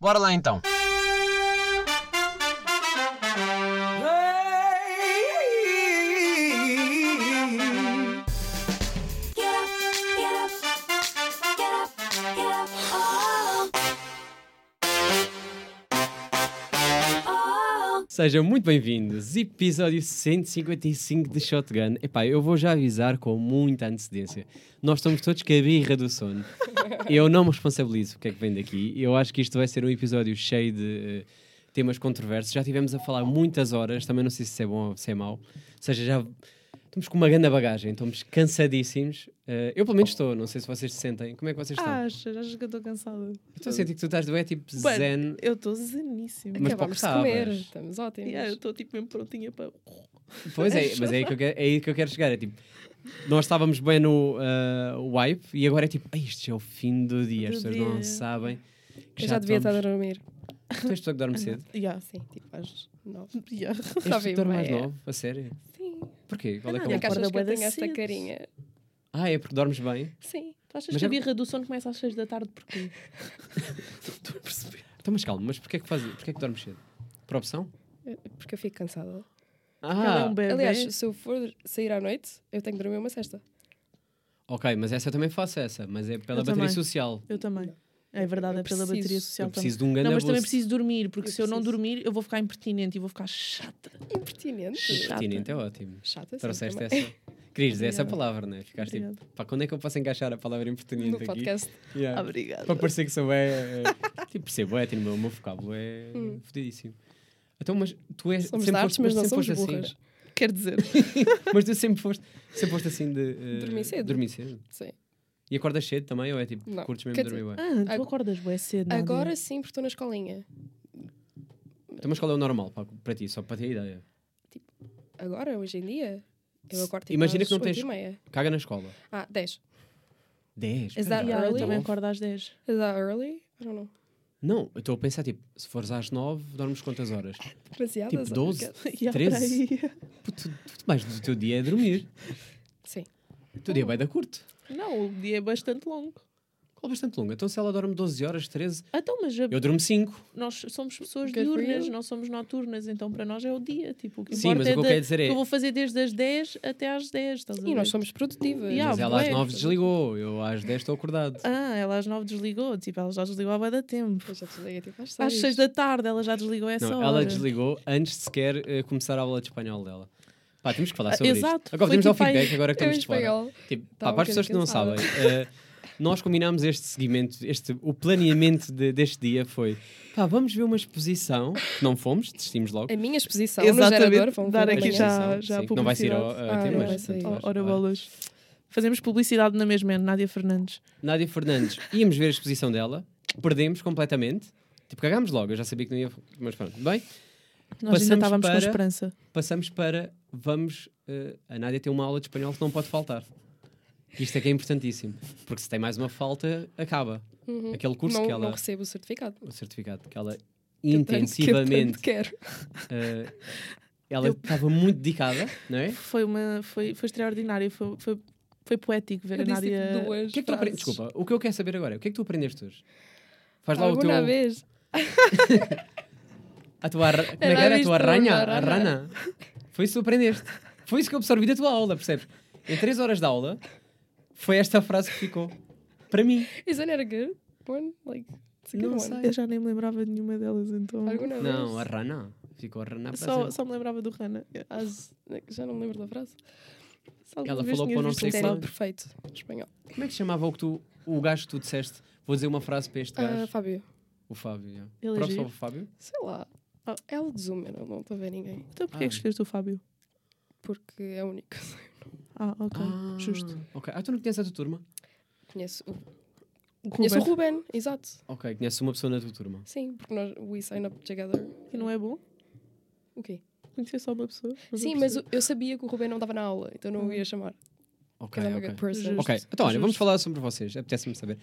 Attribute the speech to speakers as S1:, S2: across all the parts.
S1: Bora lá então!
S2: Get up, get up, get up, get up, oh. Oh.
S3: Sejam muito bem-vindos. Episódio 155 de Shotgun. Epá, eu vou já avisar com muita antecedência. Nós estamos todos com a birra do sono. Eu não me responsabilizo o que é que vem daqui. Eu acho que isto vai ser um episódio cheio de eh, temas controversos. Já tivemos a falar muitas horas, também não sei se isso é bom ou se é mau. Ou seja, já estamos com uma grande bagagem, estamos cansadíssimos. Eh, eu pelo menos estou, não sei se vocês se sentem. Como é que vocês estão?
S4: Ah, Achas? Achas que eu estou cansada?
S3: estou a sentir que tu estás doé tipo
S4: Bueno,
S3: zen.
S4: Eu estou zeníssima.
S3: Mas pouco
S5: Acabámos é de
S3: sabes.
S5: comer, estamos ótimos.
S4: Yeah, eu estou tipo mesmo prontinha para.
S3: Pois é, mas é aí que eu quero, é aí que eu quero chegar. É tipo, nós estávamos bem no ah, wipe e agora é tipo, "Ai, isto já é o fim do dia, as
S4: Do
S3: pessoas não
S4: dia.
S3: sabem. que
S5: eu já devia estar a
S3: estamos-
S5: dormir.
S3: Tu és pessoa que dorme cedo?
S4: Yeah.
S5: Sim, tipo às nove.
S4: Yeah.
S3: És
S5: Nove
S3: pessoa que
S5: e
S3: dorme mais
S5: meia.
S3: novo, a sério?
S5: Sim.
S3: Porquê? Qual é que
S5: Não,
S3: é
S5: é
S3: o
S5: que achas
S4: acordo
S5: que eu
S4: bué da
S5: tenho esta
S4: cedo.
S5: carinha?
S3: Ah, é porque dormes bem?
S5: Sim.
S4: Tu achas
S3: Mas
S4: que
S3: é-
S4: a birra do sono começa às 6 da tarde porquê? Estou a perceber.
S3: Então, mas calma, mas porquê é que, fazes, porquê é que dormes cedo? Por opção?
S5: Eh, Porque eu fico cansada.
S4: Ela é
S3: Ah,
S4: um bebê.
S5: Aliás, se eu for sair à noite, eu tenho que dormir uma cesta.
S3: ok, mas essa eu também faço essa, mas é pela
S4: Eu
S3: bateria
S4: também.
S3: social.
S4: eu também. É verdade,
S5: Eu
S4: é
S5: preciso-
S4: pela bateria social
S3: Eu preciso de um
S4: também.
S3: grande
S4: Não, mas também
S3: abuso.
S4: preciso dormir, porque
S5: Eu
S4: se eu não
S5: preciso.
S4: dormir, eu vou ficar impertinente e vou ficar chata.
S5: Impertinente.
S4: Chata.
S3: Pertinente é ótimo.
S5: Chata, sim.
S3: Trouxeste
S5: também.
S3: essa. Querias dizer essa
S4: Obrigada.
S3: palavra, não é? Ficaste tipo,
S4: Obrigada.
S3: pá, quando é que eu posso encaixar a palavra
S5: No
S3: impertinente aqui?
S5: podcast.
S3: Yeah.
S4: Obrigada.
S3: Para parecer que sou bem. é- tipo, percebo, é, tipo, o meu vocábulo é
S5: Hum.
S3: fodidíssimo. Então, mas tu és.
S5: Somos
S3: sempre
S5: dados,
S3: foste,
S5: mas não
S3: sempre
S5: somos
S3: foste
S5: burras.
S3: assim.
S4: Quer dizer,
S3: Mas tu sempre foste, sempre foste assim de. eh,
S5: Dormir cedo.
S3: Dormir cedo.
S5: Sim.
S3: E acordas cedo também, ou é tipo,
S5: Não,
S3: curtes mesmo
S5: quer
S3: dormir bem?
S4: ah, tu
S5: Ag-
S4: acordas bué cedo. Nádia.
S5: Agora sim, porque estou na escolinha.
S3: Então, mas qual é o normal para, para ti, só para ter ideia?
S5: Agora, hoje em dia, eu acordo tipo
S3: Imagina
S5: às
S3: que não
S5: oito e
S3: tens-
S5: meia.
S3: Caga na escola. Tá
S5: Ah, 10.
S3: 10.
S5: Is that
S4: Yeah, eu
S5: early?
S4: também
S3: Não,
S4: acordo às 10.
S5: Is that early? I don't know.
S3: Não, eu estou a pensar, tipo, se fores às 9, dormes quantas horas?
S5: Ah, Demasiadas.
S3: Tipo,
S5: I
S3: 12.
S5: guess.
S4: Yeah,
S3: Treze?
S4: peraí.
S3: Puto, tudo mais do teu dia é dormir.
S5: Sim.
S3: O teu dia vai dar curto.
S4: Não, o dia é bastante longo.
S3: Qual é bastante longo. Então, se ela dorme 12 horas, 13,
S4: Então, mas a-
S3: eu durmo 5.
S4: nós somos pessoas
S5: Good for
S4: diurnas,
S5: you.
S4: não somos noturnas, então para nós é o dia. Tipo, o que
S3: Sim,
S4: importa
S3: mas
S4: é
S3: o que eu
S4: da-
S3: quero dizer é-
S4: eu vou fazer desde as 10 até às 10. Estás a
S5: E nós
S4: ver?
S5: somos produtivas. é?
S4: Yeah,
S3: Mas
S4: Ah,
S3: ela às
S4: bué.
S3: 9 desligou, eu às 10 estou acordado.
S4: Ah, ela às 9 desligou. Tipo, ela já desligou há bué da tempo.
S5: Eu já te liguei tipo às
S4: Às 6 da tarde ela já desligou essa
S3: Não,
S4: hora.
S3: ela desligou antes de sequer eh, começar a aula de espanhol dela. Pá, temos que falar
S4: Ah,
S3: sobre
S4: exato,
S3: isto. Agora
S4: foi
S3: temos ao
S4: tipo aí-
S3: feedback, agora que
S5: Eu em
S3: estamos de fora.
S5: espanhol.
S3: Tipo,
S4: Tá
S5: Tava
S3: pá, para as
S5: um
S3: pessoas que não
S5: bocadinho
S3: sabem, eh, nós combinámos este seguimento, este, o planeamento de- deste dia foi pá, vamos ver uma exposição. Não fomos, desistimos logo.
S5: A minha exposição
S4: Exatamente,
S5: no gerador, vamos
S4: dar
S5: ver
S4: aqui
S5: amanhã.
S4: já-
S3: Exposição,
S4: já a
S3: sim, que Não vai ser ao
S4: publicidade.
S3: ao
S5: Ah,
S3: tema,
S5: não
S3: mas
S5: vai
S3: tanto
S5: sair.
S3: faz.
S4: Ora
S3: Vai.
S4: bolas. Fazemos publicidade na mesma, é Nádia Fernandes.
S3: Nádia Fernandes, íamos ver a exposição dela, perdemos completamente. Tipo, cagámos logo, eu já sabia que não ia. Mas pronto, bem.
S4: Nós
S3: Passamos
S4: ainda estávamos
S3: para-
S4: com esperança.
S3: passamos para vamos. eh, a Nádia tem uma aula de espanhol que não pode faltar. Isto é que é importantíssimo. Porque se tem mais uma falta, acaba.
S5: Uhum.
S3: Aquele curso
S5: não,
S3: que ela.
S5: não recebo o certificado.
S3: O certificado que ela
S5: Que eu tanto- que eu
S3: intensivamente.
S5: tanto quero.
S3: eh, ela estava muito dedicada, não é?
S4: Foi, uma, foi, foi extraordinário, foi, foi, foi poético ver
S5: Eu
S4: a
S5: disse tipo,
S4: Nádia.
S3: O
S5: duas
S3: que é que tu apre-
S5: frases.
S3: Desculpa, o que eu quero saber agora é o que é que tu aprendeste hoje? Faz lá
S5: Alguma
S3: o teu.
S5: vez.
S3: A tua, arra- como é que
S5: Ela
S3: era? A
S5: diz
S3: tua
S5: tu,
S3: ranha?
S5: a
S3: A rana. Foi isso que tu aprendeste. Foi isso que eu absorvi da tua aula, percebes? Em três horas de aula, foi esta frase que ficou. Para mim.
S5: Isn't it a good one? Like, it's a good
S3: Não
S5: one.
S3: sei.
S4: Eu já nem me lembrava de nenhuma delas, então.
S5: Alguma
S3: Não, a
S5: vez.
S3: rana. Ficou a rana para
S4: Só,
S3: sempre.
S4: só me lembrava do Rana. Ah,
S5: As- Já não me lembro da frase.
S4: Se alguma
S3: Ela
S4: vez
S3: falou
S4: tinhas
S3: para não
S4: visto
S3: sei
S4: um
S3: qual.
S5: Estéreo
S4: copo.
S5: perfeito. Espanhol.
S3: Como é que se chamava o que tu, o gajo que tu disseste? Vou dizer uma frase para este
S5: Ah,
S3: gajo.
S5: Fábio.
S3: o Fábio. já.
S4: Ele é
S3: Props
S4: giro.
S3: ao Fábio.
S5: Sei lá.
S4: Ah.
S5: É o de Zoom, eu não- não estou a ver ninguém.
S4: Então porquê é que
S3: Ah.
S4: escolheste o Fábio?
S5: Porque é o único.
S4: Ah, ok.
S3: Ah,
S4: Justo.
S3: Ok. Ah, tu não conheces a tua turma?
S5: Conheço o,
S4: O
S5: conheço o
S4: Ruben,
S5: Ruben, exato.
S3: Ok, conheces uma pessoa na tua turma.
S5: Sim, porque nós. We sign up together.
S4: que não é bom.
S5: O quê?
S4: Conhecer só uma pessoa.
S5: Sim, mas eu- eu sabia que o Ruben não estava na aula, então não o ia chamar.
S3: Hum. Ok,
S5: Because I'm a
S3: ok.
S5: good person.
S4: Justo.
S3: Ok, então olha,
S4: Justo.
S3: vamos falar sobre vocês. Apetece-me saber.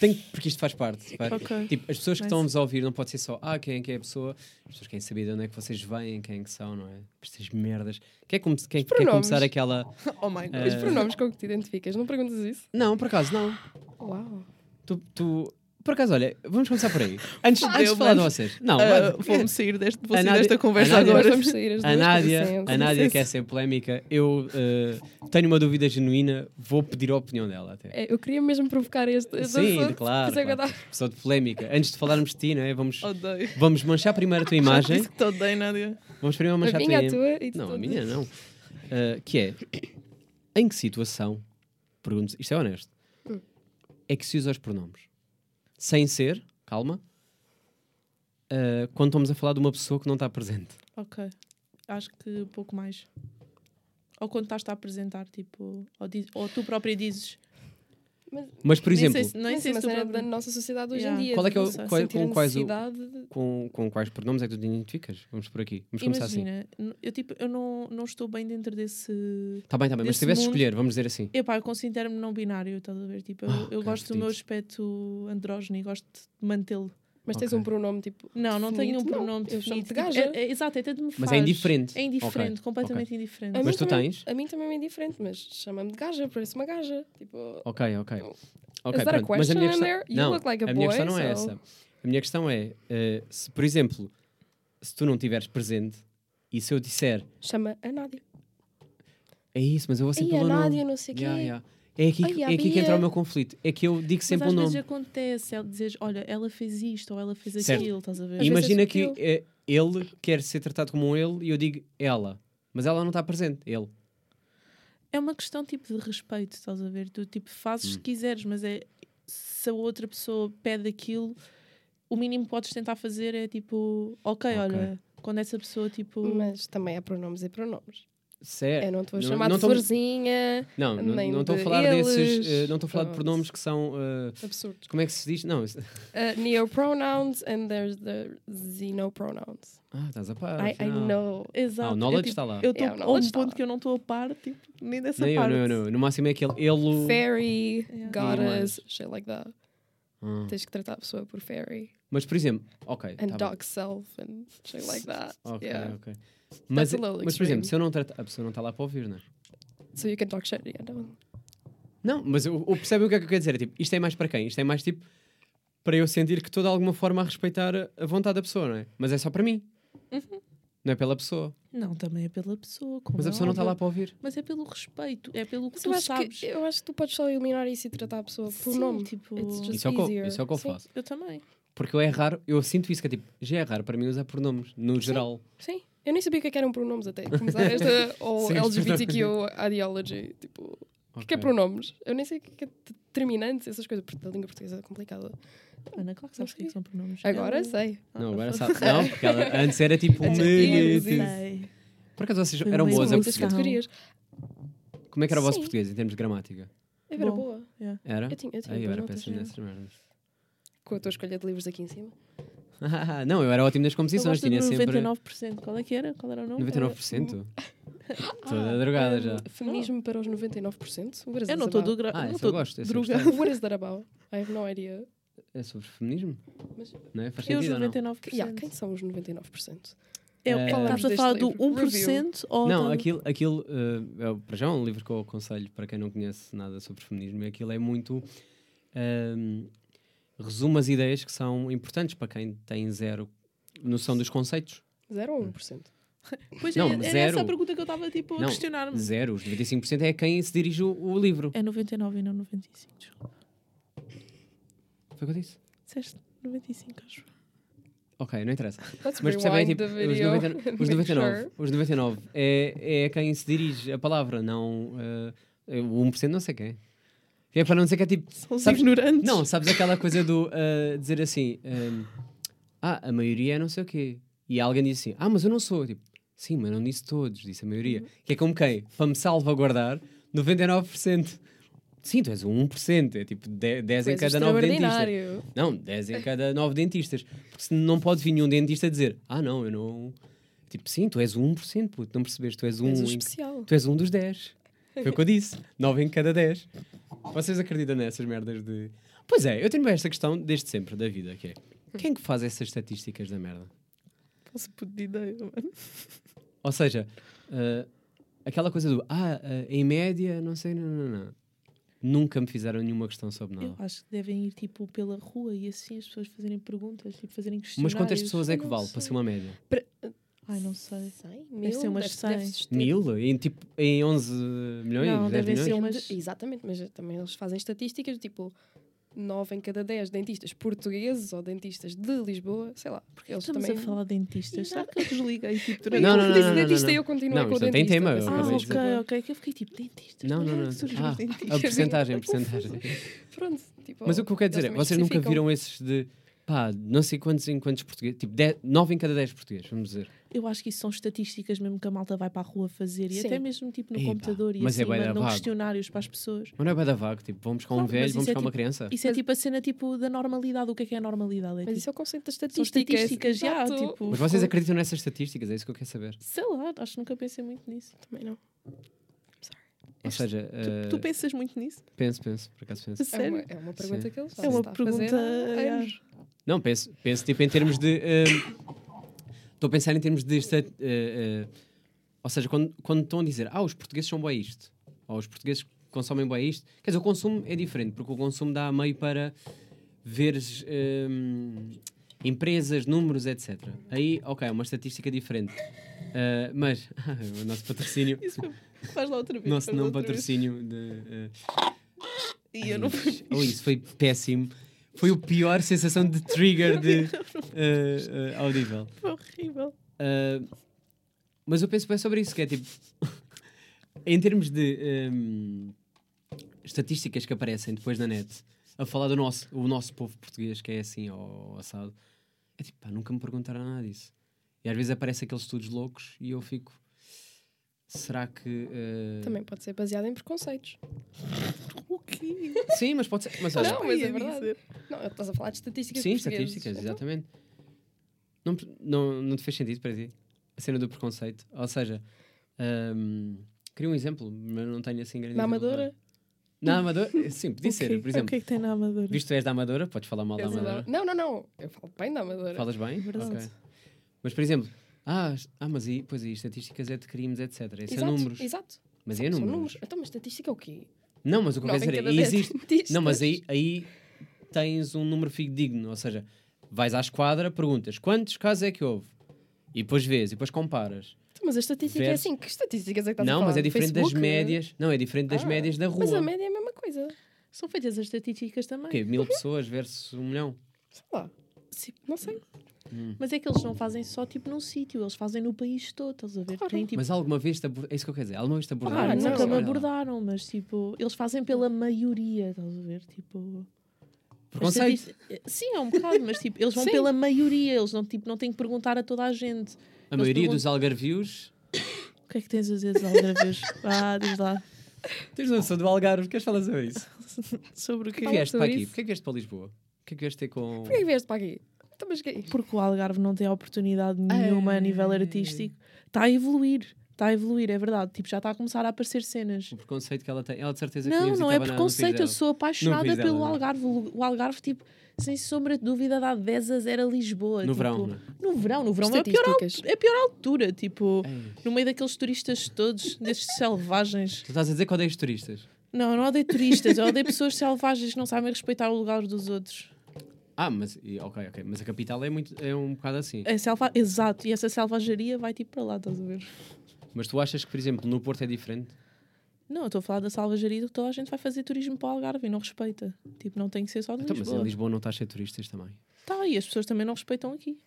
S3: Tenho, porque isto faz parte. vai.
S4: Ok.
S3: Tipo, as pessoas que
S4: Nice.
S3: estão-nos a ouvir não pode ser só, ah, quem é que é a pessoa. As pessoas querem saber de onde é que vocês vêm, quem é que são, não é? Estas merdas. Quer, come- quem- quer
S5: pronomes.
S3: começar aquela.
S4: Oh my god.
S5: Os
S3: Eh,
S5: pronomes com que te identificas, não perguntas isso?
S3: Não, por acaso não.
S5: Uau.
S3: Tu, tu Por acaso, olha, vamos começar por aí. Antes, antes de
S4: eu,
S3: falar de
S4: mas-
S3: vocês. Não,
S4: Ah,
S3: mas-
S4: Vou-me sair deste, vou
S3: A
S4: sair
S3: Nádia-
S4: desta conversa
S3: a Nádia-
S5: Nós
S4: agora.
S5: vamos sair as duas.
S3: A Nádia,
S5: com licença.
S3: a Nádia quer ser polémica. Eu eh, tenho uma dúvida genuína, vou pedir a opinião dela até.
S5: É, eu queria mesmo provocar este. este
S3: Sim,
S5: assunto,
S3: claro.
S5: por isso é que eu
S3: claro. Pessoa de polémica. Antes de falarmos de ti, não é? Vamos,
S4: Odeio.
S3: vamos manchar primeiro a tua
S4: Já te
S3: imagem.
S4: disse que te odeio, Nádia.
S3: Vamos primeiro
S5: tava-
S3: manchar
S5: A minha, a tua e
S3: tua
S5: de
S3: Não, a
S5: todos.
S3: minha não. Ah, que é, em que situação, pergunto, isto é honesto,
S5: Hum.
S3: é que se usa os pronomes? Sem ser, calma, ah, quando estamos a falar de uma pessoa que não está presente.
S4: Ok. Acho que pouco mais. Ou quando estás-te a apresentar, tipo, ou, diz- ou tu própria dizes.
S5: Mas,
S3: Mas, por
S4: nem
S3: exemplo,
S4: sei se, nem
S5: mas
S4: sei se
S5: mas
S4: tu
S5: era
S4: própria...
S5: da nossa sociedade hoje
S4: Yeah.
S5: em dia.
S3: Qual é que é o-
S5: de não
S3: qual é-
S5: sentir
S3: com quais o-
S5: necessidade de-
S3: com, com quais pronomes é que tu te identificas? Vamos por aqui, vamos começar assim.
S4: Imagina, n- eu, tipo, eu não, não estou bem dentro desse.
S3: Está Tá bem, está bem, mas se
S4: desse
S3: tivesse de
S4: mundo-
S3: escolher, vamos dizer assim.
S4: Epá, eu considero-me não binário, estás a ver? Tipo, eu,
S3: Ah,
S4: eu
S3: que
S4: gosto do meu
S3: fedido.
S4: aspecto andrógeno e gosto de mantê-lo.
S5: Mas tens
S3: Ok.
S5: um pronome tipo.
S4: Não, não tenho um
S5: Definido?
S4: pronome
S5: Não, eu
S4: definido.
S5: chamo-te
S4: Tipo,
S5: gaja.
S4: é- é- exato, até tanto me faz.
S3: Mas é indiferente.
S4: É indiferente,
S3: Ok,
S4: completamente indiferente.
S5: A
S3: Mas
S5: mim
S3: tu
S5: também-
S3: tens?
S5: A mim também é indiferente, mas chama-me de gaja, parece uma gaja. Tipo,
S3: Ok, ok.
S5: Is
S3: Ok,
S5: that a
S3: pronto. Mas
S5: question
S3: a minha
S5: in
S3: questão,
S5: there? You
S3: não,
S5: look like a
S3: minha
S5: boy,
S3: questão não é
S5: so-
S3: essa. A minha questão é, eh, se por exemplo, se tu não estiveres presente e se eu disser,
S5: chama a Nádia.
S3: é isso, mas eu vou sempre
S5: Ai, a
S3: pelo nome.
S5: Nádia, não sei o
S3: Yeah,
S5: quê.
S3: yeah. É aqui,
S5: Ai,
S3: que-
S5: a
S3: é aqui que
S5: Bia.
S3: entra o meu conflito. É que eu digo sempre o
S4: mas às
S3: nome.
S4: vezes acontece, ela dizes, olha, ela fez isto ou ela fez
S3: Certo.
S4: aquilo, estás a ver?
S5: Às vezes
S3: Imagina
S5: é
S3: que
S5: sutil.
S3: eh, ele quer ser tratado como um ele e eu digo ela. Mas ela não está presente, ele.
S4: É uma questão tipo de respeito, estás a ver? Tu tipo
S3: Hum.
S4: fazes se quiseres, mas é se a outra pessoa pede aquilo, o mínimo que podes tentar fazer é tipo, ok,
S3: Ok.
S4: olha, quando essa pessoa tipo.
S5: Mas também há pronomes e pronomes.
S3: Certo.
S5: Eu não estou a
S3: não-
S5: chamar
S3: não
S5: de
S3: tô-
S5: florzinha.
S3: é- Não, não
S5: nem
S3: não estou a
S5: É, de
S3: falar desses.
S5: eles.
S3: eh, não estou a falar de
S5: Pronto.
S3: pronomes que são. eh,
S5: Absurdo.
S3: como é que se diz? Não. isso-
S5: Uh, neopronouns and there's the xenopronouns.
S3: Ah, estás a par.
S5: I, I
S3: afinal.
S5: know.
S4: Exato.
S3: Ah, o
S4: é,
S3: knowledge
S4: tipo,
S3: está lá.
S4: Eu estou
S5: Yeah, o
S4: a um
S5: knowledge está
S4: ponto
S5: lá.
S4: que eu não estou a par, tipo, nem dessa
S3: Nem eu,
S4: parte.
S3: não, eu, não. No máximo é aquele ele.
S5: Fairy,
S4: Yeah.
S5: goddess,
S3: Animais.
S5: shit like that.
S3: Ah.
S5: Tens que tratar a pessoa por fairy.
S3: Mas, por exemplo, ok.
S5: And
S3: tá bem.
S5: dog self and shit like that.
S3: Ok,
S5: Yeah.
S3: ok. Mas,
S5: a little
S3: mas, por exemplo,
S5: extreme.
S3: se eu não tratar. A pessoa não está lá para ouvir, não é?
S5: So you can talk shit. Yeah, tá no.
S3: Não, mas eu, eu percebo o que é que eu quero dizer. É, tipo, isto é mais para quem? Isto é mais tipo para eu sentir que estou de alguma forma a respeitar a- a vontade da pessoa, não é? Mas é só para mim. Não é pela pessoa.
S4: Não, também é pela pessoa. como
S3: Mas a
S4: é
S3: pessoa não está lá
S4: óbvio.
S3: para ouvir.
S4: Mas é pelo respeito, é pelo que
S5: Mas eu
S4: tu
S5: acho,
S4: sabes.
S5: que, eu acho que tu podes só eliminar isso e tratar a pessoa por
S4: Sim,
S5: nome.
S4: tipo,
S5: It's just-
S3: Isso é, o que eu,
S5: easier.
S3: isso é o que eu
S5: Sim.
S3: faço.
S4: eu também.
S3: Porque eu é raro, eu sinto isso que é tipo, já é raro para mim usar pronomes, no geral.
S5: Sim. Eu nem sabia o que é que eram pronomes até começar esta ou
S3: Sim,
S5: LGBTQ ideology. Tipo, o que é que é
S3: Ok.
S5: pronomes? Eu nem sei o que é que é determinantes, essas coisas, porque a língua portuguesa é complicada.
S4: Ana, claro que sabes o que é que são pronomes.
S5: Agora
S4: Ela-
S5: sei.
S4: Ah,
S3: Não, agora
S4: foda-se.
S3: sabe. Não, porque ela- antes era tipo.
S5: Antes
S3: "Me-
S5: tínhamos isso.
S4: Sei.
S3: Por acaso vocês eram
S4: Mas
S5: São
S3: boas a
S4: muito
S5: muitas
S4: opção.
S3: português?
S5: categorias.
S3: Como é que era o vosso
S5: Sim.
S3: português em termos de gramática?
S5: Eu É, era
S4: Bom.
S5: boa.
S3: Era?
S5: Eu tinha, eu tinha
S3: Ai, eu
S5: boas
S3: era
S5: notas,
S3: péssimo
S5: já.
S3: nessas merdas.
S5: Com a tua escolha de livros aqui em cima.
S3: Ah, não, eu era ótimo nas
S4: Eu
S3: composições,
S4: gosto
S3: tinha
S4: de
S3: sempre
S4: 99%. Qual é que era? Qual era o nome?
S3: 99%. Toda drogada já.
S5: Um, Feminismo para os 99%? What is
S4: Eu
S5: this
S4: não estou
S5: about?
S4: do gra...
S3: Ah,
S4: não
S3: esse
S4: tô
S3: eu gosto, esse eu
S4: drogada.
S5: What is that about? I have no idea.
S3: É sobre feminismo?
S5: Mas-
S3: Não é? Faz
S4: E os
S3: sentido ou não?
S4: 99%?
S5: Yeah, quem são os 99%?
S4: É,
S3: Eh,
S4: Estás
S5: deste
S4: a falar do
S5: livro.
S4: 1% ou...
S3: Não,
S4: do-
S3: aquilo, aquilo eh, é o- para já é um livro que eu aconselho para quem não conhece nada sobre feminismo. e Aquilo é muito. ehm, resume as ideias que são importantes para quem tem zero noção dos conceitos.
S5: 0 ou 1%?
S4: Pois
S3: Não,
S4: é, era
S3: zero.
S4: essa a pergunta que eu estava tipo, a
S3: Não,
S4: questionar-me.
S3: Zero. Os 95% é a quem se dirige o, o livro.
S4: É 99 e não 95, desculpa.
S3: Foi o que eu disse.
S4: Disseste 95, acho.
S3: Ok, não interessa.
S5: Let's
S3: Mas percebem,
S5: rewind
S3: tipo,
S5: the
S3: os,
S5: video
S3: 90
S5: and
S3: os
S5: make
S3: 99,
S5: sure.
S3: os 99 é, é a quem se dirige a palavra, não eh, é o 1% não sei quem. É para não dizer que é tipo.
S4: São os
S3: Sabes-
S4: ignorantes.
S3: Não, sabes aquela coisa do eh, dizer assim: ehm, Ah, a maioria é não sei o quê. E alguém diz assim: Ah, mas eu não sou. Tipo, Sim, mas não disse todos, disse a maioria. Que é como quem? Para me salvaguardar, 99%. Sim, tu és o 1%, é tipo 10,
S5: Tu
S3: em
S5: és
S3: cada 9 dentistas.
S5: extraordinário.
S3: Não, 10 em cada 9 dentistas. Porque se não pode vir nenhum dentista dizer, ah, não, eu não. Tipo, sim, tu és o 1%, puto, não percebeste, tu és um.
S5: És o
S3: em-
S5: especial.
S3: Tu és um dos 10. Foi o que eu disse. 9 em cada 10. Vocês acreditam nessas merdas de. Pois é, eu tenho bem esta questão desde sempre da vida, que é. Quem que faz essas estatísticas da merda?
S4: Posso puto de ideia, mano.
S3: Ou seja, ah, aquela coisa do. Ah, ah, em média, não sei, não, não, não. Nunca me fizeram nenhuma questão sobre
S4: Eu
S3: nada.
S4: acho que devem ir tipo pela rua e assim as pessoas fazerem perguntas, tipo fazerem
S3: Mas
S4: questionários.
S3: quantas pessoas é
S5: eu
S3: que
S5: não
S3: vale?
S5: sei.
S3: Para ser uma média?
S4: Ai, não sei.
S5: Cem? Mil?
S4: ser umas
S5: Deve-
S4: cem.
S5: deve-se ter-
S3: Mil? Em, tipo, em 11 milhões?
S4: Não,
S3: 10
S4: devem
S3: milhões?
S4: ser um
S5: Depende-
S4: umas-
S5: Exatamente, mas também eles fazem estatísticas, tipo, 9 em cada 10 dentistas portugueses ou dentistas de Lisboa, sei lá, porque eles
S4: Estamos
S5: também...
S4: a falar de dentistas. Será que eu desliguei tipo
S5: Bem,
S4: durante
S3: Não,
S5: eu
S3: não, não,
S5: disse
S3: não, não,
S5: dentista
S3: não.
S5: e eu continuo
S3: Não,
S5: com o
S3: isto não
S5: dentista.
S3: tem tema, eu
S5: pensei,
S4: Ah,
S3: acabei de
S5: mas-
S4: ok,
S3: dizer.
S4: ok. Que eu fiquei tipo dentistas.
S3: Não, não, não. Ah, a porcentagem, porcentagem.
S5: Pronto, tipo...
S3: Mas o que eu quero dizer é,
S5: eles também
S3: vocês nunca
S5: especificam.
S3: viram esses de pá, não sei quantos em quantos portugueses, tipo 9 em cada 10 portugueses, vamos dizer.
S4: Eu acho que isso são estatísticas mesmo que a malta vai para a rrua fazer e
S5: Sim.
S4: até mesmo tipo no
S3: Epá,
S4: computador e
S3: mas é
S4: assim
S3: bué da
S4: mandam
S3: vago.
S4: questionários para as pessoas.
S3: Mas não é bada vago, tipo, vamos buscar um
S4: Claro, mas
S3: velho,
S4: isso
S3: vamos
S4: é
S3: buscar uma
S4: tipo-
S3: criança.
S4: Isso é
S5: Mas-
S4: tipo a cena tipo da normalidade. O que é que é a normalidade? É,
S5: Mas
S4: tipo,
S5: isso é o conceito das
S4: são
S5: estatísticas.
S4: estatísticas já,
S5: Exato.
S4: tipo.
S3: Mas vocês acreditam nessas estatísticas? É isso que eu quero saber.
S4: Sei lá, acho que nunca pensei muito nisso.
S5: Também não.
S3: Ou seja, eh,
S4: Tu, tu pensas muito nisso?
S3: penso, penso, por acaso penso.
S4: A
S5: É uma,
S4: sério?
S5: é uma pergunta
S3: Sim.
S5: que eles
S4: É uma pergunta,
S3: Não, penso, penso tipo em termos de. eh, Estou a pensar em termos de. esta- eh, eh, ou seja, quando, quando estão a dizer, ah, os portugueses são boa isto, ou os portugueses consomem boa isto, quer dizer, o consumo é diferente, porque o consumo dá meio para veres ehm, empresas, números, etc. Aí, ok, é uma estatística diferente. Eh, mas, o nosso patrocínio,
S4: Isso foi- faz lá outra vez.
S3: nosso
S4: faz lá
S3: não
S4: outra vez.
S3: patrocínio de. eh,
S4: E eu não
S3: Oh, isso foi péssimo. Foi o pior sensação de trigger de eh, eh, audível.
S4: Foi horrível.
S3: Ah, mas eu penso bem sobre isso, que é tipo. em termos de hum, estatísticas que aparecem depois na net, a falar do nosso, o nosso povo português, que é assim, ou assado, é tipo, pá, nunca me perguntaram nada disso. E às vezes aparecem aqueles estudos loucos e eu fico. Será que. ah,
S5: Também pode ser baseada em preconceitos.
S4: O quê?
S3: Sim, mas pode ser. Mas, olha,
S5: Não, mas é
S4: Ia
S5: verdade.
S4: dizer.
S5: Não, estás a falar de estatísticas
S3: Sim,
S5: portuguesas.
S3: estatísticas,
S5: Então,
S3: exatamente. Não, pre- não, não te fez sentido para ti? A cena do preconceito. Ou seja, hum, queria um exemplo, mas não tenho assim grande
S5: Na
S3: exemplo.
S5: Amadora?
S3: Na Amadora? eh, Sim, podia
S4: O quê?
S3: ser. Por
S4: O
S3: exemplo,
S4: que é que tem na Amadora?
S3: visto que és da Amadora, podes falar mal da
S5: és a da-
S3: Amadora.
S5: Não, não, não. Eu falo bem da Amadora.
S3: Falas bem?
S4: Verdade.
S3: Ok. Mas, por exemplo, ah, as- ah mas aí, pois aí, estatísticas é de crimes, etc. Isso é
S5: Exato,
S3: números.
S5: Exato.
S3: Mas aí é
S5: São
S3: números.
S5: Então, mas estatística é o quê?
S3: Não, mas o que eu
S5: Nove
S3: quero
S5: em
S3: dizer é,
S5: cada
S3: aí
S5: dez
S3: existe.
S5: dentistas.
S3: Não, mas aí, aí tens um número digno, ou seja, vais à esquadra, perguntas quantos casos é que houve? E depois vês, e depois comparas.
S5: Então, Mas a estatística é
S3: Versus-
S5: assim. Que estatísticas é que estás a
S3: não,
S5: falar?
S3: mas é
S5: Do
S3: diferente das
S5: Facebook?
S3: médias. Não, é diferente das
S5: Ah,
S3: médias da
S5: Mas a
S3: rua.
S5: média é a mesma coisa.
S4: São feitas as estatísticas também.
S3: O quê? Mil pessoas versus um milhão.
S5: Sei lá. Não sei.
S4: Mas é que eles não fazem só tipo num sítio, eles fazem no país todo, estás a ver?
S5: Claro.
S4: Tem, tipo,
S3: Mas alguma vez te abor- É isso que eu quero dizer. Alguma vez te abordaram?
S4: Ah,
S5: não,
S4: nunca me
S5: não.
S4: abordaram, mas tipo, eles fazem pela maioria, estás a ver? Tipo. as
S3: Preconceito.
S4: estatis- Sim, é um bocado, mas tipo, eles vão
S5: Sim.
S4: pela maioria, eles não, tipo, não têm que perguntar a toda a gente.
S3: A maioria
S4: perguntam-
S3: dos algarvios.
S4: O que é que tens a dizer, Algarves? ah, diz lá.
S3: Tens noção do algarve? Queres falar sobre isso?
S4: Sobre o
S3: Porquê
S4: quê?
S3: que
S5: Fala
S3: vieste para
S5: sobre
S3: aqui?
S5: isso.
S3: Porquê que vieste para Lisboa? Porquê que vieste ter com.
S5: Porquê que vieste para aqui? Então, mas que é isto?
S4: Porque o Algarve não tem oportunidade nenhuma a nível
S3: Ei.
S4: artístico. Está a evoluir, está a evoluir, é verdade. Tipo, já está a começar a aparecer cenas.
S3: O preconceito que ela tem. Ela de certeza que
S4: Não,
S3: nem
S4: não é
S3: visitava na- no país
S4: preconceito, eu
S3: dela.
S4: sou apaixonada
S3: país dela,
S4: pelo
S3: não é?
S4: Algarve. O o Algarve, tipo, sem sombra de dúvida, dá 10 a 0 a Lisboa.
S3: No
S4: tipo,
S3: verão. não é?
S4: No verão, no verão é a pior, al-
S5: Estatísticas.
S4: é a pior altura, tipo,
S3: Ei.
S4: no meio daqueles turistas todos, desses selvagens.
S3: Tu estás a dizer que odeias turistas?
S4: Não, eu não odeio turistas, eu odeio pessoas selvagens que não sabem respeitar o lugar dos outros.
S3: Ah, mas e- ok, ok. Mas a capital é, muito, é um bocado assim.
S4: É selva... Exato, e essa selvageria vai tipo para lá, estás a ver?
S3: Mas tu achas que, por exemplo, no Porto é diferente?
S4: Não, eu estou a falar da selvageria do que toda a gente vai fazer turismo para o Algarve e não respeita. Tipo, não tem que ser só de
S3: Então, mas em
S4: Lisboa.
S3: Lisboa não está cheio de turistas também.
S4: Tá, e as pessoas também não respeitam aqui.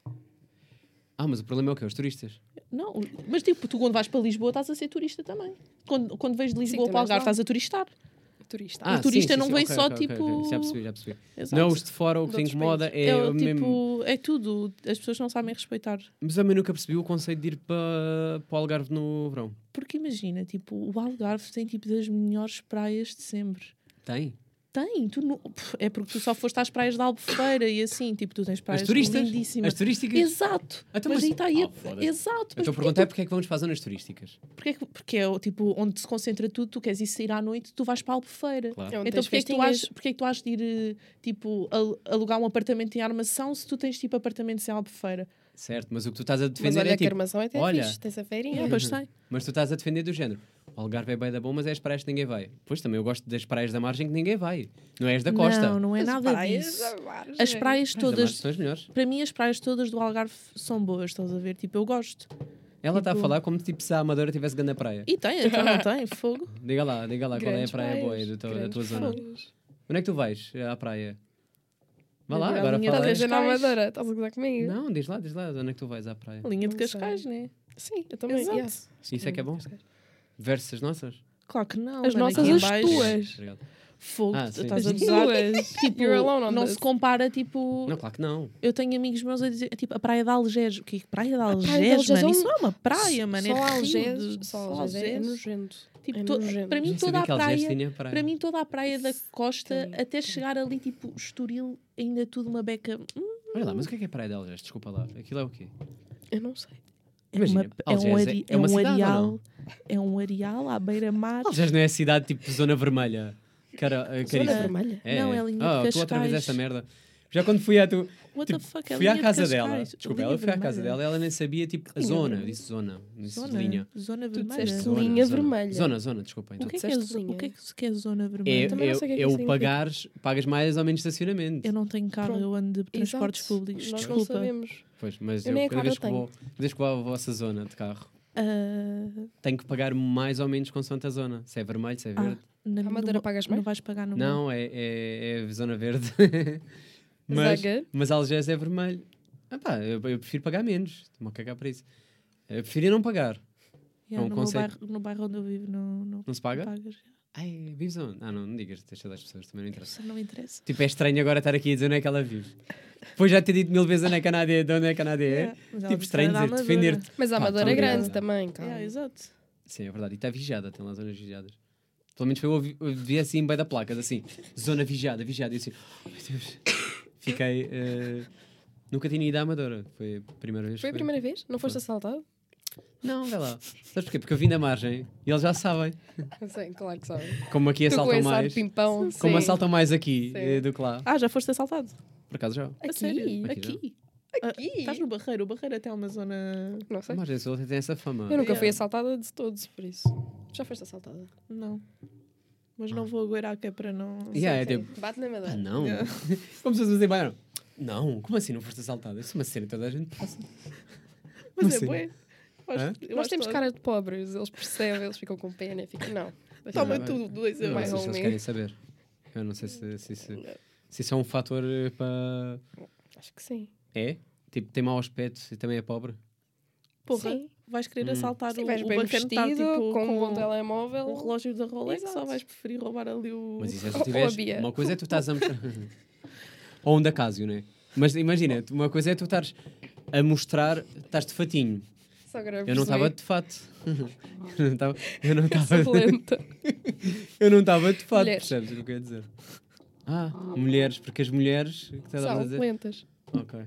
S3: Ah, mas o problema é o quê? Os turistas?
S4: Não, mas tipo, tu quando vais para Lisboa estás a ser turista também. Quando, quando vens de Lisboa
S5: também
S4: para o Algarve
S5: está.
S4: estás a turistar.
S5: Turista.
S3: Ah,
S4: Tá, turista não vem
S3: ok,
S4: só,
S3: ok, ok, ok.
S4: tipo-
S3: Já percebi, já percebi.
S4: Exato.
S3: Não, é os de fora o que
S5: Os
S3: te
S5: outros
S3: incomoda é,
S4: é,
S3: o
S4: tipo,
S3: mesmo.
S4: é tudo. As pessoas não sabem respeitar.
S3: Mas também nunca percebi o conceito de ir para, para o Algarve no verão.
S4: Porque imagina, tipo, o Algarve tem tipo das melhores praias de sempre.
S3: Tem?
S4: Tem, tu não- Pff, é porque tu só foste às praias de Albufeira e assim, tipo, tu tens praias
S3: As turistas?
S4: lindíssimas.
S3: As turísticas?
S4: Exato,
S3: Então,
S4: mas
S3: mas-
S4: aí está aí. a-
S3: Ah, foda-se. Eu
S4: Exato, mas
S3: estou a
S4: porquê,
S3: perguntar é porque é que vamos para as zonas turísticas.
S4: porquê que- porque é o tipo onde se concentra tudo, tu queres ir sair à noite, tu vais para Albufeira.
S3: Claro.
S5: É onde
S4: Então
S5: tens
S4: porquê é, que tu
S5: festinhas.
S4: has, porquê é que tu has de ir eh, tipo, al- alugar um apartamento em armação se tu tens tipo apartamentos em Albufeira?
S3: Certo, mas o que tu estás a
S5: Mas
S3: defender
S5: olha,
S3: é
S5: a
S3: tipo...
S5: Carmação é até
S3: olha.
S5: fixe, tens a feirinha.
S4: Ah,
S3: Uhum.
S4: pois tem.
S3: Mas tu estás a defender do género. O Algarve é bem da bom, mas é as praias que ninguém vai. Pois também eu gosto das praias da margem que ninguém vai. Não és da costa. é,
S4: Não, não é nada disso. As
S5: é.
S4: praias
S3: As da margem
S4: todas,
S3: são as melhores.
S4: para mim, as praias todas do Algarve são boas, estás a ver? Tipo, eu gosto.
S3: Ela está a
S4: Tipo-
S3: falar como tipo, se a Amadora tivesse grande praia.
S4: E tem, então não tem, fogo.
S3: Diga lá, diga lá
S5: Grandes
S3: qual é a praia boa aí
S5: praias,
S3: do teu- da
S5: grandes
S3: tua zona.
S5: praias.
S3: Onde é que tu vais eh, à praia? Vá lá,
S5: Na
S3: agora
S4: tá
S5: Viralinha, Estás
S3: fala.
S5: a dizer na Cascais. Amadora, estás a gozar comigo?
S3: Não, diz lá, diz lá, onde é que tu vais à praia?
S4: Linha de
S5: Não
S4: Cascais, né?
S5: Sim, eu também.
S4: Exato.
S5: yeah.
S3: Isso é que é bom. Versus as nossas?
S4: Claro que não.
S5: As
S4: mano,
S5: nossas,
S4: aqui em
S5: as
S4: baixo-
S5: tuas.
S3: Obrigado.
S4: Fogo,
S3: Ah,
S4: tu
S3: sim.
S4: estás a
S5: As
S4: usar.
S5: duas.
S4: Tipo,
S5: You're alone on
S4: não
S5: this.
S4: se compara, tipo.
S3: Não, claro que não.
S4: Eu tenho amigos meus a dizer, tipo, a Praia de Algés. O que é que Praia de Algés,
S5: Algés é
S4: mano?
S5: um-
S4: Isso não é uma praia, mano.
S5: Só
S4: é
S5: Algés.
S4: Rio de-
S5: Só Algés. É nojento.
S4: Tipo,
S5: É
S4: to-
S5: nojento.
S4: Para mim,
S3: Nem
S4: toda
S3: sabia
S4: a
S3: que Algés
S4: praia.
S3: tinha praia.
S4: Para mim, toda a praia da costa,
S5: Tem,
S4: até
S5: tem.
S4: chegar ali, tipo, Estoril, ainda é tudo uma beca. Hum,
S3: Olha lá, mas o que é que é praia de Algés? Desculpa lá. Aquilo é o quê?
S5: Eu não sei.
S4: é
S3: Imagina,
S4: uma- é um
S3: Algés é-
S4: ari-
S3: é
S4: é
S3: uma
S4: um
S3: cidade ou
S4: areal.
S3: não?
S4: É um areal à beira-mar.
S3: Algés não é cidade tipo zona vermelha. Cara, eh,
S5: Zona
S3: caríssimo.
S5: vermelha.
S4: Não, é a linha de
S3: Ah, tu outra vez
S4: Cascais.
S3: essa merda. Já quando fui à tu.
S4: What
S3: tipo,
S4: the fuck? é
S3: fui à
S4: linha de
S3: casa dela.
S4: Cascais.
S3: Desculpa,
S4: Linha
S3: ela foi à casa
S4: vermelha.
S3: dela é ela nem sabia tipo a
S5: Linha
S3: zona.
S5: vermelha.
S3: Disse zona. não Disse
S4: Zona,
S3: linha.
S4: zona
S5: Tu
S4: vermelha.
S5: disseste
S3: Zona,
S5: linha
S3: zona.
S5: vermelha.
S3: Zona, zona, desculpa.
S4: O
S3: Então.
S4: que, é que é,
S5: disseste
S4: zo- o
S5: linha.
S4: que é que se quer zona
S3: É,
S4: vermelha?
S3: é,
S5: Eu também não sei o que é que
S3: é
S5: isso
S3: o
S5: significa.
S3: pagares, pagas mais ou menos estacionamento.
S4: Eu não tenho carro,
S5: Pronto.
S4: eu ando de transportes
S5: Exato.
S4: públicos.
S5: Nós não
S4: Desculpa.
S5: sabemos.
S3: Pois, mas
S5: Eu
S3: eu,
S5: nem a
S3: cada
S5: cara
S3: vez que
S5: tenho.
S3: vou, cada vez que vou à vossa zona de carro,
S4: Ah,
S3: tenho que pagar mais ou menos consoante a zona. Se é vermelho, se é
S4: ah,
S3: verde.
S4: na
S5: A Madeira
S4: no-
S5: pagas
S4: Não
S5: mais?
S4: vais pagar no
S3: não, é, é, é zona verde. mas,
S5: Zaga.
S3: mas Algés é vermelho. Ah pá, eu, eu prefiro pagar menos. Estou-me a cagar para isso. Eu prefiro não pagar.
S4: É,
S3: é um
S4: no, meu
S3: conceito.
S4: bairro, no bairro onde eu vivo não, não,
S3: Não se paga?
S4: pagas.
S3: Ai, vives onde? Ah, não, não digas, deixa das pessoas, também não interessa.
S4: Isso não interessa.
S3: Tipo, é estranho agora estar aqui a dizer onde é que ela vive. Depois já te dito mil vezes onde é que a Nádia, de onde é que a Nádia é.
S4: Yeah, mas ela
S3: tipo,
S4: disse que era
S3: estranho
S4: da
S3: dizer,
S4: Amadora.
S3: defender-te.
S5: Mas a
S3: Pá,
S5: Amadora
S3: tão
S5: é
S3: grande.
S5: grande também,
S4: Yeah,
S5: cara.
S4: exato.
S3: Sim, é verdade. E está vigiada, tem lá zonas vigiadas. Pelo menos foi eu ouvi- eu vi assim, bem da placa, assim, zona vigiada, vigiada. E assim, oh, meu Deus. Fiquei. eh, nunca tinha ido à Amadora. Foi a primeira vez. que
S5: Foi a
S3: fui.
S5: primeira vez? Não foste
S3: Foi.
S5: assaltado?
S3: Não, vai lá. Sabes porquê? Porque eu vim da margem e eles já sabem.
S5: Sim, claro que sabes.
S3: Como aqui
S5: Tu com
S3: assaltam
S5: esse ar de
S3: mais.
S5: pimpão.
S3: Como
S5: sim.
S3: assaltam mais aqui
S5: Sim.
S3: eh, do que lá.
S4: Ah, já foste assaltado?
S3: Por acaso já.
S4: A sério?
S5: Aqui.
S3: Aqui já.
S4: Aqui.
S5: Aqui.
S4: Ah, Estás no Barreiro. O Barreiro até é uma zona...
S5: Não sei.
S3: A margem sul até tem essa fama.
S5: Eu nunca fui
S4: Yeah.
S5: assaltada de todos, por isso. Já foste assaltada?
S4: Não. Mas
S3: Ah.
S4: não vou agora que é para não...
S3: Yeah, é
S5: Sim,
S3: tipo,
S5: sim. Bate na
S3: ah,
S5: madeira.
S3: não.
S4: Yeah.
S3: Como se fosse dizer, "Baiano, não, como assim não foste assaltado? Isso é uma cena que toda a gente passa.
S4: Mas é
S3: Sim.
S4: bué. Eu acho-
S3: Hã?
S4: eu
S5: Nós
S4: acho
S5: temos
S4: que-
S5: caras de pobres, eles percebem, eles ficam com pena. Ficam, não. deixa
S4: Toma
S5: lá.
S4: tudo, dois
S3: Eu não
S4: euros.
S5: é Mais
S3: sei
S5: ou
S3: se eles querem
S5: menos.
S3: saber. Eu não sei se, se, se, se isso é um fator eh, para.
S5: Acho que sim.
S3: É? Tipo, tem mau aspecto e também é pobre.
S4: Porra,
S5: Sim.
S4: vais querer
S3: Hum.
S4: assaltar
S5: Se
S4: o,
S5: vais
S4: o
S5: bem
S4: bacana
S5: vestido,
S4: tá, tipo,
S5: com um
S4: com
S5: bom telemóvel.
S4: o relógio da Rolex,
S5: Exato.
S4: só vais preferir roubar ali o...
S3: Mas isso é se
S5: Ou-
S3: tu
S5: ou a
S3: tiveres.
S5: Bia.
S3: Uma coisa é tu estás a. Ou um da Casio, né? Mas imagina, tu- uma coisa é tu estares a mostrar, estás de fatinho.
S5: Só agora
S3: Eu não estava
S5: percebi.
S3: de fato. Eu não estava. Eu não estava.
S5: Sou lenta.
S3: Eu não estava de fato,
S5: Mulheres.
S3: percebes o que eu quero dizer? Ah, mulheres, porque as mulheres. O que estás a
S5: São
S3: dizer?
S5: lentas.
S3: Ok.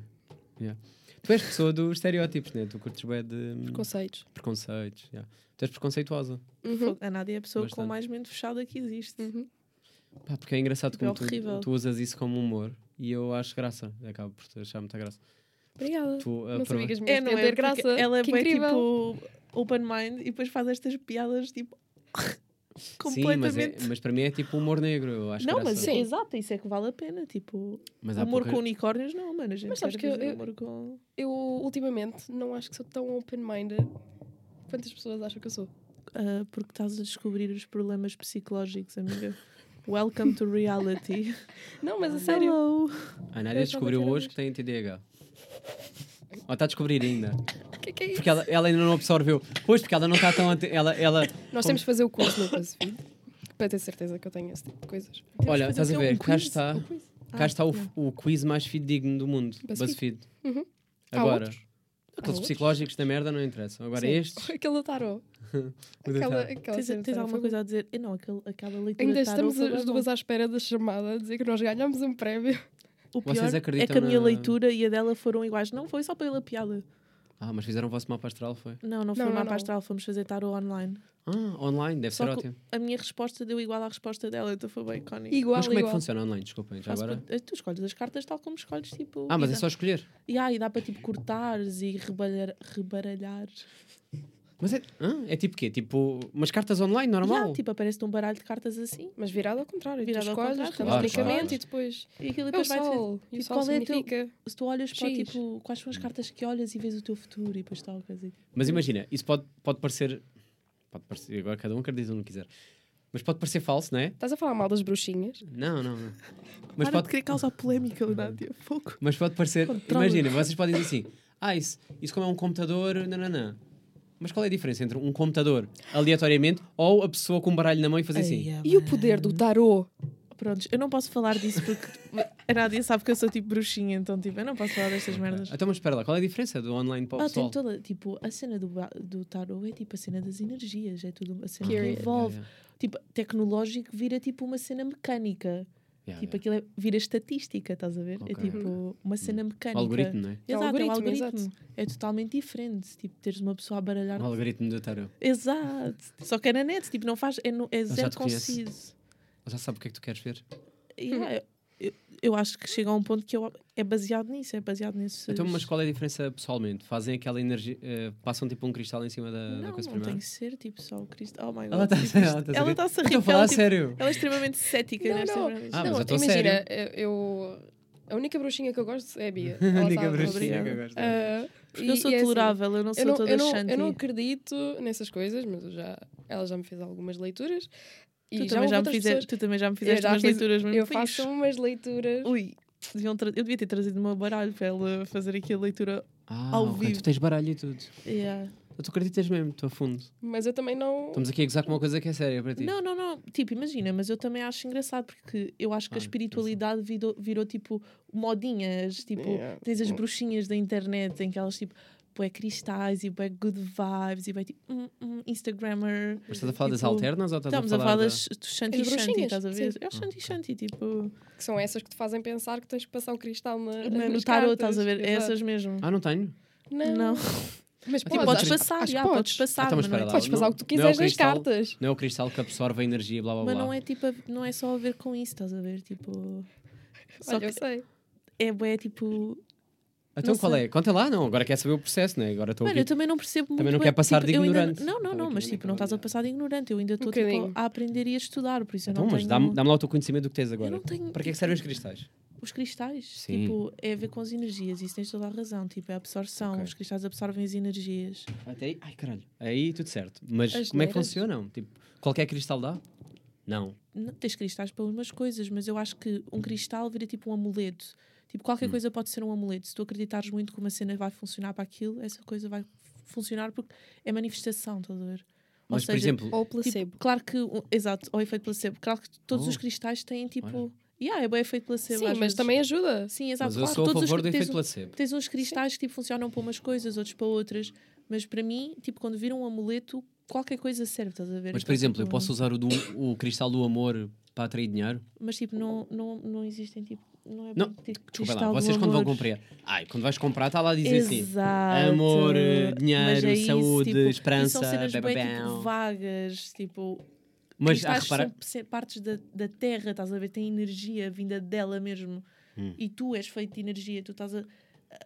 S3: Yeah. Tu és pessoa dos estereótipos, né? Tu curtes bem de hum,
S5: Conceitos.
S3: preconceitos. yeah. Tu és preconceituosa.
S5: Uhum.
S4: A Nádia é a pessoa com
S3: Bastante.
S4: mais mente fechada que existe.
S5: Uhum.
S3: Pá, porque é engraçado
S4: Tipo, é
S3: como tu,
S4: horrível.
S3: tu usas isso como humor e eu acho graça. Acabo por achar muita graça.
S5: Obrigada.
S3: Tu, ah,
S5: Não sabia que
S3: aprove-
S5: as minhas
S4: É, não é?
S5: ter graça.
S4: Porque Ela é
S5: que
S4: bem
S5: incrível.
S4: tipo open mind e depois faz estas piadas tipo
S3: Sim, mas, é-
S4: completamente.
S3: mas para mim é tipo humor negro. Eu acho
S4: não,
S3: graça.
S4: mas
S5: Sim.
S4: é exato, isso é que vale a pena. Tipo,
S3: Mas há
S4: humor
S3: pouca-
S4: com unicórnios, não, mano. A gente
S5: Mas sabes
S4: quer
S5: que eu-
S4: fazer
S5: eu-
S4: humor com.
S5: Eu, ultimamente, não acho que sou tão open-minded quanto as pessoas acham que eu sou.
S4: Ah, porque estás a descobrir os problemas psicológicos, amiga. Welcome to reality.
S5: Não,
S4: Ah,
S5: mas a sério.
S4: Hello.
S3: A Nádia
S5: Eu estava
S3: descobriu
S5: a tirar
S3: hoje que tem TDAH. Ou está tá a descobrir ainda.
S5: O que é que é isso?
S3: Porque ela, ela ainda não absorveu. Pois, porque ela não está tão. ante- Ela, ela...
S5: Nós temos que fazer o curso no BuzzFeed para ter certeza que eu tenho esse tipo de coisas.
S3: Olha,
S4: Temos
S3: estás
S4: de
S3: a
S4: fazer
S3: ver,
S4: o quê? Um
S3: cá
S4: quiz?
S3: está.
S4: Um quiz?
S3: Cá
S4: Ah,
S3: está o,
S4: yeah.
S3: o quiz mais fidedigno do mundo. BuzzFeed.
S5: BuzzFeed. Uhum. Há
S3: Agora.
S5: outros? Há
S3: Aqueles
S5: outros?
S3: psicológicos da merda não interessam. Agora
S5: Sim.
S3: estes.
S5: Aquele do tarô.
S3: o do
S5: Aquela,
S3: tarô.
S5: aquela
S4: Tens,
S5: cena do
S4: tens
S5: tarô
S4: alguma
S5: foi
S4: coisa a dizer? Eh, Não, aquele, aquela
S5: bom.
S4: leitura.
S5: Ainda
S4: de tarô
S5: estamos
S4: foi
S5: as
S4: bem
S5: duas
S4: bom.
S5: à espera da chamada a dizer que nós ganhámos um prémio.
S4: O
S3: Vocês
S4: pior é que
S3: acreditam
S4: a minha
S3: na-
S4: leitura e a dela foram iguais. Não foi só pela piada.
S3: Ah, mas fizeram o vosso mapa astral, foi?
S4: Não, não foi
S5: Não,
S4: o
S5: não,
S4: mapa
S5: não.
S4: astral, fomos fazer tarot online.
S3: Ah, online, deve
S4: Só
S3: ser
S4: que
S3: ótimo.
S4: A minha resposta deu igual à resposta dela, então foi bem icónico.
S5: Igual,
S3: mas como é que
S5: igual.
S3: funciona online? Desculpem, já
S4: Faço
S3: agora.
S4: por- Tu escolhes as cartas tal como escolhes, tipo.
S3: Ah, mas
S4: e
S3: é
S4: dá-
S3: só escolher.
S4: E, ah, e dá para tipo cortares e rebalhar, rebaralhar.
S3: Mas é, hã? é tipo quê? Tipo, umas cartas online
S4: E,
S3: normal?
S4: ah, tipo, aparece-te um baralho de cartas assim.
S5: Mas virado ao contrário,
S4: Virado
S5: tu
S4: ao
S5: escolhes
S4: contrário,
S5: randomicamente
S3: claro, claro.
S5: e depois.
S4: E aquilo
S5: É o
S4: depois vai
S5: sol. E o
S4: tipo,
S5: sol
S4: qual é teu-
S5: significa.
S4: Se tu olhas para
S5: X.
S4: tipo, quais são as cartas que olhas e vês o teu futuro e depois tal, coisa.
S3: Mas imagina, isso pode, pode parecer. Pode parecer. Agora cada um acredita no que quiser. Mas pode parecer falso, não é?
S5: Estás a falar mal das bruxinhas?
S3: Não, não, não. Mas
S4: Para
S3: pode,
S4: de querer causar polémica, é Nádia. Foco.
S3: mas pode parecer.
S4: Controla.
S3: Imagina, vocês podem dizer assim: ah, isso, isso como é um computador, não, não, não. Mas qual é a diferença entre um computador aleatoriamente ou a pessoa com um baralho na mão e fazer assim?
S5: E o poder do tarô?
S4: é Prontos, eu não posso falar disso porque a Nádia sabe que eu sou tipo bruxinha, então tipo, eu não posso falar destas merdas.
S3: Então, mas espera lá, qual é a diferença do online para o
S4: Ah, tem
S3: pessoal?
S4: toda, tipo, a cena do, ba- do tarot é tipo a cena das energias, é tudo uma cena
S5: Period.
S4: que envolve.
S3: Uhum. Yeah,
S4: Tipo, tecnológico vira tipo uma cena mecânica.
S3: yeah, yeah.
S4: tipo, aquilo é, vira estatística, estás a ver?
S3: Ok.
S4: É tipo uma cena mecânica.
S3: Um algoritmo, não é?
S4: Exato, é um
S5: Algoritmo,
S4: algoritmo.
S5: exato.
S4: É totalmente diferente. Tipo, teres uma pessoa a baralhar.
S3: Um algoritmo do tarot.
S4: Exato. Só que é na net, tipo, não faz. É, no, é
S3: já
S4: zero
S3: te conheço.
S4: conciso.
S3: Ele já sabe o que é que tu queres ver.
S5: Uhum.
S4: Yeah, eu, eu acho que chega a um ponto que eu, é baseado nisso, é baseado nisso.
S3: Então, mas qual é a diferença pessoalmente? Fazem aquela energia. eh, passam tipo um cristal em cima da,
S4: não,
S3: da coisa
S4: não tem
S3: primeira?
S4: que ser tipo só o Cristo. Oh my god.
S3: Ela está
S4: tipo, isto- ela tá a se rir.
S3: Estou a
S4: porque
S3: falar Então, a
S4: ela, tipo,
S3: sério.
S4: ela é extremamente cética
S5: Não,
S4: nesta
S5: não.
S4: merda.
S3: Ah, mas
S5: não,
S3: eu tô
S5: imagina, eu. A única bruxinha que eu gosto é a Bia. Ela
S3: A única
S5: sabe.
S3: bruxinha que eu
S4: obrigada.
S3: gosto.
S5: Ah,
S4: Porque eu
S5: e-
S4: sou
S5: e é assim,
S4: tolerável, eu não sou
S5: eu, não,
S4: toda
S5: eu, não,
S4: shanty.
S5: eu não acredito nessas coisas, mas eu já, ela já me fez algumas leituras. E
S4: Tu
S5: já
S4: também, já me
S5: outras
S4: fizeste,
S5: pessoas-
S4: tu também já me fizeste
S5: já
S4: umas
S5: fiz-
S4: leituras mesmo
S5: Eu
S4: fixe.
S5: faço um- umas leituras.
S4: Ui, deviam tra- eu devia ter trazido o meu baralho para ela fazer aqui a leitura.
S3: Ah,
S4: ao
S3: ok,
S4: vivo.
S3: tu tens baralho e tudo.
S4: Yeah.
S3: Eu tu acreditas mesmo, estou a fundo.
S5: Mas eu também não.
S3: Estamos aqui a gozar com uma coisa que é séria para ti.
S4: Não, não, não. Tipo, imagina, mas eu também acho engraçado porque eu acho que
S3: Ah,
S4: a espiritualidade virou, virou tipo modinhas. Tipo,
S5: Yeah.
S4: tens as bruxinhas da internet em que elas tipo. Bué cristais e bué good vibes e bué tipo hum, hum, Instagrammer.
S3: Mas estás a falar das
S4: Tipo,
S3: alternas ou estás
S4: Estamos
S3: a
S4: a
S3: falar,
S4: falar
S3: da- Ah,
S4: das, do shanty
S5: As
S4: shanty,
S5: bruxinhas,
S4: estás a ver?
S5: sim.
S4: É o shanty shanty, tipo.
S5: Que são essas que te fazem pensar que tens que passar o cristal na,
S4: No, no
S5: nas
S4: tarot,
S5: cartas.
S4: estás a ver? É
S5: Exato.
S4: essas mesmo.
S3: Ah, não tenho?
S5: Não.
S4: Não.
S5: Mas
S3: Tipo,
S5: podes,
S4: podes
S5: acho-
S4: passar,
S5: acho
S4: já,
S5: que
S4: podes passar.
S3: Então, mas
S4: mas não é
S3: espera lá.
S5: Podes
S3: Não-
S5: passar o que tu
S3: não é o
S5: quiseres nas
S3: cristal.
S5: cartas.
S3: Não é o cristal que absorve a energia, blá blá blá.
S4: Mas não é tipo, a- não é só a ver com isso, estás a ver? Tipo. Só
S5: Olha, eu
S4: que
S5: sei.
S4: é, bué, tipo.
S3: Então
S4: não
S3: qual
S4: sei.
S3: é? Conta lá, não. Agora quer saber o processo, não é? Agora estou
S4: Mano,
S3: aqui.
S4: eu também não percebo muito.
S3: Também não
S4: bem,
S3: quer passar
S4: tipo,
S3: de
S4: eu ainda-
S3: ignorante.
S4: não, não,
S5: Estava
S4: não,
S5: aqui
S4: mas
S5: na
S4: tipo, não estás a
S5: cabeça.
S4: passar de ignorante. Eu ainda estou
S5: Um
S4: tipo,
S5: bocadinho.
S4: a aprender e a estudar, por isso eu
S3: Então,
S4: não
S3: mas
S4: tenho. um-
S3: dá-me dá-me lá o teu conhecimento do que tens
S4: Eu
S3: agora.
S4: não tenho. um
S3: Para que é que servem os cristais?
S4: Os cristais,
S3: Sim.
S4: tipo, é a ver com as energias, isso tens toda a razão. Tipo, é a absorção,
S3: Ok.
S4: os cristais absorvem as energias.
S3: Até aí, ai caralho, aí tudo certo. Mas
S5: As
S3: como é que
S5: neiras.
S3: funcionam? Tipo, qualquer cristal dá? Não.
S4: Não, tens cristais para umas coisas, mas eu acho que um cristal vira tipo um amuleto. Tipo, qualquer
S3: Hum.
S4: coisa pode ser um amuleto. Se tu acreditares muito que uma cena vai funcionar para aquilo, essa coisa vai funcionar porque é manifestação, estás a ver? Ou
S3: Mas, por
S4: seja,
S3: exemplo,
S5: Ou
S4: tipo,
S5: placebo.
S4: claro que, um- exato, ou efeito placebo. Claro que todos
S3: Oh,
S4: os cristais têm tipo.
S3: olha.
S4: Yeah, é bom efeito placebo.
S5: Sim,
S4: às
S5: mas
S4: vezes.
S5: também ajuda.
S4: Sim, exato.
S3: mas eu
S4: claro,
S3: sou a
S4: todos os
S3: favor
S4: que-
S3: do
S4: tens
S3: efeito
S4: um-
S3: placebo.
S4: Tens uns cristais que tipo, funcionam para umas coisas, outros para outras. Mas para mim, tipo, quando vira um amuleto, qualquer coisa serve, estás a ver?
S3: Mas, por
S4: Então,
S3: exemplo, eu
S4: tipo,
S3: posso usar o, do- o cristal do amor para atrair dinheiro?
S4: Mas tipo, não, não, não existem tipo. Não é
S3: Não,
S4: bem tipo
S3: Desculpa
S4: cristal
S3: lá,
S4: do
S3: vocês quando vão
S4: amor.
S3: comprar. Ai, quando vais comprar, está lá a dizer assim.
S4: Exato.
S3: Amor, eh,
S4: Mas
S3: dinheiro,
S4: é isso,
S3: saúde,
S4: tipo,
S3: esperança,
S4: E são cenas bem,
S3: bababão.
S4: tipo, vagas, tipo.
S3: Mas ah, há
S4: cristais
S3: reparar.
S4: são se- partes da, da terra, estás a ver? Tem energia vinda dela mesmo.
S3: Hum.
S4: E tu és feito de energia, tu estás a,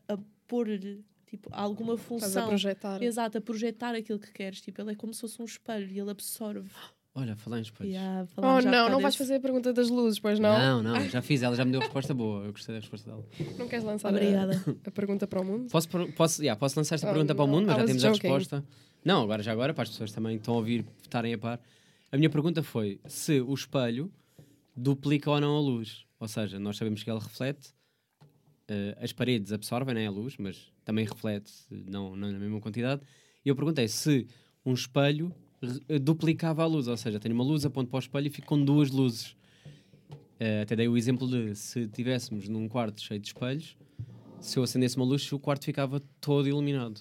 S4: a, a pôr-lhe tipo, alguma
S5: Estás a
S4: função.
S5: projetar.
S4: Exato, a projetar aquilo que queres. Tipo, ele é como se fosse um espelho e ele absorve.
S3: Olha, falar em espelhos.
S4: Yeah,
S5: Oh,
S4: falamos já há
S5: não,
S4: bocado
S5: não vais
S4: desse-
S5: fazer a pergunta das luzes, pois não?
S3: Não, não, já fiz, ela já me deu a resposta boa. Eu gostei da resposta dela.
S5: Não, queres lançar a-
S4: Obrigada.
S5: a pergunta para o mundo?
S3: Posso, pro- posso, yeah, posso lançar esta
S5: Oh,
S3: pergunta para o
S5: não.
S3: mundo,
S5: I
S3: mas já
S5: was
S3: temos a
S5: joking.
S3: resposta. Não, agora já agora, para as pessoas também que estão a ouvir estarem a par. A minha pergunta foi se o espelho duplica ou não a luz. Ou seja, nós sabemos que ele reflete, eh, as paredes absorvem né, a luz, mas também reflete, eh, não, não na mesma quantidade. E eu perguntei se um espelho re- eh, duplicava a luz, ou seja, tenho uma luz, aponto para o espelho e fico com duas luzes. Eh, até dei o exemplo de se tivéssemos num quarto cheio de espelhos, se eu acendesse uma luz, o quarto ficava todo iluminado.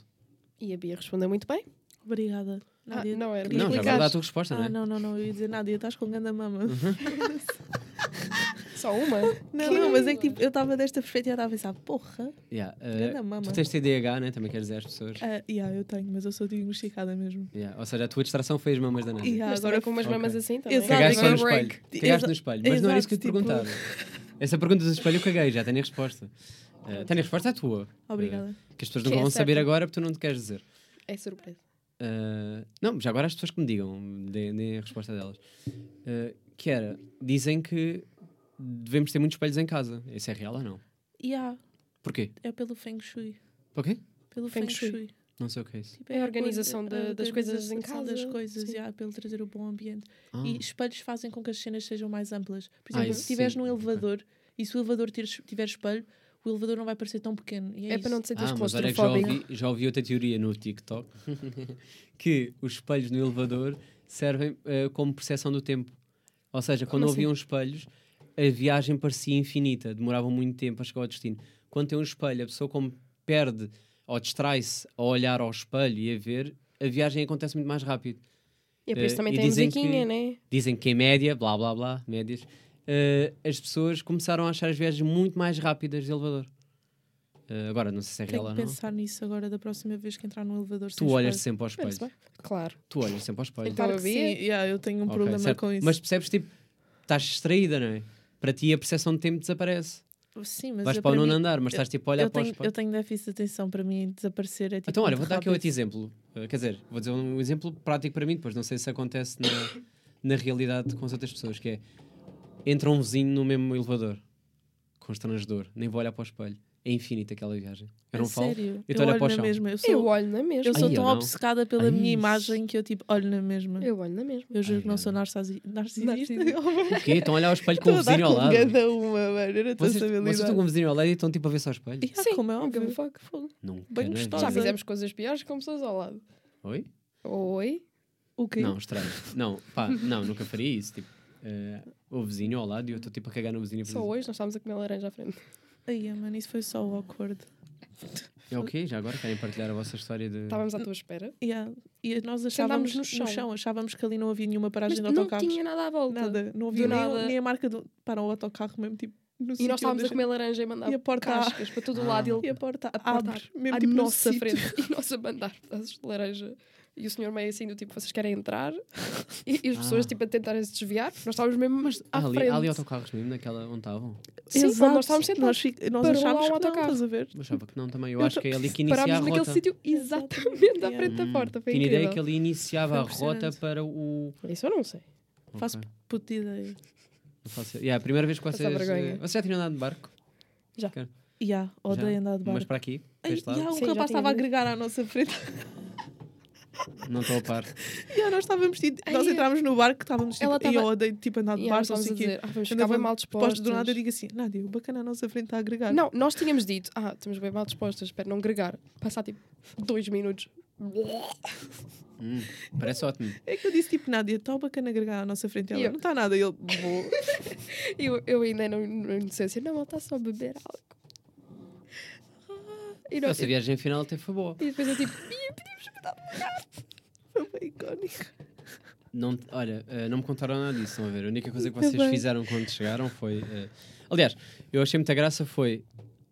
S5: E a Bia respondeu muito bem.
S4: Obrigada. Nádia,
S5: Ah, não, era-
S4: queria
S3: não,
S4: Ah,
S3: é?
S5: explicaste.
S3: já agora
S4: explicar.
S3: dá a tua resposta,
S4: Ah,
S3: não é?
S4: não, não, não, eu ia dizer nada, estás com ganda mama.
S5: Só uma?
S4: Não, não, mas é que tipo, eu estava desta perspectiva e estava a pensar, porra,
S3: Yeah, uh,
S4: Ganda mama.
S3: tu tens TDAH, né? Também queres dizer às pessoas.
S4: ah, yeah, eu tenho, mas eu sou diagnosticada mesmo.
S3: Yeah, Ou seja, a tua distração foi as mamas da Nana.
S4: Yeah,
S5: Mas
S4: agora
S5: agora com umas
S3: Ok.
S5: mamas assim também.
S4: Exato,
S3: Cagaste só no
S4: Exato. Tipo,
S5: break.
S3: espelho. Cagaste no
S4: Exato,
S3: espelho. Mas não era isso que eu te
S4: tipo-
S3: perguntava. Essa pergunta do espelho eu caguei, já tenho a resposta. Uh, tenho a resposta à tua.
S4: Obrigada.
S3: Uh, que as pessoas não
S5: Que é
S3: vão saber
S5: certa.
S3: agora porque tu não te queres dizer.
S5: É surpresa.
S3: Uh, não, já agora as pessoas que me digam, deem deem a resposta delas. Uh, que era, dizem que devemos ter muitos espelhos em casa. Isso é real ou não?
S4: Yeah,
S3: Porquê?
S4: é pelo Feng Shui.
S3: Porquê?
S4: Pelo
S5: Feng
S4: Feng,
S5: Shui.
S4: Shui.
S3: Não sei o que é isso.
S4: Tipo,
S5: É a
S4: coisa-
S5: organização da-
S4: a
S5: das coisas em
S4: organização das
S5: casa,
S4: coisas,
S5: sim.
S4: yeah, pelo trazer o bom ambiente.
S3: Ah,
S4: E espelhos fazem com que as cenas sejam mais amplas. Por
S3: Ah,
S4: exemplo,
S3: isso
S4: se estiveres
S3: sim,
S4: num
S3: ok.
S4: elevador e se o elevador ter- tiver espelho, o elevador não vai parecer tão pequeno. E é,
S5: É, para não te sentires
S3: Ah, mas olha que já
S5: claustrofóbico.
S3: ouvi, já ouvi outra teoria no TikTok que os espelhos no elevador servem eh, como percepção do tempo. Ou seja, quando
S5: Como assim?
S3: haviam espelhos, a viagem parecia infinita, demorava muito tempo a chegar ao destino. Quando tem um espelho, a pessoa como perde ou distrai-se a olhar ao espelho e a ver, a viagem acontece muito mais rápido.
S5: E é por isso
S3: Eh,
S5: também
S3: e
S5: tem a
S3: dizem
S5: musiquinha,
S3: que-
S5: né?
S3: Dizem que em média, blá blá blá, médias, eh, as pessoas começaram a achar as viagens muito mais rápidas de elevador. Eh, agora, não sei se é real
S4: Tenho
S3: ou
S4: que
S3: não.
S4: pensar nisso agora da próxima vez que entrar no elevador.
S3: Tu olhas sempre ao espelho.
S5: Parece bem. Claro.
S3: Tu olhas sempre ao espelho.
S5: Então,
S4: Claro que sim,
S5: Havia?
S4: yeah, eu tenho um
S3: Ok,
S4: problema
S3: certo.
S4: com isso.
S3: Mas percebes, tipo, estás distraída, não é? Para ti a percepção de tempo desaparece.
S4: sim, mas
S3: Vais
S4: eu,
S3: para o
S4: para
S3: nono
S4: mim-
S3: andar, mas estás tipo a olhar
S4: eu
S3: para o
S4: tenho, eu
S3: espelho.
S4: tenho déficit de atenção para mim desaparecer. É, tipo,
S3: Então, olha, vou
S4: muito
S3: dar aqui outro
S4: rápido.
S3: exemplo. Uh, quer dizer, vou dizer um exemplo prático para mim, depois não sei se acontece na, na realidade com as outras pessoas, que é entra um vizinho no mesmo elevador. Constrangedor. Nem vou olhar para o espelho. É infinita aquela viagem. Eu não
S4: A
S3: falo.
S4: É Sério?
S3: Eu te olho para o
S4: olho na
S3: chão.
S4: mesma. Eu
S5: Eu
S4: sou,
S5: olho na mesma.
S4: eu sou
S3: Ai,
S4: tão
S3: eu não.
S4: obcedada pela
S3: Ai,
S4: minha
S3: isso.
S4: imagem que eu tipo olho na mesma.
S5: Eu olho na mesma. é?
S4: Eu juro
S3: Ai,
S4: que não
S3: eu
S4: sou
S3: não.
S4: narcisi- narcisista.
S3: O quê? Estão a olhar ao espelho com
S4: Estou
S3: o
S4: a dar
S3: vizinho ao
S4: com
S3: lado.
S4: cada uma, mano. Eu não tenho
S3: Vocês,
S4: essa
S3: vocês estão
S4: habilidade.
S3: com o vizinho ao lado e estão tipo a ver só ao espelho?
S4: Yeah, como é
S5: nunca
S4: óbvio.
S5: me fuck.
S3: Nunca.
S4: Bem
S3: na
S4: gostosa.
S5: Já
S3: vida.
S5: fizemos coisas piores com pessoas ao lado.
S3: Oi?
S5: Oi?
S4: O quê?
S3: Não, estranho. Não, pá, não, nunca faria isso. Tipo, eh, o vizinho ao lado e eu estou tipo a cagar no vizinho.
S5: Só hoje nós estávamos a comer laranja à frente.
S4: Ai, ah, mano, isso foi só awkward.
S3: É o quê? Já agora querem partilhar a vossa história de.
S5: Estávamos à tua espera.
S4: Yeah. E nós achávamos
S5: no
S4: no
S5: chão.
S4: chão. achávamos que ali não havia nenhuma
S5: Mas
S4: paragem de
S5: não
S4: autocarros.
S5: tinha nada à volta.
S4: Nada, não havia
S5: Do
S4: nem, o-
S5: nada.
S4: nem a marca do. Para o autocarro mesmo, tipo. No
S5: E
S4: sítio
S5: nós estávamos
S4: onde
S5: a comer laranja e
S4: E a
S5: mandar
S4: porta
S5: cascas para todo o
S3: Ah.
S5: lado.
S4: gente- E
S5: Ele
S4: a porta
S5: porta
S4: abre, mesmo
S5: à
S4: tipo no
S5: nossa
S4: sítio.
S5: frente. E nós a mandar pedaços de laranja. E o senhor meio assim do tipo, vocês querem entrar? E, e as pessoas
S3: Ah.
S5: tipo a tentarem se desviar. porque Nós estávamos mesmo mas à
S3: Ah, ali,
S5: frente.
S3: há ali autocarros mesmo, naquela onde estavam.
S5: Sim,
S4: Exato.
S5: quando nós estávamos sentados.
S4: Nós, fic- nós
S5: Parou lá
S4: achávamos
S5: um
S4: que não,
S5: autocarro.
S4: estás a ver?
S3: Mas achava que não também. Eu
S5: Eu
S3: acho que é ali que inicia a
S5: Parámos naquele
S3: rota. Hum,
S5: sítio exatamente à
S4: Exatamente.
S5: frente da porta. Foi
S3: Tinha
S5: incrível.
S3: ideia que ali iniciava
S4: Foi
S3: a rota
S4: impressionante.
S3: para o.
S5: Isso eu não sei.
S4: Faço
S3: Ok,
S4: puta ideia.
S3: não faço- Yeah, a primeira vez que
S5: Passa
S3: vocês.
S5: vergonha.
S3: eh, Vocês já tinham andado de barco?
S4: Yeah, odeio
S3: Já.
S4: andar de
S3: Mas
S4: barco.
S3: para aqui, para
S4: Ai,
S3: este lado,
S4: yeah, o
S5: Sim, já
S4: rapaz
S5: tinha
S4: estava a
S5: dito.
S4: agregar à nossa frente.
S3: não estou a par.
S4: yeah, nós estávamos tipo,
S5: Ai,
S4: nós
S5: é.
S4: entrámos no barco, estávamos tipo,
S5: Ela
S4: e eu
S5: estava-
S4: odeio tipo andar de
S5: E nós
S4: barco,
S5: estávamos a
S4: assim que
S5: dizer, ah, vamos
S4: andava
S5: ficar bem mal dispostos.
S4: do nada eu digo assim, Nádia, o bacana à nossa frente está a agregar.
S5: Não, nós tínhamos dito, ah, estamos bem mal dispostas, espera não gregar. Passar tipo dois minutos.
S3: Hum, parece ótimo.
S4: É que eu disse tipo, Nádia, está o bacana a agregar à nossa frente. E ela,
S5: E eu?
S4: não está nada. E ele, vou.
S5: E eu, eu ainda não, não disse assim, não, ela está só a beber álcool. Ah, E, nós,
S3: Essa viagem final até foi boa.
S5: e depois eu tipo, "Ih, podíamos mudar de lugar."
S4: Foi bem icónico.
S3: Não, olha, eh, não me contaram nada disso, estão a ver? A única coisa que vocês
S4: bem.
S3: fizeram quando chegaram foi. eh, aliás, eu achei muita graça foi.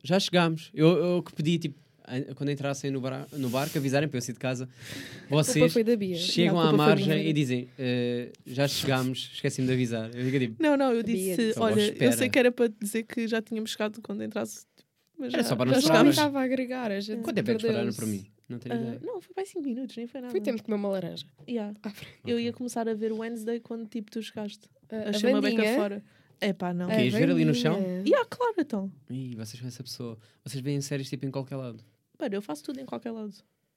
S3: Já chegámos. Eu, eu que pedi, tipo, a- quando entrassem no, bar, no barco, avisarem para eu sair de casa.
S5: A culpa
S3: Vocês
S5: foi da Bia.
S3: chegam
S5: Não, a
S3: à
S5: culpa foi minha.
S3: margem e dizem: eh, Já chegámos, esqueci-me de avisar. Eu digo, tipo,
S4: Não, não, eu
S5: Sabia
S4: disse,
S5: disso.
S3: Só
S4: olha,
S3: espera.
S4: eu sei que era para dizer que já tínhamos chegado quando entrasse. tipo, Mas
S3: Era
S4: já,
S3: só para
S4: já
S3: nos
S5: Mas ela
S3: Chegámos.
S4: chegámos.
S5: estava a agregar, a gente
S3: quanto tempo é que esperaram
S5: perdeu-se.
S3: por mim? Não tenho
S4: Ah,
S3: ideia.
S4: não, foi para 5 minutos, nem foi nada.
S5: Foi tempo de comer uma laranja. Ah,
S4: Yeah.
S5: À frente.
S4: Eu ia começar a ver Wednesday quando tipo tu chegaste.
S5: A,
S4: Achei uma beca
S5: Vandinha-
S4: fora. É pá, não.
S5: a
S3: Quis ver ali no chão?
S5: Vandinha-
S4: E ah, claro, então.
S3: Ih, vocês são essa pessoa. Vocês veem séries tipo em qualquer lado.
S4: Mano, eu faço tudo em qualquer lado.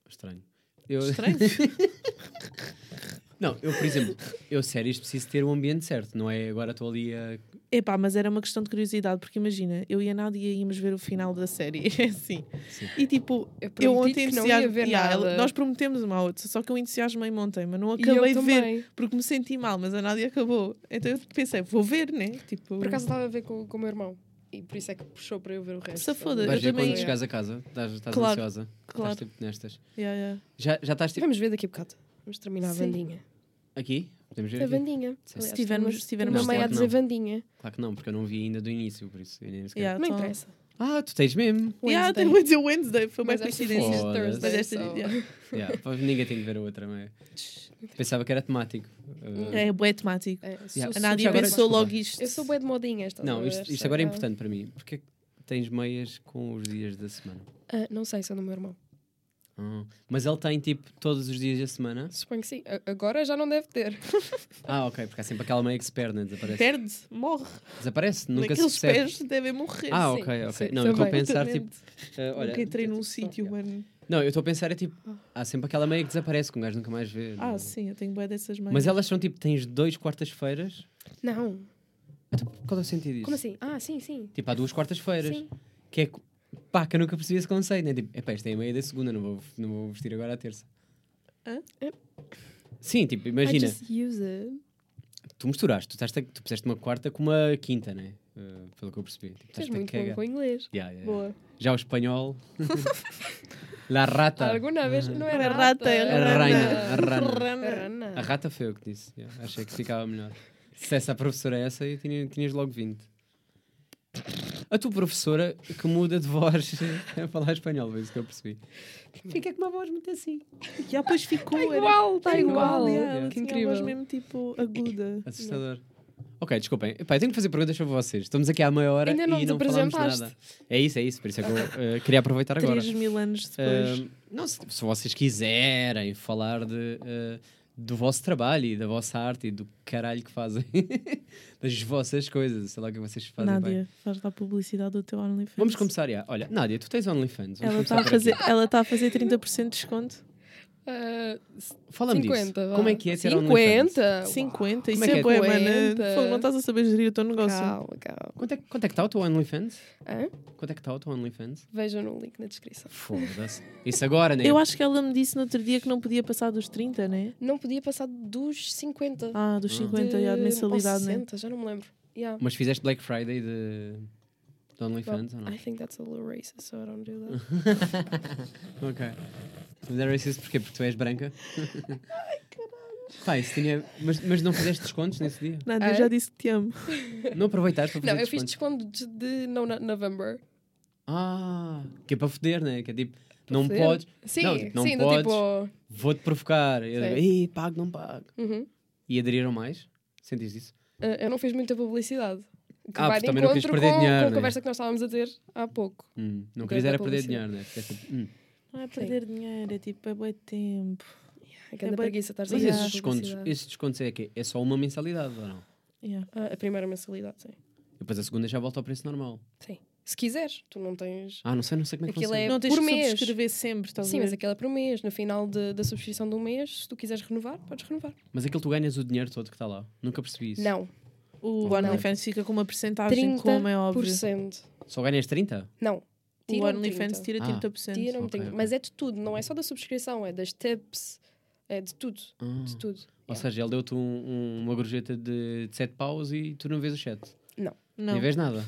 S3: Estranho. Eu-
S4: Estranho.
S3: não, eu, por exemplo, eu séries preciso ter o ambiente certo, não é? Agora estou ali a
S4: É pá, mas era uma questão de curiosidade, porque imagina, eu e a Nádia íamos ver o final da série. É assim.
S3: Sim.
S4: E tipo,
S5: Eu
S4: eu
S5: prometi
S4: ontem
S5: que não ia
S4: entusiasmo.
S5: ver
S4: Yeah,
S5: nada.
S4: ela- Nós prometemos uma à outra, só que eu entusiasmei ontem, mas não
S5: E eu
S4: acabei de ver.
S5: também.
S4: porque me senti mal, mas a Nádia acabou. Então eu pensei, vou ver, né? Tipo,
S5: Por acaso estava a ver com, com o meu irmão. E por isso é que puxou para eu ver o resto.
S4: Safoda, Eu
S3: Vais ver
S4: também- é.
S3: quando chegares a casa, estás, estás
S4: Claro,
S3: ansiosa.
S4: claro.
S3: Estás tipo nestas.
S4: yeah, yeah.
S3: Já, já estás tipo.
S5: Vamos ver daqui a bocado. Vamos terminar a
S4: Sim.
S5: bandinha.
S3: Aqui? Podemos ver
S4: Tá
S5: Da
S3: aqui?
S5: Vandinha.
S3: Se
S5: Aliás,
S4: tivermos-
S5: tenho uma-
S4: se tivermos
S5: Uma meia a
S3: sorte,
S5: dizer
S3: não.
S5: Vandinha.
S3: Claro que não, porque eu não vi ainda do início, por isso eu nem sequer.
S4: Yeah,
S5: Não
S4: então-
S5: interessa.
S3: Ah, tu tens mesmo.
S4: Yeah,
S5: Wednesday.
S4: tem Wednesday, Wednesday. Foi uma
S5: Mas é esta foi
S4: coincidência.
S3: Foda-se.
S5: Thursday,
S4: Mas é esta,
S5: so-
S4: yeah.
S3: Yeah, pois ninguém tem de ver a outra, mas. Pensava que era temático. Uh,
S4: É bué temático.
S5: É, sou-
S3: Yeah.
S4: A
S5: sou
S4: Nádia
S5: super-
S3: agora-
S4: pensou
S3: desculpa.
S4: logo isto.
S5: Eu sou bué de modinha esta.
S3: Não, isto, isto agora é
S5: Então,
S3: importante para mim. Porquê que tens meias com os dias da semana?
S5: não sei, sou do meu irmão.
S3: Ah, Mas ele tem tipo todos os dias da semana?
S5: Suponho que sim. A- Agora já não deve ter.
S3: Ah, ok, porque há sempre aquela meia que se perde, né? desaparece.
S4: Perde, morre.
S3: Desaparece, nunca
S4: Naqueles
S3: se percebe.
S4: pés devem morrer.
S3: Ah,
S5: Sim,
S3: ok, ok.
S5: sim,
S3: não, eu estou a
S5: também.
S3: pensar, tipo.
S5: Totalmente.
S3: ah, olha,
S4: Nunca entrei num
S5: tipo,
S4: sítio, né? mano.
S3: não, eu estou a pensar, é tipo. Há sempre aquela meia que desaparece, que um gajo nunca mais vê.
S4: Ah,
S3: não-
S4: sim, é. eu tenho bué dessas mães.
S3: Mas elas são tipo, tens dois quartas-feiras.
S5: Não.
S3: Então, qual é o sentido disso?
S5: Como assim? Ah, sim, sim.
S3: Tipo, há duas quartas-feiras.
S5: Sim.
S3: Que é. co- Pá, que eu nunca percebi esse conceito, né? Tipo, epá, isto é a meia da segunda, não vou, não vou vestir agora à terça.
S4: Hã?
S3: Sim, tipo,
S5: I
S3: imagina.
S5: just use it.
S3: Tu misturaste, tu, estás a- tu puseste uma quarta com uma quinta, né? Eh, pelo que eu percebi. Tipo,
S5: Tu és
S3: estás-te a
S5: é muito bom
S3: cagar.
S5: com o inglês.
S3: Yeah, yeah, yeah.
S5: Boa.
S3: Já o espanhol. La rata.
S5: Alguma vez não
S4: Não
S5: era
S4: é rata, é
S3: A rainha, a
S4: rana.
S3: rana. A
S5: Rana. Tá
S3: rata foi eu que disse. yeah. Achei que ficava melhor. Se essa professora é essa, eu tinha, tinhas logo 20. A tua professora que muda de voz a falar espanhol, foi isso que eu percebi. Fica com uma voz muito assim.
S4: Já depois ficou. era-
S5: É Igual, está igual.
S4: tá yeah, ela
S5: Que
S4: tinha a voz
S5: incrível.
S4: mesmo tipo aguda.
S3: Assustador. Ok, desculpem. Epá, eu tenho que fazer perguntas sobre vocês. Estamos aqui há meia hora
S5: Ainda não
S3: e
S5: nos
S3: não falamos
S5: apresentaste.
S3: nada. É isso, é isso. Por isso é que eu eh, queria aproveitar agora.
S4: 3 mil anos depois.
S3: Ahm, não, se, se vocês quiserem falar de, ah, do vosso trabalho e da vossa arte e do caralho que fazem, das vossas coisas, sei lá o que vocês fazem. bem.
S4: Nádia, faz lá a publicidade do teu OnlyFans.
S3: Vamos começar já. Olha, Nádia, tu tens OnlyFans. Vamos
S4: Ela
S3: começar
S4: está a,
S3: por
S4: fazer-
S3: aqui.
S4: ela tá a fazer 30% de desconto.
S5: Ah,
S3: Fala-me disso.
S5: 50, vá.
S3: Como é que é ter OnlyFans?
S5: 50?
S4: 50,
S3: Como
S4: isso
S3: é que é?
S4: é bué, mano.
S5: 50.
S4: Fogo, Não estás a saber gerir o teu negócio.
S5: Calma, calma.
S3: Quanto é, que- quanto é que está o teu OnlyFans?
S5: Hã?
S3: Quanto é que está o teu OnlyFans?
S5: Vejam no link na descrição.
S3: Foda-se. Isso agora, né?
S4: Eu acho que ela me disse no outro dia que não podia passar dos 30, né?
S5: Não podia passar dos 50.
S4: Ah, dos
S3: Ah.
S4: 50 e a
S5: de- ou
S4: mensalidade, né?
S5: 60, já não me lembro. Yeah.
S3: Mas fizeste Black Friday de, de
S5: Well,
S3: OnlyFans ou não?
S5: I think that's a little racist, so I don't do that.
S3: ok. Mas era racist porquê? Porque tu és branca? Ai, caralho. Pá, isso tinha... mas, mas não fizeste descontos nesse dia?
S4: Nádia,
S5: É?
S4: eu já disse que te amo.
S3: Não aproveitaste para fazer
S5: não, eu fiz
S3: descontos?
S5: desconto de, de no no- November.
S3: Ah, que é para foder, né? Que é tipo, não
S5: foder.
S3: podes,
S5: Sim,
S3: Não, tipo, não
S5: sim,
S3: podes.
S5: do tipo.
S3: vou-te provocar. E eu
S5: Sei.
S3: digo, Ei, pago, não pago.
S5: Uhum.
S3: E aderiram mais? Sentiste isso?
S5: Ah, eu não fiz muita publicidade. Que
S3: Ah,
S5: vai
S3: porque
S5: de
S3: também não
S5: encontro
S3: quis
S5: com,
S3: perder dinheiro,
S5: com
S3: né?
S5: a conversa que nós estávamos a ter há pouco.
S3: Hum, não
S5: Da-
S3: queres
S5: da
S3: era perder
S5: publicidade.
S3: dinheiro, né? Ficaste tipo, hum.
S4: Não é perder dinheiro, é tipo, é bué de tempo.
S5: É que anda
S4: É bué-
S5: preguiça estar
S3: Mas
S4: Yeah.
S3: esses descontos, esses descontos é que é só uma mensalidade ou não?
S4: Yeah.
S5: Ah, a primeira mensalidade, sim.
S3: E depois a segunda já volta ao preço normal.
S5: Sim. Se quiseres, tu não tens.
S3: Ah, não sei, não sei como é que
S5: Aquilo
S3: funciona.
S5: É
S4: não tens
S5: por
S4: que
S5: mês.
S4: subscrever sempre, estás
S5: Sim,
S4: a
S5: mas
S4: ver?
S5: aquela é por mês. No final de- da subscrição de um mês, se tu quiseres renovar, podes renovar.
S3: Mas aquilo tu ganhas o dinheiro todo que está lá. Nunca percebi isso.
S5: é- Então, Não.
S4: O
S3: Não.
S4: OnlyFans fica com uma percentagem,
S5: 30%.
S4: como é óbvio.
S3: Só ganhas 30?
S5: Não.
S4: O
S5: Tiram
S4: OnlyFans
S5: 30.
S4: tira
S3: Ah,
S4: 30%.
S5: Tiram
S3: Ok,
S5: 30.
S3: ok. Tá
S5: Mas é de tudo, não é só da subscrição, é das tips, é de tudo.
S3: Ah.
S5: De tudo.
S3: Ou seja, ele deu-te um- um- uma gorjeta de 7 paus e tu não vês o chat.
S4: Não,
S3: Nem vês nada.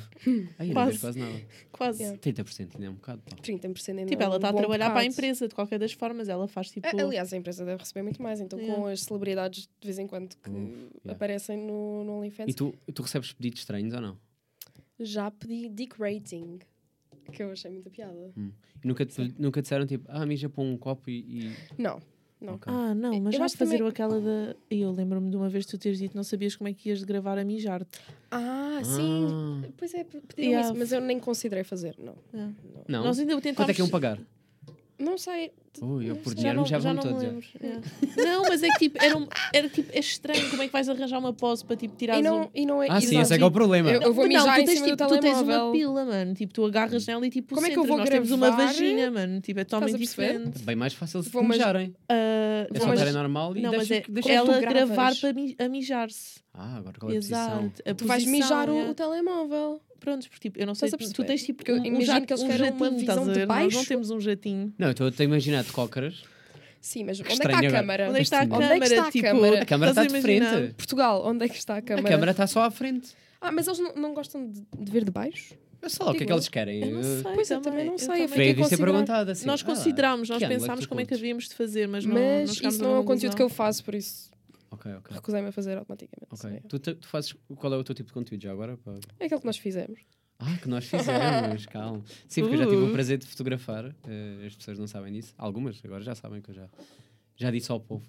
S3: Aí não vês
S4: Quase.
S3: quase nada.
S4: quase.
S5: Yeah.
S3: 30% ainda é um bocado. pá.
S5: 30% ainda
S4: Tipo,
S5: é
S4: ela
S5: um
S4: está a
S5: bom
S4: trabalhar para a
S5: bocado.
S4: empresa, de qualquer das formas, ela faz tipo.
S5: A- Aliás, a empresa deve receber muito mais, então com
S4: Yeah.
S5: as celebridades de vez em quando que
S3: Uh, yeah.
S5: aparecem no, no OnlyFans.
S3: E tu, tu recebes pedidos estranhos ou não?
S5: Já pedi dick rating, que eu achei muita piada.
S3: E nunca, te, nunca disseram tipo, ah, mija para um copo e. e...
S5: Não, não.
S3: Ok.
S4: Ah, não, mas
S5: Eu
S4: já
S5: acho
S4: te fazer
S5: também-
S4: aquela da. Eu lembro-me de uma vez tu teres dito não sabias como é que ias de gravar a mijar-te.
S5: Ah, sim.
S3: Ah.
S5: Pois é, p- pediram
S4: Yeah.
S5: isso, mas eu nem considerei fazer, não.
S4: Yeah.
S5: Não,
S3: Não.
S4: Nós ainda
S3: Quanto é
S4: tentámos.
S3: que iam pagar?
S5: Não sei.
S3: Ui, eu
S5: não
S3: por
S5: sei.
S3: dinheiro já, vão
S4: não me
S3: todos.
S4: lembro. Yeah. Não, mas é que tipo, era, um- era tipo, é estranho como é que vais arranjar uma pose para tipo tirar
S5: E não, e não é
S3: Ah, sim,
S5: exato.
S3: esse é que é o problema.
S5: Eu- vou
S4: Não,
S5: mijar
S4: tu
S5: em
S4: tens,
S5: cima do
S4: tipo, tu tens uma
S5: telemóvel.
S4: pila, mano. Tipo, tu agarras nela e tipo,
S5: Como é que eu
S4: centras.
S5: vou
S4: Nós temos uma
S5: gravar?
S4: vagina, mano. Tipo, é totalmente
S5: Estás a perceber?
S4: diferente.
S3: Bem mais fácil de
S5: Vou, mas-
S3: mijarem.
S4: Ah,
S3: É
S5: vou,
S3: só
S5: mas-
S3: estar normal e
S4: Não, mas
S3: deixas
S4: é
S3: que deixas.
S5: como é
S4: ela
S5: que tu
S4: gravar
S5: gravas?
S4: para mi- a mijar-se.
S3: Ah, agora qual é a posição?
S4: Exato. A
S5: Tu vais
S4: posição,
S5: mijar o,
S4: é.
S5: o telemóvel.
S4: Pronto, porque tipo, eu não sei,
S5: Estás a
S4: tu tens
S5: perceber?
S4: tipo
S5: Porque eu
S4: um, um
S5: imagino
S4: jato,
S5: que eles
S4: um
S5: querem uma
S4: jatinho, estás
S5: visão
S4: a
S5: de
S4: ver? Nós não
S5: baixo.
S4: temos um jatinho.
S3: Não, eu estou a imaginar de cócaras.
S5: Sim, mas onde é que está
S3: estranho
S5: a
S3: agora.
S5: câmara?
S4: Onde é que está a
S5: Onde
S4: câmara?
S5: é que está a
S4: tipo,
S5: câmara?
S3: A câmara está
S4: estás
S3: de
S4: imaginar?
S3: frente.
S5: Portugal, onde é que está a
S3: A
S5: câmara?
S3: câmara está só à frente.
S5: Ah, mas eles não, não gostam de, de ver de baixo?
S3: Eu sei lá o que é
S5: Digo
S3: que
S5: eu.
S3: eles querem.
S4: Eu não
S3: Eu-
S4: sei.
S5: Pois Ah, eu também não
S4: eu
S5: sei. eu fiquei
S4: também.
S3: Devia
S5: a
S3: ser
S5: considerámos.
S3: perguntado assim.
S4: Nós
S3: ah,
S4: considerámos, nós
S3: que ângulo é
S4: pensámos
S3: tu
S4: como é que
S3: curtes?
S4: havíamos de fazer, mas, não, não
S5: Mas
S4: chegámos
S5: isso
S4: a
S5: não é o
S4: uma
S5: conteúdo que eu faço, por isso.
S3: Ok, ok.
S5: Recusei-me a fazer automaticamente.
S3: Ok.
S5: Sim.
S3: Tu, te- tu fazes. Qual é o teu tipo de conteúdo já agora? pá?
S5: É aquilo que nós fizemos.
S3: Ah, que nós fizemos, calma. Sim, porque eu já tive
S4: Uh.
S3: o prazer de fotografar. eh, as pessoas não sabem disso. Algumas agora já sabem que eu já, já disse ao povo.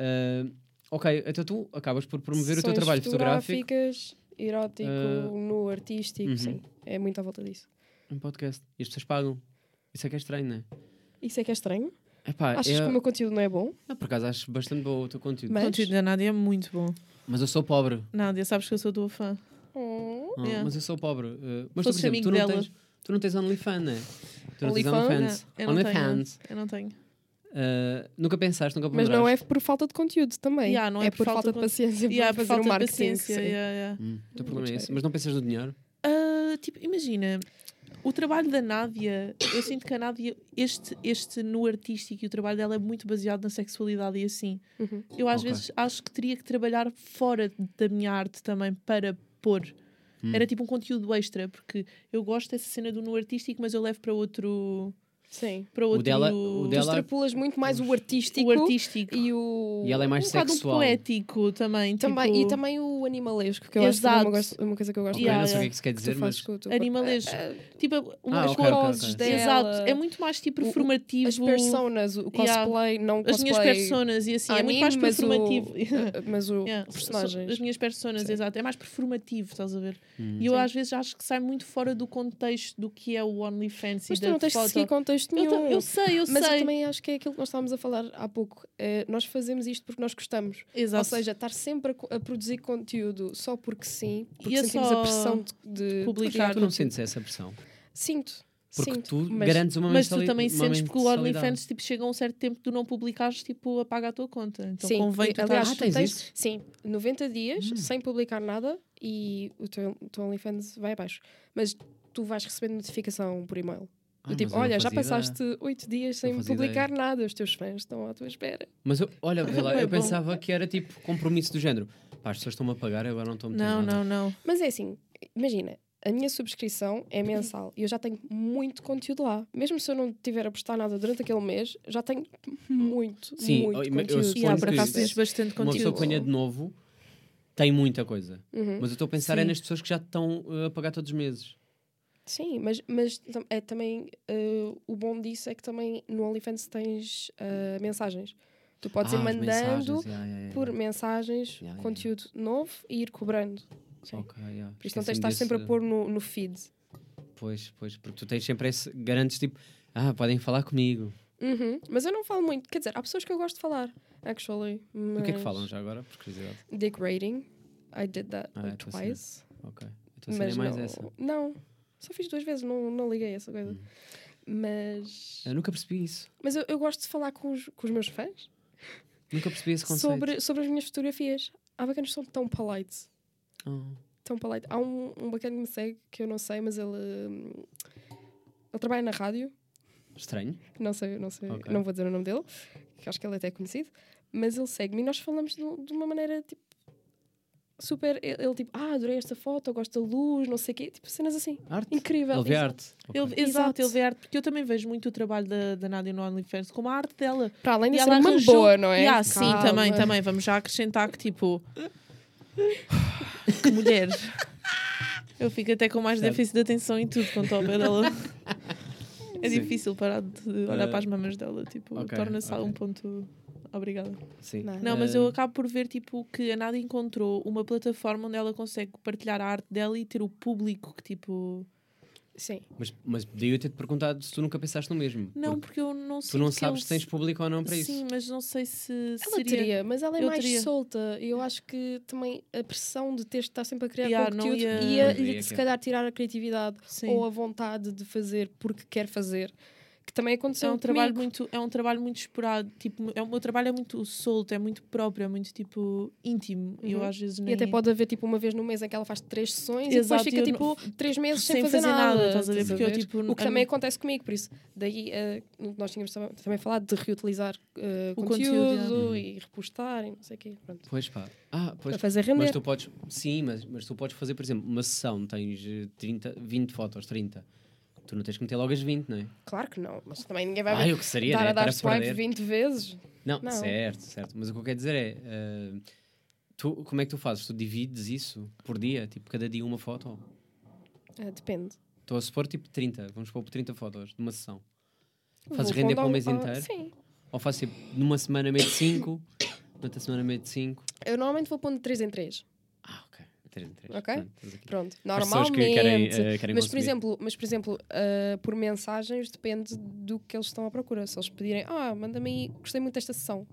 S3: Ah, ok, então tu acabas por promover o teu
S5: Sessões
S3: trabalho fotográfico
S5: fotográficas, erótico,
S3: Ah.
S5: nu, artístico,
S3: Uhum.
S5: sim. É muito à volta disso.
S3: em podcast. E as pessoas pagam. Isso é que é estranho, não é?
S5: Isso é que é estranho.
S3: Epá,
S5: Achas
S3: é-
S5: que o meu conteúdo não é bom?
S3: não, por acaso acho bastante bom o teu conteúdo.
S5: Mas-
S4: O conteúdo da Nádia é muito bom.
S3: Mas eu sou pobre.
S4: Nádia, sabes que eu sou tua fã.
S5: Oh.
S3: Ah,
S4: Yeah.
S3: Mas eu sou pobre. Ah, mas tu, por
S4: Fosse
S3: exemplo, tu
S4: amigo
S3: não,
S4: dela.
S3: tens, tu não tens OnlyFans, não é? Tu não tens
S5: OnlyFans?
S3: OnlyFans.
S4: Não, eu não tenho.
S3: OnlyFans.
S4: Eu não tenho.
S3: Ah, nunca pensaste, nunca
S5: Mas
S3: ponderaste.
S5: não é por falta de conteúdo também.
S4: Yeah, não é
S5: é, por falta de
S4: con-
S5: paciência
S4: E há
S5: para fazer
S4: por falta
S5: o
S4: de
S5: marketing.
S4: paciência.
S5: sim.
S4: yeah, yeah.
S3: Hum, o teu problema é
S5: Muito
S3: esse.
S5: bem.
S3: Mas não pensas no dinheiro?
S4: Ah, tipo, imagina, o trabalho da Nádia, eu sinto que a Nádia, este, este no artístico e o trabalho dela é muito baseado na sexualidade e assim.
S5: Uhum.
S4: Eu às
S3: Ok.
S4: vezes acho que teria que trabalhar fora da minha arte também para pôr.
S3: Hum.
S4: Era tipo um conteúdo extra, porque eu gosto dessa cena do no artístico, mas eu levo para outro.
S5: Sim.
S4: Para outro
S3: dela- o
S5: Tu
S3: dela-
S5: extrapolas muito mais o artístico,
S4: o artístico.
S5: e o.
S3: E ela é mais
S4: um bocado um
S3: sexual.
S4: poético também.
S5: também,
S4: tipo,
S5: E também o animalesco, que eu acho que também é uma,
S4: Exato.
S5: gosto- uma coisa que eu gosto
S3: Ok,
S4: Yeah,
S3: não sei
S4: yeah.
S3: o que é que isso quer
S5: muito.
S3: dizer,
S5: Tu fazes
S3: mas...
S5: com o teu corpo.
S4: Animalesco.
S5: Ah,
S4: Tipo,
S3: Ah,
S4: umas
S3: ok,
S4: coisas.
S3: ok,
S5: poses
S3: ok.
S5: dela,
S4: Exato, é muito mais tipo
S5: o-
S4: performativo.
S5: As personas, o
S4: Yeah.
S5: cosplay, não
S4: as
S5: cosplay.
S4: minhas personas e assim, é muito mais
S5: anime, mas o-
S4: performativo.
S5: Mas o
S4: Yeah,
S5: personagens.
S4: As minhas personas,
S5: Sim.
S4: exato, é mais performativo, estás a ver?
S3: Hum,
S4: E eu
S5: Sim.
S4: às vezes acho que sai muito fora do contexto do que é o OnlyFans e
S5: Mas tu
S4: da
S5: não tens de
S4: foto.
S5: seguir contexto
S4: eu,
S5: nenhum.
S4: ta- eu sei, eu
S5: mas
S4: sei.
S5: eu também acho que é aquilo que nós estávamos a falar há pouco. Eh, nós fazemos isto porque nós gostamos.
S4: Exato.
S5: Ou seja, estar sempre a, co- a produzir conteúdo só porque sim, porque
S4: E é
S5: sentimos
S4: só
S5: a pressão de, de
S4: publicar.
S5: publicar.
S3: Tu não sentes essa pressão?
S5: Sinto.
S3: Porque
S5: sinto,
S3: tu
S5: mas
S3: garantes uma
S4: mas tu
S3: mensali-
S4: também
S3: uma
S4: sentes porque o
S3: mensalidade.
S4: OnlyFans tipo, chega a um certo tempo tu não publicares, tipo, apaga a tua conta. Então
S5: Sim,
S4: convém
S5: e,
S4: tu
S5: aliás,
S3: Ah,
S5: tu
S4: estás...
S3: tens
S5: tens
S3: isso?
S5: Sim, 90 dias
S3: Hum.
S5: sem publicar nada e o teu, o teu OnlyFans vai abaixo. Mas tu vais recebendo notificação por e-mail.
S3: Ah,
S5: Do
S3: mas
S5: tipo,
S3: eu não
S5: olha, já
S3: fazia ideia.
S5: passaste 8 dias sem
S3: fazia
S5: publicar nada, os teus fãs estão à tua espera.
S3: Mas eu, olha, vê lá,
S4: É
S3: eu
S4: bom.
S3: pensava que era tipo compromisso do género. Pá, as pessoas estão-me a pagar, agora não estão-me a
S4: Não, não, não.
S5: Mas é assim, imagina, a minha subscrição é mensal e eu já tenho muito conteúdo lá. Mesmo se eu não tiver a postar nada durante aquele mês, já tenho muito,
S3: Hum. Sim,
S5: muito
S3: eu- eu
S5: conteúdo.
S3: suponho
S4: E há,
S3: Suponho
S4: por
S3: que
S4: acaso
S3: isso-
S4: tens bastante
S3: Uma pessoa
S4: conteúdo.
S3: que apanha de novo tem muita coisa.
S5: Uhum.
S3: Mas eu estou a pensar é
S4: Sim.
S3: nas pessoas que já estão eh, a pagar todos os meses.
S5: Sim, mas, mas tam- é também eh, o bom disso é que também no OnlyFans tens eh, mensagens. Tu podes
S3: Ah,
S5: ir
S3: as
S5: mandando
S3: mensagens, yeah, yeah, yeah.
S5: por mensagens
S3: Yeah, yeah.
S5: conteúdo novo e ir cobrando. Sim.
S3: Ok, yeah.
S5: Por isso não tens
S3: Esqueci-me
S5: de estar
S3: desse-
S5: sempre a pôr no, no feed.
S3: Pois, pois, porque tu tens sempre esse garantes tipo, ah, podem falar comigo.
S5: Uhum. Mas eu não falo muito. Quer dizer, há pessoas que eu gosto de falar, actually.
S3: E O que é que
S5: mas-
S3: falam já agora? Por curiosidade.
S5: Degrading. I did that
S3: Ah,
S5: like
S3: é a tua cena.
S5: twice.
S3: Ok. A tua cena é
S5: mas
S3: mais
S5: não,
S3: essa.
S5: não, só fiz duas vezes, não, não liguei a essa coisa.
S3: Hum.
S5: Mas,
S3: Eu nunca percebi isso.
S5: mas eu, eu gosto de falar com os, com os meus fãs
S3: Nunca percebi esse conceito.
S5: sobre, sobre as minhas fotografias. Há bacanas que são tão polite.
S3: Ah.
S5: Tão polite. Há um, um bacana que me segue que eu não sei, mas ele, hum, ele trabalha na rádio.
S3: Estranho.
S5: Não sei, não sei,
S3: Ok.
S5: não vou dizer o nome dele, que acho que ele até é conhecido, mas ele segue-me e nós falamos de, de uma maneira tipo super. Ele, ele, tipo, ah, adorei esta foto, eu gosto da luz, não sei o quê, tipo cenas assim.
S3: Arte.
S5: Incrível.
S3: Ele vê
S5: Exato.
S3: arte. Ok.
S4: Ele, exato,
S5: Exato.
S4: ele vê arte, porque eu também vejo muito o trabalho da, da Nádia no OnlyFans como a arte dela.
S5: Para além de
S4: E
S5: ser
S4: ela
S5: uma
S4: arranjou-
S5: boa, não é?
S4: Yeah, sim,
S5: Calma.
S4: também, também. Vamos já acrescentar que, tipo. que mulher. Eu fico até com mais
S3: Sabe?
S4: déficit de atenção em tudo quando estou ao pé dela. É
S3: Sim.
S4: difícil parar de olhar
S3: Eh,
S4: para as mamas dela, tipo,
S3: ok,
S4: torna-se
S3: ok.
S4: um ponto. Obrigada.
S3: Sim.
S5: Não.
S4: Não, mas
S3: Eh,
S4: eu acabo por ver, tipo, que a Nada encontrou uma plataforma onde ela consegue partilhar a arte dela e ter o público que, tipo.
S5: Sim.
S3: Mas, mas daí eu ter-te perguntado se tu nunca pensaste no mesmo.
S4: Não,
S3: porque
S4: porque eu não sei.
S3: tu não sabes se tens público ou não para isso.
S4: Sim, mas não sei se
S5: Ela
S4: seria...
S5: teria, mas ela é
S4: eu
S5: mais
S4: teria.
S5: solta. E eu acho que também a pressão de ter de estar sempre a criar
S4: Yeah, não
S5: conteúdo
S4: ia-
S5: ia,
S3: Não ia
S5: se
S3: que-
S5: calhar tirar a criatividade
S4: Sim. É um
S5: ou a vontade de fazer porque quer fazer. Que também aconteceu
S4: é um
S5: comigo.
S4: trabalho muito é um trabalho muito explorado tipo é o meu trabalho é muito solto é muito próprio é muito tipo íntimo e eu
S5: Uhum.
S4: às vezes nem
S5: E até pode haver tipo uma vez no mês em que ela faz três sessões
S4: Exato,
S5: e
S4: e eu
S5: depois fica
S4: não-
S5: tipo três meses sem,
S4: sem
S5: fazer,
S4: fazer
S5: nada.
S4: nada, estás a ver? Porque eu, tipo,
S5: o que
S4: a
S5: também
S4: mim-
S5: acontece comigo, por isso. Daí eh, nós tínhamos tam- também falado de reutilizar eh,
S4: O
S5: conteúdo,
S4: conteúdo,
S5: e repostar e não sei o quê. Pronto.
S3: Pois pá. Ah, pois.
S5: Para fazer
S3: Mas
S5: render.
S3: tu podes, sim, mas, mas tu podes fazer, por exemplo, uma sessão, tens eh, 30, 20 fotos, 30. Tu não tens que meter logo as 20, não é?
S5: Claro que não, mas também ninguém vai
S3: Ah,
S5: ver.
S3: eu que seria,
S5: dar
S3: né?
S5: a dar
S3: Estar a
S5: swipe
S3: perder.
S5: 20 vezes.
S3: Não,
S5: Não.
S3: certo, certo. Mas o que eu quero dizer é. ah, tu, como é que tu fazes? Tu divides isso por dia? Tipo, cada dia uma foto?
S5: Ah, depende.
S3: Estou a supor tipo 30, vamos pôr 30 fotos numa sessão.
S5: Vou
S3: Fazes render
S5: pondo
S3: para um
S5: ao-
S3: mês
S5: ao-
S3: inteiro?
S5: Sim.
S3: Ou faço tipo numa semana meio de 5, noutra semana meio de 5.
S5: Eu normalmente vou pondo de 3 em 3.
S3: Ah, ok. 3 em 3.
S5: Ok. Pronto.
S3: As
S5: Normalmente.
S3: pessoas que querem, eh, querem
S5: mas, por
S3: consumir.
S5: exemplo, mas, por exemplo ah, por mensagens depende do que eles estão à procura. Se eles pedirem, ah, manda-me aí, gostei muito desta sessão.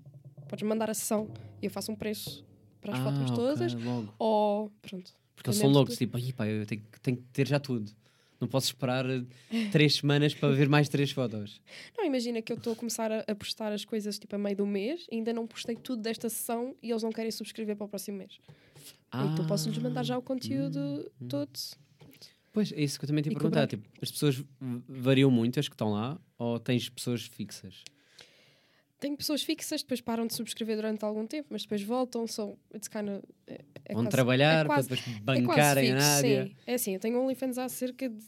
S5: Podes mandar a sessão e eu faço um preço para as
S3: Ah,
S5: fotos
S3: ok,
S5: todas.
S3: logo.
S5: Ou, pronto.
S3: Porque eles
S5: Dependendo
S3: são
S5: de
S3: loucos,
S5: tudo.
S3: tipo, aí pá, eu tenho, que- tenho que ter já tudo. Não posso esperar eh, três semanas para ver mais três fotos.
S5: Não, imagina que eu estou a começar a, a postar as coisas tipo a meio do mês e ainda não postei tudo desta sessão e eles não querem subscrever para o próximo mês.
S3: Ah.
S5: Então posso-lhes mandar já o conteúdo
S3: Hum.
S5: todo.
S3: Pois, é isso que eu também te ia
S5: E
S3: perguntar. Tipo, as pessoas v- variam muito as que estão lá ou tens pessoas fixas?
S5: Tenho pessoas fixas, depois param de subscrever durante algum tempo, mas depois voltam, são. It's kind of. É, é
S3: Vão
S5: quase-
S3: trabalhar
S5: é quase,
S3: para depois
S5: é quase
S3: bancarem
S5: fixo,
S3: na área.
S5: Sim. É assim, eu tenho OnlyFans há cerca de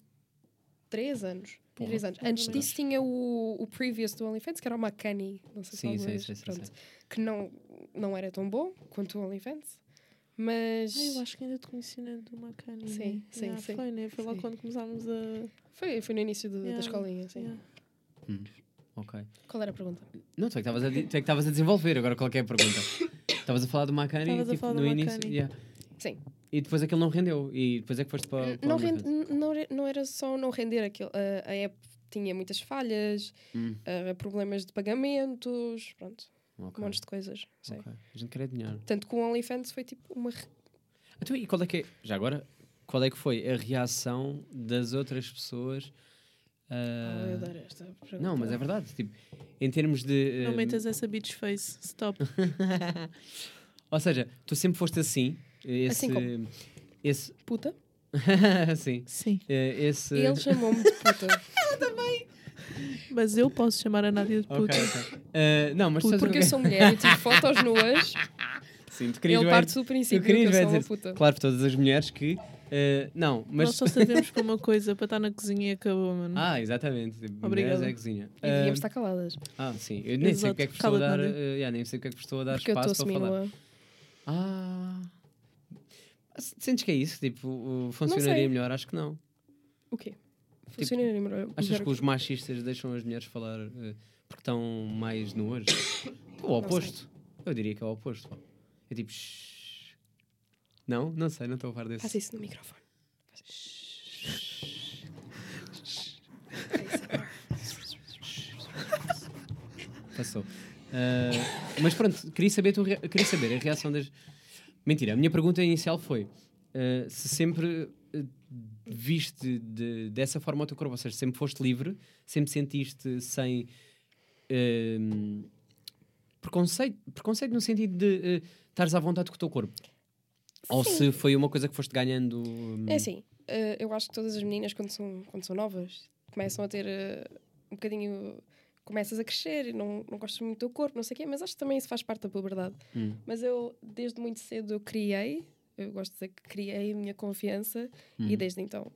S5: 3 anos.
S3: Porra,
S5: Três anos. Antes
S3: Deus.
S5: disso tinha o, o previous do OnlyFans, que era o Macani, não sei se
S3: Sim,
S5: alguma
S3: sim,
S5: vez,
S3: sim, sim,
S5: pronto,
S3: sim.
S5: que não, não era tão bom quanto o OnlyFans, mas
S4: Ah, eu acho que ainda te conheci na do Macani.
S5: Sim,
S4: né?
S5: sim,
S4: Yeah,
S5: sim.
S4: Foi, né? Foi
S5: Sim.
S4: logo quando começámos a.
S5: foi, foi no início do- da
S4: Yeah,
S5: escolinha. Sim.
S4: yeah.
S3: Ok.
S5: Qual era a pergunta?
S3: Não, tu é que estavas a, di- tu é que estavas a desenvolver agora qualquer pergunta. Estavas a falar do Macani
S4: Estavas a
S3: tipo,
S4: falar do
S3: no início.
S4: Macani.
S3: yeah.
S5: Sim.
S3: E depois aquilo não rendeu. E depois é que foste para. para
S5: não,
S3: o
S5: rende-
S3: OnlyFans.
S5: n- não, re- não era só não render aquilo. A, a app tinha muitas falhas,
S3: Hum.
S5: ah, problemas de pagamentos, pronto,
S3: Ok,
S5: um monte de coisas. Sim.
S3: ok. A gente quer é dinheiro.
S5: Tanto que o OnlyFans foi tipo uma. re-
S3: Então, e qual é que é, já agora, qual é que foi a reação das outras pessoas?
S5: Ah, eu
S3: ah,
S5: adoro esta pergunta.
S3: não, mas é verdade, tipo, em termos de.
S4: Não
S3: ah,
S4: metas essa bitch face. Stop.
S3: ou seja, tu sempre foste assim. Esse,
S5: Assim
S3: esse,
S5: Puta.
S3: sim,
S4: Sim.
S3: eh, esse.
S5: Ele chamou-me de puta.
S4: Mas eu posso chamar a Nádia de
S3: Ok,
S4: puta.
S3: ok. Ah, não, mas
S4: Puto,
S3: sabes o
S5: Porque
S3: que
S5: eu
S3: é?
S5: sou mulher e tiro fotos nuas.
S3: Sim, tu querias
S5: ele
S3: bem-
S5: parte do
S3: tu
S5: princípio que
S3: querias
S5: eu
S3: bem
S5: sou uma
S3: dizer,
S5: puta.
S3: claro, para todas as mulheres que. ah, não, mas.
S4: Nós
S5: assim.
S4: só sabemos que uma coisa para estar na cozinha e acabou, mano.
S3: Ah, exatamente. Mulheres
S4: Obrigada.
S3: é a cozinha.
S5: E devíamos
S3: Ah,
S5: estar caladas.
S3: Ah, sim. Eu nem sei
S4: Exato.
S3: porque é que vos estou a
S4: Cala-te,
S3: dar.
S4: Nádia.
S3: eh, yeah, nem sei porque é que vos estou a dar
S5: Porque eu estou
S3: espaço para falar.
S5: seminua.
S3: Ah. Sentes que é isso? Tipo, o- funcionaria
S5: sei.
S3: melhor? Acho que não.
S5: O quê? Funcionaria melhor.
S3: Tipo, Achas
S5: melhor
S3: que os machistas deixam as mulheres falar eh, porque estão mais nuas? o oposto. Eu diria que é o oposto. pá. É tipo. shhh. Não? Não sei, não estou a par desse.
S5: Faz isso no microfone.
S3: Passou. Ah, mas pronto, queria saber, a tua rea- queria saber a reação das. Mentira, a minha pergunta inicial foi: ah, se sempre ah, viste de- dessa forma o teu corpo, ou seja, sempre foste livre, sempre sentiste sem. ah, preconceito, preconceito no sentido de ah, estares à vontade com o teu corpo. Ou
S5: Sim.
S3: se foi uma coisa que foste ganhando. hum,
S5: É assim, eh, eu acho que todas as meninas, quando são, quando são novas, começam a ter eh, um bocadinho. Começas a crescer e não, não gostas muito do teu corpo, não sei o quê, mas acho que também isso faz parte da puberdade.
S3: Hum.
S5: Mas eu, desde muito cedo, eu criei, eu gosto de dizer que criei a minha confiança
S3: Hum.
S5: e desde então.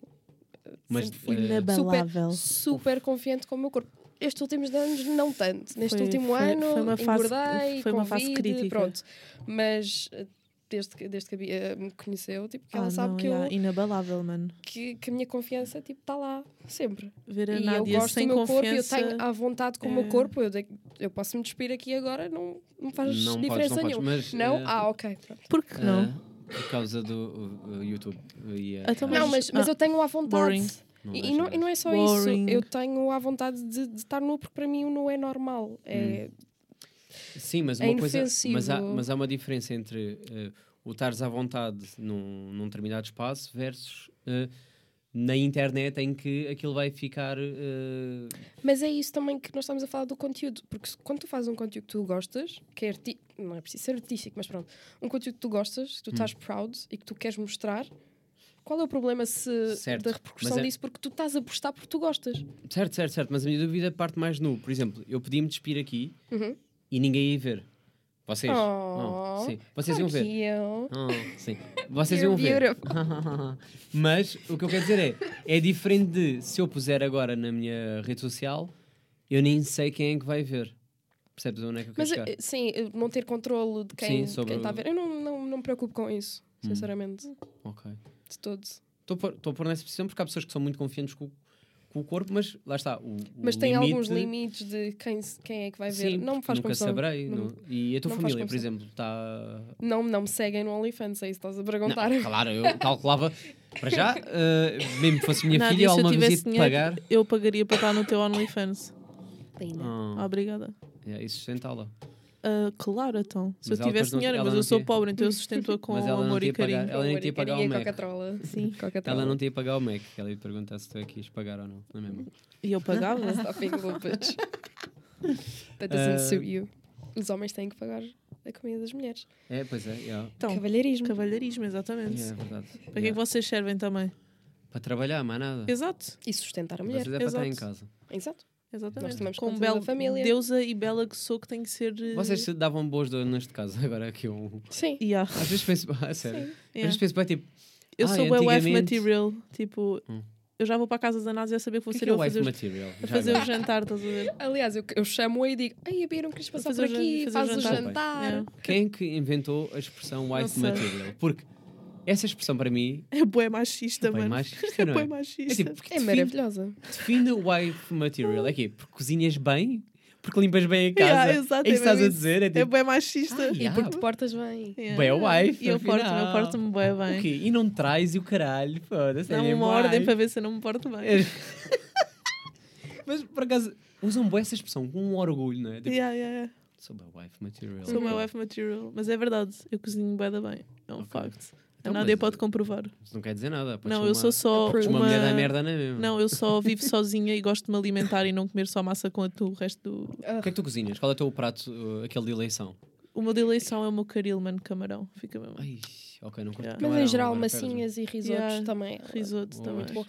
S5: eh,
S3: Mas,
S5: sempre fui
S3: eh,
S5: super, super confiante com o meu corpo. Estes últimos anos, não tanto. Neste
S4: Foi-
S5: último
S4: foi-
S5: ano,
S4: foi uma fase-
S5: engordei,
S4: foi uma fase
S5: Covid,
S4: crítica.
S5: Pronto. Mas eh, desde que, desde que a Bia me conheceu, tipo, que
S4: Ah,
S5: ela sabe
S4: não,
S5: que eu
S4: yeah, inabalável, mano.
S5: que, que a minha confiança tipo está lá sempre
S4: Ver a
S5: e
S4: Nádia
S5: eu gosto
S4: sem
S5: do meu corpo e eu
S4: confiança.
S5: tenho à vontade com o
S4: é.
S5: meu corpo eu, de- eu posso me despir aqui agora não não faz
S3: Não podes,
S5: diferença
S3: não podes,
S5: nenhuma
S3: mas.
S5: não
S3: ah,
S5: ah ok pronto.
S4: Por que não?
S3: ah, por causa do uh, uh, YouTube. e, ah,
S4: Então,
S5: não mas, mas
S4: ah,
S5: eu tenho à
S4: boring.
S5: vontade
S3: não
S5: e, e
S3: deixa
S5: não,
S3: de-
S5: e não é só
S4: Boring.
S5: isso eu tenho à vontade de, de estar nu porque para mim o nu é normal
S3: Hum.
S5: é
S3: Sim, mas
S5: É
S3: uma coisa. Mas há,
S5: inofensivo.
S3: mas há uma diferença entre eh, o estares à vontade num, num determinado espaço versus eh, na internet em que aquilo vai ficar. eh,
S5: Mas é isso também que nós estamos a falar do conteúdo, porque se- quando tu fazes um conteúdo que tu gostas, que é arti não é preciso ser artístico, mas pronto, um conteúdo que tu gostas, que tu
S3: Hum.
S5: estás proud e que tu queres mostrar, qual é o problema se
S3: Certo,
S5: da repercussão
S3: mas é-
S5: disso? Porque tu estás a postar porque tu gostas.
S3: Certo, certo, certo, mas a minha dúvida parte mais nu. Por exemplo, eu podia-me despir aqui
S5: Uhum.
S3: e ninguém ia ver. Vocês.
S5: Oh,
S3: Não, Ah, sim. Vocês iam
S5: Claro
S3: ver.
S5: que eu.
S3: Ah, sim. Vocês
S5: You're
S3: iam ver.
S5: beautiful.
S3: Mas o que eu quero dizer é, é diferente de se eu puser agora na minha rede social, eu nem sei quem é que vai ver. Percebes onde é que eu
S5: Mas
S3: quero chegar?
S5: eh, sim, eh, não ter controle de quem
S3: Sim, sobre
S5: está a
S3: o- Hum.
S5: ver. Eu não, não, não me preocupo com isso, sinceramente.
S3: Ok.
S5: De todo.
S3: Estou a pôr- estou a pôr nessa posição porque há pessoas que são muito confiantes com, o- com o corpo, mas lá está. O, o
S5: Mas tem
S3: limite,
S5: alguns limites de quem, se- quem é que vai ver.
S3: Sim,
S5: não me
S3: porque
S5: faz
S3: nunca
S5: confusão.
S3: saberei.
S5: Não-
S3: não- E a tua
S5: não me faz
S3: família, por
S5: confusão.
S3: exemplo, está
S5: Não, não me seguem no OnlyFans, é isso que estás a
S3: Não,
S5: perguntar.
S3: claro, eu calculava para já, eh, mesmo que fosse minha
S4: Não,
S3: filha,
S4: se eu
S3: alguma vez ia
S4: tivesse
S3: te
S4: dinheiro,
S3: pagar.
S4: eu pagaria para estar no teu OnlyFans.
S3: Ah,
S4: Obrigada.
S3: yeah, e sustentá-la.
S4: Ah, claro, então. Se
S3: Mas ela
S4: eu
S3: depois
S4: tivesse
S3: não-
S4: dinheiro,
S3: ela
S4: mas
S3: não
S4: eu sou
S3: tinha.
S4: pobre, então eu sustento-a com
S3: Mas ela não
S4: amor
S3: tinha
S4: e
S3: pagar-
S4: carinho.
S3: ela nem tinha pagar
S4: um
S3: o Mac.
S5: Coca-Cola.
S4: Sim.
S5: Coca-Cola.
S3: Ela não tinha pagar o Mac, ela ia perguntar se tu é que ias pagar ou não, não é mesmo?
S4: E eu pagava.
S5: Stop being a little bitch. That doesn't
S4: Eh,
S3: Ah.
S5: suit you. Os homens têm que pagar a comida das mulheres.
S3: É, pois é, yeah.
S4: Então,
S5: Cavalheirismo.
S4: cavalheirismo, exatamente.
S3: Yeah, é verdade.
S4: Para que é que
S3: Yeah.
S4: vocês servem também?
S3: Para trabalhar, mais nada.
S4: Exato,
S5: E sustentar a mulher.
S3: Vocês é para estar em
S4: Exato.
S3: casa.
S5: Exato. Nós
S4: exatamente.
S5: tomamos
S4: Com um
S5: conta
S4: bela
S5: da família.
S4: deusa e bela que sou que tem que ser. eh,
S3: Vocês se davam boas donas de casa, agora aqui um.
S5: Sim.
S4: Yeah.
S3: Às vezes penso, ah, sério. Às
S4: yeah.
S3: vezes penso, bem, tipo,
S4: Eu
S3: Ah,
S4: sou
S3: e
S4: o wife
S3: antigamente- Hum.
S4: material. Tipo, eu já vou para a casa da Nádia a saber que
S3: o
S4: vou
S3: que é
S4: ser
S3: que é
S4: eu a
S3: wife
S4: fazer, os-
S3: material? Já
S4: a fazer o
S3: agora.
S4: jantar, estás a ver?
S5: Aliás, eu, eu chamo-a e digo: Ai, a Bia, não queres passar por
S4: fazer o jan-
S5: aqui?
S4: fazer o
S5: Faz o
S4: jantar."
S5: jantar.
S4: Yeah.
S3: Quem é que inventou a expressão wife
S4: sei.
S3: material? Porque essa expressão para mim
S4: É bué machista,
S3: é bem
S4: mano.
S3: machista, não
S4: bué
S3: é? É
S4: machista.
S3: tipo, porque
S5: É
S3: define-
S5: maravilhosa.
S3: Define o wife material. É quê? Porque cozinhas bem? Porque limpas bem a casa?
S4: Yeah,
S3: é
S4: exato,
S3: isso que
S4: é
S3: estás a
S4: mesmo
S3: dizer? É
S4: É
S3: tipo,
S4: bué machista.
S3: Ah, yeah.
S5: Porque te portas bem.
S4: Yeah.
S3: Bué wife,
S4: E eu porto-me, eu
S3: afinal.
S4: porto-me bué
S3: o
S4: bem.
S3: quê? E não traz e o caralho, foda-se.
S4: Dá-me
S3: é
S4: uma
S3: wife.
S4: ordem para ver se eu não me porto bem.
S3: Mas, por acaso, usam bem essa expressão com orgulho, não é? Tipo,
S4: Yeah, yeah, yeah.
S3: sou bem wife material.
S4: Sou uma wife material. Mas é verdade, eu cozinho bué da bem. É um
S3: Ok.
S4: facto.
S3: Então,
S4: a Nádia
S3: mas-
S4: pode comprovar.
S3: Isso não quer dizer nada. podes
S4: não,
S3: ser
S4: eu
S3: uma,
S4: sou só
S5: Approve.
S3: Uma
S4: uma...
S3: mulher da merda, não é mesmo?
S4: Não, eu só vivo sozinha e gosto de me alimentar e não comer só massa com atum o resto do...
S5: Ah,
S3: O que é que tu cozinhas? Qual é o teu prato, uh, aquele de eleição?
S4: O meu de eleição é o meu caril, mano, camarão. Fica mesmo.
S3: Ai, ok, não curto
S4: Yeah.
S5: Mas
S3: camarão,
S5: em geral,
S3: agora
S4: é
S3: perdes-me.
S5: massinhas e risotos
S4: Yeah.
S5: também.
S4: Risoto
S3: Boa.
S4: também.
S3: Muito
S5: bom.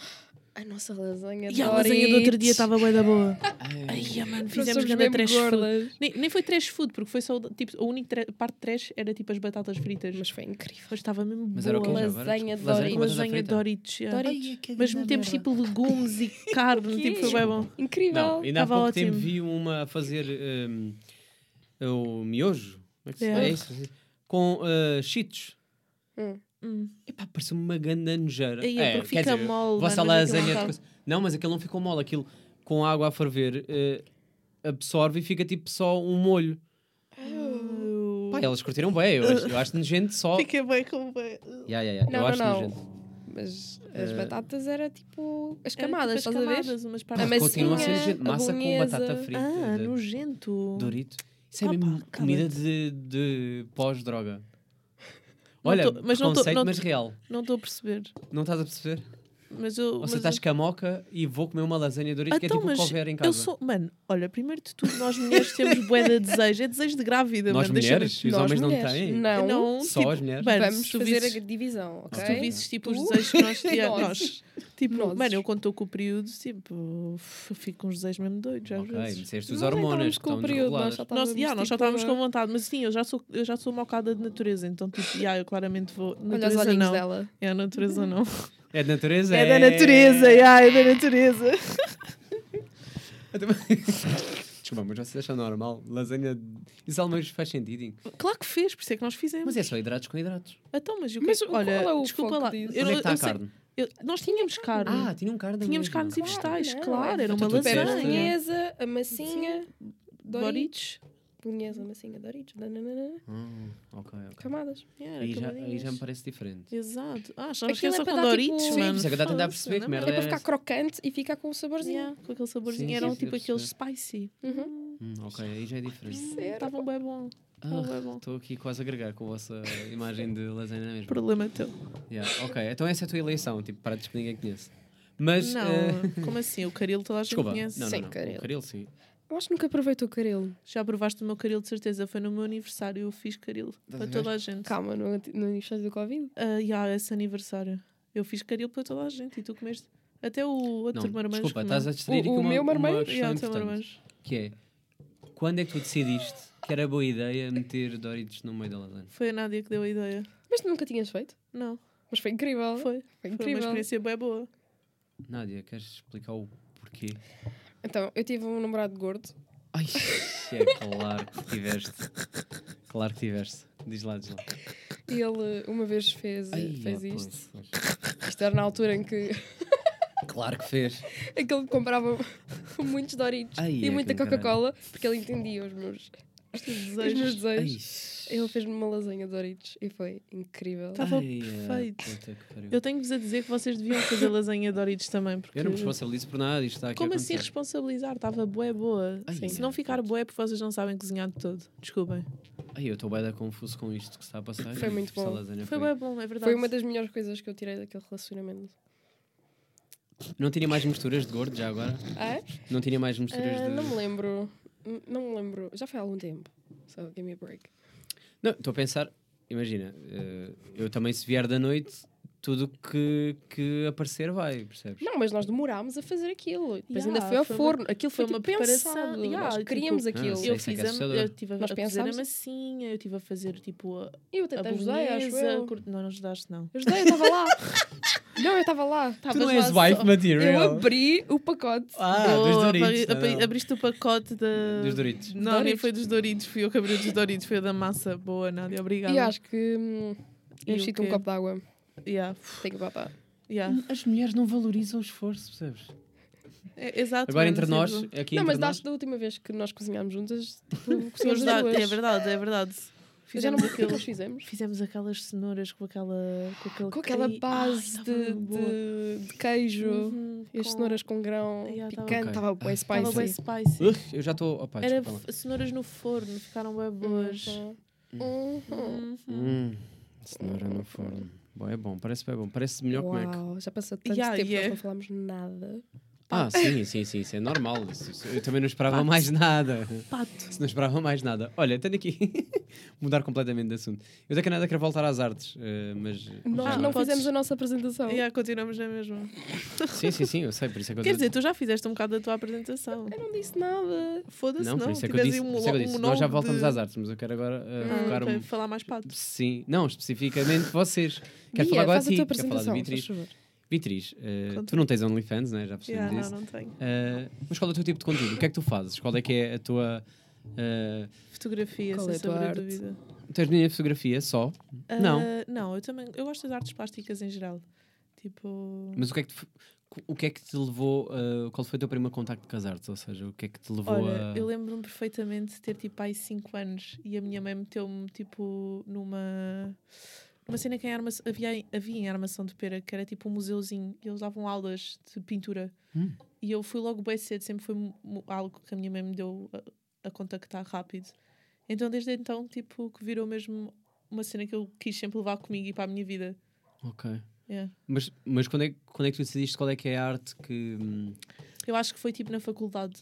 S5: A nossa lasanha de
S4: E a lasanha do outro dia tá estava bué da boa.
S3: Ai,
S4: Ai, ah, mano,
S5: Nós
S4: fizemos
S5: somos
S4: grande
S5: mesmo
S4: trash food.
S5: gordas.
S4: Nem, nem foi trash food, porque foi só, o- tipo, a única tra- parte trash era, tipo, as batatas fritas. Mas,
S5: Mas foi incrível.
S4: estava mesmo
S3: Mas era
S4: boa.
S3: o que já agora?
S5: Lasanha de
S3: Desculpa,
S5: Doritos.
S3: com batata
S4: lasanha
S3: frita?
S4: Doritos. yeah.
S5: Doritos.
S4: Mas metemos, tipo, legumes e carne, tipo, foi bem bom.
S5: Incrível.
S3: Não, ainda há
S4: Tava
S3: pouco
S4: ótimo.
S3: tempo vi uma a fazer hum, o miojo. Como é que se
S4: Yeah.
S3: é isso? Com uh, cheetos.
S5: Hum.
S4: Hum.
S3: Epá, pareceu uma ganda nojeira.
S4: Aí é porque
S3: quer
S4: fica mole,
S3: vossa
S4: mano, mas
S3: lasanha
S4: aquilo não
S3: de
S4: tá.
S3: coisa- Não, mas aquilo não ficou mole. Aquilo com água a ferver eh, absorve e fica tipo só um molho. Pá, elas curtiram bem. Eu acho, eu acho nojento só.
S4: Fica bem com bem. É, tipo,
S3: Yeah, yeah, yeah.
S5: Não,
S3: eu
S5: não,
S3: acho
S5: não.
S3: nojento.
S5: Mas as
S3: Eh,
S5: batatas era tipo as camadas,
S4: tipo,
S5: estás
S4: as
S5: a ver?
S4: camadas, umas
S5: A
S4: partes. assim, é.
S3: Mas Ah, continua a ser
S5: massinha,
S3: nojento.
S5: a
S3: Massa com
S5: bolonhesa.
S3: batata frita.
S4: Ah,
S3: de-
S4: nojento.
S3: Dorito. Isso é
S4: Ah,
S3: mesmo
S4: pá,
S3: comida de, de pós-droga.
S4: Não
S3: Olha,
S4: tô-
S3: mas
S4: mas não tô- não tô-
S3: mas real.
S4: Não estou a perceber.
S3: Não estás a perceber?
S4: Mas eu.
S3: Ou
S4: mas
S3: seja, estás com a moca e vou comer uma lasanha de Doritos, tá que é
S4: Então,
S3: tipo o
S4: mas
S3: que houver em casa.
S4: Eu sou, mano, olha, primeiro de tudo, nós mulheres temos bué de desejo. É desejo de grávida,
S3: Nós
S4: mano. deixa-me-
S3: mulheres? E os
S5: Nós
S3: homens não
S5: mulheres.
S3: têm?
S5: Não.
S4: Não,
S3: Só
S4: tipo,
S3: as mulheres?
S4: mano,
S5: Vamos
S4: se tu
S5: fazer
S4: visses,
S5: a divisão, ok?
S4: se tu visses, tipo, os desejos que nós.
S5: e
S4: yeah,
S5: nós.
S4: nós. Tipo,
S5: Nós.
S4: mano, eu quando estou com o período, tipo, f- fico com os desejos mesmo doidos, às
S3: Ok,
S4: vezes.
S3: disseste os
S5: Nós nem
S3: hormônios
S5: estávamos
S3: que
S5: com
S3: estão
S5: o período, nós
S3: desreguladas.
S5: já
S4: é Nós,
S5: estávamos,
S4: yeah, nós já
S5: tipo,
S4: estávamos
S5: a-
S4: com vontade, mas sim, eu já sou, eu já sou malcada de natureza, então tipo, yeah, eu claramente vou.
S5: Olha os
S4: Natureza
S5: olhinhos
S4: não.
S5: dela.
S4: É a natureza não.
S3: É da natureza?
S4: É da natureza, yeah, é da natureza.
S3: Desculpa, mas vocês acham normal? Lasanha... de- Isso ao menos faz sentido.
S4: Claro que fez, por isso é que nós fizemos.
S3: Mas é só hidratos com hidratos.
S4: Então, mas, o que-
S5: Mas o-
S4: olha,
S5: qual é o
S4: desculpa
S5: foco
S4: lá.
S5: disso?
S4: eu
S3: Onde é
S4: não-
S3: que está
S4: eu
S3: a
S4: sei-
S3: carne?
S4: eu- nós tínhamos carne.
S3: Ah, tinha um carne
S4: tínhamos
S3: mesmo.
S4: carnes e
S3: Ok.
S4: vegetais,
S5: Não,
S4: claro.
S5: é
S4: Era uma
S3: tu disseste-
S4: lasanha.
S5: Bolonhesa, a massinha, Doritos.
S4: Doritos.
S5: Bolonhesa, massinha, Doritos. dananana,
S3: Hum, ok, ok.
S5: Camadas.
S4: Yeah,
S3: Aí
S4: era
S3: já, aí
S4: camadinhas.
S3: já me parece diferente.
S4: Exato. Ah, achamos que
S5: Aquilo
S4: era
S5: é
S4: só
S5: para
S4: com
S5: dar, tipo-
S4: Doritos, mano.
S3: Sim, por isso é que eu tava a tentar
S4: Foda-se,
S3: perceber que
S4: não é?
S5: É
S3: merda
S5: para
S3: era
S5: ficar
S3: essa.
S5: crocante e ficar com um saborzinho.
S4: Yeah, com aquele saborzinho.
S3: Sim,
S4: Eram
S3: sim,
S4: tipo
S3: sim,
S4: aqueles
S3: sim.
S4: spicy.
S5: Uhum.
S3: Hum, ok, aí já é diferente. Ah,
S4: Estavam bem bom. Estavam bem bom.
S3: Estou aqui quase a agregar com a vossa imagem de lasanha é mesmo.
S4: Problema teu.
S3: Yeah, ok, então essa é a tua eleição, tipo, para que ninguém conhece. Mas.
S4: Não,
S3: eh,
S4: como assim? O caril toda a gente
S3: desculpa,
S4: conhece.
S3: não, não,
S5: Sim,
S3: não.
S5: caril.
S3: O caril, sim.
S5: Eu acho que nunca aproveito o caril.
S4: Já provaste o meu caril de certeza. Foi no meu aniversário. Eu fiz caril
S3: a
S4: para
S3: ver?
S4: toda a gente.
S5: Calma, no, no aniversário do Covid.
S4: Ah, yeah, esse aniversário. Eu fiz caril para toda a gente e tu comeste. Até o outro
S3: Não,
S4: marmanjo.
S3: desculpa,
S4: comeu.
S3: estás a distrair aqui
S5: O- o
S3: com uma,
S5: meu marmanjo?
S3: uma
S4: E
S3: questão
S4: há o teu
S3: importante,
S4: marmanjo.
S3: que é, quando é que tu decidiste que era boa ideia meter Doritos no meio da lasanha?
S4: Foi a Nádia que deu a ideia.
S5: Mas tu nunca tinhas feito?
S4: Não,
S5: Mas foi incrível.
S4: foi.
S5: Foi
S4: Foi uma
S5: incrível.
S4: experiência bem boa.
S3: Nádia, queres explicar o porquê?
S5: então, eu tive um namorado gordo
S3: Ai, é claro que tiveste. Claro que tiveste. Diz lá, diz lá.
S5: E ele eh, uma vez fez,
S3: Ai,
S5: fez
S3: ah,
S5: isto.
S3: pois,
S5: Isto era na altura em que,
S3: pois. Claro que fez.
S5: em que ele comprava muitos Doritos
S3: Ai,
S5: e
S3: é
S5: muita
S3: com caralho.
S5: Coca-Cola, porque ele entendia os meus, os meus
S4: é desejos.
S5: desejos.
S3: Ai.
S5: Ele fez-me uma lasanha de Doritos e foi incrível.
S4: Estava
S3: Ai, é,
S4: perfeito.
S3: puta que pariu.
S4: Eu tenho-vos a dizer que vocês deviam fazer lasanha de Doritos também. Porque
S3: Eu não me responsabilizo por nada, isto está aqui
S4: Como
S3: a
S4: assim
S3: acontecer.
S4: responsabilizar? Estava bué boa.
S3: Ai,
S4: Sim. Se
S3: é.
S4: não ficar bué, é porque vocês não sabem cozinhar de todo. Desculpem.
S3: Ai, eu estou bem confuso com isto que está a passar.
S5: Foi muito
S3: Esta
S5: bom.
S3: lasanha foi-
S4: Foi bué bom, é verdade.
S5: Foi uma das melhores coisas que eu tirei daquele relacionamento.
S3: Não tinha mais misturas de gordo já agora?
S5: Ah, é?
S3: Não tinha mais misturas
S5: Ah,
S3: de.
S5: não me lembro. N- Não me lembro. Já foi há algum tempo. So give me a break.
S3: Não, estou a pensar, imagina, eh, eu também se vier da noite, tudo que, que aparecer vai, percebes?
S5: Não, mas nós demorámos a fazer aquilo. Depois
S4: Yeah,
S5: ainda foi ao
S4: foi uma-
S5: forno. aquilo foi,
S4: foi uma
S5: tipo,
S4: preparação.
S5: pensado.
S4: Yeah,
S5: nós
S4: tipo,
S5: queríamos
S4: Ah,
S5: aquilo.
S3: sim.
S5: eu,
S4: Eu
S3: Isso é que
S4: fiz
S3: é
S4: a,
S3: assustador.
S4: eu tive a,
S5: Nós
S4: a fazer a
S5: pensámos-
S4: massinha, eu tive a fazer tipo a,
S5: eu
S4: a
S5: até ajudei, acho
S4: bolonhesa.
S5: eu.
S4: a cor- Não, não ajudaste não.
S5: Eu Ajudei, eu estava lá. não, eu estava lá.
S4: Estavas lá só-
S5: Eu
S3: material.
S5: abri o pacote.
S3: Ah, dos
S4: Boa,
S3: Doritos.
S4: abri-
S3: não, não.
S4: Abriste o pacote da...
S3: Dos Doritos.
S4: Não, nem
S5: Doritos.
S4: foi dos Doritos, fui eu que abri o dos Doritos, foi a da massa. Boa, Nádia, obrigada.
S5: E acho que hum,
S4: É E o
S5: enchi com um
S4: quê?
S5: copo d'água.
S4: Yeah,
S5: Tenho um que botar.
S4: yeah.
S3: As mulheres não valorizam o esforço, percebes?
S4: É, exato.
S3: Agora
S4: é,
S3: entre nós,
S4: exemplo.
S3: aqui
S5: não,
S3: entre
S5: mas
S3: nós,
S5: acho da última vez que nós cozinhámos juntas, tipo,
S4: Sim,
S5: cozinhámos as
S4: verdade,
S5: duas.
S4: é verdade, é verdade.
S5: Eu já não me
S4: Fizemos,
S5: lembro o que é que
S4: aqueles-
S5: nós fizemos.
S4: fizemos aquelas cenouras com aquela. Com, aquele
S5: Com aquela
S4: quei-
S5: base
S4: Ai, tava
S5: de,
S4: bem boa.
S5: de- de queijo.
S4: Uhum,
S5: E as
S4: com-
S5: cenouras com grão
S4: Yeah, tava-
S5: picante,
S3: Ok.
S5: estava bem
S4: Tava bem
S5: spicy.
S4: spicy.
S3: Uf, eu já estou. Opa,
S4: Era
S3: desculpa lá.
S4: f- cenouras no forno, ficaram bem boas.
S5: Uhum.
S4: Uhum.
S3: Hum, cenoura no forno. Bom, é bom, parece bem bom. Parece melhor que Mac.
S5: Uau, já passou tanto
S4: Yeah,
S5: tempo que
S4: yeah.
S5: nós não falámos nada.
S3: Ah, sim, sim, sim, isso é normal. Isso- isso- Eu também não esperava mais nada.
S4: Pato.
S3: Se não esperava mais nada. Olha, tenho aqui. mudar completamente de assunto. Eu daqui a nada quero voltar às artes, eh, mas. já
S5: Nós
S3: agora-
S5: não
S4: podes-
S5: fizemos a nossa apresentação.
S4: Yeah, continuamos na mesma.
S3: Sim, sim, sim, eu sei, por isso é que eu
S4: Quer
S3: tô-
S4: dizer, tu já fizeste um bocado da tua apresentação.
S5: Eu não disse nada.
S4: Foda-se,
S3: Não,
S4: não.
S3: por isso é que eu
S4: Tivesse
S3: disse.
S4: um
S3: por isso é que eu
S4: mo- um
S3: disse. Nós
S4: monólogo
S3: já voltamos
S4: de-
S3: às artes, mas eu quero agora eh,
S4: Ah,
S3: focar
S4: ok,
S3: um.
S4: falar mais pato.
S3: Sim, não, especificamente vocês. Quero
S5: Bia,
S3: falar agora
S5: faz
S3: de ti,
S5: a tua
S3: quero falar da
S5: apresentação.
S3: Beatriz.
S5: faz favor.
S3: Beatriz, eh,
S4: Conta.
S3: tu não tens OnlyFans, né? já percebemos
S4: Yeah,
S3: isso.
S4: não, não tenho.
S3: Eh, mas qual é o teu tipo de conteúdo? O que é que tu fazes? Qual é que é a tua. eh,
S4: Fotografia,
S5: Qual
S4: sem
S5: é a tua
S4: sombra de
S5: arte?
S4: dúvida.
S3: tens linha de fotografia só?
S4: Ah,
S3: Não.
S4: Não, eu também. Eu gosto das artes plásticas em geral. Tipo.
S3: Mas o que é que te, o que é que te levou, eh, qual foi o teu primeiro contacto com as artes? Ou seja, o que é que te levou
S4: Olha,
S3: a...
S4: eu lembro-me perfeitamente de ter tipo aí 5 anos e a minha mãe meteu-me tipo numa. Uma cena que em arma, havia, em- havia em Armação de Pera, que era tipo um museuzinho, e eles davam aulas de pintura.
S3: Hum.
S4: E eu fui logo bem cedo, sempre foi mu- mu- algo que a minha mãe me deu a, a contactar rápido. Então, desde então, tipo, que virou mesmo uma cena que eu quis sempre levar comigo e para a minha vida.
S3: Ok.
S4: Yeah.
S3: Mas, mas quando, é, que- quando é que tu decidiste qual é que é a arte que... hum,
S4: Eu acho que foi tipo na faculdade.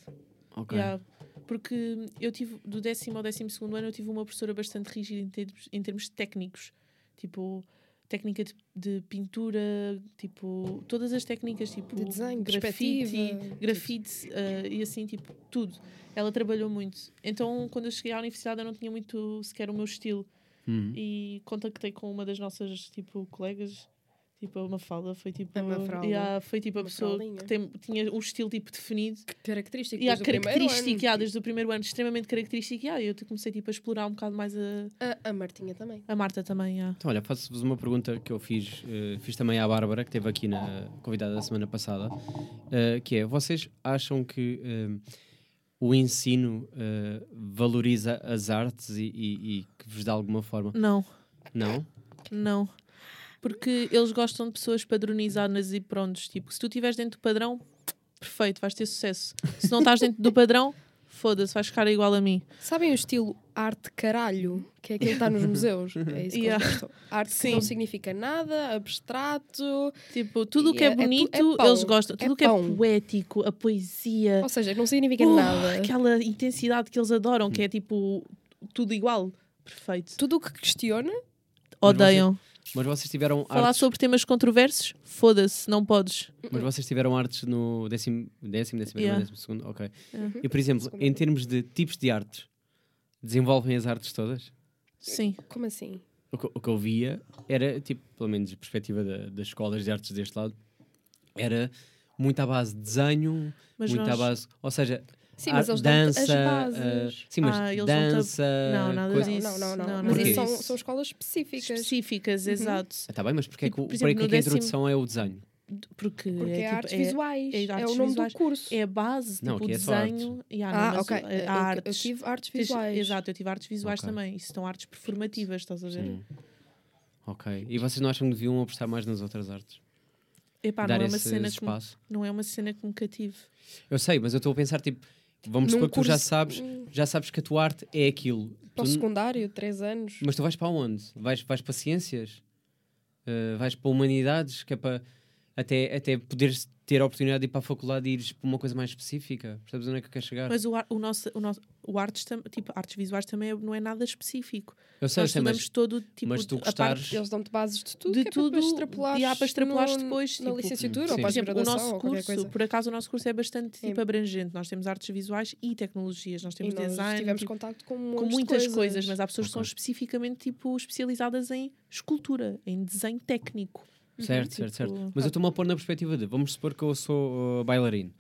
S3: Ok.
S4: Yeah. Porque eu tive, do décimo ao décimo segundo ano, eu tive uma professora bastante rígida em termos, em termos técnicos. Tipo, técnica de, de pintura, tipo, todas as técnicas, tipo,
S5: De desenho,
S4: grafite,
S5: perspectiva, tipo.
S4: grafite eh, e assim, tipo, tudo. Ela trabalhou muito. Então, quando eu cheguei à universidade, eu não tinha muito sequer o meu estilo.
S3: Hum.
S4: E contactei com uma das nossas, tipo, colegas. Tipo, a Mafalda foi tipo...
S5: A Mafralda.
S4: Yeah, foi tipo a pessoa
S5: Mafraldinha.
S4: que tem- tinha um estilo tipo definido
S5: Característica.
S4: e há
S5: desde o primeiro
S4: característica,
S5: ano. tipo.
S4: yeah, desde o primeiro ano, extremamente característica. Yeah, eu te- comecei tipo, a explorar um bocado mais a,
S5: A, a Martinha também.
S4: a Marta também. Yeah.
S3: Então, olha, faço-vos uma pergunta que eu fiz, eh, fiz também à Bárbara, que esteve aqui na convidada da semana passada, eh, que é, vocês acham que hum, o ensino eh, valoriza as artes e, e- e que vos dá alguma forma?
S4: Não,
S3: Não?
S4: não. Porque eles gostam de pessoas padronizadas e prontos. Tipo, se tu estiveres dentro do padrão, perfeito, vais ter sucesso. Se não estás dentro do padrão, foda-se, vais ficar igual a mim.
S5: Sabem o estilo arte caralho? Que é aquilo que está nos museus. É isso que
S4: Yeah.
S5: eu gosto. Arte que
S4: Sim.
S5: não significa nada, abstrato.
S4: Tipo, tudo o que
S5: E
S4: é,
S5: é- é tu- é
S4: bonito,
S5: pão.
S4: eles gostam.
S5: É
S4: Tudo o que é
S5: pão.
S4: poético, a poesia,
S5: Ou seja, não significa
S4: uh,
S5: nada.
S4: aquela intensidade que eles adoram, que é tipo, tudo igual. Perfeito.
S5: Tudo o que questiona
S3: Mas você-
S4: Odeiam.
S3: Mas vocês tiveram
S4: Falar
S3: artes,
S4: sobre temas controversos? Foda-se, não podes.
S3: mas vocês tiveram artes no décimo, décimo, décimo, primeiro,
S4: Yeah. Uhum.
S3: décimo segundo, ok.
S4: Yeah.
S3: E, por exemplo,
S5: Segundo.
S3: em termos de tipos de artes, desenvolvem as artes todas?
S4: Sim.
S5: Como assim?
S3: O que, o que eu via era, tipo, pelo menos a perspectiva da- das escolas de artes deste lado, era muito à base de desenho,
S4: Mas
S3: muito à
S4: nós-
S3: base. Ou seja,
S5: Sim,
S3: Ah,
S5: mas eles
S3: dança,
S5: dão
S3: ah,
S5: as bases.
S3: sim, mas
S4: Ah, eles vão-te a-
S3: dança.
S4: Não, nada
S3: coisa-
S4: disso.
S5: não, não, não,
S4: eh, não, é
S5: não. Mas
S3: nada
S5: isso são,
S4: disso.
S5: são escolas específicas. Uhum.
S4: específicas, exato.
S3: Ah, tá bem, mas porque é que, o-
S4: Tipo, Por exemplo,
S3: para que, é
S4: no
S3: que a
S4: décimo-
S3: introdução é o desenho?
S4: Porque,
S5: Porque é,
S4: é, tipo,
S5: artes
S4: é-
S5: visuais.
S4: é
S5: É,
S4: artes
S5: o nome
S4: visuais.
S5: do curso.
S4: é a base, tipo,
S3: Não,
S4: o
S3: aqui é só arte.
S4: desenho. Yeah, não,
S5: ah,
S4: mas
S5: ok.
S4: o-
S5: Eu-
S4: a-
S5: eu-
S4: a
S5: Eu,
S4: artes.
S5: tive artes
S4: Tens-
S5: visuais.
S4: Exato, eu tive artes visuais
S3: Ok.
S4: também. Isso são artes performativas, estás a ver?
S3: Sim. Ok. E vocês não acham que deviam apostar mais nas outras artes?
S4: Epá,
S3: Dar
S4: não é, uma
S3: esse,
S4: cena
S3: esse
S4: que me,
S3: espaço?
S4: não é uma cena que me cative.
S3: Eu sei, mas eu estou a pensar, tipo, vamos
S5: Num
S3: supor que tu já
S5: curso-
S3: sabes, já sabes que a tua arte é aquilo.
S5: Para o
S3: Tu n-
S5: secundário, 3 anos.
S3: Mas tu vais para onde? Vais, vais para ciências? Uh, vais para humanidades? Que é para até, até poderes ter a oportunidade de ir para a faculdade e ires para uma coisa mais específica? Percebes onde é que eu quero chegar?
S4: Mas o, ar- o nosso, o nosso o artes, tam- tipo, artes visuais também é- não é nada específico.
S3: eu sei, eu
S4: Nós
S3: sei,
S4: estudamos
S3: mas,
S4: todo o tipo
S3: mas tu
S4: de- a parte-
S3: gostares.
S5: Eles dão-te bases de tudo.
S4: De
S5: que é para depois
S4: tudo,
S5: extrapolares
S4: e há para extrapolares
S5: no-
S4: depois,
S5: Na
S4: tipo,
S5: licenciatura
S3: Sim.
S5: ou para
S3: Por
S4: Por
S5: a
S4: exemplo, o
S5: graduação
S4: nosso
S5: ou qualquer
S4: curso,
S5: coisa.
S4: por acaso o nosso curso é bastante
S5: Sim.
S4: tipo, abrangente. Nós temos artes visuais e tecnologias, nós
S5: E
S4: temos
S5: nós
S4: design,
S5: tivemos
S4: tipo,
S5: contacto com, um
S4: com
S5: monte de
S4: muitas coisas. mas há pessoas que são
S3: Ok.
S4: especificamente tipo, especializadas em escultura, em desenho técnico.
S3: Certo, certo, certo.
S4: tipo
S3: Mas eu estou-me a pôr na perspectiva de, vamos supor que eu sou uh, bailarino.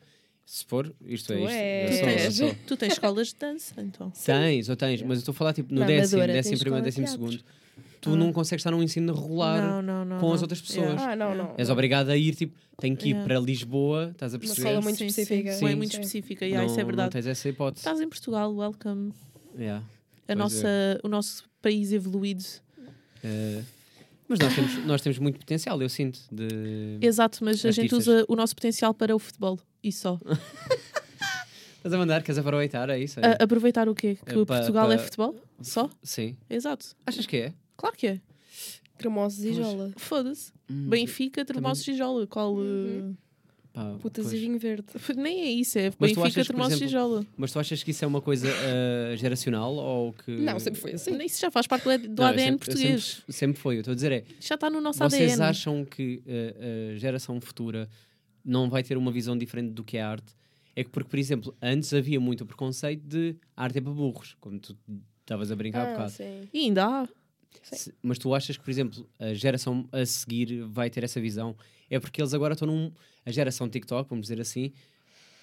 S3: Se for, isto é
S5: Tu
S3: isto. Eu
S5: és.
S3: sou, eu
S4: Tens-
S3: sou.
S4: Tu tens escolas de dança, então.
S3: Tens, ou tens, mas eu estou a falar tipo no
S5: Na
S3: décimo,
S5: Amadora
S3: décimo
S5: tens
S3: primeiro, décimo
S5: escola de
S3: segundo.
S5: teatro.
S3: Tu não consegues estar num ensino regular.
S4: Ah. não, não, não,
S3: com as
S4: não. É
S3: outras pessoas.
S5: Ah, não, não.
S3: És obrigado a ir, tipo, tenho que ir
S4: Yeah.
S3: para Lisboa, estás a
S5: Uma
S3: perceber?
S5: escola muito
S4: Sim, sim,
S5: específica.
S4: sim,
S3: Sim,
S4: muito
S5: sim.
S4: específica. Yeah,
S3: não,
S4: isso é
S3: não
S4: verdade. Tá.
S3: tens essa hipótese.
S4: Estás em Portugal, welcome.
S3: Yeah.
S4: A
S3: Pois é.
S4: nossa, O nosso país evoluído.
S3: Eh, mas nós temos, nós temos muito potencial, eu sinto. De...
S4: Exato, mas a gente
S3: Artistas.
S4: usa o nosso potencial para o futebol e só.
S3: Estás a mandar, queres aproveitar, é isso? É?
S4: A- aproveitar o quê? Que
S3: É, pa-
S4: Portugal é
S3: pa-
S4: futebol? Só?
S3: Sim.
S4: Exato.
S3: Achas que é?
S4: Claro que é.
S5: Cremosos e jola.
S4: Foda-se.
S3: Hum.
S4: Benfica, Termossos e Jola. Qual.
S5: Uhum.
S4: uh,
S3: Pá,
S5: Putas
S3: pois.
S5: e vinho verde.
S4: Nem é isso, é
S3: Mas tu
S4: Benfica,
S3: achas, por
S4: Termossos e
S3: exemplo,
S4: Jola.
S3: Mas tu achas que isso é uma coisa eh, geracional ou que.
S5: Não, sempre foi assim.
S4: Isso já faz parte do, do
S3: Não, eu
S4: ADN
S3: sempre- eu sempre-
S4: português.
S3: Sempre, foi, eu estou a dizer é.
S4: Já está no nosso
S3: Vocês
S4: ADN.
S3: acham que eh, a geração futura não vai ter uma visão diferente do que é arte? É que, porque, por exemplo, antes havia muito o preconceito de arte é para burros, como tu estavas a brincar há
S5: Ah,
S3: bocado.
S5: sim.
S4: E ainda há.
S5: Sim.
S3: Se- mas tu achas que, por exemplo, a geração a seguir vai ter essa visão? É porque eles agora estão num. A geração TikTok, vamos dizer assim,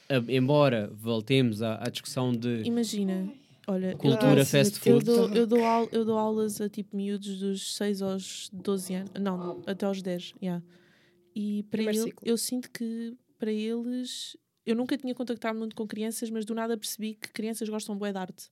S3: a- embora voltemos à, à discussão de.
S4: Imagina. Olha, eu
S3: Cultura
S5: Ah,
S4: dou-
S3: fast
S4: eu
S3: food.
S4: dou, eu, dou au- eu dou aulas a tipo miúdos dos 6 aos 12 anos. Não, até aos 10. yeah. E para
S5: Primeiro
S4: ele,
S5: ciclo.
S4: eu sinto que para eles. Eu nunca tinha contactado muito com crianças, mas do nada percebi que crianças gostam bué de arte.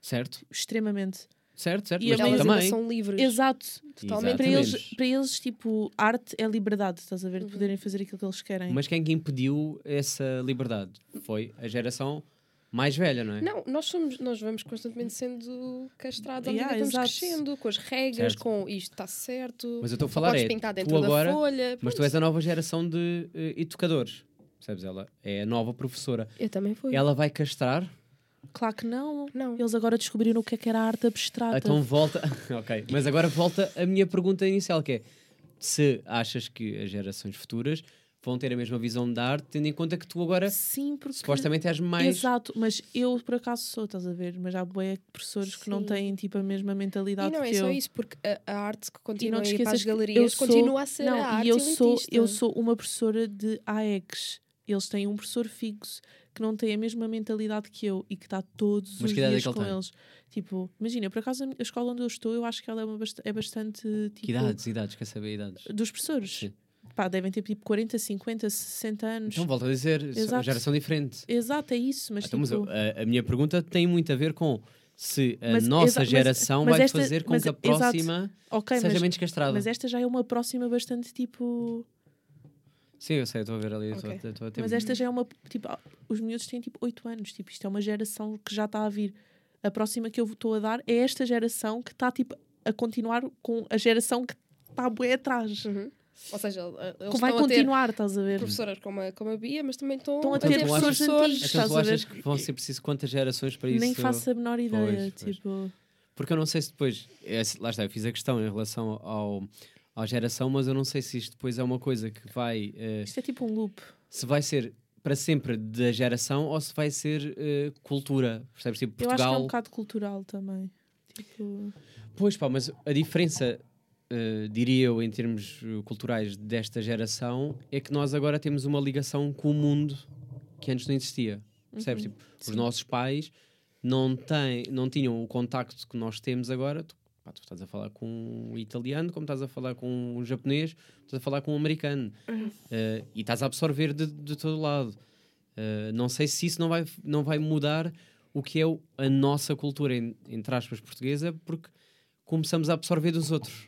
S3: Certo?
S4: Extremamente.
S3: Certo, certo,
S4: E
S3: mas
S4: a
S3: tu
S5: Elas ainda
S3: também.
S5: são livres.
S4: Exato.
S5: totalmente
S4: Para eles,
S3: Exatamente.
S4: para eles, tipo, arte é liberdade, estás a ver?
S5: Uhum.
S4: De poderem fazer aquilo que eles querem.
S3: Mas quem que impediu essa liberdade? Foi a geração mais velha, não é?
S5: Não, nós, somos, nós vamos constantemente sendo castrados à medida
S4: Yeah,
S5: que vamos
S4: exato.
S5: crescendo, com as regras,
S3: Certo.
S5: com isto está certo,
S3: Mas eu estou a falar
S5: podes
S3: é.
S5: pintar
S3: Tu
S5: dentro
S3: agora.
S5: da folha.
S3: Mas tu és a nova geração de eh, educadores. Percebes? Ela é a nova professora.
S5: Eu também fui.
S3: Ela vai castrar,
S4: Claro que não.
S5: Não.
S4: Eles agora descobriram o que é que era arte abstrata.
S3: então volta. ok. Mas agora volta a minha pergunta inicial, que é se achas que as gerações futuras vão ter a mesma visão da arte, tendo em conta que tu agora
S4: Sim, porque.
S3: supostamente és mais.
S4: Exato, mas eu por acaso sou, estás a ver? Mas há boé professores que não
S5: Sim.
S4: têm tipo a mesma mentalidade
S5: E não
S4: que
S5: é
S4: eu.
S5: só isso, porque a, a arte que
S4: E não
S5: continua
S4: te
S5: a ir para
S4: esqueças
S5: as
S4: que eu
S5: galerias
S4: sou-
S5: continua a ser
S4: não,
S5: a arte
S4: e eu sou,
S5: elitista.
S4: eu sou uma professora de AEX. Eles têm um professor fixo que não tem a mesma mentalidade que eu e que está todos
S3: Mas
S4: os
S3: que idade é
S4: dias
S3: que ele
S4: com
S3: tem?
S4: eles. Tipo, imagina, por acaso a mi- a escola onde eu estou, eu acho que ela é, uma bast- é bastante tipo
S3: Que idades, idades, quer saber idades?
S4: dos professores.
S3: Sim.
S4: Pá, devem ter tipo 40, 50, 60 anos.
S3: Então volta a dizer,
S4: Exato.
S3: geração diferente.
S4: Exato, é isso, mas
S3: Então, mas
S4: tipo,
S3: eu- a, a minha pergunta tem muito a ver com se a
S4: Mas exa-
S3: nossa
S4: mas-
S3: geração
S4: mas
S3: vai
S4: esta-
S3: fazer com
S4: mas
S3: que a
S4: exato.
S3: próxima
S4: ok,
S3: seja
S4: mas
S3: menos castrada.
S4: Mas esta já é uma próxima bastante tipo.
S3: Sim, eu sei, eu estou a ver ali, eu estou-
S5: Ok.
S3: eu estou a ter.
S4: Mas esta já é uma. Tipo, ah, os miúdos têm tipo 8 anos. Tipo, isto é uma geração que já está a vir. A próxima que eu estou a dar é esta geração que está tipo a continuar com a geração que está bué atrás.
S5: Uhum. Ou seja, eles
S4: que vai
S5: estão a ter
S4: continuar, estás a ver?
S5: professoras como a, como a Bia, mas também estão
S4: Estão a
S3: Então,
S4: ter
S3: tu
S4: professores
S3: achas-
S4: antigos,
S3: Então
S4: estás
S3: tu
S4: a ver?
S3: achas que vão ser preciso quantas gerações para isso?
S4: Nem faço a menor ideia.
S3: Pois, pois.
S4: Tipo,
S3: Porque eu não sei se depois. é, se- Lá está, eu fiz a questão em relação ao, à geração, mas eu não sei se isto depois é uma coisa que vai. eh,
S4: isto é tipo um loop.
S3: se vai ser para sempre da geração ou se vai ser eh, cultura. Percebes? Tipo,
S4: Eu acho que é
S3: Portugal.
S4: um bocado cultural também. Tipo,
S3: Pois pá, mas a diferença, eh, diria eu, em termos eh, culturais desta geração é que nós agora temos uma ligação com o mundo que antes não existia. Percebes? Tipo, os
S4: Sim.
S3: nossos pais não, têm, não tinham o contacto que nós temos agora. Tu, pá, tu estás a falar com um italiano, como estás a falar com um japonês, estás a falar com um americano. Eh, e estás a absorver de, de todo lado. Eh, não sei se isso não vai, não vai mudar o que é o- a nossa cultura, en- entre aspas, portuguesa, porque começamos a absorver dos outros.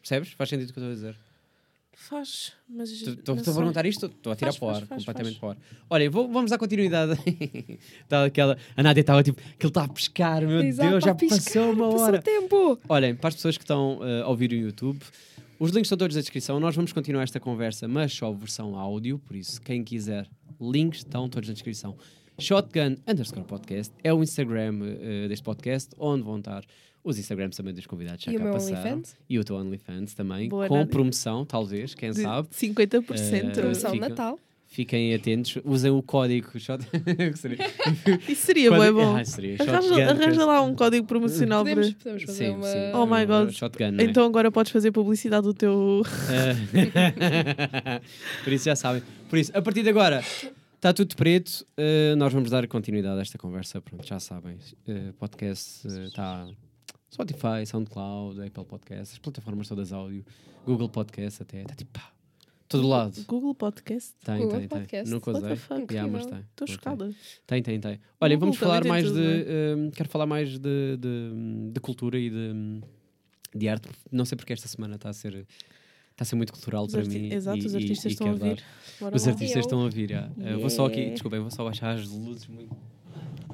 S3: Percebes? Faz sentido o que eu estou a dizer.
S4: Faz, mas.
S3: Estou
S4: não
S3: a
S4: sei.
S3: perguntar isto, estou a tirar
S4: Faz,
S3: para o
S4: faz,
S3: ar,
S4: faz,
S3: completamente para o ar. Olha, vou- vamos dar continuidade. Tá aquela, a Nádia estava tipo, aquilo está a pescar, meu
S5: Exato,
S3: Deus,
S5: tá
S3: já
S5: a piscar,
S3: passou uma
S5: Passou
S3: hora.
S5: o tempo!
S3: Olhem, para as pessoas que estão eh, a ouvir o YouTube, os links estão todos na descrição. Nós vamos continuar esta conversa, mas só versão áudio, por isso, quem quiser, links estão todos na descrição. Shotgun underscore podcast é o Instagram eh, deste podcast, onde vão estar os Instagrams também dos convidados já
S5: E o
S3: cá
S5: meu
S3: passaram.
S5: OnlyFans?
S3: E o teu OnlyFans também,
S4: Boa,
S3: com
S4: Nádia.
S3: promoção, talvez, quem
S4: De
S3: sabe.
S4: 50%.
S3: Eh,
S5: Promoção de
S3: fica.
S5: Natal.
S3: Fiquem atentos, usem o código shot. que seria-
S4: Isso seria bem
S3: Código-
S4: É bom.
S3: Ah, seria shotgun,
S4: Arranja, arranja lá um código promocional para.
S5: Podemos, podemos
S3: Sim,
S5: fazer
S3: sim.
S5: uma.
S4: Oh my God.
S3: Shotgun, não é?
S4: Então agora podes fazer publicidade do teu.
S3: Ah. Por isso já sabem. Por isso, a partir de agora, está tudo preto. eh, nós vamos dar continuidade a esta conversa. Pronto, já sabem. eh, podcast eh, está. Spotify, SoundCloud, Apple Podcasts, as plataformas todas áudio, Google Podcasts até, está tipo pá, todo lado.
S4: Google Podcast.
S3: Tem,
S5: Google
S3: tem, tem.
S5: Podcast.
S3: Nunca
S4: What the
S3: usei.
S4: fuck?
S3: Yeah, mas tem.
S4: Estou
S3: Não tem.
S4: chocada.
S3: Tem, tem, tem. Olha, vamos
S4: Google também
S3: falar
S4: tem
S3: mais de.
S4: tudo, é?
S3: hum, quero falar mais de, de, de cultura e de, hum, de arte. Não sei porque esta semana está a ser. Está a ser muito cultural
S4: Os
S3: para
S4: arti-
S3: mim.
S4: Exato,
S3: e-
S4: os
S3: e-
S4: artistas
S3: e
S4: estão a
S3: quero
S4: ouvir.
S3: dar.
S4: Bora
S3: Os
S4: lá.
S3: artistas
S5: Eu.
S3: estão a ouvir, já. Uh, Vou só aqui,
S5: Yeah.
S3: desculpem, vou só baixar as luzes muito.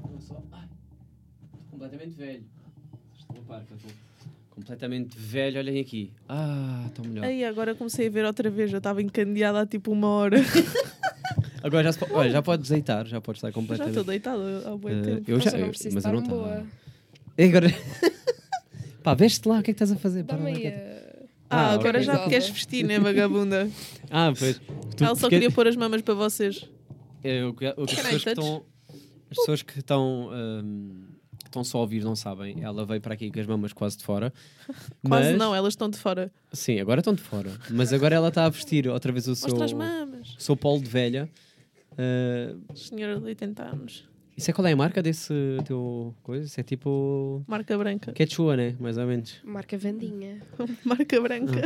S3: Vou só- Ai, estou completamente velho. Estou a par, que eu estou completamente velho, olhem aqui. Ah, estou melhor.
S4: Aí agora comecei a ver outra vez, eu estava encandeada há tipo uma hora.
S3: Agora já, se po- olha, já podes deitar, já podes estar
S4: já
S3: completamente.
S4: estou deitada há bom
S3: Uh,
S4: tempo.
S3: eu
S5: Mas
S3: já,
S5: eu não
S3: eu-
S5: preciso
S3: mas eu
S5: estar
S3: não
S5: em
S3: estava.
S5: boa.
S3: É, Agora. Pá, veste lá, o que é que estás a fazer? Para
S5: Dá-me
S3: lá,
S5: aí.
S3: que é-
S5: eh,
S4: Ah,
S3: Ah,
S4: agora
S3: ok.
S4: já te queres vestir, né, vagabunda?
S3: Ah, pois. Tu,
S4: Ela só
S3: porque-
S4: queria pôr as mamas para vocês.
S3: é, o que- o que as
S4: Can I
S3: pessoas que
S4: touch?
S3: estão. As pessoas que estão. hum, que estão só a ouvir, não sabem. Ela veio para aqui com as mamas quase de fora.
S4: Quase
S3: mas-
S4: não, é? elas estão de fora.
S3: Sim, agora estão de fora. Mas agora ela está a vestir outra vez o seu.
S4: Mostra as mamas.
S3: Seu polo de velha. Ah,
S4: Senhora de 80 anos.
S3: isso é qual é a marca desse teu coisa? Isso é tipo.
S4: Marca branca.
S3: Quechua, né? Mais ou menos.
S5: Marca Vandinha.
S4: Marca branca.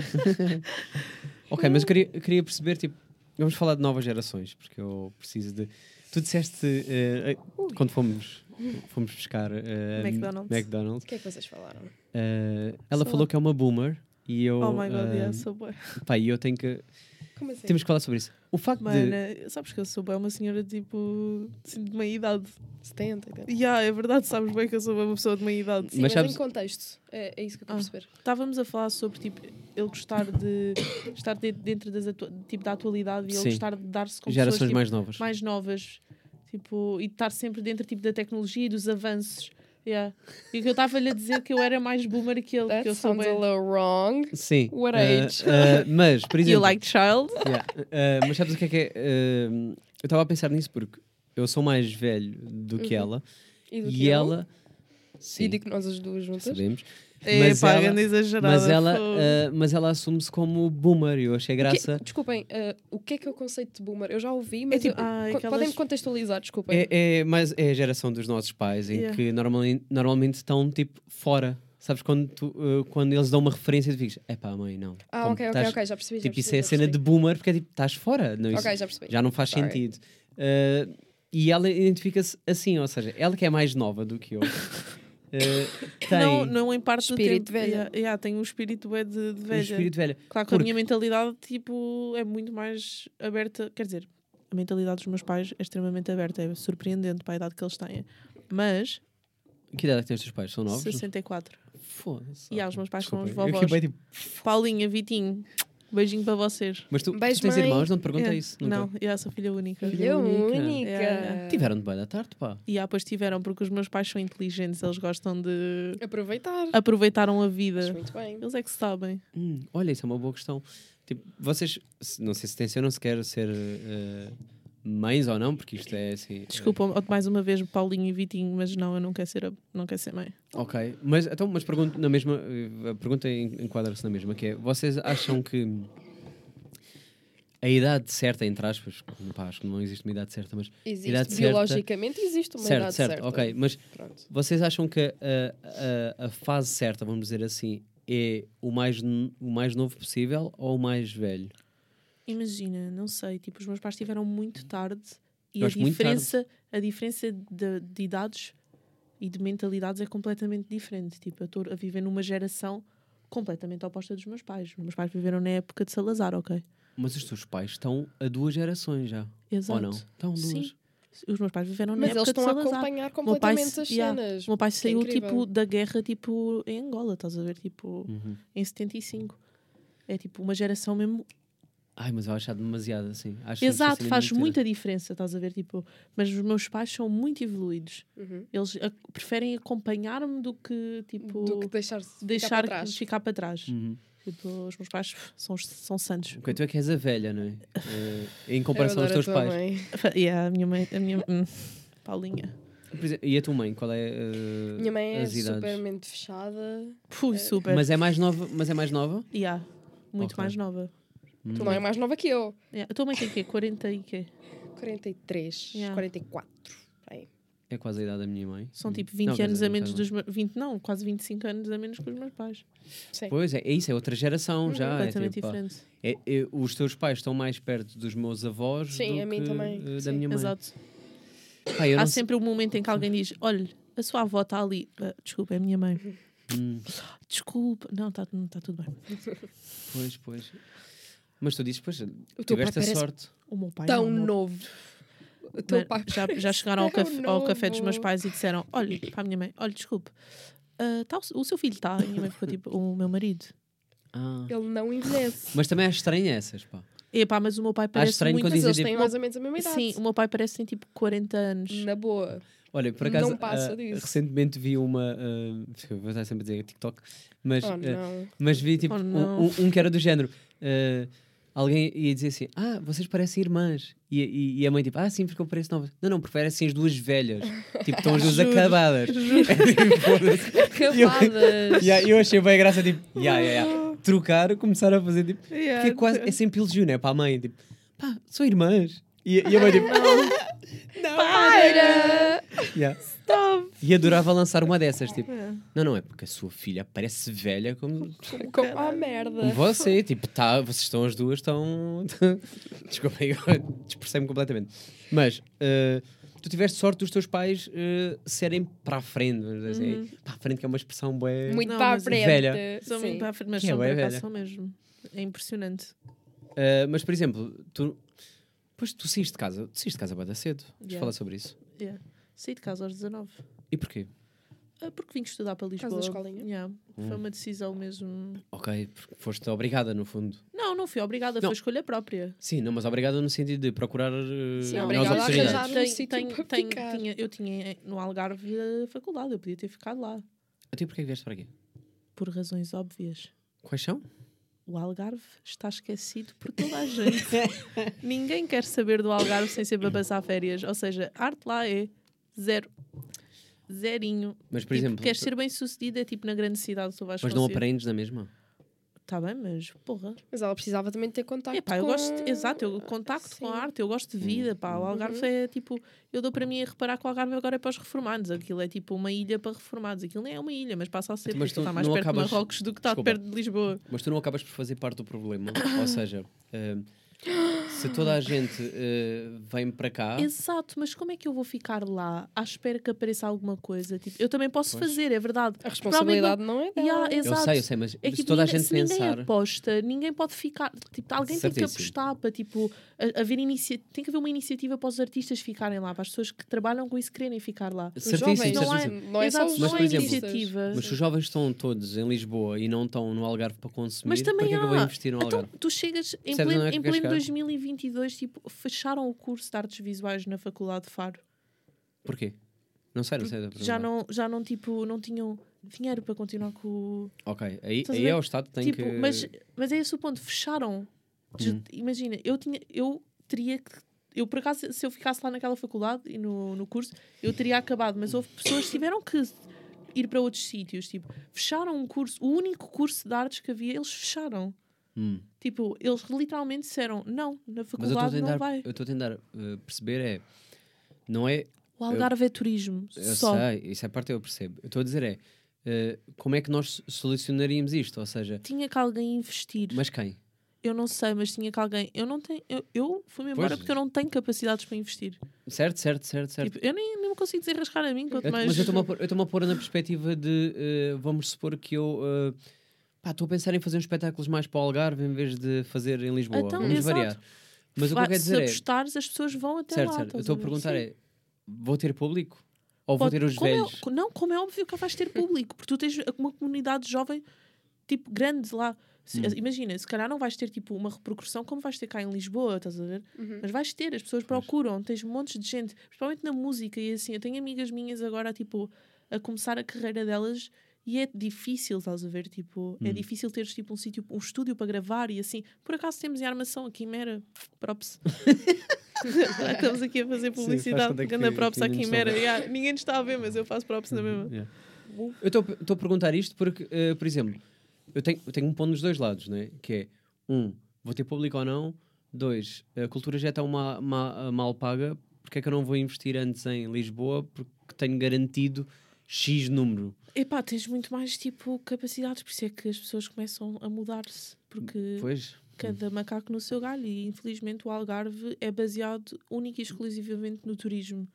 S3: Ok, mas eu queria, eu queria perceber, tipo, vamos falar de novas gerações, porque eu preciso de. Tu disseste eh, eh, quando fomos, fomos buscar eh,
S4: McDonald's.
S5: O
S3: McDonald's,
S5: que é que vocês falaram?
S3: eh, ela
S4: Sei
S3: falou
S4: lá.
S3: que é uma boomer e eu.
S4: Oh my god,
S3: eh,
S4: yeah, sou boa.
S3: pá, e eu tenho que.
S5: Como assim?
S3: Temos que falar sobre isso. O facto de.
S4: Mana, eh, sabes que eu sou bem uma senhora tipo de meia idade.
S5: 70, 80.
S4: Ya, é verdade, sabes bem que eu sou bem uma pessoa de meia idade.
S5: Sim,
S3: Mas
S5: mas,
S3: sabes-
S5: em contexto. É, é isso que eu quero
S4: Ah.
S5: perceber.
S4: Estávamos a falar sobre tipo ele gostar de estar de- dentro das atua- tipo, da atualidade e ele
S3: Sim.
S4: gostar de dar-se com
S3: Gerações
S4: pessoas, tipo,
S3: mais novas.
S4: mais novas tipo, e de estar sempre dentro tipo, da tecnologia e dos avanços. Yeah. E que eu estava-lhe a dizer que eu era mais boomer que ele, que
S5: That
S4: eu sou
S5: sounds a
S4: bem.
S5: little wrong.
S3: Sim.
S5: What
S3: eh,
S5: age?
S3: eh, mas, por
S4: You
S3: exemplo.
S4: like child?
S3: Yeah. Uh, mas sabes o que é que é? Uh, eu estava a pensar nisso porque eu sou mais velho do que
S5: Uhum.
S3: ela
S5: E, do
S3: e
S5: Tiago?
S3: ela. Sim,
S5: E digo que nós as duas juntas.
S3: sabemos.
S4: É
S3: Mas
S4: pá,
S3: ela-
S4: grande exagerada.
S3: Mas ela,
S4: fogo.
S3: ah, mas ela assume-se como boomer e eu achei
S5: O que- é-
S3: graça.
S5: desculpem, eh, o que é que é o conceito de boomer? Eu já ouvi, mas
S4: tipo,
S5: eu-
S4: ah,
S5: co-
S4: aquelas-
S5: podem-me contextualizar, desculpem.
S3: É, é, mas é a geração dos nossos pais em
S4: Yeah.
S3: que normalmente, normalmente estão tipo fora. Sabes, quando, tu, ah, quando eles dão uma referência e tu ficas, epá, mãe, não.
S5: ah,
S3: Como
S5: ok, ok,
S3: estás-
S5: ok, já percebi. já
S3: Tipo, isso
S5: percebi,
S3: é a
S5: já
S3: cena de
S5: percebi.
S3: boomer porque é tipo, estás fora. Não, isso
S5: Ok, já percebi.
S3: já não faz
S5: Sorry.
S3: sentido. Ah, e ela identifica-se assim, ou seja, ela que é mais nova do que eu. ah, tem
S4: Não, não em parte
S5: Espírito
S4: do tempo.
S5: velha.
S4: Yeah, yeah, tem um espírito bué de, de
S3: um
S4: velha.
S3: espírito velho.
S4: Claro que a
S3: Porque-
S4: minha mentalidade tipo, é muito mais aberta. Quer dizer, a mentalidade dos meus pais é extremamente aberta. É surpreendente para a idade que eles têm. Mas,
S3: Que idade é que têm os teus pais? São novos?
S4: 64.
S3: Foda-se.
S4: E ah, os meus pais são uns
S3: Desculpem. Eu
S4: vovós.
S3: fiquei bem, tipo,
S4: Paulinha, Vitinho, beijinho para vocês.
S3: mas tu, tu
S5: Beijo,
S3: tens
S5: mãe. É,
S3: irmãos? Não te perguntei
S4: Yeah.
S3: isso. nunca.
S4: Não, yeah, sou filha única.
S5: Filha única.
S4: É,
S3: Tiveram de bem da tarde, pá.
S4: E ah, pois tiveram, porque os meus pais são inteligentes. Eles gostam de...
S3: é.
S5: Aproveitar.
S4: Aproveitaram a
S3: Ah.
S4: vida.
S5: Muito bem.
S4: Eles é que sabem.
S3: Hum, olha, isso é uma boa questão. Tipo, vocês, se- não sei se tencionam sequer ser eh, mães ou não, porque isto é assim.
S4: Desculpa mais uma vez Paulinho e Vitinho, mas não, eu não quero ser, a- não quero ser mãe.
S3: eh, ok, mas então, mas pergunto na mesma. eh, A pergunta en- enquadra-se na mesma, que é: vocês acham que a idade certa, entre aspas, pá, acho que não existe uma idade certa, mas
S5: Existe,
S3: Idade certa.
S5: biologicamente existe uma
S3: Certo,
S5: idade
S3: certo,
S5: certa.
S3: ok, mas-
S5: Pronto.
S3: vocês acham que a, a- a fase certa, vamos dizer assim, é o mais, n- o mais novo possível ou o mais velho?
S4: Imagina, não sei, tipo, os meus pais tiveram muito tarde e
S3: Eu
S4: a
S3: acho muito tarde.
S4: diferença, a diferença de, de idades e de mentalidades é completamente diferente. Tipo, eu estou a viver numa geração completamente oposta dos meus pais. Os meus pais viveram na época de Salazar, ok?
S3: Mas os teus pais estão a duas gerações já,
S4: Exato.
S3: ou não? Estão duas.
S4: Sim. Os meus pais viveram na
S3: é
S5: Mas eles
S4: época de
S5: estão a
S4: Salazar.
S5: acompanhar
S4: meu pai
S5: completamente
S4: se-
S5: as
S4: yeah,
S5: cenas.
S4: O meu pai
S5: é
S4: saiu
S5: incrível.
S4: tipo da guerra tipo em Angola, estás a ver? Tipo,
S3: Uhum.
S4: em 75. É tipo uma geração mesmo.
S3: Ai, mas eu acho demasiado assim. Acho isso
S4: Exato,
S3: assim
S4: faz
S3: mentira.
S4: muita diferença, estás a ver? Tipo, mas os meus pais são muito evoluídos.
S5: Uhum.
S4: Eles ac- preferem acompanhar-me do que tipo
S5: Do que deixar-se
S4: deixar
S5: ficar para trás.
S4: que- ficar para trás.
S3: Uhum.
S4: Tipo, os meus pais pff, são, são santos.
S3: Ok, tu é que és a velha, não é? Eh, em
S5: Eu
S3: comparação aos
S5: adoro a
S3: teus
S5: tua
S3: pais.
S5: mãe.
S4: E a minha mãe, a minha hum, Paulinha.
S3: Por exemplo, e a tua mãe, qual é eh,
S5: Minha mãe é
S3: as idades?
S5: super mente fechada.
S4: Fui super.
S3: Mas é mais nova, mas é mais nova?
S4: Yeah, muito
S3: Ok.
S4: mais nova.
S5: Tu
S3: Hum.
S5: não é mais nova que eu.
S4: Yeah. A tua mãe tem o quê? 40 e quê?
S5: 43,
S4: Yeah.
S5: 44. Aí.
S3: É quase a idade da minha mãe.
S4: São
S3: Hum.
S4: tipo
S3: Não,
S4: 20
S3: quer
S4: anos
S3: dizer,
S4: a menos
S3: quase
S4: dos meus. 20, não, quase 25 anos a menos que os meus pais.
S5: Sim.
S3: Pois é, é isso, é outra geração já. é
S4: Uhum, Completamente
S3: tipo, pá,
S4: diferente.
S3: é- é- os teus pais estão mais perto dos meus avós
S5: Sim,
S3: do
S5: a mim
S3: que,
S5: também.
S3: eh, da
S5: Sim.
S3: minha mãe.
S4: Exato.
S3: Pá, eu
S4: Há
S3: não sei-
S4: sempre um momento em que alguém diz: olha, a sua avó está ali. Ah, desculpa, é a minha mãe.
S3: Hum,
S4: Desculpa. Não, está não, tá tudo bem.
S3: pois, pois. Mas tu dizes, pois,
S5: O teu pai
S3: tiveste a
S5: parece
S3: sorte.
S4: O meu pai.
S3: é
S5: tão
S3: um
S4: não, o meu-
S5: Tá um novo. O teu
S4: Mano,
S5: pai
S4: já,
S5: parece
S4: já chegaram ao
S5: tão
S4: café, ao café dos meus
S5: novo.
S4: pais e disseram: olha, para a minha mãe, olha, desculpe. ah, tá o, se- o seu filho está. A minha mãe ficou tipo: o meu marido.
S3: Ah.
S5: Ele não envelhece.
S3: Mas também é estranho essas, pá.
S4: Epá, mas o meu pai parece
S3: estranho
S4: muito.
S3: quando
S5: Mas
S3: dizem,
S5: eles
S3: tipo,
S5: têm mais ou menos a mesma idade.
S4: Sim, o meu pai parece que tem tipo 40 anos.
S5: Na boa.
S3: Olha, por
S5: Não
S3: acaso,
S5: passa
S3: ah,
S5: disso.
S3: recentemente vi uma. ah, vou estar sempre a dizer TikTok, mas,
S4: é.
S5: Oh,
S3: ah,
S5: não.
S3: mas vi tipo
S4: Oh,
S3: um,
S4: não.
S3: um- um que era do género. ah, alguém ia dizer assim: Ah, vocês parecem irmãs. E, e- e a mãe tipo: Ah, sim, porque eu pareço novas. Não, não, porque parecem as duas velhas. tipo, estão as duas
S4: Juro,
S3: acabadas. Tipo, foda-se.
S5: Acabadas.
S3: Yeah, eu achei bem a graça, tipo, yeah, yeah, yeah. trocar, começar a fazer tipo. Porque é, quase, é sempre elogio, né? Para a mãe, tipo, pá, são irmãs. E, e a mãe, tipo, não,
S5: Para!
S3: Yeah. E adorava lançar uma dessas, tipo, não, não, é porque a sua filha parece velha como,
S5: Com a merda.
S3: como você. Tipo, tá, vocês estão as duas, estão. Desculpem, eu dispersei-me completamente. Mas eh, tu tiveste sorte dos teus pais eh, serem para a frente, vamos dizer assim. Para a frente, que é uma expressão bué.
S5: Muito
S4: Não,
S5: para a
S4: mas-
S5: frente.
S3: Velha.
S4: São
S5: Sim.
S4: muito para a frente, mas
S3: Que é
S4: são
S3: bué
S4: para cá,
S3: velha.
S4: são mesmo. É impressionante.
S3: Eh, mas, por exemplo, tu. Pois tu saíste de casa, tu saíste de casa bem cedo. Vamos
S4: Yeah.
S3: falar sobre isso.
S4: Yeah. Saí de casa aos 19.
S3: E porquê?
S4: Ah, Porque vim estudar para Lisboa.
S5: escolinha?
S4: Yeah.
S3: Hum.
S4: Foi uma decisão mesmo.
S3: Ok, porque foste obrigada, no fundo.
S4: Não, não fui obrigada,
S3: Não.
S4: foi escolha própria.
S3: Sim, não, mas obrigada no sentido de procurar eh,
S5: Sim,
S3: melhores
S5: obrigada a
S3: oportunidades.
S5: arranjar um
S4: Tenho-
S5: sítio
S4: tenho-
S5: para
S4: tenho-
S5: ficar.
S4: tinha- Eu tinha eh, no Algarve a faculdade, eu podia ter ficado lá.
S3: Até porque é que vieste para aqui?
S4: Por razões óbvias.
S3: Quais são?
S4: O Algarve está esquecido por toda a gente. Ninguém quer saber do Algarve sem ser para passar férias. Ou seja, a arte lá é zero. Zerinho.
S3: Mas, por
S4: tipo,
S3: exemplo,
S4: queres
S3: tu-
S4: ser assim? bem sucedida, é tipo na grande cidade que tu vais
S3: mas não aprendes na mesma?
S4: Está bem, mas porra.
S5: Mas ela precisava também ter contato
S4: Epá, eu
S5: com...
S4: gosto, exato, eu contacto
S5: Sim.
S4: com
S5: Uhum.
S4: a arte, eu gosto de vida, pá. O Algarve é tipo, eu dou para mim a reparar que o Algarve agora é para os reformados. Aquilo é tipo uma ilha para reformados. Aquilo nem é uma ilha, mas passa a ser,
S3: Então, Mas
S4: porque
S3: tu
S4: está mais
S3: não
S4: perto
S3: acabas-
S4: de Marrocos do que está
S3: Desculpa.
S4: perto de Lisboa.
S3: Mas tu não acabas por fazer parte do problema. Ou seja, eh, se toda a gente eh, vem para cá,
S4: Exato, mas como é que eu vou ficar lá à espera que apareça alguma coisa? Tipo, eu também posso fazer, é verdade.
S5: A responsabilidade não é dela.
S4: Yeah,
S3: eu
S4: exato.
S3: sei, eu sei, mas
S4: É
S3: se
S4: que, tipo,
S3: toda a
S4: ninguém-
S3: gente
S4: se
S3: pensar.
S4: ninguém aposta, ninguém pode ficar. Tipo, alguém tem que
S3: Certíssimo.
S4: apostar para tipo, a- haver inicia tem que haver uma iniciativa para os artistas ficarem lá, para as pessoas que trabalham com isso quererem ficar lá.
S5: Os
S3: certíssimo,
S5: jovens,
S3: certíssimo.
S5: Não é, não é só
S4: Exato,
S5: os
S3: não há
S5: jovens.
S4: iniciativa.
S3: Mas se os jovens estão todos em Lisboa e não estão no Algarve para consumir,
S4: Mas também
S3: porquê é que eu vou
S4: há.
S3: investir no
S4: Então,
S3: Algarve?
S4: tu chegas em
S3: Percebes
S4: pleno,
S3: onde é que
S4: em
S3: queres
S4: pleno
S3: chegar?
S4: 2022, tipo, fecharam o curso de artes visuais na Faculdade de Faro.
S3: Porquê? Não sei, não sei. da pergunta.
S4: Já não, já não, tipo, não tinham dinheiro para continuar com o.
S3: Ok, aí,
S4: Estás a
S3: aí
S4: ver?
S3: é o Estado que tem
S4: tipo,
S3: que. Hum.
S4: mas, mas é esse o ponto, fecharam. Des- Imagina, eu tinha, eu teria que. Eu, por acaso, se eu ficasse lá naquela faculdade e no, no curso, eu teria acabado, mas houve pessoas que tiveram que ir para outros sítios. Tipo, fecharam um curso, o único curso de artes que havia, eles fecharam.
S3: Hum.
S4: Tipo, eles literalmente disseram, não,
S3: Mas
S4: na
S3: eu estou a
S4: faculdade não
S3: tentar,
S4: vai.
S3: eu estou a tentar eh, perceber é. Não é.
S4: O Algarve é turismo,
S3: Eu
S4: só.
S3: sei, isso é parte eu percebo. Eu estou a dizer é. eh, como é que nós solucionaríamos isto? Ou seja,
S4: Tinha que alguém investir.
S3: mas quem?
S4: Eu não sei, mas tinha que alguém... Eu não tenho... Eu, eu fui-me embora
S3: Pois.
S4: porque eu não tenho capacidades para investir.
S3: Certo, certo, certo, certo.
S4: Tipo, eu nem, nem me consigo desenrascar a mim, quanto
S3: Eu-
S4: mais...
S3: mas... eu estou-me a pôr- eu estou-me a pôr na perspectiva de, eh, vamos supor que eu eh, pá, estou a pensar em fazer uns espetáculos mais para o Algarve em vez de fazer em Lisboa.
S4: Então,
S3: vamos
S4: exato.
S3: variar. Mas o que eu
S4: Vá-
S3: quero
S4: se
S3: dizer é,
S4: apostares, as pessoas vão até
S3: certo,
S4: Então lá.
S3: certo, eu
S4: estás
S3: estou a
S4: ver?
S3: perguntar
S4: Sim.
S3: é, vou ter público ou vou
S4: Pode-
S3: ter os
S4: como é-
S3: velhos?
S4: co- não, como é óbvio que vais ter público, porque tu tens uma comunidade jovem, tipo, grande lá. Se-
S3: Hum.
S4: Imagina, se calhar não vais ter tipo uma repercussão como vais ter cá em Lisboa, estás a ver? Mas vais ter, as pessoas procuram, tens montes de gente, principalmente na música e assim. Eu tenho amigas minhas agora, tipo, a começar a carreira delas e é difícil, estás a ver? Tipo,
S3: Hum.
S4: é difícil teres tipo um sítio, um estúdio para gravar e assim. Por acaso temos em Armação, a Quimera, props. Já Estamos aqui a fazer
S3: faz
S4: publicidade,
S3: conta que-
S4: pegando a props
S3: que
S4: à
S3: ninguém nos está a
S4: Quimera. Yeah, ninguém nos está a ver, mas eu faço props na mesma.
S3: Yeah. Eu estou estou a perguntar isto porque, eh, por exemplo, eu tenho, eu tenho um ponto dos dois lados, né? que é, um, vou ter público ou não, dois, a cultura já é está uma, uma- mal paga, porque é que eu não vou investir antes em Lisboa, porque tenho garantido X número.
S4: Epá, tens muito mais tipo capacidades, por isso é que as pessoas começam a mudar-se, porque
S3: Pois,
S4: cada macaco no seu galho, e infelizmente o Algarve é baseado única e exclusivamente no turismo.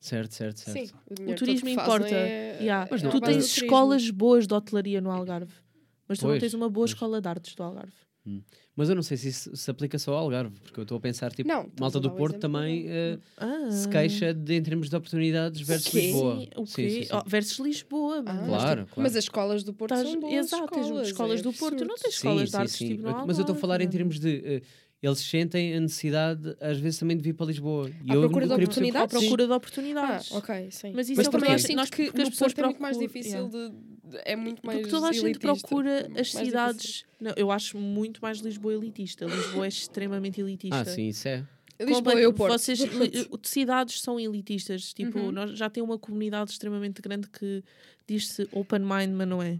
S3: certo, certo, certo.
S5: Sim,
S4: O turismo importa.
S5: é
S4: Yeah.
S3: Mas não- é
S4: tu
S3: à base
S4: tens
S3: do
S4: escolas boas de hotelaria no Algarve, mas tu não
S3: Pois,
S4: tens uma boa
S3: pois.
S4: escola de artes do Algarve.
S3: Mas eu não sei se isso se aplica só ao Algarve, porque eu estou a pensar, tipo,
S5: Não, estamos
S3: malta
S5: a
S3: do
S5: dar o
S3: Porto
S5: exemplo
S3: também
S5: do-
S3: eh,
S4: Ah,
S3: se queixa de, em termos de oportunidades versus
S5: quê?
S3: Lisboa.
S4: Sim, o
S3: Sim,
S4: quê?
S3: sim, sim.
S4: Oh, versus Lisboa, mano.
S3: Claro, Ah, tipo, claro.
S5: tipo, Mas as escolas do Porto
S4: Tás-
S5: são boas
S4: exato, tens
S5: escolas,
S4: escolas
S5: é
S4: do Porto, não
S5: absurdo.
S4: tens escolas de artes tipo no
S3: Eu- Mas eu estou a
S4: Algarve,
S3: falar em
S4: mano.
S3: termos de. eh, eles sentem a necessidade, às vezes, também de vir para Lisboa. E
S5: À procura
S3: eu
S5: de
S3: nunca queria perceber
S5: oportunidades?
S4: À
S3: porquê.
S4: procura de
S5: Ah,
S4: oportunidades.
S5: ok, sim.
S4: Mas isso
S3: Mas
S4: é o
S3: porquê?
S4: que eu
S3: Sim,
S4: sinto nós,
S5: que
S4: porque as
S5: no
S4: pessoas
S5: Porto é muito mais
S4: procuram-
S5: difícil
S4: Yeah.
S5: de... É muito mais
S4: Porque toda a gente
S5: elitista,
S4: procura
S5: mais
S4: as
S5: difícil.
S4: cidades. Não, eu acho muito mais Lisboa elitista. Lisboa é extremamente elitista.
S3: Ah, sim, isso é.
S5: Lisboa
S4: Compa-
S5: e o Porto. Uhum.
S4: Vocês, li- cidades são elitistas. Tipo, nós já tem uma comunidade extremamente grande que diz-se open mind, mas não é.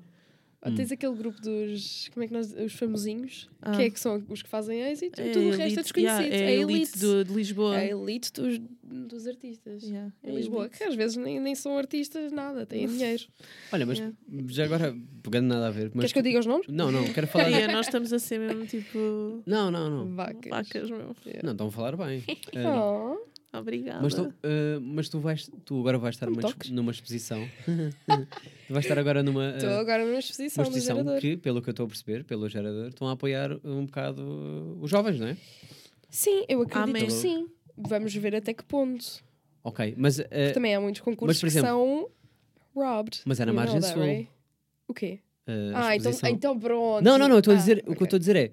S5: Ou tens aquele grupo dos... Como é que nós... Os famosinhos.
S4: Ah.
S5: Que é que são os que fazem êxito.
S4: É
S5: e tudo o resto é
S4: elite- yeah,
S5: desconhecido.
S4: é a elite do- de Lisboa.
S5: É a elite dos, dos artistas.
S4: Yeah, é
S5: Em Lisboa,
S4: elite.
S5: que às vezes nem, nem são artistas, nada, têm dinheiro.
S3: Olha, mas
S4: Yeah.
S3: já agora, pegando nada a ver. Mas
S5: É. Queres que eu diga os nomes?
S3: Não, não, quero falar.
S4: Maria, nós estamos a ser mesmo tipo
S3: Não, não, não.
S5: Vacas.
S4: vacas, meu.
S5: Yeah.
S3: Não, estão a falar bem. Eh,
S5: Oh,
S4: Obrigada.
S3: Mas tu, eh, mas tu vais, tu agora vais estar
S5: Não me
S3: numa,
S5: toques.
S3: numa exposição. tu vais estar agora numa, eh,
S5: Estou agora numa
S3: uma
S5: exposição, do
S3: exposição
S5: gerador.
S3: que, pelo que eu estou a perceber, pelo gerador, estão a apoiar um bocado eh, os jovens, não é?
S5: Sim,
S3: Ah,
S5: eu acredito
S4: Amém.
S5: que sim. Vamos ver até que ponto.
S3: Ok, mas eh,
S5: Também há muitos concursos
S3: mas, por
S5: que são robbed.
S3: Mas é na
S5: You know
S3: margem
S5: that,
S3: sul.
S5: right? O quê?
S3: eh, a
S5: Ah, então,
S3: exposição-
S5: então pronto.
S3: Não, não, não, eu estou a
S5: Ah,
S3: dizer, o que eu
S5: ok.
S3: estou a dizer é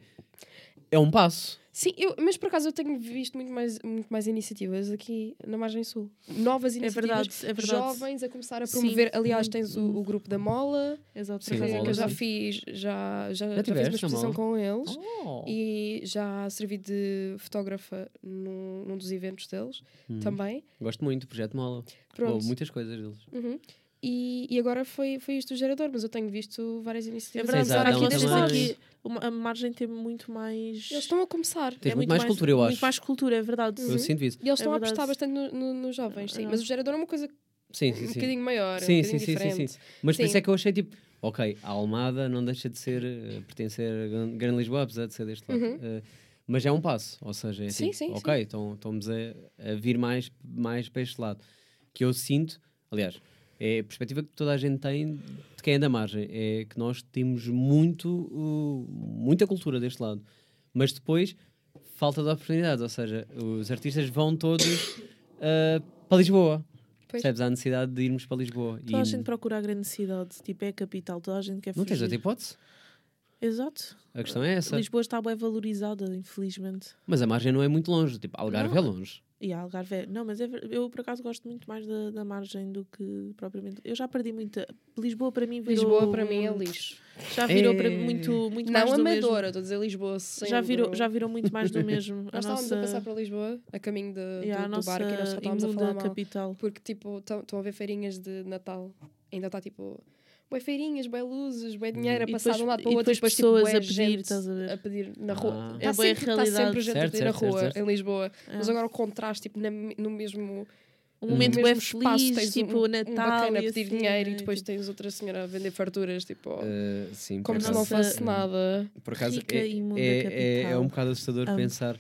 S3: é um passo.
S5: Sim, eu, mas por acaso eu tenho visto muito mais, muito mais iniciativas aqui na margem sul. Novas
S4: é
S5: iniciativas.
S4: verdade, é verdade.
S5: Jovens a começar a
S4: Sim,
S5: promover. Aliás,
S4: muito.
S5: tens o, o grupo da Mola,
S4: Exato,
S3: Sim,
S5: que
S4: por acaso é
S3: Mola,
S5: eu
S4: que
S5: já
S4: eu
S5: fiz, já, já, já fiz uma
S3: tiveste na
S5: exposição
S3: Mola?
S5: com eles.
S3: Oh.
S5: E já servi de fotógrafa num, num dos eventos deles
S3: Hum.
S5: também.
S3: Gosto muito do projeto Mola.
S5: Pronto.
S3: Ou muitas coisas deles.
S5: Uhum. E, e agora foi, foi isto o gerador, mas eu tenho visto várias
S4: É
S5: iniciativas.
S4: verdade,
S3: Sim,
S5: a
S3: exato,
S5: começar
S3: ela
S4: aqui
S5: neste
S4: temos
S3: também-
S5: espaço.
S4: aqui uma- a margem tem muito mais.
S5: Eles estão a começar.
S3: Tem
S4: é
S3: muito mais cultura, eu acho.
S4: Muito mais cultura, é verdade.
S5: Uhum.
S3: Eu sinto isso.
S5: E eles
S4: É
S5: estão a
S4: verdade.
S5: apostar bastante no- no- nos jovens, sim.
S4: É.
S5: Mas o gerador é uma coisa
S3: Sim,
S5: um
S3: sim, sim.
S5: bocadinho maior,
S3: Sim,
S5: um
S3: sim,
S5: bocadinho
S3: sim, sim,
S5: diferente.
S3: sim. Mas por
S5: Sim.
S3: isso é que eu achei tipo, ok, a Almada não deixa de ser, eh, pertencer a Gran- Grande Lisboa, apesar de ser deste lado. Eh, mas é um passo, ou seja, é
S5: Uhum. Sim,
S3: tipo,
S5: sim,
S3: ok, então estamos a, a vir mais, mais para este lado. Que eu sinto, aliás, é a perspectiva que toda a gente tem de quem é da margem, é que nós temos muito, uh, muita cultura deste lado, mas depois falta de oportunidades, ou seja, os artistas vão todos eh, para Lisboa.
S5: Pois.
S3: Percebes? Há necessidade de irmos para Lisboa.
S4: Toda a
S3: E-
S4: gente procura a grande cidade, tipo, é a capital, toda a gente quer
S3: não tens
S4: fugir.
S3: outra hipótese.
S4: Exato.
S3: A questão é essa.
S4: Lisboa está bem valorizada, infelizmente.
S3: Mas a margem não é muito longe. Tipo, Algarve
S4: Não.
S3: é longe.
S4: E a Algarve é... Não, mas é ver- eu por acaso gosto muito mais da, da margem do que propriamente. Eu já perdi muita. Lisboa para mim virou.
S5: Lisboa para mim é lixo.
S4: Já virou para
S3: É.
S4: mim muito, muito mais
S5: Não
S4: do mesmo.
S5: amadora, estou a dizer Lisboa sem
S4: Já virou,
S5: dúvida.
S4: já virou muito mais do mesmo.
S5: Nós estávamos a passar para Lisboa, a caminho de,
S4: e a
S5: do, do
S4: nossa
S5: barco, e nós só estávamos a
S4: imunda
S5: falar mal.
S4: capital.
S5: Porque, tipo, estão a ver feirinhas de Natal. Ainda está, tipo, bué feirinhas, bué luzes, bué dinheiro a
S4: Uhum. E
S5: passar de um
S4: depois-
S5: lado para o
S4: e
S5: outro.
S4: depois
S5: tipo,
S4: pessoas
S5: bué
S4: a pedir,
S5: gente
S4: estás a ver?
S5: a pedir na
S3: Ah.
S5: rua.
S4: É
S5: Está
S4: bué
S5: sempre, tá sempre
S4: realidade.
S5: gente a
S3: Certo,
S5: pedir na
S3: certo, certo,
S5: rua,
S3: certo.
S5: em Lisboa.
S4: É.
S5: Mas agora o contraste, tipo, na- no mesmo
S4: Um momento
S5: no
S4: bem
S5: Uhum. mesmo espaço,
S4: feliz,
S5: tens
S4: tipo
S5: um, um
S4: Natal.
S5: bacana a
S4: e
S5: pedir
S4: assim,
S5: dinheiro e
S4: né?
S5: depois
S4: Tipo,
S5: tens outra senhora a vender farturas, tipo,
S3: Uh, sim,
S5: como
S3: por
S5: se não
S3: acaso-
S5: fosse nada.
S3: Por acaso,
S4: Rica
S3: é,
S4: e imunda
S3: é, é, é
S4: capital.
S3: um bocado assustador
S4: Amo.
S3: pensar,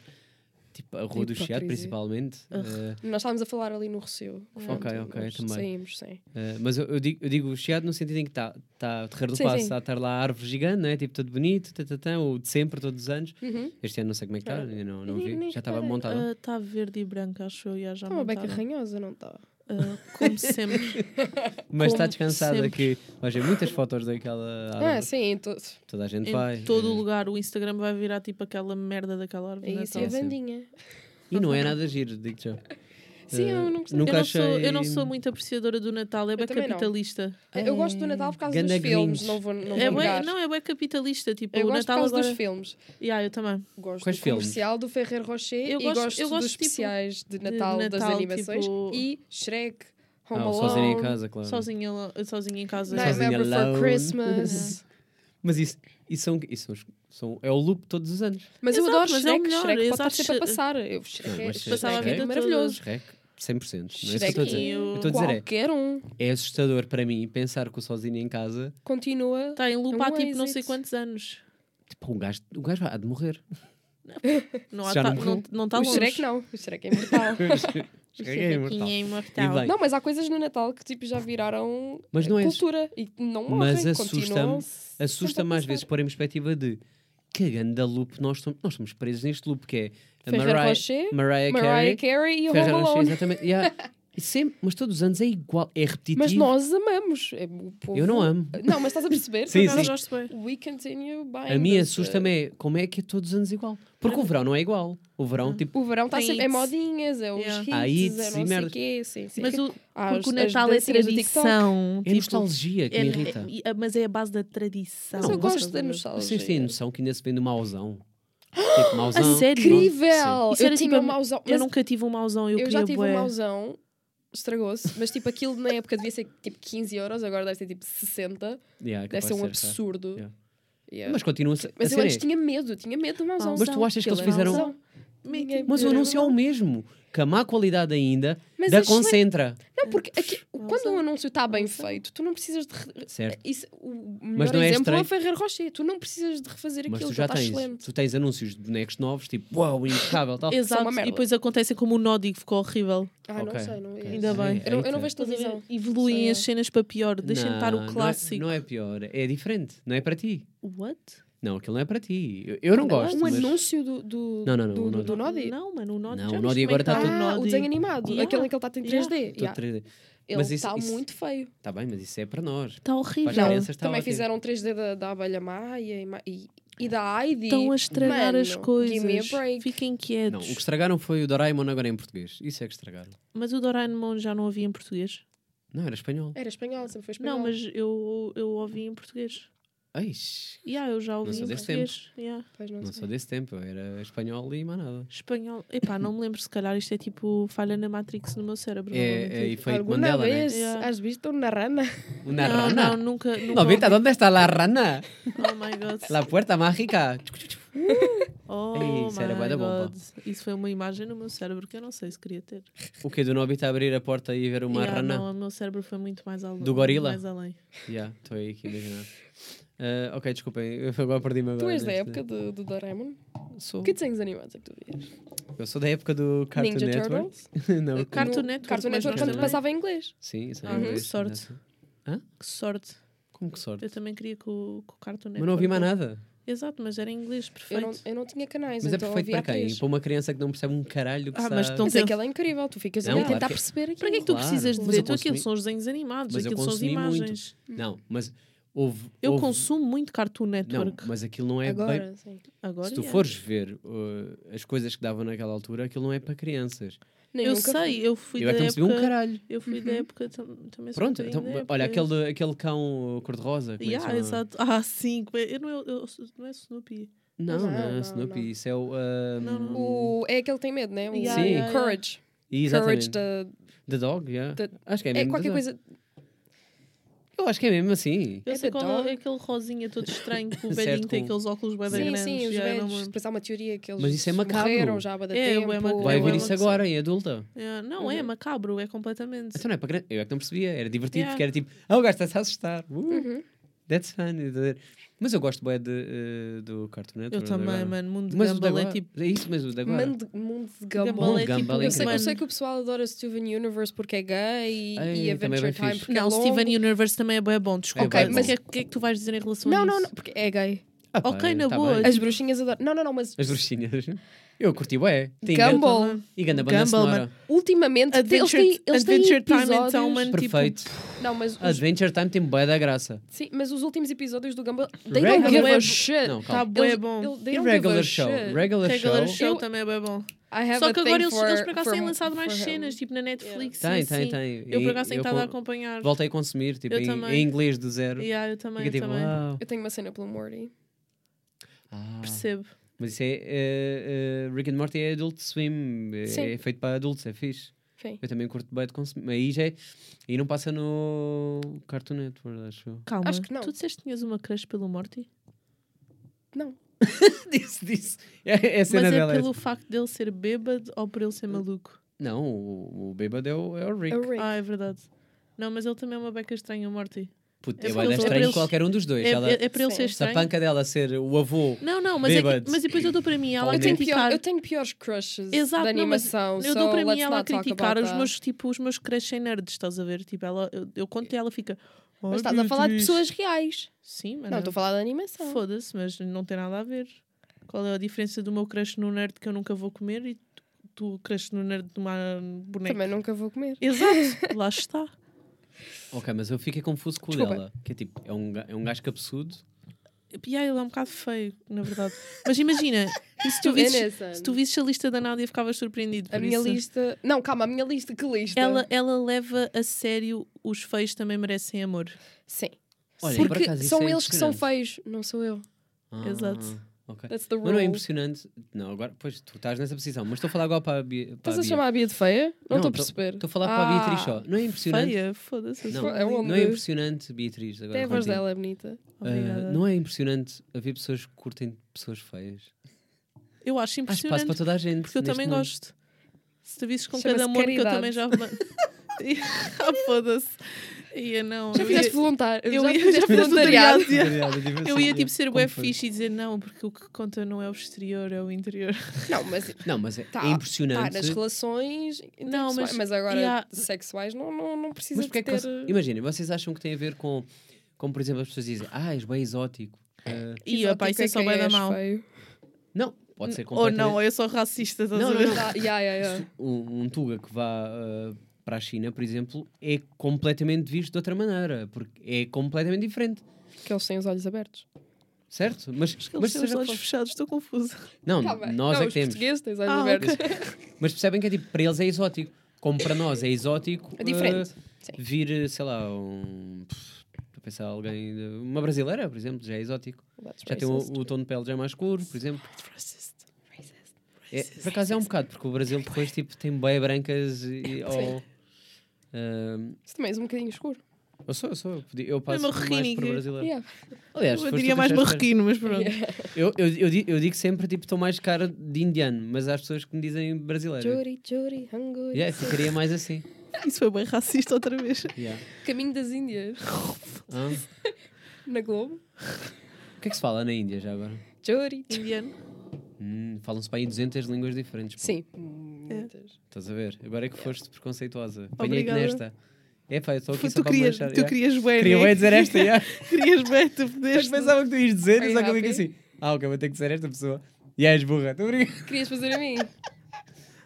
S3: tipo, a Rua do Chiado,
S5: Hipocrisia.
S3: principalmente. Eh,
S4: Ugh.
S5: Nós estávamos a falar ali no Recio.
S3: Ok, ok,
S5: nós
S3: também.
S5: Saímos, sim.
S3: Uh, uh, mas eu, eu digo, eu digo o Chiado no sentido em que está tá o Terreiro do
S5: Sim,
S3: Passo,
S5: sim.
S3: está a estar lá a árvore gigante, não é? Tipo, tudo bonito, tatatã, o de sempre, todos os anos.
S5: Uhum.
S3: Este ano não sei como é que está,
S5: Ah.
S3: ainda não, não
S5: Nem-
S3: vi,
S5: nem
S3: já estava
S5: reparei.
S3: montada.
S4: ah, Está verde e branco, acho eu. e Já
S5: Está tá uma beca
S4: montaram.
S5: ranhosa, não tá? está?
S4: Ah, como sempre.
S3: mas está
S4: como
S3: descansada
S4: sempre.
S3: que vais ver muitas fotos daquela
S4: Tá
S3: árvore.
S5: Ah, sim, então,
S3: Toda a gente
S4: em
S3: vai.
S4: todo o
S3: uh,
S4: lugar. O Instagram vai virar tipo aquela merda daquela
S5: é
S4: árvore. de
S5: isso. E a
S4: Natal.
S3: sim.
S5: bandinha.
S3: E não é nada giro, digo já.
S5: Sim, eu não gostei.
S3: Nunca
S4: eu, não
S3: achei...
S4: sou, eu não sou muito apreciador do Natal. É bem
S5: também não.
S4: capitalista.
S5: Eu gosto do Natal por causa
S3: Ganda
S5: dos filmes,
S3: Grinch.
S5: não vou, não vou
S4: É
S5: negar.
S4: bem, não, é bem capitalista. Tipo,
S5: eu
S4: o
S5: gosto por
S4: Natal
S5: causa
S4: agora.
S5: dos filmes.
S4: Yeah, eu também.
S5: Gosto
S3: Quais
S5: do
S3: filmes?
S5: comercial do Ferrer Rocher
S4: Eu
S5: e
S4: gosto-
S5: gosto,
S4: eu gosto,
S5: dos
S4: tipo,
S5: especiais de
S4: de
S5: Natal, das
S4: Natal,
S5: animações
S4: tipo-
S5: e Shrek, Home
S3: Ah, o
S5: Alone,
S3: sozinho em casa, claro.
S4: Sozinha, lo- sozinha em casa.
S3: Não, Sozinha
S5: Nightmare Before
S3: Alone.
S5: Christmas.
S3: Mas isso, isso, são, isso são os- são- é o loop todos os anos.
S5: Mas
S4: Exato,
S5: eu adoro
S4: mas é o
S5: Shrek,
S4: melhor,
S5: Shrek
S4: exato,
S5: pode estar sempre a
S4: Shrek-
S5: passar. Eu, Shrek,
S3: Não, mas
S5: Shrek,
S3: Passava a
S5: é
S3: vida
S5: maravilhoso.
S3: Shrek, 100%. Não é isso que eu
S5: Shrek
S3: estou a dizer.
S5: e
S3: Eu estou a dizer é,
S5: Qualquer um
S3: é assustador para mim pensar que o sozinho em casa,
S5: continua.
S4: Está em loop
S5: É um
S4: há tipo não sei
S5: êxito.
S4: quantos anos.
S3: tipo, o gajo, o gajo há de morrer.
S4: Não há-
S3: Já
S4: tá-
S3: não morreu.
S4: não não está
S5: o
S4: longe.
S5: Shrek não, o Shrek é imortal.
S3: Shrek é imortal.
S4: Shrek é imortal.
S3: E bem,
S5: não, mas há coisas no Natal que tipo, já viraram
S3: Mas não é isso.
S5: cultura e não morrem,
S3: Mas assusta-me,
S5: continuam sempre a
S3: assusta-me às
S5: passar.
S3: vezes pôr em perspectiva de que grande loop nós estamos, nós estamos presos neste loop que é a
S5: Ferrer
S3: Mariah,
S5: Rocher,
S3: Mariah
S5: Mariah
S3: Carey,
S5: Carey e o
S3: Ferrer
S5: Home
S3: Rocher,
S5: Alone.
S3: exatamente. yeah. E sempre, mas todos os anos é igual, é repetitivo.
S5: Mas nós amamos. É, o povo-
S3: Eu não amo.
S5: Não, mas estás a perceber?
S3: Sim,
S4: Por
S5: Nós-
S4: acaso
S3: sim.
S4: gosto bem.
S5: We continue buying.
S3: A mim
S5: this, uh,
S3: assusta-me é como é que é todos os anos igual. Porque o verão não é igual. O verão, tipo,
S5: O verão está
S4: Tem
S5: sempre. É
S4: hits.
S5: modinhas, é os
S4: Yeah.
S5: hits,
S3: Há hits
S5: é
S3: e
S5: não sei
S3: merdas.
S5: o quê. Sim, sim.
S4: Mas o,
S5: Há
S4: porque o
S5: as-
S4: Natal
S5: as
S4: é
S5: dancinhas do TikTok.
S4: tradição.
S5: Tipo,
S4: tipo,
S3: é nostalgia que me irrita.
S4: é- é- mas é a base da tradição.
S5: Mas eu
S3: Não,
S5: gosto da
S3: Vocês têm
S5: nostalgia.
S3: noção que ainda se vende um mauzão? Tipo, mauzão.
S4: sério?
S5: Incrível!
S4: Isso era
S5: eu
S4: tipo
S5: tinha
S4: a-
S5: um mauzão.
S4: Eu
S5: mas
S4: nunca tive um mauzão. Eu,
S5: eu
S4: queria
S5: já tive
S4: bué.
S5: um mauzão, estragou-se, mas tipo aquilo na época devia ser tipo 15 euros, agora deve ser tipo 60.
S3: Sim.
S5: Deve
S3: Yeah, capaz
S5: ser um
S3: de raro.
S5: absurdo.
S3: Yeah.
S5: Yeah.
S3: tá. Mas continua a ser.
S5: Mas
S3: a
S5: eu
S3: ser
S5: antes
S3: é.
S5: tinha medo, eu tinha medo do mauzão.
S3: Mas tu achas que eles
S5: Aquilo era
S3: fizeram-
S5: mauzão. Ninguém-
S3: Mas o
S5: Era
S3: anúncio é o mesmo. Que a má qualidade ainda
S5: Mas
S3: da
S5: é excelente.
S3: concentra.
S5: Não, porque aqui- quando
S4: Mauzão.
S5: um anúncio está bem
S4: Mauzão.
S5: feito, tu não precisas de. re-
S3: Certo.
S5: Isso, o
S3: Mas
S5: melhor
S3: não é
S5: exemplo é o
S3: estranho-
S5: Ferrer Rocher. Tu não precisas de refazer
S3: Mas
S5: É, aquilo,
S3: tu
S5: já
S3: já
S5: está
S3: tens.
S5: excelente.
S3: Tu tens anúncios de bonecos novos, tipo, uau, impecável tal.
S5: São
S4: Exato.
S5: uma merda.
S4: E depois acontecem como o Nódigo ficou horrível.
S5: Ah,
S3: Ok,
S5: não sei, não é.
S3: ok.
S4: Ainda bem.
S5: Eu não, eu não
S3: Eita.
S5: vejo televisão.
S4: Evoluem
S5: Sei
S4: as
S5: lá.
S4: cenas para pior. Deixem de estar
S3: Não,
S4: o
S3: não é-
S4: clássico.
S3: Não é, pior, é diferente. Não é para ti.
S4: What?
S3: Não, aquilo não é para ti. Eu, eu não gosto.
S5: Um
S3: mas...
S5: anúncio do, do,
S3: Não, não, não,
S5: do,
S3: não,
S5: do, do Nodi?
S4: Não, mano, o Nódigo.
S3: Não,
S4: já
S3: o Nódigo
S4: viste como é
S3: agora
S4: que
S3: está
S5: Ah,
S3: tudo
S5: o
S4: Nódigo?
S5: desenho animado. Aquele
S4: Yeah.
S5: em que ele está em 3D.
S3: Todo
S5: Yeah.
S3: 3D.
S5: Ele
S3: Mas isso-
S5: está
S3: isso-
S5: muito feio.
S3: Está bem, mas isso é para nós.
S4: Está
S3: Para as
S4: Tá horrível.
S3: crianças está
S5: Também
S3: ótimo.
S5: fizeram 3D da, da abelha Maia e, ma- e, e da Heidi.
S4: Estão a estragar as
S5: Mano,
S4: coisas.
S5: give me a break.
S4: Fiquem
S3: Não, o que
S4: quietos.
S3: estragaram foi o Doraemon agora em português. Isso é que estragaram.
S4: Mas o Doraemon já não havia em português?
S3: Não, era espanhol.
S5: Era espanhol, sempre foi espanhol.
S4: Não, mas eu, eu ouvi em português.
S3: Eish,
S4: Yeah, eu já ouvi
S3: sou
S4: em
S3: desse
S4: português. Yeah.
S5: Pois não,
S3: não
S5: sei.
S3: sou desse tempo, eu era espanhol e mais nada.
S4: Espanhol. Epá, não me lembro. Se calhar isto é tipo falha na Matrix no meu cérebro.
S3: É, é
S4: provavelmente.
S3: efeito
S5: Alguna
S3: Mandela, né?
S5: vez
S4: Yeah.
S5: has visto una rana?
S3: Uma
S4: não,
S3: rana.
S4: Não, nunca. nunca
S3: Novita,
S4: ouvi.
S3: ¿dónde está la rana?
S4: Oh my god.
S3: La puerta mágica.
S4: Oh
S3: Ei, isso era bué
S4: my
S3: da bom,
S4: god. Isso foi uma imagem no meu cérebro que eu não sei se queria ter.
S3: O que do Novita abrir a porta e ver uma
S4: Yeah,
S3: rana?
S4: Não, o meu cérebro foi muito mais além.
S3: Do gorila?
S4: Mais além.
S3: Já, estou aí aqui a imaginar. Ah, ok, desculpem, eu agora perdi-me agora.
S5: Tu és da
S3: neste-
S5: época do, do Doraemon?
S3: Sou.
S5: Que desenhos animados é que tu vias?
S3: Eu sou da época do Cartoon
S5: Ninja
S3: Network.
S5: Turtles?
S3: não,
S4: Cartoon
S5: No-
S4: Network,
S5: Cartoon Network
S4: mas
S5: quando
S4: nós também.
S5: passava em inglês.
S3: Sim, isso é
S4: Ah, que
S3: inglês,
S4: sorte.
S3: nessa.
S4: Que sorte.
S3: Como que sorte.
S4: Eu também queria que o, que o Cartoon
S3: Mas não ouvi mais
S4: Network-
S3: nada.
S4: Exato, mas era em inglês,
S5: Eu
S4: perfeito.
S5: não, eu não tinha canais,
S3: Mas é
S5: então
S3: perfeito
S5: havia
S3: para quem?
S5: três.
S3: Para uma criança que não percebe um caralho que
S4: Ah,
S3: sabe.
S4: mas estão-
S5: Mas
S4: Então-
S5: aquilo é incrível, tu ficas
S3: Não,
S5: ali a
S3: claro
S5: tentar
S3: que-
S5: perceber aquilo.
S4: Para que é que tu
S3: Claro,
S4: precisas de
S3: mas
S4: ver?
S3: eu
S4: Tu, aquilo
S3: consumi-
S4: são os desenhos animados,
S3: Mas eu
S4: aquilo são as
S3: consumi muito.
S4: imagens.
S3: Não, mas houve.
S4: Eu
S3: houve-
S4: consumo muito Cartoon
S3: Não,
S4: Network.
S3: mas aquilo não é bem-
S5: Agora, sim.
S4: Agora.
S3: Se tu
S4: é.
S3: fores ver uh, as coisas que davam naquela altura, aquilo não é para crianças.
S5: Nem
S4: Eu
S5: nunca Uhum.
S4: sei, eu fui
S3: eu
S4: da
S3: é que não percebi
S4: época.
S3: um caralho.
S4: Eu fui da época tam- também. sou um
S3: Pronto,
S4: bocadinho
S3: então,
S4: da época.
S3: olha, aquele, aquele cão uh, cor-de-rosa. como é que
S4: Yeah,
S3: se chama?
S4: exato. Ah, sim. como é- Eu não, eu, eu, não é Snoopy.
S3: Não,
S5: Não,
S3: não, não,
S5: não,
S3: Snoopy,
S5: não.
S3: isso é o. um,
S4: Não, não.
S5: O, é aquele que tem medo, né? O
S4: Yeah,
S3: Sim.
S4: yeah, yeah.
S5: Courage.
S3: e
S5: Courage
S3: exatamente.
S5: da,
S3: The Dog, yeah.
S5: da-
S3: Acho que é
S5: é
S3: mesmo. the
S5: qualquer
S3: dog.
S5: coisa.
S3: Eu acho que é mesmo assim.
S4: Eu
S5: É
S4: sei qual
S5: bedog.
S4: é aquele rosinha todo estranho que o
S3: Certo,
S4: velhinho tem
S3: com-
S4: aqueles óculos bué da
S5: Sim,
S4: grandes.
S5: sim, os
S4: é yeah,
S5: velhos.
S4: não me-
S5: Depois há uma teoria que eles
S3: Mas isso é macabro.
S5: morreram já há bué da
S4: É,
S5: tempo.
S4: bué macabro.
S3: Vai
S4: Eu
S3: ver
S4: amo
S3: isso
S4: que sim.
S3: agora, em adulta.
S4: Yeah, Não, é macabro, é completamente.
S3: Então não é para grande. Eu é que não percebia. Era divertido,
S4: Yeah. Uhum.
S3: porque era tipo, ah, o gajo está-se a assustar. Uh, That's fun. estás a ver? Mas eu gosto bem de, eh, do Cartoon Network.
S4: Eu também,
S3: agora.
S4: mano. Mundo de
S3: Mas o de
S4: Gumball é
S3: agora.
S4: tipo.
S3: É isso, mas o de agora.
S5: Mano de- Mundo de
S4: Gumball
S5: Gumball.
S4: é tipo.
S3: Gumball é
S5: Eu sei, eu
S4: mano,
S5: sei que o pessoal adora Steven Universe porque é gay e,
S3: Ai,
S5: e
S3: também é
S5: Adventure
S3: bem
S5: Time
S3: fixe.
S5: porque é
S4: Não,
S5: longo.
S4: Steven Universe também é bué bom, desculpa.
S3: bué
S4: mas o
S5: bom.
S4: que, é, o que é que tu vais dizer em relação a
S5: Não,
S4: isso?
S5: não, não, porque é gay.
S3: Ah, pá,
S4: ok, na
S3: tá
S4: boa.
S3: bem.
S5: As bruxinhas adoram. Não, não, não, mas
S3: As bruxinhas. Eu curti bem.
S5: Gumball.
S3: E ganda banda
S4: Gumball,
S3: sonora.
S5: ultimamente eles
S4: Adventure,
S5: têm, eles têm
S4: Adventure Time,
S5: episódios...
S4: então, mano,
S3: Perfeito.
S5: Não, mas os,
S3: Adventure Time tem bué da graça.
S5: sim, mas os últimos episódios do Gumball, they
S3: Regular-
S5: don't give
S4: Não,
S5: a shit.
S3: Não,
S4: Tá
S3: calma.
S4: bué
S5: Eles-
S4: bom.
S5: ele- they don't
S3: E
S5: give
S3: regular
S5: a
S3: show.
S5: shit.
S3: Regular
S4: Regular
S3: show.
S4: Show
S5: Eu-
S4: também é bué bom.
S5: I have
S4: Só
S5: a
S4: que
S5: thing
S4: agora eles,
S5: for-
S4: eles por acaso
S5: for-
S4: têm lançado mais
S5: for him.
S4: cenas, tipo na Netflix.
S3: Tem,
S4: e
S3: tem,
S4: assim.
S3: tem.
S4: Eu por
S3: E-
S4: acaso tenho
S3: eu
S4: estado a
S3: com-
S4: acompanhar.
S3: Voltei a consumir, tipo,
S4: Eu
S3: em,
S4: também.
S3: em inglês do zero.
S4: Yeah, eu também,
S3: Fiquei
S4: eu
S3: tipo,
S4: também.
S3: uau.
S5: Eu tenho uma cena pelo Morty.
S3: Ah.
S4: Percebo.
S3: Mas isso é. eh, eh, Rick and Morty é Adult Swim. É,
S5: Sim.
S3: é feito para adultos, é fixe.
S5: Sim.
S3: Eu também curto bem de consumir. Aí já é. Aí não passa no Cartoon Network, acho eu.
S4: Calma.
S5: Acho que não.
S4: Tu disseste que tinhas uma crush pelo Morty?
S5: Não.
S3: disse, disse. É, é a
S4: Mas
S3: cena
S4: é
S3: dela. é
S4: pelo facto dele ser bêbado ou por ele ser maluco?
S3: essa. Não, o, o bêbado é o, é o Rick.
S5: É o Rick.
S4: Ah, é verdade. Não, mas ele também é uma beca estranha, o Morty.
S3: Puto,
S4: É
S3: é
S4: porque
S3: bem
S4: eles-
S3: estranho
S4: eles-
S3: qualquer um dos dois.
S4: É,
S3: ela,
S4: é, é para ele
S5: Sim.
S4: ser
S3: se a
S4: estranho.
S3: panca dela ser o avô.
S4: Não, não, mas, é que,
S3: Bêbado.
S4: mas depois eu dou para mim ela a
S5: Eu tenho, pior,
S4: criticar.
S5: eu tenho piores crushes
S4: Exato,
S5: de
S4: não, mas
S5: animação.
S4: Eu
S5: so
S4: dou para mim
S5: let's
S4: ela a
S5: not talk
S4: criticar
S5: about
S4: os
S5: that.
S4: meus, tipo, os meus crush em nerds, estás a ver? Tipo, ela, eu, eu conto e ela fica. "Ai,
S5: Mas estás a
S4: meu
S5: falar de
S4: Deus."
S5: pessoas reais.
S4: Sim, mas
S5: Não, estou a falar de animação.
S4: Foda-se, mas não tem nada a ver. Qual é a diferença do meu crush no nerd que eu nunca vou comer e do crush no nerd de uma
S3: é
S4: boneca?
S5: Também nunca vou comer.
S4: Exato, lá está.
S3: Ok, mas eu fiquei confuso com o
S5: Desculpa.
S3: dela. Que é tipo, é um, ga- é um gajo cabeçudo.
S4: E aí, ele é um bocado feio, na verdade. Mas imagina, e se tu visses,
S5: Innocent.
S4: se tu visses a lista da Nádia, ficavas surpreendido.
S5: A
S4: por
S5: minha
S4: isso.
S5: lista. Não, calma, a minha lista, que lista?
S4: Ela, ela leva a sério os feios também merecem amor.
S5: Sim.
S3: Olha, por
S5: Porque
S3: acaso isso
S5: são
S3: é
S5: eles que são
S3: impressionante.
S5: feios, não sou eu.
S3: Ah,
S4: Exato.
S3: ok.
S5: That's the
S3: Mas não é
S5: rule.
S3: impressionante. Não, agora, pois tu estás nessa posição, mas estou a falar agora para a Bia. para
S5: Estás a
S3: Bia.
S5: chamar a Bia de feia? Não estou
S3: Não,
S5: a
S3: tô-
S5: perceber.
S3: Estou a falar para a
S5: Ah,
S3: Beatriz só. Não é impressionante.
S4: Feia, um foda-se.
S3: Não,
S5: Fo- é
S3: não
S5: onde-
S3: é impressionante, Beatriz. Agora
S5: Até a voz
S3: contigo.
S5: dela é bonita.
S3: Ah,
S4: Obrigada.
S3: não é impressionante haver pessoas que curtem pessoas feias.
S4: Eu acho
S3: Há espaço para
S4: impressionante,
S3: toda a gente.
S4: porque eu
S3: neste
S4: também
S3: mundo.
S4: gosto. Se tu visses com
S5: Chama-se
S4: cada amor que eu
S5: caridade.
S4: também já. ah, foda-se. Ia não.
S5: Já
S4: eu
S5: fizeste
S4: ia-
S5: voluntário.
S4: Eu
S5: já
S4: ia-
S5: fizeste
S4: já fiz
S5: voluntariado.
S4: voluntariado, yeah.
S3: Obrigado, diversão,
S4: Eu ia tipo
S3: yeah.
S4: ser
S3: Como
S4: web
S3: foi?
S4: fixe e dizer não, porque o que conta não é o exterior, é o interior.
S5: Não, mas
S3: Não, mas é,
S5: Tá,
S3: é impressionante.
S5: pá, nas relações. Não,
S4: mas-
S5: mas, mas agora
S4: e há-
S5: sexuais não, não, não precisa
S3: mas
S5: de
S3: porque é
S5: ter.
S3: que. você-
S4: uh,
S3: Imaginem, vocês acham que tem a ver com. Como, por exemplo, as pessoas dizem, ah, és bem exótico. Ah,
S4: E a pá, isso é só bem da mão.
S3: não, pode ser
S4: Ou
S3: é completamente.
S4: não, ou eu sou racista, estás
S3: Não,
S4: a
S3: não,
S4: ver?
S3: não.
S5: Tá, yeah, yeah, yeah.
S3: um, um Tuga que vá ah, para a China, por exemplo, é completamente visto de outra maneira, porque é completamente diferente,
S5: Que é eles têm os olhos abertos.
S3: certo? Mas,
S4: Acho que eles
S3: mas
S4: têm os
S3: seja
S4: olhos
S3: qual-
S4: fechados, estou confusa.
S3: não,
S5: Calma,
S3: nós
S5: não,
S3: é
S5: os
S3: que temos.
S5: portugueses têm os olhos
S4: Ah, ok.
S5: abertos.
S3: Mas percebem que é tipo, para eles é exótico, como para nós é exótico
S5: É diferente.
S3: ah,
S5: Sim.
S3: vir, sei lá, um. pff, Estou a pensar alguém. de- Uma brasileira, por exemplo, já é exótico.
S5: That's
S3: Já tem o,
S5: racist.
S3: o tom de pele já é mais escuro, por exemplo.
S4: Racist.
S5: Racist.
S3: É, por acaso é um bocado, porque o Brasil depois tipo, tem bem brancas e. ou, ah,
S5: Isso também é um bocadinho escuro.
S3: eu sou, eu sou. Eu, podia- eu passo mais
S4: marroquini,
S3: por
S4: que-
S3: brasileiro.
S5: Yeah.
S3: Aliás,
S4: Eu
S3: foste tu
S4: diria
S3: que
S4: mais
S3: disseste-
S4: marroquino, mas pronto.
S3: Eu, eu, eu, di- eu digo sempre, tipo, estou mais cara de indiano, mas há pessoas que me dizem brasileiro.
S5: Jori, Jori, Hangori.
S3: Yeah, ficaria mais assim.
S4: Isso foi bem racista outra vez.
S3: Yeah.
S5: Caminho das Índias.
S3: Ah,
S5: Na Globo.
S3: O que é que se fala na Índia já agora?
S5: Jori.
S4: Indiano.
S3: Hum, Falam-se para aí 200 línguas diferentes. pô.
S5: Sim.
S4: É.
S5: Muitas.
S3: Estás a ver? Agora é que foste preconceituosa. Venha aqui
S4: Obrigada.
S3: nesta. É pá, eu estou aqui
S4: Tu,
S3: só para
S4: querias,
S3: manchar.
S4: tu
S3: yeah.
S4: querias bem.
S3: Queria
S4: né?
S3: bem dizer esta, yeah.
S4: Querias bem, tu
S3: mas
S4: fodeste.
S3: pensava que tu ias dizer,
S5: Are
S3: só
S5: you
S3: que eu digo
S5: happy?
S3: assim. Ah, ok, vou ter que dizer esta pessoa. E és burra, estou a brincar.
S5: Querias fazer a mim?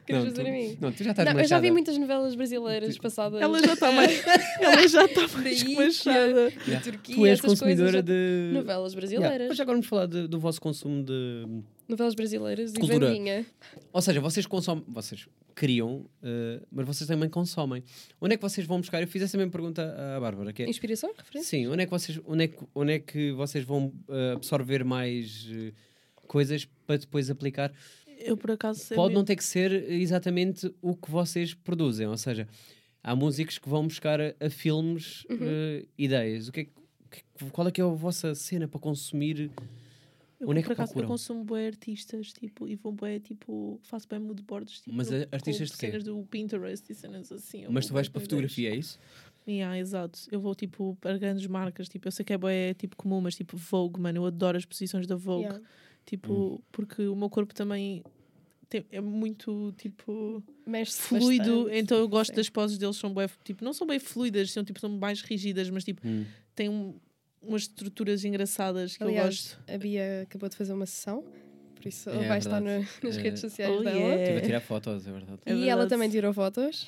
S5: Querias
S3: Não,
S5: fazer
S3: tu- Tá
S5: a mim?
S3: Não, tu já estás
S5: Não, eu já vi
S3: manchada.
S5: muitas novelas brasileiras passadas.
S4: Ela já está mais. Ela já está
S5: da
S4: mais
S5: Índia,
S4: manchada.
S5: da
S3: Yeah.
S5: Turquia.
S3: Tu és
S5: essas coisas
S3: consumidora
S5: já-
S3: de...
S5: Novelas
S3: Yeah.
S5: brasileiras.
S3: Mas agora vamos falar de- do vosso consumo de...
S5: Novelas brasileiras e
S3: Cultura.
S5: Vandinha.
S3: Ou seja, vocês consomem, vocês criam, eh, mas vocês também consomem. Onde é que vocês vão buscar? Eu fiz essa mesma pergunta à Bárbara. Que é,
S5: Inspiração? Referência?
S3: sim, onde é que vocês, onde é que, onde é que vocês vão eh, absorver mais eh, coisas para depois aplicar?
S4: Eu por acaso sei.
S3: Pode não ter que ser exatamente o que vocês produzem, ou seja, Há músicos que vão buscar a, a filmes eh, ideias. O que é que- que- qual é que é a vossa cena para consumir?
S4: Eu,
S3: Onde é que
S4: por acaso, eu
S3: procuram?
S4: consumo bem artistas, tipo, e vou bem, tipo, faço bem mood boards, tipo,
S3: Mas,
S4: no-
S3: eh, artistas
S4: com
S3: de quê?
S4: cenas do Pinterest e cenas assim. eu
S3: Mas
S4: vou
S3: tu vais
S4: bué
S3: para
S4: com
S3: fotografia, é isso?
S4: ideias. Yeah, exato. Eu vou, tipo, para grandes marcas, tipo, eu sei que é bem, tipo, comum, mas, tipo, Vogue, mano, eu adoro as posições da Vogue,
S5: Yeah.
S4: tipo,
S3: Hum.
S4: porque o meu corpo também tem- é muito, tipo...
S5: Mexe-se
S4: fluido,
S5: bastante.
S4: então eu gosto
S5: Sim.
S4: das poses deles, são bem, tipo, não são bem fluidas, são tipo, são mais rígidas, mas tipo,
S3: Hum.
S4: têm um- umas estruturas engraçadas que eu
S5: Aliás,
S4: gosto.
S5: A Bia acabou de fazer uma sessão, por isso
S3: É,
S5: vai
S3: é
S5: estar
S3: verdade.
S5: no- nas
S3: É.
S5: redes sociais
S4: Oh,
S5: dela.
S4: yeah.
S3: Estive a
S4: É.
S3: tirar fotos, é verdade.
S5: E
S4: É
S5: ela
S4: verdade.
S5: também tirou fotos.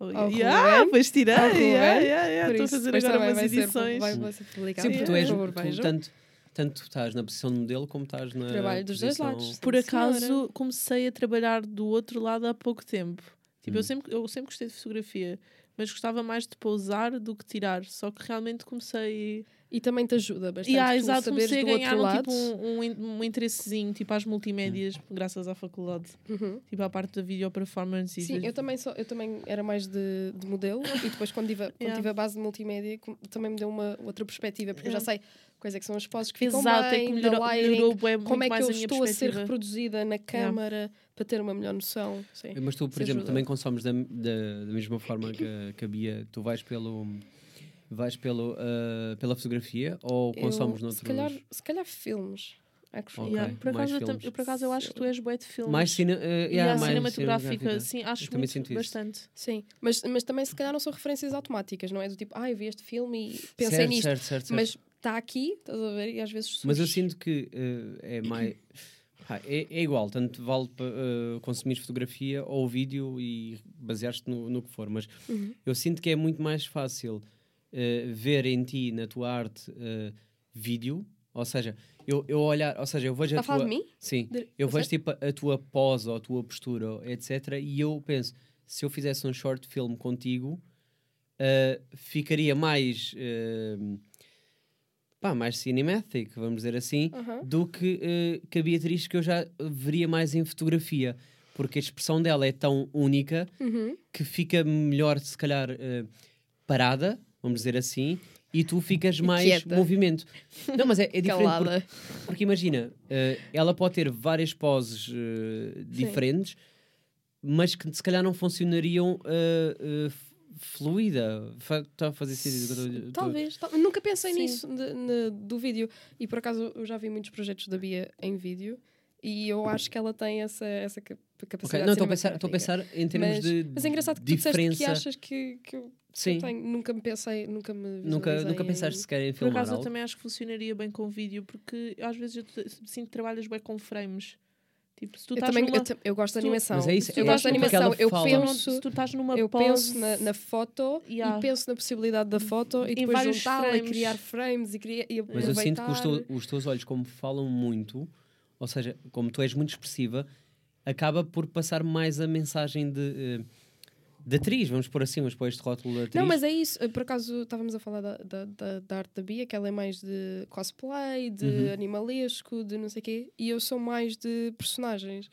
S4: Oh,
S5: ao
S4: yeah,
S5: Ruben,
S4: pois tirei,
S5: ao
S4: yeah,
S5: Ruben,
S4: yeah, yeah,
S5: por
S4: estou É, a
S5: isso
S4: fazer
S5: depois
S4: agora
S5: também
S4: umas
S5: vai ser-
S4: edições.
S5: vai, vai ser publicado.
S3: Sim, porque tu
S5: Por
S3: és
S5: favor,
S3: tu,
S5: vejam.
S3: tanto, tanto tu estás na posição dele como estás na.
S5: Trabalho dos dois
S3: posição-
S5: lados.
S4: Por
S5: Sim,
S4: acaso,
S5: senhora.
S4: comecei a trabalhar do outro lado há pouco tempo. Tipo,
S3: Hum.
S4: eu, sempre, eu sempre gostei de fotografia, mas gostava mais de pousar do que tirar. Só que realmente comecei.
S5: E também te ajuda bastante.
S4: E ah,
S5: tu
S4: exato,
S5: saberes
S4: comecei a
S5: do
S4: ganhar
S5: outro
S4: um,
S5: lado.
S4: tipo, um, um, in- um interessezinho, tipo às multimédias, graças à faculdade.
S5: Uhum.
S4: Tipo, à parte da video performance e
S5: Sim,
S4: das-
S5: eu também, só, eu também era mais de, de modelo e depois quando tive, a- quando
S4: Yeah.
S5: tive a base de multimédia com- também me deu uma outra perspectiva, porque eu já sei quais é que são as poses que ficam
S4: Exato, é
S5: bem,
S4: que
S5: da
S4: melhorou,
S5: lighting,
S4: melhorou bué muito
S5: como é que
S4: mais
S5: eu
S4: a minha
S5: estou a ser
S4: perspectiva.
S5: reproduzida na câmara para ter uma melhor noção. Sim.
S3: Mas tu, por
S5: Isso
S3: exemplo,
S5: ajuda.
S3: também consomes da, da, da mesma forma que, a- que a Bia, tu vais pelo. Vais pelo, ah, pela fotografia ou
S5: Eu-
S3: consomes noutros?
S5: se, calhar, se calhar filmes. acho que
S3: Ok.
S4: Yeah, Por,
S3: mais
S4: acaso, eu, tam-
S3: filmes.
S4: eu, por acaso, eu acho que tu és bué de filmes.
S3: Mais, cine, ah,
S4: e
S3: yeah,
S4: há
S3: mais
S4: cinematográfica, sim, acho
S3: Eu também
S4: muito,
S3: sinto isso.
S4: bastante.
S5: Sim, mas, mas também se calhar não são referências automáticas, não é? Do tipo, ah, eu vi este filme e pensei
S3: Certo,
S5: nisto.
S3: certo, certo, certo.
S5: Mas está aqui, estás a ver? E às vezes
S3: Mas eu
S5: surge.
S3: sinto que eh, é mais. Pá, é, é igual, tanto vale pa- eh, consumir fotografia ou vídeo e basear-te no, no que for, mas
S5: Uhum.
S3: eu sinto que é muito mais fácil eh, ver em ti, na tua arte, eh, vídeo, ou seja, eu, eu olhar, ou seja, eu vejo
S5: Tá
S3: a
S5: a falar
S3: tua.
S5: de mim?
S3: Sim,
S5: De-
S3: eu
S5: tá
S3: vejo tipo a, a tua pose ou a tua postura, ou etc. E eu penso, se eu fizesse um short film contigo, eh, ficaria mais. eh, pá, mais cinematic, vamos dizer assim,
S5: Aham.
S3: do que, eh, que a Beatriz que eu já veria mais em fotografia. Porque a expressão dela é tão única
S5: Uhum.
S3: que fica melhor, se calhar, eh, parada, vamos dizer assim, e tu ficas mais
S5: quieta.
S3: movimento. Não, mas é, é diferente porque
S5: Calada.
S3: porque imagina, eh, ela pode ter várias poses eh, diferentes, mas que se calhar não funcionariam eh, eh, f- fluida. Está a fazer sentido? o que eu tô- tô-
S5: Talvez, tal- nunca pensei
S4: Sim.
S5: nisso de- ne- do vídeo. E por acaso eu já vi muitos projetos da Bia em vídeo e eu acho que ela tem essa, essa cap-
S3: Ok,
S5: capacidade.
S3: Não, estou a pensar, estou a
S5: cinematográfica.
S3: pensar em termos
S5: mas,
S3: de
S5: mas é engraçado que tu disseste que
S3: diferença.
S5: achas que, que eu
S3: Sim,
S5: tenho. Nunca me pensei, nunca me
S3: nunca,
S5: visualizei
S3: nunca
S5: em-
S3: pensaste sequer em
S4: Por
S3: filmar
S4: acaso, eu
S3: algo.
S4: também acho que funcionaria bem com vídeo, porque eu, às vezes eu te- sinto que trabalhas bem com frames. Tipo, se
S5: Eu
S4: tu estás
S5: também
S4: numa...
S5: eu, ta- eu gosto de
S4: tu-
S5: animação.
S3: Mas é isso,
S5: eu
S4: eu
S5: gosto de
S4: acho que
S5: animação.
S3: ela
S5: Eu
S3: fala-
S5: penso,
S4: se tu estás numa
S5: eu
S4: pose...
S5: penso na, na foto
S4: Yeah.
S5: e penso na possibilidade da foto e
S4: Em
S5: depois
S4: vários
S5: juntá-la e
S4: frames.
S5: criar frames e, criar, e aproveitar.
S3: Mas eu sinto que os, teu- os teus olhos, como falam muito, ou seja, como tu és muito expressiva, acaba por passar mais a mensagem de, eh, de atriz, vamos pôr assim, vamos pôr este rótulo de atriz.
S5: Não, mas é isso. Eh, Por acaso estávamos a falar da, da, da, da arte da Bia, que ela é mais de cosplay, de
S3: Uhum.
S5: animalesco, de não sei quê, e eu sou mais de personagens.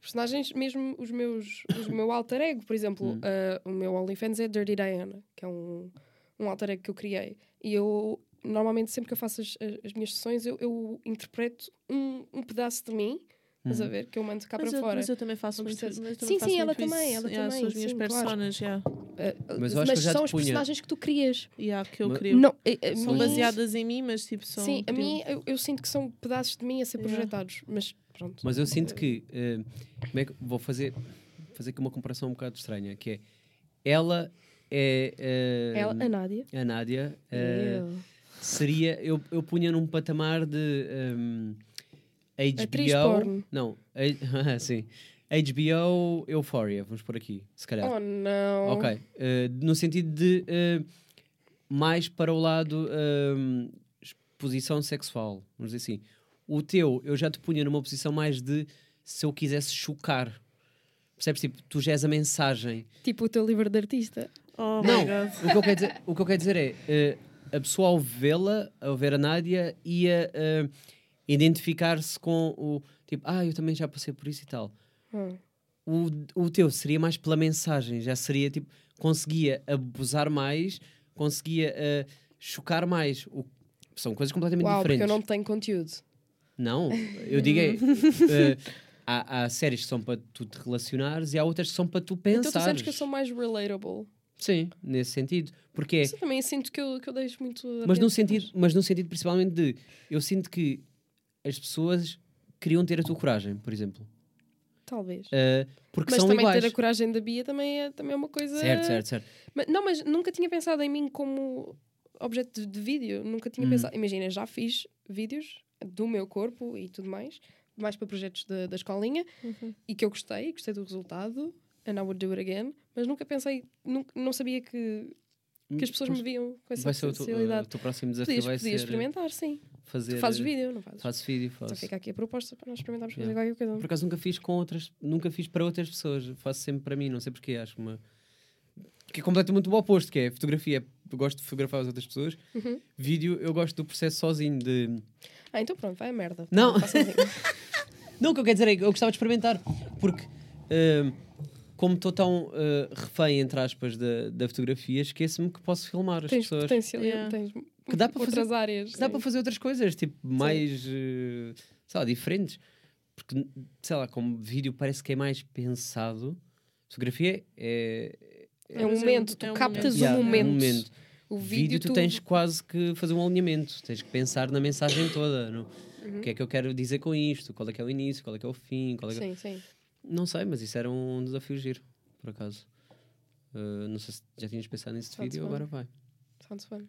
S5: Personagens, mesmo os meus, o meu alter ego, por exemplo,
S3: Hum.
S5: eh, o meu OnlyFans é Dirty Diana, que é um, um alter ego que eu criei. E eu, normalmente, sempre que eu faço as, as- as minhas sessões, eu, eu interpreto um, um pedaço de mim, estás a
S3: Hum.
S5: ver, que eu mando cá
S4: mas,
S5: para
S4: eu,
S5: fora.
S4: mas eu também faço
S5: Não
S4: muito
S5: percebes?
S4: mas eu
S5: Sim,
S4: também faço
S5: sim, ela
S4: muito isso.
S5: também, ela
S4: Yeah,
S5: também,
S4: São as minhas
S5: sim, claro.
S4: personas, yeah.
S5: Eh, eh,
S3: Mas eu acho que eu já
S5: são
S3: te
S5: os
S3: punha-
S5: personagens que tu crias.
S4: Yeah, que eu
S3: Mas-
S4: crio.
S5: Não, eh, a
S4: São
S5: mim-
S4: baseadas em mim, mas tipo, são...
S5: Sim, a
S4: crio.
S5: mim eu, eu sinto que são pedaços de mim a ser
S4: Yeah.
S5: projetados, mas pronto.
S3: Mas eu sinto que, eh, como é que- vou fazer fazer aqui uma comparação um bocado estranha, que é ela é eh,
S5: Ela, a Nádia.
S3: a Nádia eh, seria eu, eu punha num patamar de um, HBO,
S5: Atriz porno.
S3: não, a- ah, sim, HBO Euphoria, vamos por aqui, se calhar.
S5: Oh não.
S3: é. Ok, eh, no sentido de eh, mais para o lado ehm, exposição sexual, vamos dizer assim. O teu, eu já te punha numa posição mais de se eu quisesse chocar. Percebes? Tipo, tu já és a mensagem.
S5: Tipo o teu livro de artista.
S4: Oh
S3: Não,
S4: my
S3: o
S4: God.
S3: que eu quero dizer, o que eu quero dizer é eh, a pessoa ao vê-la, ao ver a Nádia, ia eh, identificar-se com o tipo, ah, eu também já
S4: Ah.
S3: passei por isso e tal.
S5: Hum.
S3: O, o teu seria mais pela mensagem, já seria tipo, conseguia abusar mais, conseguia eh, chocar mais. O- São coisas completamente
S5: Uau, porque
S3: diferentes.
S5: eu não tenho conteúdo.
S3: Não, eu digo é. eh, há, há séries que são para tu te relacionares e há outras que são para tu
S5: Então tu
S3: pensar.
S5: sentes que eu sou mais relatable.
S3: Sim, nesse sentido. Porque é.
S5: Mas eu também sinto que eu, que eu deixo muito. a
S3: Mas num,
S5: desejar.
S3: sentido, mas num sentido principalmente de. Eu sinto que as pessoas queriam ter a tua coragem, por exemplo.
S5: Talvez.
S3: Eh, porque
S5: Mas
S3: são
S5: também
S3: iguais.
S5: ter a coragem da Bia também é, também é uma coisa.
S3: Certo, certo, certo.
S5: Mas- não, mas nunca tinha pensado em mim como objeto de, de vídeo. Nunca tinha
S3: Hum.
S5: pensado. Imagina, já fiz vídeos do meu corpo e tudo mais, mais para projetos da da escolinha
S3: Uhum.
S5: e que eu gostei, gostei do resultado. And I would do it again. Mas nunca pensei, nunca, não sabia que, que as pessoas me viam com essa
S3: Hum, Vai ser o teu, o
S5: facilidade.
S3: teu próximo desafio
S5: Podias,
S3: vai
S5: podias
S3: ser
S5: experimentar, sim.
S3: fazer.
S5: Tu fazes vídeo, não fazes?
S3: Faço vídeo, faço.
S5: Então fica aqui a proposta para nós experimentarmos fazer
S3: Yeah.
S5: qualquer coisa.
S3: Por acaso nunca fiz com outras, nunca fiz para outras pessoas, faço sempre para mim, não sei porquê, acho uma que é completamente o oposto, que é fotografia, eu gosto de fotografar as outras pessoas.
S5: Uhum.
S3: Vídeo, eu gosto do processo sozinho de
S5: Ah, então pronto, vai a merda.
S3: Não.
S5: Façam assim.
S3: Não, o que eu quero dizer é que eu gostava de experimentar, porque hum, como estou tão uh, refém, entre aspas, da, da fotografia, esqueço-me que posso filmar as
S5: tens
S3: pessoas.
S5: potencial,
S4: Yeah.
S5: tens
S3: Que dá para
S5: outras áreas.
S3: que dá
S5: sim.
S3: para fazer outras coisas, tipo, mais, eh, sei lá, diferentes. Porque, sei lá, como vídeo parece que é mais pensado. Fotografia é...
S5: É um
S4: Mas é um-
S5: momento, tu
S4: é um
S5: captas
S4: momento.
S5: o
S3: é um
S5: momento.
S3: momento.
S5: O
S3: Vídeo, tu, tens quase que fazer um alinhamento. Tens que pensar na mensagem toda. No,
S5: Uhum.
S3: O que é que eu quero dizer com isto? Qual é que é o início? Qual é que é o fim? Qual é que...
S5: Sim, sim.
S3: Não sei, mas isso era um desafio giro, por acaso. Eh, não sei se já tinhas pensado nesse
S5: Tá-se
S3: vídeo,
S5: bem.
S3: agora vai.
S5: Sounds fun.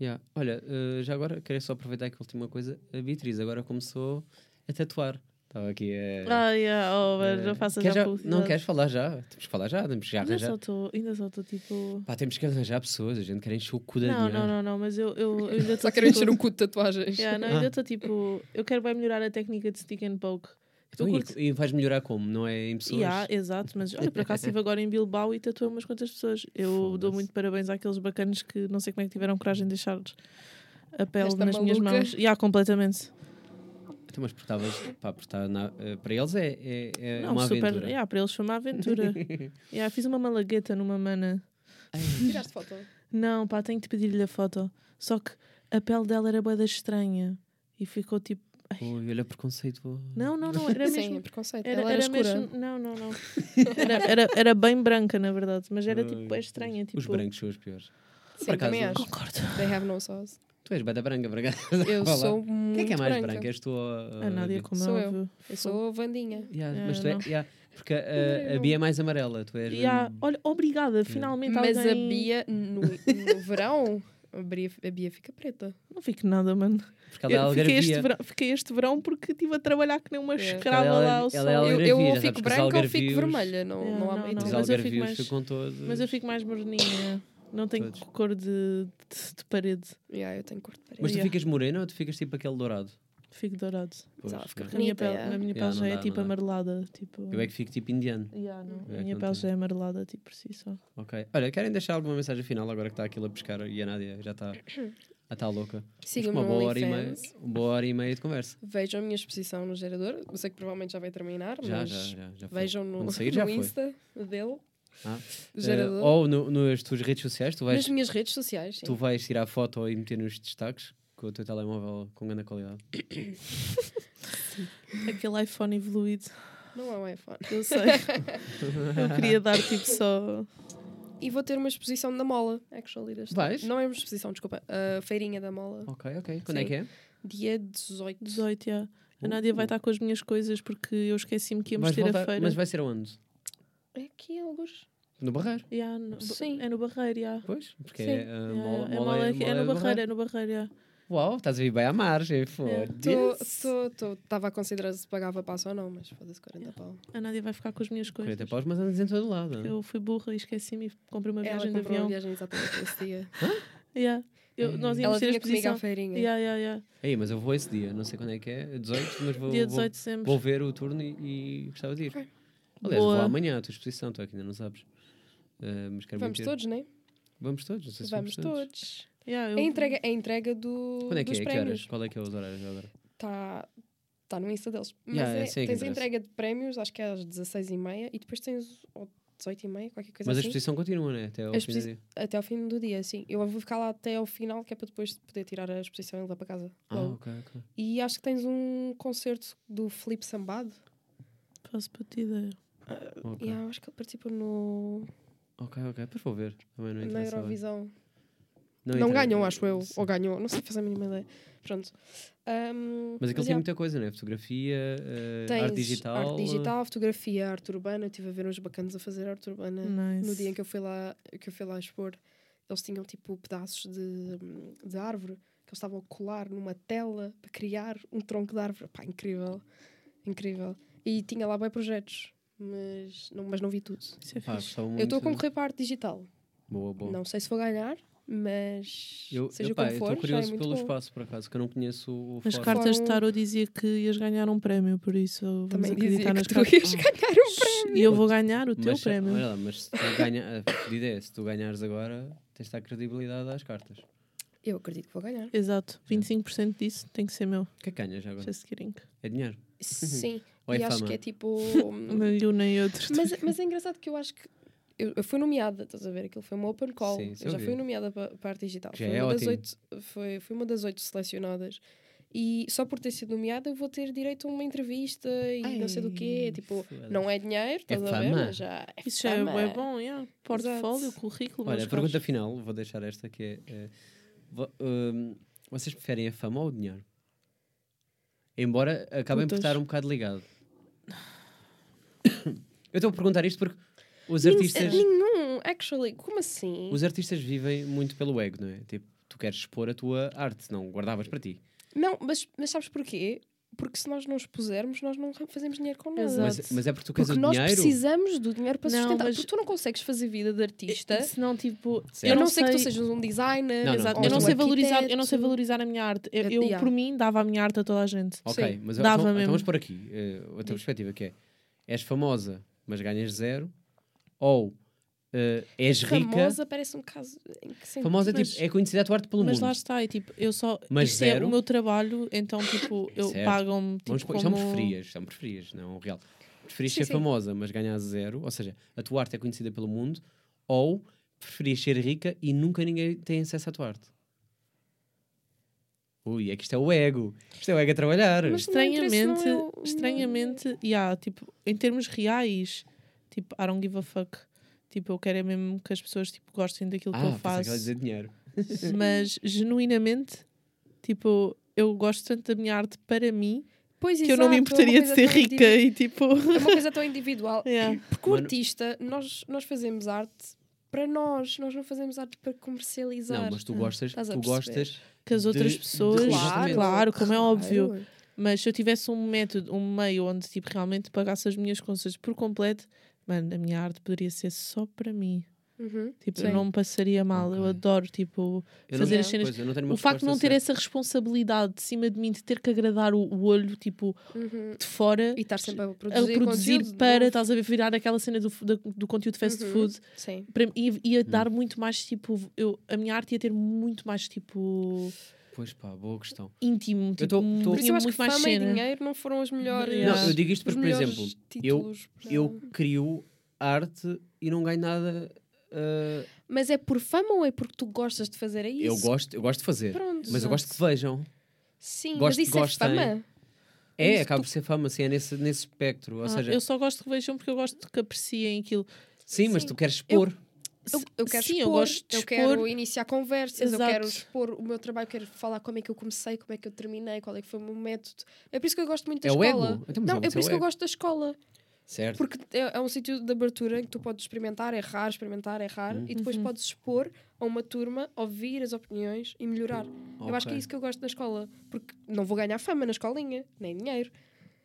S3: Yeah. Olha, eh, já agora queria só aproveitar aqui a última coisa. A Beatriz agora começou a tatuar. Estava aqui a.
S4: Ah, yeah, oh, mas
S3: eh,
S4: eu faço
S3: quer
S4: já
S3: já-
S4: publicidade.
S3: Não queres falar já? Temos que falar já, temos que já
S4: Ainda só
S3: arranjar.
S4: estou, ainda só estou tipo.
S3: Pá, temos que arranjar pessoas, a gente quer encher o cu da
S4: Não,
S3: dinheiro.
S4: não, não, não, mas eu, eu, eu ainda tipo,
S5: Só
S4: estou.
S5: quero encher um cu de tatuagens.
S4: Yeah, não,
S3: Ah.
S4: ainda estou tipo. Eu quero bem melhorar a técnica de stick and poke.
S3: Então,
S4: Eu
S3: e-
S4: curto-
S3: e, vais melhorar como? Não é em pessoas?
S4: Yeah, exato, mas olha, por acaso estive agora em Bilbao e tatuei umas quantas pessoas. Eu dou
S3: Foda-se.
S4: muito parabéns àqueles bacanas que não sei como é que tiveram coragem de deixar a pele
S5: Esta
S4: nas minhas
S5: maluca.
S4: mãos. Já, completamente.
S3: Então, mas portavas, pá, portar na- eh, para eles é, é, é
S4: não,
S3: uma
S4: super.
S3: aventura.
S4: Yeah, para eles foi uma aventura. yeah, fiz uma malagueta numa mana.
S5: Tiraste foto.
S4: Não, pá, tenho de pedir-lhe a foto. Só que a pele dela era boeda estranha e ficou tipo.
S3: Ui, olha preconceito.
S4: Não, não, não, era
S5: Sim, é
S4: mesmo.
S5: preconceito.
S4: Era,
S5: Ela era,
S4: era
S5: escura.
S4: mesmo. Não, não, não. Era, era, era bem branca, na verdade, mas era tipo é
S3: Ai,
S4: estranha. Tipo,
S3: Os brancos são os piores.
S5: Sim,
S3: Por
S5: também
S3: acaso-
S5: acho.
S4: Concordo.
S5: They have no sauce.
S3: Tu és bada branca, por acaso.
S5: Eu
S3: Vá lá.
S5: sou muito
S3: Quem é que é mais branca?
S5: branca.
S3: És tu ou a,
S4: A Nádia, como é
S5: Sou eu.
S4: óbvio.
S5: Eu sou a Vandinha.
S3: Yeah,
S4: É,
S3: mas tu é,
S4: não.
S3: yeah, porque a, a Bia é mais amarela, tu és. um,
S4: E há-
S3: mesmo-
S4: olha, obrigada, finalmente
S5: Mas a
S4: alguém...
S5: Bia, no, no verão, a Bia, a Bia fica preta.
S4: Não fico nada, mano.
S3: Porque ela é
S4: Eu fiquei, este
S3: algarvia.
S4: verão, fiquei este verão porque estive a trabalhar que nem uma
S5: É.
S3: Ela
S4: escrava
S3: é
S4: lá ao
S3: algar- ela
S4: sol.
S3: é
S5: Eu,
S3: Algarvios,
S5: eu ou
S3: já
S5: fico
S3: sabes que os
S5: branca ou fico
S3: algarvios-
S5: vermelha. Não,
S4: É,
S5: não há
S4: não,
S5: meio
S4: não.
S5: termo.
S3: Os
S4: mas eu fico
S3: algarvios
S4: mais-
S3: ficam todos.
S4: Mas eu fico mais morninha. Não tenho
S3: Todos.
S4: cor de, de, de parede.
S5: Yeah, eu tenho cor de
S3: Mas
S5: parede.
S3: tu
S4: Yeah.
S3: ficas morena ou tu ficas tipo aquele dourado?
S4: Fico dourado.
S5: Mas ela
S3: Pois,
S5: fica
S3: não.
S4: A minha
S5: Bonita,
S4: pele,
S5: yeah.
S4: A minha
S3: Yeah,
S4: pele já
S3: não
S4: é
S3: dá,
S4: tipo
S3: não dá.
S4: amarelada. Tipo...
S3: Eu é que fico tipo indiano.
S4: Yeah, não.
S3: Eu é
S4: A
S3: que
S4: minha
S3: não
S4: pele
S3: tenho.
S4: já é amarelada, tipo por si só.
S3: Ok. Olha, querem deixar alguma mensagem final agora que está aquilo a pescar e a Nádia já está já tá louca? Acho que
S5: Sigam-me
S3: uma
S5: no
S3: boa hora, e meia,
S5: OnlyFans.
S3: uma boa hora e meia de conversa.
S5: Vejam a minha exposição no gerador. Eu sei que provavelmente já vai terminar,
S3: Já,
S5: mas
S3: já, já. já foi.
S5: vejam no,
S3: Quando sair, já
S5: no
S3: foi.
S5: Insta dele.
S3: Ah,
S5: O
S3: Eh,
S5: gerador.
S3: ou no- nas tuas redes sociais, tu vais,
S5: Nas minhas redes sociais,
S4: assim.
S5: sim.
S3: tu vais tirar foto e meter nos destaques com o teu telemóvel com grande qualidade.
S4: Aquele iPhone evoluído.
S5: Não é um iPhone.
S4: Eu sei. eu queria dar tipo só.
S5: E vou ter uma exposição da mola, actually. deste-
S3: Vais?
S5: Não é uma exposição, desculpa. A feirinha da mola.
S3: Ok, ok. Quando é
S5: Sim.
S3: que é?
S5: Dia 18.
S4: 18, já. A
S3: Uh.
S4: Nádia vai estar com as minhas coisas porque eu esqueci-me que íamos
S3: Vais
S4: ter
S3: voltar-
S4: a feira.
S3: Mas vai ser aonde?
S5: É aqui, alguns.
S3: No Barreiro.
S4: Yeah, no-
S5: Sim.
S4: É no Barreiro, yeah.
S3: Pois, porque
S5: Sim.
S3: é, ah,
S4: Yeah,
S3: mola,
S4: é,
S3: mola
S4: mola-
S3: é-
S4: é
S3: mola é
S4: no
S3: Barreiro.
S4: Barreiro, é no Barreiro, yeah.
S3: Uau, estás a vir bem à
S5: É,
S3: margem, foda-se.
S5: Estava a considerar se pagava passo ou não, mas foda-se, 40 pau.
S4: A Nádia vai ficar com as minhas
S3: 40
S4: coisas.
S3: paus, mas andas em todo lado.
S4: Eu fui burra e esqueci-me e comprei uma
S5: Ela
S4: viagem de
S5: comprou
S4: avião.
S5: uma viagem exatamente nesse dia.
S4: Yeah.
S3: Hum.
S4: Eu- nós
S5: Ela
S4: íamos ter a
S5: tinha comigo é. à
S4: exposição.
S5: feirinha.
S4: Yeah, yeah, yeah.
S3: Ei, mas eu vou esse dia, não sei quando é que é, 18, mas vou, vou,
S4: Dia 18 de dezembro.
S3: vou ver o turno e, e gostava de ir.
S5: Ok.
S3: Aliás, vou
S4: Boa.
S3: amanhã à tua exposição, tu é que ainda não sabes. Ah, mas quero
S5: Vamos
S3: muito ir.
S5: todos, né?
S3: Vamos todos, não sei se
S5: Vamos todos.
S4: Yeah, eu-
S5: É a entrega, é a entrega do,
S3: Quando é que
S5: dos
S3: é? Que horas?
S5: prémios.
S3: Qual é que é os horários agora?
S5: Está tá no Insta deles. Mas
S3: Yeah,
S5: é-
S3: essa é que
S5: tens a
S3: interessa.
S5: entrega de prémios, acho que é às 16h30, e depois tens ou 18 e meia, qualquer coisa
S3: Mas a
S5: assim.
S3: exposição continua, né? Até ao
S5: A
S3: fim do
S5: exposi-
S3: dia.
S5: Até ao fim do dia, sim. Eu vou ficar lá até ao final, que é para depois poder tirar a exposição e levar para casa.
S3: Ah,
S5: logo.
S3: ok, ok.
S5: E acho que tens um concerto do Felipe Sambado.
S4: Posso puta ideia.
S3: Ok,
S5: E eu acho que ele participa no,
S3: ok, ok. Depois vou ver. Também não
S5: na
S3: interessa. bem.
S5: Eurovisão.
S3: Não,
S5: Não,
S3: interessa.
S5: ganhou, acho eu.
S3: Sim.
S5: Ou ganhou, não sei fazer a mínima ideia. Pronto. Ahm,
S3: Mas aquilo tem
S5: já.
S3: muita coisa, né? Fotografia, eh,
S5: Tens
S3: arte digital.
S5: Arte digital, fotografia, arte urbana. Eu estive a ver uns bacanas a fazer arte urbana
S3: Hum.
S4: Nice.
S5: no dia em que eu fui lá, que eu fui lá expor. Eles tinham tipo pedaços de, de árvore que eles estavam a colar numa tela para criar um tronco de árvore. Pá, incrível. Incrível. E tinha lá bem projetos, mas não, mas não vi tudo.
S4: Isso é
S3: Pá,
S4: fixe.
S3: gostava
S5: Eu estou a
S3: muito.
S5: concorrer para a arte digital.
S3: Boa, boa.
S5: Não sei se vou ganhar, mas
S3: Eu
S5: seja
S3: epá, eu
S5: como for,
S3: estou
S5: já é
S3: curioso
S5: muito
S3: pelo
S5: bom.
S3: espaço, por acaso, que eu não conheço o
S4: As
S3: fórum.
S4: cartas de
S5: Foram-
S4: tarot dizia que ias ganhar um prémio, por isso vamos
S5: Também dizia
S4: acreditar
S5: que
S4: nas
S5: tu ias
S4: cartas.
S5: ganhar um prémio.
S4: E eu vou ganhar o teu
S3: mas,
S4: prémio.
S3: olha lá, mas se tu, ganha, a pedida é, se tu ganhares agora, tens de dar credibilidade às cartas. O
S5: Eu acredito que vou ganhar.
S4: Exato.
S3: É.
S4: 25% disso tem que ser meu.
S3: que é que ganhas agora?
S4: Just kidding.
S3: É dinheiro?
S5: Sim.
S3: Ou é
S5: e acho
S3: fama?
S5: que é tipo.
S3: Hum.
S4: Nem um nem outro.
S5: mas, mas é engraçado que eu acho que. Eu, eu fui nomeada, estás a ver? Aquilo foi uma open call.
S3: Sim, isso
S5: eu já
S3: eu vi.
S5: fui nomeada para a arte digital.
S3: Já
S5: fui,
S3: é
S5: uma das
S3: ótimo.
S5: oito, foi, fui uma das oito selecionadas. E só por ter sido nomeada eu vou ter direito a uma entrevista e não sei do quê.
S3: Ai,
S5: Tipo,
S3: foda-se.
S5: não é dinheiro, estás a ver?
S3: fama.
S5: Mas já é
S4: Isso já é,
S5: fama.
S4: bué bom, yeah. portfólio,
S5: Exato.
S4: currículo.
S3: Olha,
S4: meus
S3: a pergunta
S4: caros.
S3: final, vou deixar esta, que é... eh, vo- hum, vocês preferem a fama ou o dinheiro? Embora acabem por
S4: Putas.
S3: estar um bocado ligado. Eu estou a perguntar isto porque os
S5: Nin-
S3: artistas...
S5: Nenhum, actually. Como assim?
S3: Os artistas vivem muito pelo ego, não é? Tipo, tu queres expor a tua arte, não guardavas para ti.
S5: Não, mas, mas sabes porquê? Porque se nós não expusermos, nós não fazemos dinheiro com nada.
S4: Exato.
S3: Mas, mas é porque tu queres
S5: Porque
S3: o
S5: nós
S3: dinheiro.
S5: precisamos do dinheiro para
S4: Não,
S5: sustentar.
S4: mas-
S5: Porque tu não consegues fazer vida de
S3: é
S5: artista.
S4: Se não, tipo,
S3: Certo.
S5: Eu não sei que tu sejas um designer.
S3: Não, não,
S4: Exato,
S5: ou
S4: eu não
S5: um
S4: sei valorizar, eu não sei
S5: arquiteto.
S4: valorizar a minha arte. Eu,
S5: Eh,
S4: eu,
S5: yeah.
S4: por mim dava a minha arte a toda a gente.
S3: Ok,
S5: Sim.
S3: mas então,
S4: Dava
S3: então
S4: mesmo.
S3: vamos pôr aqui eh, outra perspectiva que é: és famosa, mas ganhas zero, ou eh, és rica.
S5: Famosa parece um caso em que sempre...
S3: Famosa é,
S4: mas-
S3: tipo, é conhecida a tua arte pelo
S4: Mas
S3: mundo.
S4: lá está, é tipo, eu só
S3: Mas
S4: isto é
S3: zero.
S4: o meu trabalho, então tipo, eu
S3: Certo.
S4: pagam-me tipo,
S3: Vamos pôr-
S4: como
S3: Isto é um preferias, isto é um preferias, não é um real. Preferias
S5: Sim,
S3: ser
S5: sim.
S3: famosa, mas ganhas zero, ou seja, a tua arte é conhecida pelo mundo, ou preferias ser rica e nunca ninguém tem acesso à tua arte. Ui, é que isto é o ego. Isto é o ego a trabalhar.
S5: Mas- Não interessa, não, é
S4: estranhamente,
S5: eu-
S4: estranhamente, yeah, tipo, em termos reais, tipo, I don't give a fuck. Tipo, eu quero é mesmo que as pessoas tipo, gostem daquilo que
S3: ah,
S4: eu
S3: pensei que
S4: faço.
S3: ela dizia dinheiro.
S4: Mas genuinamente, tipo, eu gosto tanto da minha arte para mim
S5: Pois,
S4: que eu não me
S5: exato, é uma
S4: importaria de
S5: coisa
S4: ser
S5: tão
S4: rica
S5: individu-
S4: e tipo.
S5: É uma coisa tão individual.
S4: yeah.
S5: Porque o
S3: Mano-
S5: artista, nós, nós fazemos arte para nós. Nós não fazemos arte para comercializar.
S3: Não, mas tu gostas,
S5: Estás a
S3: tu
S5: perceber?
S3: gostas.
S4: que as outras
S3: De-
S4: pessoas.
S3: de-
S4: claro,
S3: Exatamente.
S4: como é
S5: claro.
S4: óbvio. Mas se eu tivesse um método, um meio onde tipo, realmente pagasse as minhas contas por completo, mano, a minha arte poderia ser só para mim.
S5: Uhum.
S4: Tipo,
S5: Sim.
S4: eu não me passaria mal. Eu
S3: Ok.
S4: adoro, tipo,
S3: Eu
S4: fazer
S3: não,
S4: as cenas.
S3: pois, eu não tenho uma
S4: o facto de não
S3: resposta
S4: ter essa responsabilidade de cima de mim, de ter que agradar o, o olho, tipo,
S5: Uhum.
S4: de fora.
S5: E estar sempre a
S4: a
S5: produzir,
S4: produzir
S5: conteúdo
S4: para,
S5: novo.
S4: estás a ver, virar aquela cena do, f- da- do conteúdo fast
S5: Uhum.
S4: food
S5: Sim.
S4: para, e ia
S3: Hum.
S4: dar muito mais tipo. Eu, a minha arte ia ter muito mais tipo.
S3: certa. Pois pá, boa questão.
S4: íntimo. Tipo,
S3: tô- tô-
S5: Por isso eu
S4: tinha
S5: acho que
S4: muito mais
S5: fama e
S4: cena.
S5: dinheiro não foram as melhores...
S4: Yeah.
S3: Não, eu digo isto porque, por exemplo, eu, eu crio arte e não ganho nada. ah,
S5: Mas é por fama ou é porque tu gostas de fazer é isso?
S3: eu, gosto, eu gosto de fazer,
S5: Pronto.
S3: mas eu gosto que vejam.
S5: Sim,
S3: gosto-
S5: mas isso
S3: gosto
S5: é
S3: em-
S5: fama.
S3: É,
S5: Mas
S3: acaba por ser fama, assim, é nesse, nesse espectro. Ou
S4: Ah,
S3: seja,
S4: eu só gosto que vejam porque eu gosto que apreciem aquilo.
S3: sim, mas
S5: sim.
S3: tu queres expor.
S5: Eu, eu quero
S4: Sim,
S5: expor,
S4: eu gosto de
S5: eu
S4: expor.
S5: quero iniciar conversas, eu
S4: Exato.
S5: quero expor o meu trabalho, eu quero falar como é que eu comecei, como é que eu terminei, qual é que foi o meu método. É por isso que eu gosto muito da
S3: É o
S5: escola.
S3: ego? Então, mas
S5: Não,
S3: é
S5: é
S3: o
S5: por isso
S3: seu
S5: que eu
S3: ego.
S5: gosto da escola.
S3: Certo.
S5: Porque é, é um sítio de abertura em que tu podes experimentar, errar, experimentar, errar e depois
S4: Uhum.
S5: podes expor a uma turma, ouvir as opiniões e melhorar. Eu acho que é
S3: Ok.
S5: isso que eu gosto da escola. Porque não vou ganhar fama na escolinha, nem dinheiro.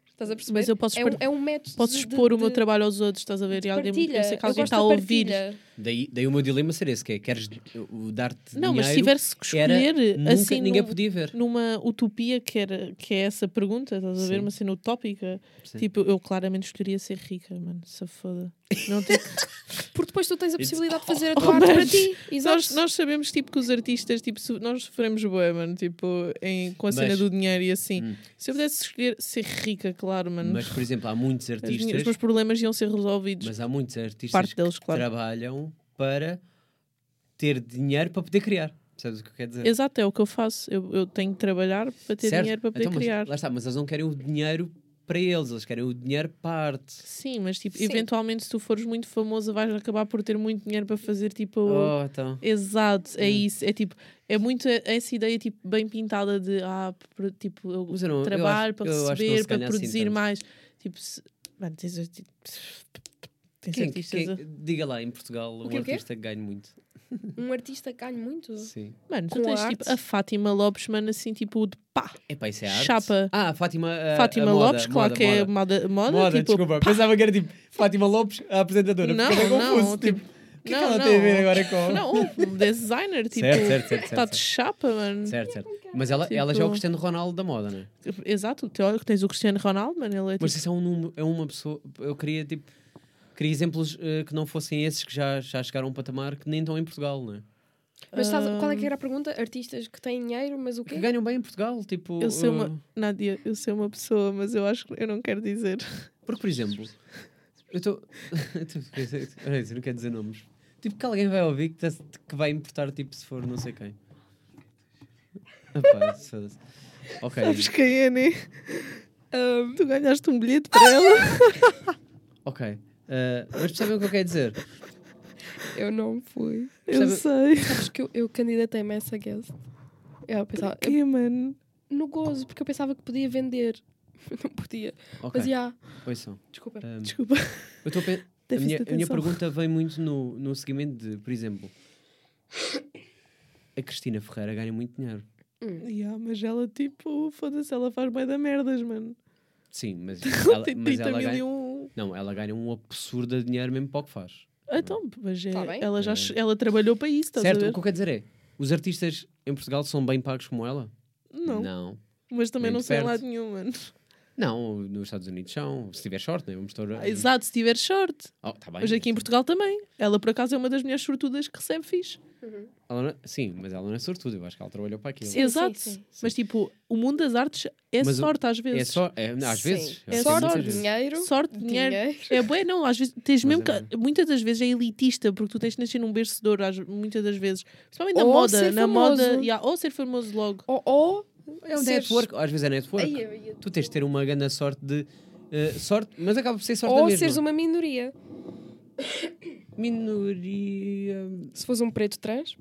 S5: Estás a perceber?
S4: Mas eu posso
S5: é, um,
S4: expor-
S5: é um método.
S4: Posso
S5: de-
S4: expor
S5: de-
S4: o meu
S5: de
S4: trabalho aos outros, estás a ver? E alguém,
S5: partilha.
S4: eu sei que
S5: Eu
S4: alguém
S5: gosto
S4: está
S5: da
S4: a ouvir.
S5: partilha.
S3: Daí, daí o meu dilema ser esse: que é queres o dar-te
S4: Não, mas se
S3: dinheiro,
S4: tivesse que
S3: era,
S4: escolher,
S3: nunca,
S4: assim,
S3: ninguém
S4: num-
S3: podia ver.
S4: numa utopia que, era, que é essa pergunta, estás a ver?
S3: Sim.
S4: Uma cena utópica.
S3: Sim.
S4: Tipo, eu claramente escolheria ser rica, mano, se foda. Não tem que-
S5: Porque depois tu tens a
S3: It's
S5: possibilidade de fazer a
S4: all
S5: tua arte para
S4: romance.
S5: ti.
S4: nós,
S5: Exato.
S4: nós sabemos tipo, que os artistas, tipo, so- nós sofremos bué, mano, tipo, em, com a cena
S3: Mas-
S4: do dinheiro e assim.
S3: Hum.
S4: Se eu pudesse escolher ser rica, claro, mano,
S3: Mas, por exemplo, há muitos
S4: as minhas- os
S3: artistas,
S4: meus problemas iam ser resolvidos.
S3: mas há muitos artistas
S4: Parte
S3: que
S4: deles, claro.
S3: trabalham para ter dinheiro para poder criar. Sabes o que eu quero dizer?
S4: Exato, é o que eu faço. Eu, eu tenho que trabalhar para ter
S3: Certo?
S4: dinheiro para poder
S3: Então, mas
S4: criar.
S3: Lá está, mas eles não querem o dinheiro para eles, eles querem o dinheiro parte.
S4: Sim, mas tipo,
S5: Sim.
S4: eventualmente se tu fores muito famosa vais acabar por ter muito dinheiro para fazer tipo.
S3: Oh, então.
S4: Exato, é
S3: Hum.
S4: isso. É tipo, é muito e- essa ideia tipo, bem pintada de ah, pro- tipo, eu
S3: Mas eu não- eu
S4: trabalho
S3: acho-
S4: para
S3: eu acho que não se
S4: receber, para
S3: ganha assim
S4: produzir
S3: tanto.
S4: mais. Tipo, se, mano, tens, tipo, tens
S3: Quem- é
S4: artistas.
S3: quem-
S4: a-
S3: diga lá, em Portugal, um
S5: quê, o quê?
S3: artista que ganha muito.
S5: Um artista ganha muito.
S3: Sim.
S4: Mano, tu
S5: com
S4: tens
S5: arte.
S4: tipo a Fátima Lopes, mano, assim, tipo, de pá,
S3: Epá, isso é arte.
S4: Chapa.
S3: Ah, Fátima, a-
S4: Fátima
S3: a moda,
S4: Lopes, claro
S3: moda,
S4: que é
S3: moda.
S4: moda, moda,
S3: Moda,
S4: tipo,
S3: desculpa. Pensava que era tipo Fátima Lopes, a apresentadora.
S4: Não,
S3: Fiquei
S4: não, tipo,
S3: o que é
S4: não,
S3: que ela tem a ver
S4: não.
S3: agora com.
S4: Não, um designer, tipo,
S3: certo, certo, certo.
S4: está
S3: certo,
S4: de chapa, mano.
S3: certo, certo. Mas ela, ela
S4: Tipo-
S3: já é o Cristiano Ronaldo da moda, não é?
S4: Exato, te- olha que tens o Cristiano Ronaldo, mano, ele é tipo,
S3: Mas isso é, um número, é uma pessoa. Eu queria tipo. Queria exemplos eh, que não fossem esses que já, já chegaram a um patamar que nem estão em Portugal, não é?
S5: Mas estás- qual é que era a pergunta? Artistas que têm dinheiro, mas o
S3: Que
S5: quê?
S3: ganham bem em Portugal, tipo.
S4: Eu sei
S3: eh,
S4: uma- Nádia, eu sei uma pessoa, mas eu acho que eu não quero dizer.
S3: Porque, por exemplo, eu estou. eu não quero dizer nomes. Tipo, que alguém vai ouvir que, tá- que vai importar, tipo, se for não sei quem. Epá, foda-se. ok,
S4: Sabes quem é, né? tu ganhaste um bilhete para ela.
S3: ok. Ah, mas percebem o que eu quero dizer?
S5: Eu não fui.
S4: Eu sei.
S5: Sabes que eu, eu candidatei-me a essa guest. Eu pensava, eu-
S4: Que, mano?
S5: no gozo, porque eu pensava que podia vender. Não podia.
S3: Ok,
S5: Mas já,
S3: ouçam.
S5: desculpa.
S3: Ah,
S4: Desculpa.
S3: eu estou a pe- a minha,
S4: Déficit de
S3: a minha
S4: atenção.
S3: pergunta vem muito no, no seguimento de, por exemplo, a Cristina Ferreira ganha muito dinheiro.
S4: Yeah, mas ela, tipo, foda-se, ela faz bué da merdas, mano.
S3: Sim, mas
S4: Ela
S3: ela,
S4: tem
S3: mas
S4: 30
S3: ela
S4: mil e
S3: ganha.
S4: um.
S3: Não, ela ganha um absurdo de dinheiro mesmo para o que faz.
S4: Então, mas é-
S5: Tá bem.
S4: ela já
S3: É.
S4: che- ela trabalhou para isso, estás
S3: certo,
S4: a
S3: o
S4: ver?
S3: que eu quero dizer é: os artistas em Portugal são bem pagos como ela?
S4: Não.
S3: Não,
S4: Mas também
S3: Nem
S4: não
S3: de
S4: sei em
S3: perto.
S4: lado nenhum, mano.
S3: Não, nos Estados Unidos são, se tiver short, né? Vamos estar.
S4: Ah, Exato, se tiver short.
S3: Oh, tá bem.
S4: Mas aqui em Portugal também. Ela, por acaso, é uma das mulheres sortudas que recebe fixe.
S3: Ela não- Sim, mas ela não é sortuda, eu acho que ela trabalhou para aquilo.
S5: Sim,
S4: Exato.
S5: sim.
S4: Mas, tipo, o mundo das artes é
S3: Mas o-
S4: sorte às vezes.
S3: É só, é, não, às
S5: Sim.
S3: vezes. eu
S5: É
S3: acho que
S4: sorte.
S3: muitas
S5: sorte,
S3: vezes.
S5: dinheiro.
S4: Sorte, dinheiro. É bué, não, às vezes tens
S3: Mas
S4: mesmo
S3: é
S4: que, muitas das vezes é elitista, porque tu tens de nascer num bercedor, às- muitas das vezes. Principalmente na
S5: Ou
S4: moda,
S5: ser
S4: na
S5: famoso.
S4: moda, yeah, ou ser famoso logo.
S5: Ou, ou
S3: É um
S5: seres-
S3: network, às vezes é network.
S5: Ai, eu ia-
S3: Tu tens de ter uma grande sorte de. eh, sorte, mas acaba por ser sorte da
S5: ou
S3: mesma.
S5: seres uma minoria.
S3: Minoria.
S5: Se fosse um preto trans,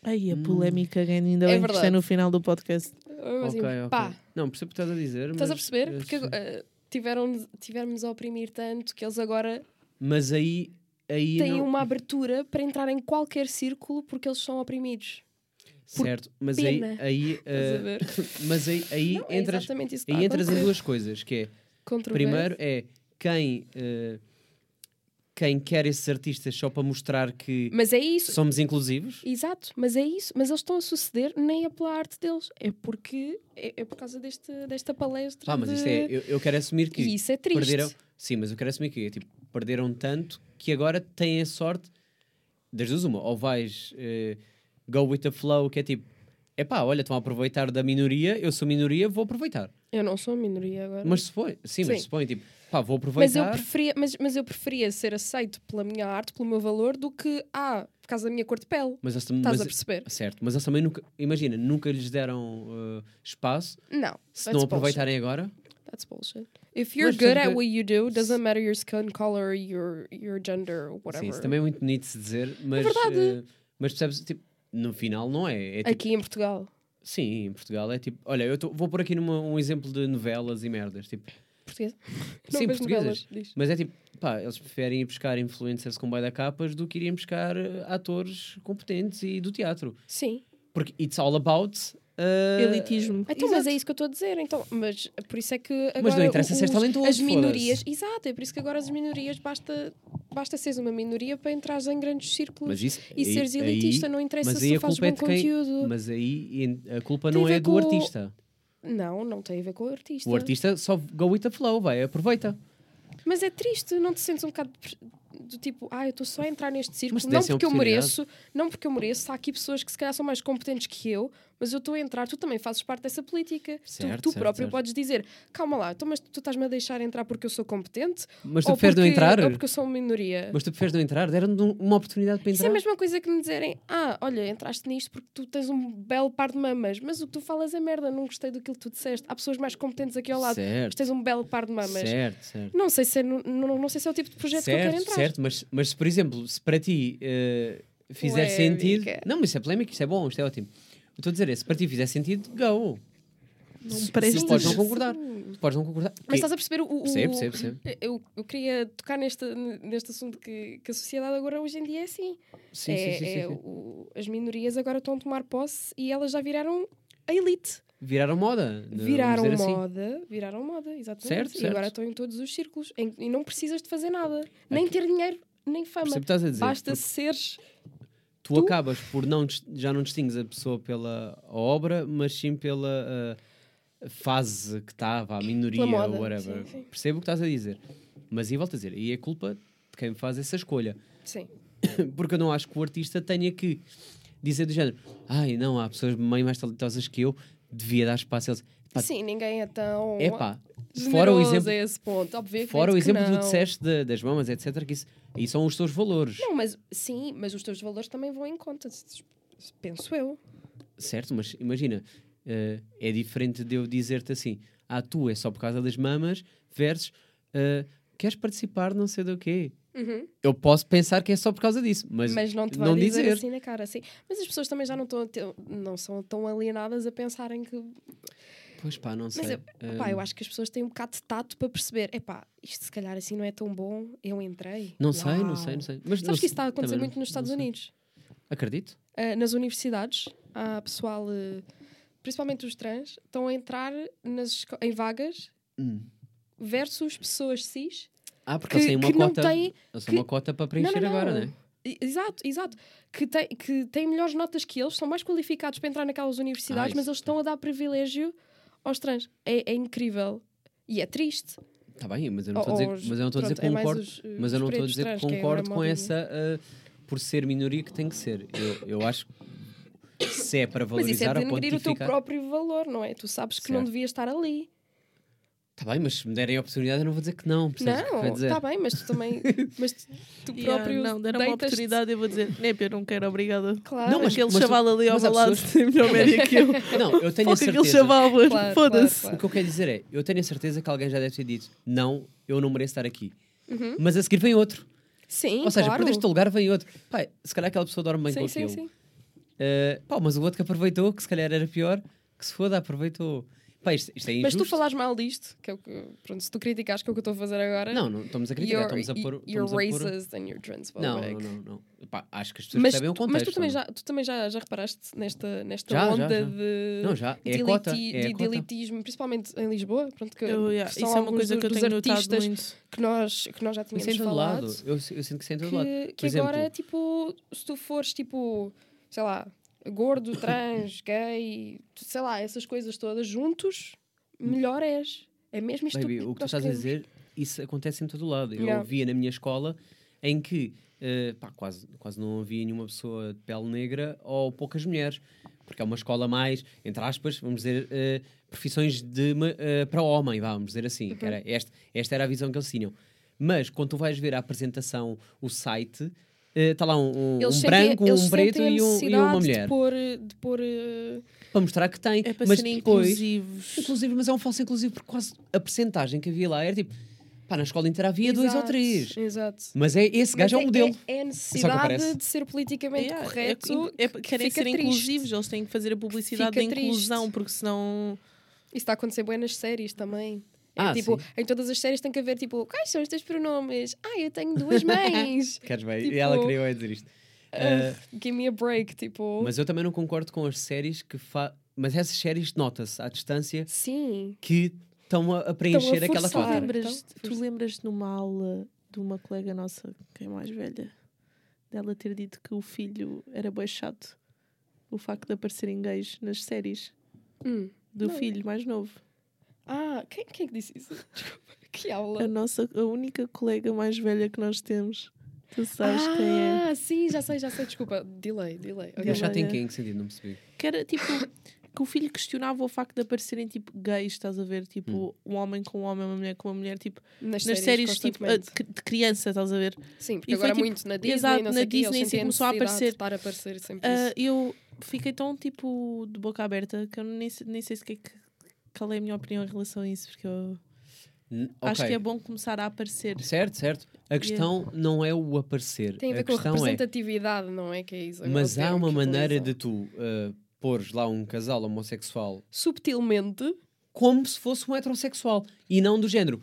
S4: Aí a
S3: Hum.
S4: polémica, ganha, ainda
S5: É
S4: bem que isto é
S5: verdade.
S4: no final do podcast.
S5: mas
S3: ok, ok.
S5: assim? pá,
S3: Não, percebo o que estás a dizer.
S5: estás a
S3: mas-
S5: perceber?
S3: mas-
S5: Porque eh, tiveram, tiveram-nos a oprimir tanto que eles agora
S3: Mas aí. aí
S5: têm
S3: não-
S5: uma abertura para entrar em qualquer círculo porque eles são oprimidos. por
S3: Certo, mas aí.
S5: pena.
S3: aí
S5: Estás
S3: eh,
S5: a ver?
S3: mas aí, aí
S5: Não, é
S3: entras
S5: exatamente isso que
S3: Aí
S5: está a
S3: entras em
S5: acontecer.
S3: duas coisas, que é,
S5: Controvérsia.
S3: primeiro é quem, eh, quem quer esses artistas só para mostrar que
S5: Mas é isso.
S3: somos inclusivos.
S5: Exato, mas é isso. Mas eles estão a suceder nem é pela arte deles. É porque é, é por causa deste, desta palestra.
S3: Pá, mas isto
S5: de-
S3: é, eu, eu quero assumir
S5: E
S3: que
S5: isso é triste.
S3: perderam, sim, mas eu quero assumir que tipo, perderam tanto que agora têm a sorte, das duas uma, ou vais eh, go with the flow, que é tipo, epá, olha, estão a aproveitar da minoria, eu sou minoria, vou aproveitar.
S5: Eu não sou a minoria agora.
S3: Mas se põe, sim, mas
S5: Sim.
S3: se põe, tipo, pá, vou
S5: Mas eu,
S3: aproveitar.
S5: preferia, mas, mas eu preferia ser aceito pela minha arte, pelo meu valor, do que, ah, por causa da minha cor de pele.
S3: Mas, eles tam-
S5: Estás
S3: mas-
S5: a perceber?
S3: Certo, mas eles também nunca, imagina, nunca lhes deram eh, espaço
S5: Não.
S3: Se
S5: that's
S3: não
S5: bullshit.
S3: aproveitarem agora,
S5: That's bullshit. If you're
S3: Mas
S5: good
S3: percebes
S5: at
S3: que-
S5: what you do, doesn't matter your skin color, your, your gender, or whatever.
S3: sim, isso também é muito bonito de se dizer, mas,
S5: verdade.
S3: eh, mas percebes, tipo, no final não é. é tipo-
S5: Aqui em Portugal.
S3: Sim, em Portugal é tipo, olha, eu tô- vou pôr aqui numa- um exemplo de novelas e merdas, tipo,
S5: Português.
S3: Sim,
S5: vejo
S3: portuguesas.
S5: novelas, diz.
S3: mas é tipo, pá, eles preferem ir buscar influencers com baida capas do que irem buscar eh, atores competentes e do teatro,
S5: Sim.
S3: porque it's all about eh,
S4: Elitismo.
S5: Então, mas é isso que eu estou a dizer. Então, mas por isso é que agora
S3: não interessa
S5: os,
S3: seres talentoso,
S5: as
S3: foda-se.
S5: minorias. Exato, é por isso que agora as minorias basta, basta seres uma minoria para entrares em grandes círculos
S3: Mas isso,
S5: e
S3: aí-
S5: seres
S3: aí-
S5: elitista, não interessa
S3: mas
S5: se
S3: aí
S5: tu
S3: a
S5: fazes
S3: culpa é
S5: bom
S3: de quem-
S5: conteúdo.
S3: Mas aí en- a culpa
S5: Tem
S3: não
S5: a
S3: é
S5: ver
S3: do
S5: com o
S3: artista.
S5: Não, não tem a ver com o artista.
S3: O artista só go with the flow, vai, aproveita.
S5: Mas é triste, não te sentes um bocado pre- do tipo, ah, eu estou só a entrar neste círculo,
S3: Mas
S5: não
S3: desse a
S5: porque eu
S3: oportunidade.
S5: mereço, não porque eu mereço. Há aqui pessoas que se calhar são mais competentes que eu, mas eu estou a entrar, tu também fazes parte dessa política. Tu-
S3: Certo,
S5: tu
S3: certo,
S5: próprio
S3: certo.
S5: podes dizer, calma lá, então, mas tu estás-me a deixar entrar porque eu sou competente?
S3: Mas tu
S5: ou
S3: preferes não
S5: porque-
S3: entrar?
S5: Ou porque eu sou uma minoria?
S3: Mas tu preferes não entrar? Deram-te um- uma oportunidade para
S5: Isso é
S3: entrar.
S5: a mesma coisa que me dizerem, ah, olha, entraste nisto porque tu tens um belo par de mamas, mas o que tu falas é merda, não gostei daquilo que tu disseste. Há pessoas mais competentes aqui ao lado, mas
S3: certo,
S5: tens um belo par de mamas.
S3: certo, certo.
S5: Não sei se é, no- no- não, sei se é o tipo de projeto que eu quero
S3: Certo,
S5: entrar.
S3: certo, mas, mas por exemplo, se para ti eh, fizer
S5: Polémica.
S3: sentido. Não, mas isso é polémico, isso é bom, isto é ótimo. Eu Estou a dizer, é, se para ti fizer sentido, go.
S4: Não
S3: Se-
S4: me
S3: se
S4: parece.
S3: podes não concordar. Tu podes não concordar.
S5: Mas estás a perceber o. o-
S3: Percebo,
S5: o-
S3: percebo, percebo.
S5: Eu, eu queria tocar neste, neste assunto que, que a sociedade agora hoje em dia é assim.
S3: Sim,
S5: é,
S3: sim, sim, sim,
S5: é
S3: sim.
S5: o- as minorias agora estão a tomar posse e elas já viraram a elite.
S3: Viraram moda. não- vamos
S5: Viraram
S3: dizer assim.
S5: moda, viraram moda, exatamente.
S3: Certo,
S5: E
S3: certo. É
S5: agora estão em todos os círculos. Em- e não precisas de fazer nada. Nem ter dinheiro, nem fama.
S3: Percebo o que estás a dizer.
S5: Basta
S3: porque
S5: seres.
S3: tu,
S5: tu-
S3: acabas por não dis- já não distingues a pessoa pela obra, mas sim pela ah, fase que estava, a minoria
S5: Pela moda,
S3: ou whatever.
S5: sim, sim.
S3: Percebo o que estás a dizer. Mas e volto a dizer, aí é culpa de quem faz essa escolha.
S5: Sim.
S3: porque eu não acho que o artista tenha que dizer do género ai não, há pessoas bem mais talentosas que eu devia dar espaço a eles Pá,
S5: Sim, ninguém é tão.
S3: epá, fora o
S5: generoso
S3: exemplo,
S5: a esse ponto. Obviamente
S3: fora
S5: é
S3: o
S5: que
S3: exemplo que tu
S5: não.
S3: disseste da- das mamas, etc que isso, aí são os teus valores
S5: Não, mas sim, mas os teus valores também vão em conta, s- s- penso eu.
S3: certo, mas imagina eh, é diferente de eu dizer-te assim ah tu é só por causa das mamas versus eh, queres participar não sei do quê eu posso pensar que é só por causa disso mas,
S5: Mas, não te vai
S3: não
S5: dizer,
S3: dizer.
S5: assim na cara, assim. Mas as pessoas também já não estão a ter- não são tão alienadas a pensarem que.
S3: pois pá, não sei
S5: Mas eu, pá,
S3: Eh,
S5: eu acho que as pessoas têm um bocado de tato para perceber, epá, isto se calhar assim não é tão bom, eu entrei.
S3: não sei, não
S5: Uau."
S3: sei, não sei. Mas não
S5: Sabes que isso está a
S3: também
S5: acontecer
S3: não-
S5: muito nos
S3: não
S5: Estados
S3: sei.
S5: Unidos.
S3: Acredito.
S5: Ah, nas universidades, há pessoal, eh, principalmente os trans, estão a entrar nas, esco- em vagas
S3: Hum.
S5: versus pessoas cis
S3: Ah, porque
S5: que,
S3: eles têm uma
S5: que não
S3: cota.
S5: têm
S3: eles
S5: que-
S3: têm uma cota para preencher
S5: não,
S3: agora,
S5: não.
S3: não é?
S5: I- Exato, exato. Que, tem, que têm melhores notas que eles, são mais qualificados para entrar naquelas universidades,
S3: isso.
S5: mas eles estão a dar privilégio aos trans. É, é incrível. E é triste.
S3: Está Tá bem, mas eu
S5: Ou-
S3: não estou a dizer,
S5: ou os-
S3: mas eu não estou a dizer que
S5: pronto, é mais
S3: concordo.
S5: os, eh,
S3: mas eu
S5: os
S3: não estou a
S5: pretos
S3: dizer que
S5: trans, que é
S3: concordo
S5: agora
S3: com
S5: moda,
S3: essa ah, por ser minoria que tem que ser. Eu, eu acho que se é para
S5: Mas isso é
S3: valorizar ou
S5: denegrir o teu
S3: quantificar.
S5: próprio valor, não é? Tu sabes que não
S3: Certo.
S5: devias estar ali.
S3: Está Tá bem, mas se me derem a oportunidade, eu não vou dizer que não. Percebes o que
S5: Não, tá
S3: quer dizer?
S5: está bem, mas tu também. Mas tu, tu
S4: Yeah,
S5: próprio.
S4: não, deram uma
S5: deitas-te-
S4: oportunidade, eu vou dizer, Nep, eu não quero, obrigada.
S5: Claro,
S3: Não, mas-
S4: aquele
S3: tu-
S4: chaval ali ao
S3: mas há
S4: meu lado
S3: pessoas-
S4: tem melhor média que eu.
S3: Não, eu tenho a
S4: Foca aquele
S3: certeza.
S4: chaval, mano.
S5: Claro,
S4: Foda-se.
S5: claro,
S3: O que eu quero dizer é, eu tenho a certeza que alguém já deve ter dito, não, eu não mereço estar aqui. Mas a seguir vem outro.
S5: Uhum. Sim,
S3: Ou seja,
S5: claro.
S3: perdeste o teu lugar, vem outro. Pai, se calhar aquela pessoa dorme bem
S5: Sim,
S3: com
S5: sim,
S3: aquilo.
S5: sim.
S3: Uh, pá, mas o outro que aproveitou, que se calhar era pior, que se foda, aproveitou. Pá, isto, isto é
S5: Mas
S3: injusto.
S5: tu falares mal disto, que é o que. Pronto, se tu criticares que é o que eu estou a fazer agora.
S3: Não, não estamos a criticar,
S5: you're,
S3: estamos a pôr.
S5: you're
S3: estamos a pôr-
S5: racist and you're transphobic.
S3: Não, não, não. não. Pá, acho que as pessoas
S5: Mas,
S3: percebem o
S5: tu,
S3: contexto.
S5: mas tu também,
S3: não? é?
S5: já, tu também já, já reparaste nesta, nesta
S3: Já, já,
S5: onda
S3: já.
S5: de.
S3: Não, já. É
S5: de
S3: a cota.
S5: eliti-
S3: É
S5: eh, de
S3: a cota.
S5: elitismo, principalmente em Lisboa, pronto, que,
S4: Eu, yeah,
S5: que
S4: isso
S5: são
S4: é uma
S5: alguns
S4: coisa
S5: do-
S4: que eu
S5: dos
S4: tenho notado
S5: artistas
S4: muito.
S5: que nós, que nós já
S3: Isso é em
S5: tínhamos
S3: todo
S5: falado.
S3: lado. Eu, eu sinto que isso é em todo lado.
S5: que,
S3: Por
S5: que
S3: exemplo,
S5: agora, tipo, se tu fores, tipo, sei lá, gordo, trans, gay, sei lá, essas coisas todas juntos, melhor és. É mesmo isto
S3: baby, o que tu estás a dizer, isso acontece em todo lado. Eu
S5: Yeah.
S3: via na minha escola em que uh, pá, quase, quase não havia nenhuma pessoa de pele negra ou poucas mulheres. Porque é uma escola mais, entre aspas, vamos dizer, uh, profissões de, ma- uh, para homem, vá, vamos dizer assim.
S4: Uhum.
S3: que era este, esta era a visão que eles tinham. Mas quando tu vais ver a apresentação, o site, está lá um, um- um
S5: é-
S3: branco, um preto e, um- e uma mulher.
S5: De pôr, eh, de pôr, eh,
S3: Para mostrar que tem.
S4: tipo, É para
S3: mas
S4: serem
S3: depois,
S4: inclusivos.
S3: Inclusive, mas é um falso inclusivo, porque quase a percentagem que havia lá era tipo, pá, na escola inteira havia dois ou
S5: exato,
S3: três.
S5: Exato.
S3: Mas é, esse
S5: Mas
S3: gajo é, um modelo.
S5: É, é a
S3: aparece.
S5: necessidade de ser politicamente
S4: Yeah, é-
S5: correto.
S4: é- querem
S5: fica
S4: ser
S5: triste.
S4: inclusivos, eles têm que fazer a publicidade
S5: Fica
S4: da inclusão,
S5: triste.
S4: porque senão.
S5: Isso está a acontecer bem nas séries também. É
S3: Ah,
S5: tipo,
S3: sim.
S5: em todas as séries tem que haver tipo, quais são os teus pronomes? Ah, eu tenho duas mães.
S3: Queres ver?
S5: Tipo-
S3: Ela queria eu dizer isto.
S5: Ah, give me a break, tipo.
S3: É. Mas eu também não concordo com as séries que fa... Mas essas séries nota-se à distância
S5: Sim.
S3: que estão a, a preencher aquela
S5: forçar.
S3: cota.
S5: Lembra-
S4: Lembras,
S5: então,
S4: tu lembras numa aula eh, de uma colega nossa, que é mais velha, dela ter dito que o filho era boi chato? O facto de aparecerem gays nas séries
S5: Hum.
S4: do
S5: Não.
S4: filho mais novo.
S5: Ah, quem, quem é que disse isso? Desculpa, que aula.
S4: A nossa, a única colega mais velha que nós temos. Tu sabes
S5: ah,
S4: quem é.
S5: sim, já sei, já sei. Desculpa, delay, delay. ok.
S3: Eu já tenho
S4: Olha.
S3: quem? Em que sentido? Não percebi.
S4: Que era tipo. Que o filho questionava o facto de aparecerem tipo gays, estás a ver? Tipo, um homem com um homem, uma mulher com uma mulher, tipo, nas séries tipo, a-
S5: constantemente.
S4: de de criança, estás a ver?
S5: Sim, porque
S4: E foi,
S5: agora
S4: tipo,
S5: muito na Disney,
S4: exato,
S5: não
S4: na
S5: sei o quê,
S4: Disney,
S5: eles
S4: sim,
S5: sentem
S3: tipo, um
S4: começou a
S5: necessidade de
S4: aparecer.
S5: estar a aparecer sempre
S4: Ah,
S5: isso.
S4: eu fiquei tão tipo de boca aberta que eu nem, se- nem sei sequer que, qual é a minha opinião em relação a isso, porque eu
S3: N-
S4: acho
S3: ok.
S4: que é bom começar a aparecer.
S3: Certo, certo. A questão não é o aparecer.
S5: Tem a ver com a
S3: questão é,
S5: representatividade, não é que é isso? Agora
S3: mas
S5: tem
S3: há uma
S5: que
S3: maneira
S5: utilizar.
S3: de tu uh, pôres lá um casal homossexual
S5: Subtilmente,
S3: como se fosse um heterossexual e não do género.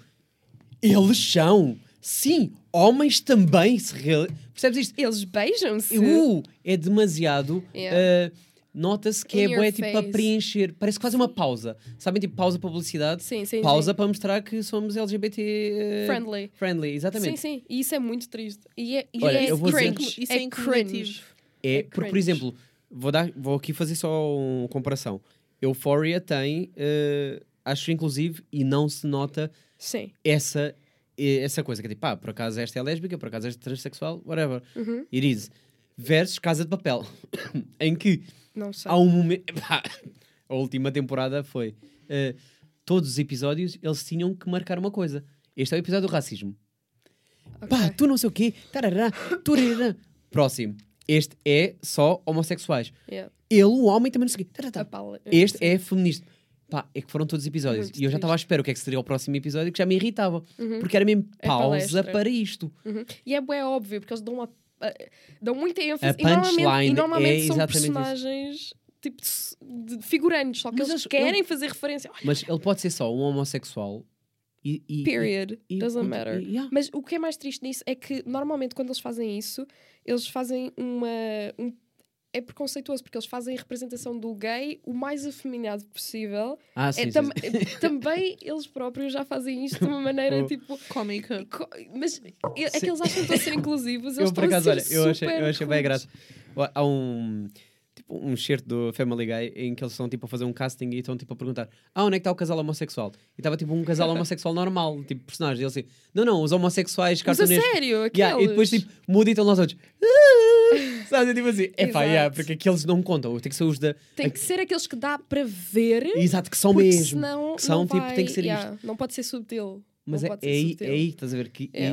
S3: Eles são, sim, homens também se real... Percebes isto?
S5: eles beijam-se.
S3: Uh, é demasiado.
S5: Yeah.
S3: uh, Nota-se que
S5: In
S3: é
S5: your
S3: bué, tipo, para
S5: face.
S3: preencher. Parece quase uma pausa. Sabem, tipo, pausa para publicidade,
S5: Sim, sim,
S3: pausa
S5: sim.
S3: para mostrar que somos LGBT uh,
S5: Friendly.
S3: friendly,
S5: Sim,
S3: exatamente.
S5: sim. E isso é muito triste. E é, e
S3: Olha,
S5: é
S3: eu vou dizer-
S5: cringe.
S4: Isso é
S5: é cringe.
S4: incomodativo.
S3: É,
S5: É
S3: porque, por
S5: cringe.
S3: exemplo, vou, dar, vou aqui fazer só uma comparação. Euphoria tem, eh, acho inclusive, e não se nota
S5: Sim.
S3: essa, eh, essa coisa, que é tipo, ah, por acaso esta é lésbica, por acaso esta é transexual, whatever,
S5: Uhum.
S3: it is. Versus Casa de Papel, em que
S5: Não sei.
S3: há um momento... Pá, a última temporada foi... eh, todos os episódios, eles tinham que marcar uma coisa. Este é o episódio do racismo.
S5: Ok.
S3: Pá, tu não sei o quê. Tarará, turará. Próximo. Este é só homossexuais.
S5: Yeah.
S3: Ele, o homem, também não sei o quê.
S5: A
S3: Tarará.
S5: pala-
S3: Tá. Este é feminista. Pá, é que foram todos os episódios.
S5: Muito
S3: e eu
S5: triste.
S3: já estava à espera o que é que seria o próximo episódio, que já me irritava. Porque era mesmo
S5: É
S3: pausa
S5: palestra.
S3: para isto.
S5: Uhum. E é bué óbvio, porque eles dão uma. a- dão muita ênfase.
S3: A
S5: e normalmente,
S3: punchline
S5: e normalmente
S3: é
S5: são
S3: exatamente isso.
S5: personagens tipo de s- de figurantes, só que
S3: Mas
S5: eles
S3: eles-
S5: querem fazer referência. Olha,
S3: Mas ele pode ser só um homossexual. E, e-
S5: Period.
S3: e- e
S5: Doesn't
S3: ponto.
S5: matter.
S3: E- yeah.
S5: Mas o que é mais triste nisso é que normalmente quando eles fazem isso, eles fazem uma. um- é preconceituoso, porque eles fazem a representação do gay o mais afeminado possível.
S3: Ah,
S5: é,
S3: sim, sim,
S5: tam-
S3: sim.
S5: é- também eles próprios já fazem isto de uma maneira
S3: Oh.
S5: tipo.
S4: Cómica.
S5: co- Mas é é que eles acham que estão a ser inclusivos. Eles
S3: Eu,
S5: estão
S3: por
S5: a
S3: acaso,
S5: ser
S3: olha, eu achei,
S5: super
S3: eu achei bem
S5: rudes.
S3: graça. Ó, Há um. Tipo, um certo do Family Guy em que eles estão tipo a fazer um casting e estão tipo a perguntar: Ah, onde é que está o casal homossexual? E estava tipo um casal homossexual normal, tipo personagem. E ele assim: Não, não, os homossexuais
S5: Mas a
S3: cartunescos.
S5: sério, aqueles.
S3: Yeah, e depois tipo muda e estão lá os outros. "Ah!" Sabe? Tipo assim: É pá,
S5: Exato.
S3: porque aqueles não contam. Tem que ser os da.
S5: Tem que ser aqueles que dá para ver.
S3: Exato, que são
S5: porque
S3: é mesmo.
S5: senão
S3: que são,
S5: não
S3: tipo,
S5: vai-
S3: tem que ser
S5: yeah, Não pode ser subtil.
S3: Mas
S5: não
S3: é,
S5: pode
S3: é
S5: ser
S3: aí,
S5: subtil.
S3: é aí que estás a ver que
S5: É.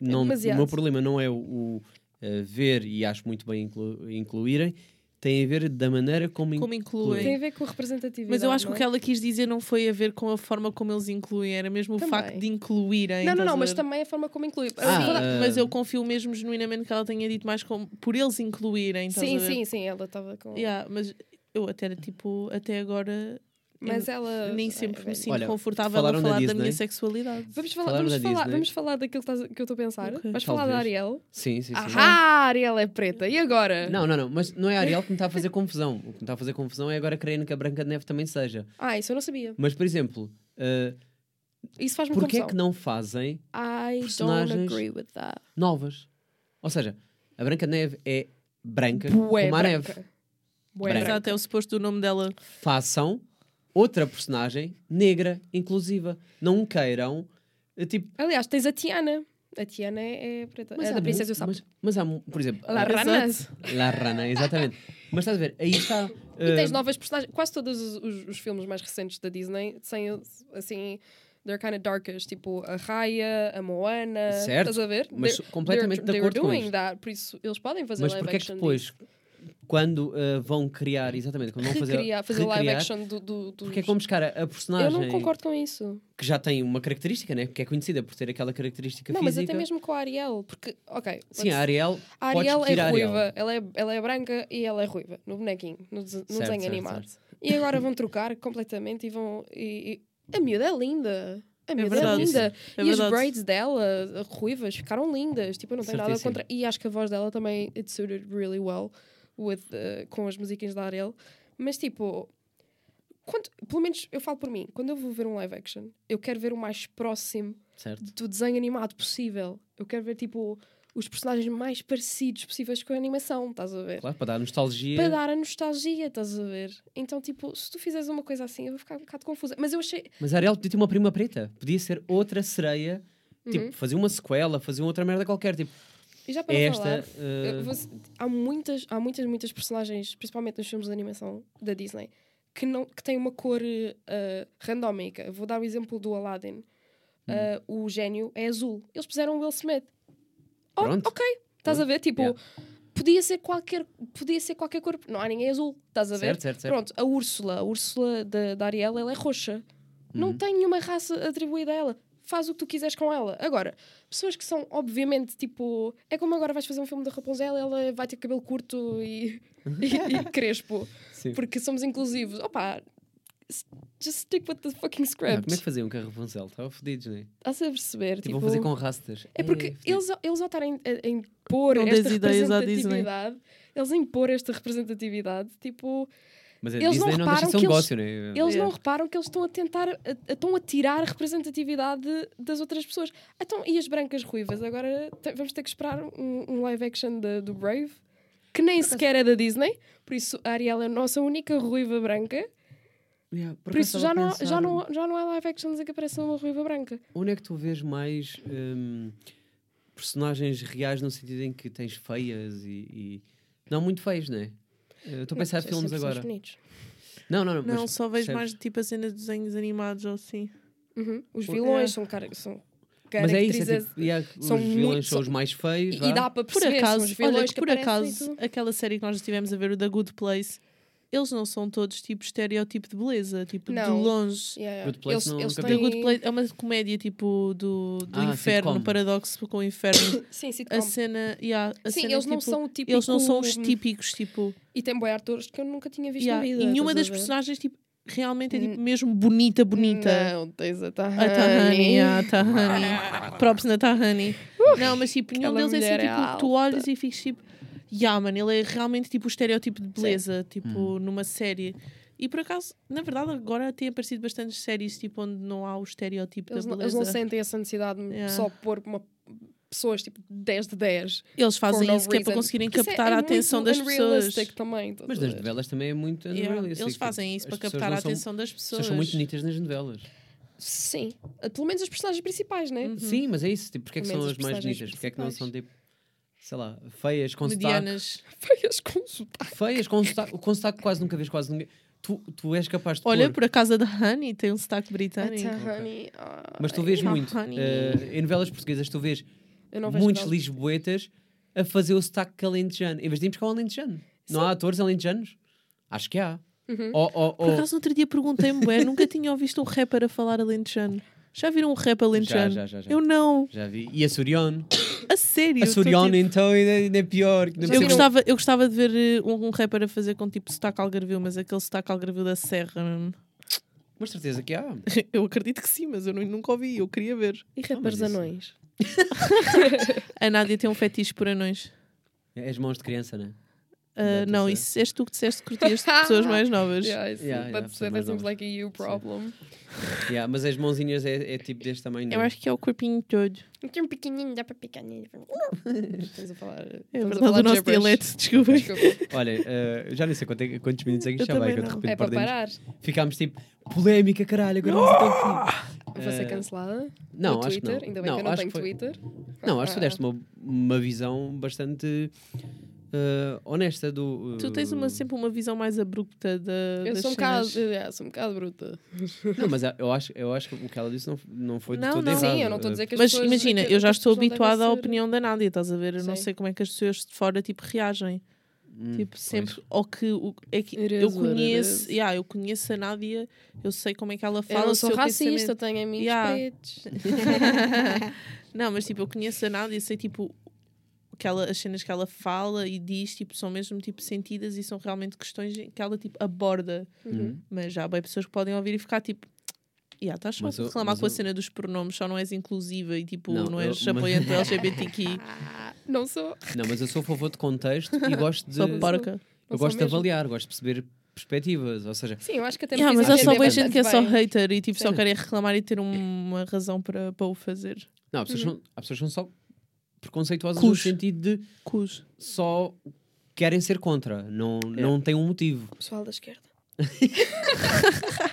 S3: e não, o
S5: demasiado.
S3: meu problema não é o, o, eh, ver, e acho muito bem inclu- incluírem, tem a ver da maneira como,
S4: Como incluem.
S5: Tem a ver com a representatividade.
S4: Mas eu acho que
S5: não
S4: o
S5: é?
S4: que ela quis dizer não foi a ver com a forma como eles incluem, era mesmo
S5: Também.
S4: o facto de incluírem.
S5: Não, não,
S4: estás
S5: não,
S4: a
S5: mas
S4: ver?
S5: também a forma como inclui.
S3: Ah,
S5: Sim,
S3: ah,
S4: Mas eu confio mesmo genuinamente que ela tenha dito mais como, por eles incluírem. estás
S5: sim,
S4: a ver?
S5: sim, sim, ela estava com.
S4: Yeah, mas eu até era tipo, até agora
S5: Mas ela. é
S4: nem
S5: Ai,
S4: sempre me
S5: velho.
S4: sinto
S3: Olha,
S4: confortável a
S3: falaram
S4: falar
S3: na
S4: da,
S3: Disney.
S4: minha sexualidade.
S5: Vamos falar,
S3: Falaram
S5: vamos,
S3: da
S5: falar,
S3: Disney.
S5: vamos falar daquilo que estás- que eu estou a pensar.
S4: Ok.
S5: Vamos falar da
S3: Talvez.
S5: Ariel.
S3: Sim, sim, sim.
S5: Ah, a Ariel é preta. E agora?
S3: Não, não, não, mas não é a Ariel que me está a fazer confusão. O que me está a fazer confusão é agora querendo que a Branca de Neve também seja.
S5: Ah, isso eu não sabia.
S3: Mas, por exemplo, eh,
S5: Isso faz-me
S3: porquê é
S5: confusão.
S3: que não fazem
S5: I don't
S3: personagens-
S5: agree with that.
S3: novas? Ou seja, a Branca de Neve é branca
S5: Bué
S3: como a neve.
S5: branca. Bué
S3: Branca.
S5: branca.
S4: Exato, é o suposto do nome dela.
S3: Façam outra personagem negra, inclusiva. Não queiram, eh, tipo,
S5: Aliás, tens a Tiana. A Tiana é é preta. é
S3: há
S5: da
S3: mu-
S5: Princesa e o Sapo.
S3: Mas, mas há, mu- por exemplo,
S5: La
S3: eh,
S5: Rana.
S3: La Rana, exatamente. Mas estás a ver, aí está.
S5: E tens
S3: eh,
S5: novas personagens. Quase todos os, os- os filmes mais recentes da Disney têm assim. They're kind of darkish, tipo a Raya, a Moana.
S3: Certo,
S5: Estás a ver?
S3: mas
S5: They're-
S3: completamente de
S5: they're, they're
S3: acordo com
S5: doing
S3: isto.
S5: that, por isso eles podem fazer
S3: mas
S5: live
S3: porque é que
S5: action.
S3: depois, quando eh, vão criar, exatamente, quando vão fazer,
S5: Recriar, fazer live
S3: recriar,
S5: action do. do dos-
S3: Porque é como buscar a, a
S5: Eu
S3: personagem
S5: não concordo com isso.
S3: que já tem uma característica, né? que é conhecida por ter aquela característica
S5: Não, mas
S3: é física.
S5: até mesmo com a Ariel, porque, ok.
S3: Sim,
S5: let's-
S3: a Ariel,
S5: a
S3: podes
S5: Ariel é
S3: retirar a Ariel.
S5: ruiva, ela é, ela é branca e ela é ruiva, no bonequinho, no, des- no
S3: Certo,
S5: desenho
S3: certo,
S5: animado. E agora vão trocar completamente e vão. E, e- a miúda é linda! A miúda é,
S4: verdade.
S5: linda!
S4: É
S5: e as
S4: verdade.
S5: braids dela, ruivas, ficaram lindas. Tipo, eu não tenho nada
S3: Certíssimo.
S5: contra. E acho que a voz dela também it suited really well with, uh, com as musiquinhas da Ariel. Mas tipo, quando, pelo menos eu falo por mim, quando eu vou ver um live action, eu quero ver o mais próximo
S3: Certo.
S5: do desenho animado possível. Eu quero ver tipo os personagens mais parecidos possíveis com a animação, estás a ver?
S3: Claro, para dar nostalgia.
S5: Para dar a nostalgia, estás a ver? Então, tipo, se tu fizeres uma coisa assim, eu vou ficar um bocado confusa. Mas eu achei.
S3: Mas a Ariel podia ter uma prima preta. Podia ser outra sereia.
S5: Uhum.
S3: Tipo, fazer uma sequela, fazer uma outra merda qualquer. Tipo,
S5: E já para
S3: é
S5: não
S3: esta.
S5: falar,
S3: eh,
S5: Eu vou- há muitas, há muitas, muitas personagens, principalmente nos filmes de animação da Disney, que, não, que têm uma cor eh, eh, randómica. Vou dar o exemplo do Aladdin.
S3: Hum.
S5: Eh, o gênio é azul. Eles puseram o Will Smith. Oh,
S3: Pronto.
S5: ok. Estás a ver? Tipo,
S3: Yeah.
S5: podia, ser qualquer, podia ser qualquer cor. Não há ninguém azul. Estás a ver?
S3: certo, certo, certo.
S5: Pronto, a Úrsula, a Úrsula da, da Ariel, ela é roxa.
S4: Uhum.
S5: Não tem nenhuma raça atribuída a ela. Faz o que tu quiseres com ela. Agora, pessoas que são, obviamente, tipo. É como agora vais fazer um filme da Rapunzel, ela vai ter cabelo curto e, e, e crespo.
S3: Sim.
S5: Porque somos inclusivos. Opa, s- just stick with the fucking
S3: Ah, como é
S5: script.
S3: que faziam com a Rapunzel? Estava fodidos, não é? Tipo,
S5: Estás a perceber? Tipo,
S3: vão fazer com rasters.
S5: É porque
S3: fodido.
S5: eles, ao- eles ao estarem a, a impor
S4: Não
S5: esta
S4: dês ideias à Disney.
S5: representatividade, eles a impor esta representatividade, tipo,
S3: Mas a
S5: eles não
S3: Disney não, deixa
S5: reparam
S3: de ser um
S5: que eles-
S3: negócio, não é?
S5: Eles não
S4: Yeah.
S5: reparam que eles estão a tentar, a- a- estão a tirar a representatividade das outras pessoas. Ah, Então, e as brancas ruivas? Agora te- vamos ter que esperar um, um live action da- do Brave, que nem sequer é da Disney. Por isso, a Ariel é a nossa única ruiva branca.
S3: Yeah,
S5: Por,
S3: acaso
S5: isso,
S3: estava
S5: já
S3: a
S5: não, há-
S3: pensar-
S5: já, não, já não há live actions em que aparece uma ruiva branca.
S3: Onde é que tu vês mais hum, personagens reais no sentido em que tens feias e. e- Não muito feias, não é? Eu Estou a pensar em
S5: São
S3: filmes
S5: É sempre
S4: é
S5: pessoas
S3: agora.
S5: bonitos.
S3: Não, não, não.
S4: Não,
S3: mas
S4: só vejo
S3: percebes?
S4: mais tipo a cena de desenhos animados ou assim.
S5: Uhum. Os
S4: Ou-
S5: vilões
S4: é.
S5: são, car são
S3: Mas é isso, é
S5: caracteriza-
S3: tipo, yeah,
S5: são
S3: os vilões
S5: muito-
S3: são os mais feios.
S5: e,
S3: vá.
S5: e dá para
S4: Por
S5: perceber são os
S4: acaso,
S5: vilões
S4: olha,
S5: que
S4: por
S5: aparecem e
S4: acaso,
S5: tudo.
S4: aquela série que nós estivemos a ver, o The Good Place, eles não são todos tipo estereótipo de beleza, tipo
S5: Não.
S4: de longe.
S5: Yeah, yeah.
S3: Good Place não- nunca
S4: The
S3: vi.
S4: Good Place é uma comédia tipo do, do
S3: Ah,
S4: inferno, um
S3: sitcom.
S4: paradoxo com o inferno.
S5: Sim,
S4: a
S5: sitcom.
S4: cena, yeah, a
S5: Sim,
S4: cena,
S5: eles não
S4: tipo,
S5: são o típico...
S4: eles não são os
S5: hum,
S4: típicos, tipo.
S5: E tem boi atores que eu nunca tinha visto
S4: yeah,
S5: na vida.
S4: e nenhuma das
S5: estás a ver?
S4: personagens tipo, realmente é tipo,
S5: N-
S4: mesmo bonita, bonita.
S5: Não, tens a Tahani.
S4: A Tahani, yeah, a Tahani. Props na Tahani. Não, mas tipo, nenhum
S5: aquela
S4: deles é
S5: mulher
S4: assim,
S5: é
S4: tipo, tu olhas e ficas tipo, yeah, mano, ele é realmente tipo o estereótipo de beleza, tipo,
S3: Hum.
S4: numa série. E por acaso, na verdade, agora têm aparecido bastantes séries tipo onde não há o estereótipo
S5: Eles
S4: da
S5: não,
S4: beleza.
S5: eles não sentem essa necessidade de
S4: Yeah.
S5: só pôr uma, pessoas tipo 10 de 10.
S4: Eles fazem
S5: for no
S4: isso que é para
S5: reason.
S4: conseguirem
S5: Porque isso é-
S4: captar
S5: é
S4: a
S5: muito
S4: atenção das pessoas.
S5: unrealistic também. estás
S3: Mas
S5: a
S3: nas
S5: ver?
S3: novelas também é muito
S4: Yeah,
S3: unrealistic.
S4: Eles fazem isso
S3: As
S4: para
S3: pessoas
S4: captar a
S3: não são-
S4: atenção das
S3: As pessoas
S4: pessoas.
S3: são muito bonitas nas novelas.
S5: Sim. Ah, Pelo menos as personagens principais, né?
S4: Uhum.
S3: Sim, mas é isso. Tipo, porque é que
S5: Pelo
S3: são
S5: menos
S3: as
S5: as
S3: mais
S5: personagens
S3: bonitas? Porque é que não são tipo, sei lá, feias com sotaque?
S4: medianas.
S5: Feias com sotaque.
S3: Feias com sotaque. Com sotaque quase nunca vês quase ninguém. Tu, tu és capaz de
S4: Olha,
S3: pôr,
S4: por acaso a da Honey tem um sotaque
S5: A
S4: britânico.
S5: Tahani, ah,
S3: mas tu vês
S4: Ah,
S3: muito.
S4: honey.
S3: eh, em novelas portuguesas tu vês
S5: eu não vejo
S3: muitos
S5: nada.
S3: lisboetas a fazer o sotaque é alentejano. Em vez de irmos com o alentejano. Não há atores alentejanos? Acho que há. Oh, Ou- ou-
S4: Uhum. Por
S3: ou-
S4: acaso, no outro dia perguntei-me, bué, nunca tinha ouvido um rapper a falar alentejano. Já viram um rap alentejano?
S3: Já, já, já, já.
S4: Eu não.
S3: Já vi. E a Surion?
S4: A sério.
S3: A
S4: eu tô
S3: Surion,
S4: tipo-
S3: então, ainda, ainda é pior. que ainda
S5: Já
S4: Eu
S3: pior.
S5: viram-
S4: gostava, eu gostava de ver eh, um, um rapper a fazer com tipo sotaque algarvio, mas aquele sotaque algarvio da serra. hum,
S3: Mas certeza que há.
S4: Eu acredito que sim, mas eu nu- nunca ouvi, eu queria ver.
S5: E
S3: Ah, mas
S5: rappers
S3: isso-
S5: anões.
S4: A Nádia tem um fetiche por anões.
S3: É as mãos de criança, né?
S4: Ah,
S3: Deve
S4: não,
S3: ser.
S4: isso és tu que disseste que curtias de pessoas mais novas.
S5: Yeah, I see.
S3: Yeah, yeah,
S5: But
S3: pessoas
S5: that
S3: mais
S5: seems
S3: novas.
S5: like a you problem.
S3: Yeah, mas as mãozinhas é, é tipo deste tamanho.
S4: Eu
S3: né?
S4: acho que é o corpinho todo.
S5: Tem um pequenininho, dá para picar nele. Estamos a falar.
S4: É
S5: estamos a
S4: verdade,
S5: falar
S4: o nosso
S5: gibberish.
S4: dialeto, desculpem.
S5: Desculpa.
S3: Olha, eh, eu já nem sei quanto é- quantos minutos é que
S4: Eu
S3: isto já vai,
S4: também
S3: que eu de
S4: não.
S3: repente
S5: É para
S3: perdemos.
S5: parar.
S3: Ficámos tipo, polémica, caralho, agora vamos até ao fim.
S5: Ah, Vou ser
S3: Eh,
S5: cancelada.
S3: Não,
S5: no
S3: acho
S5: Twitter.
S3: que não.
S5: Ainda bem que eu não
S3: acho
S5: tenho
S3: foi-
S5: Twitter. Ah,
S3: Não, acho que tu deste uma, uma visão bastante eh, honesta do. eh,
S4: Tu tens uma- sempre uma visão mais abrupta da.
S5: Hum. Eu
S4: das
S5: sou um,
S4: cenas.
S5: bocado, é, sou um bocado bruta.
S3: Não, mas eu acho, eu acho que o que ela disse não, não foi de
S4: Não,
S3: todo
S4: não.
S3: errado.
S5: Sim, eu não estou a dizer que as
S4: Mas
S5: pessoas-
S4: imagina,
S5: que
S4: eu já
S5: as
S4: estou
S5: pessoas não devem
S4: habituada à
S5: ser-
S4: opinião da Nádia, estás a ver? Eu não
S5: Sim.
S4: sei como é que as pessoas de fora tipo, reagem.
S3: Hum,
S4: tipo,
S3: pois.
S4: sempre. Ou que. o- é que
S5: It
S4: eu
S5: is what it is.
S4: conheço. Yeah, eu conheço a Nádia, eu sei como é que ela fala.
S5: Eu não
S4: o
S5: sou
S4: seu
S5: racista,
S4: pensamento.
S5: tenho amigos
S4: Yeah.
S5: pretos.
S4: não, mas tipo, eu conheço a Nádia e sei tipo. o Que ela, as cenas que ela fala e diz tipo, são mesmo tipo, sentidas e são realmente questões em que ela tipo, aborda.
S3: Uhum.
S4: Mas já há bem pessoas que podem ouvir e ficar tipo. Yeah, estás só a
S3: Mas eu-
S4: reclamar
S3: mas
S4: com a
S3: eu-
S4: cena dos pronomes, só não és inclusiva e tipo,
S3: Não,
S4: não,
S3: eu-
S4: és
S3: mas-
S4: apoiante do LGBTQ.
S5: Ah, Não sou.
S3: Não, mas eu sou a favor de contexto e gosto de.
S4: Só porca.
S5: Não sou
S3: eu gosto de
S5: mesmo.
S3: avaliar, gosto de perceber perspectivas. Ou seja,
S5: Sim, eu acho que até me
S4: Yeah,
S5: fiz
S4: mas eu só
S5: entender
S4: vejo gente que é só
S5: bastante bem.
S4: hater e tipo, só
S3: Sim.
S4: querem reclamar e ter um- uma razão para, para o fazer.
S5: Uhum.
S3: não, há pessoas, que não, há pessoas que são só preconceituosas no
S4: Cus.
S3: sentido de
S4: Cus.
S3: só querem ser contra, não,
S4: É.
S3: não têm um motivo.
S5: Pessoal da esquerda.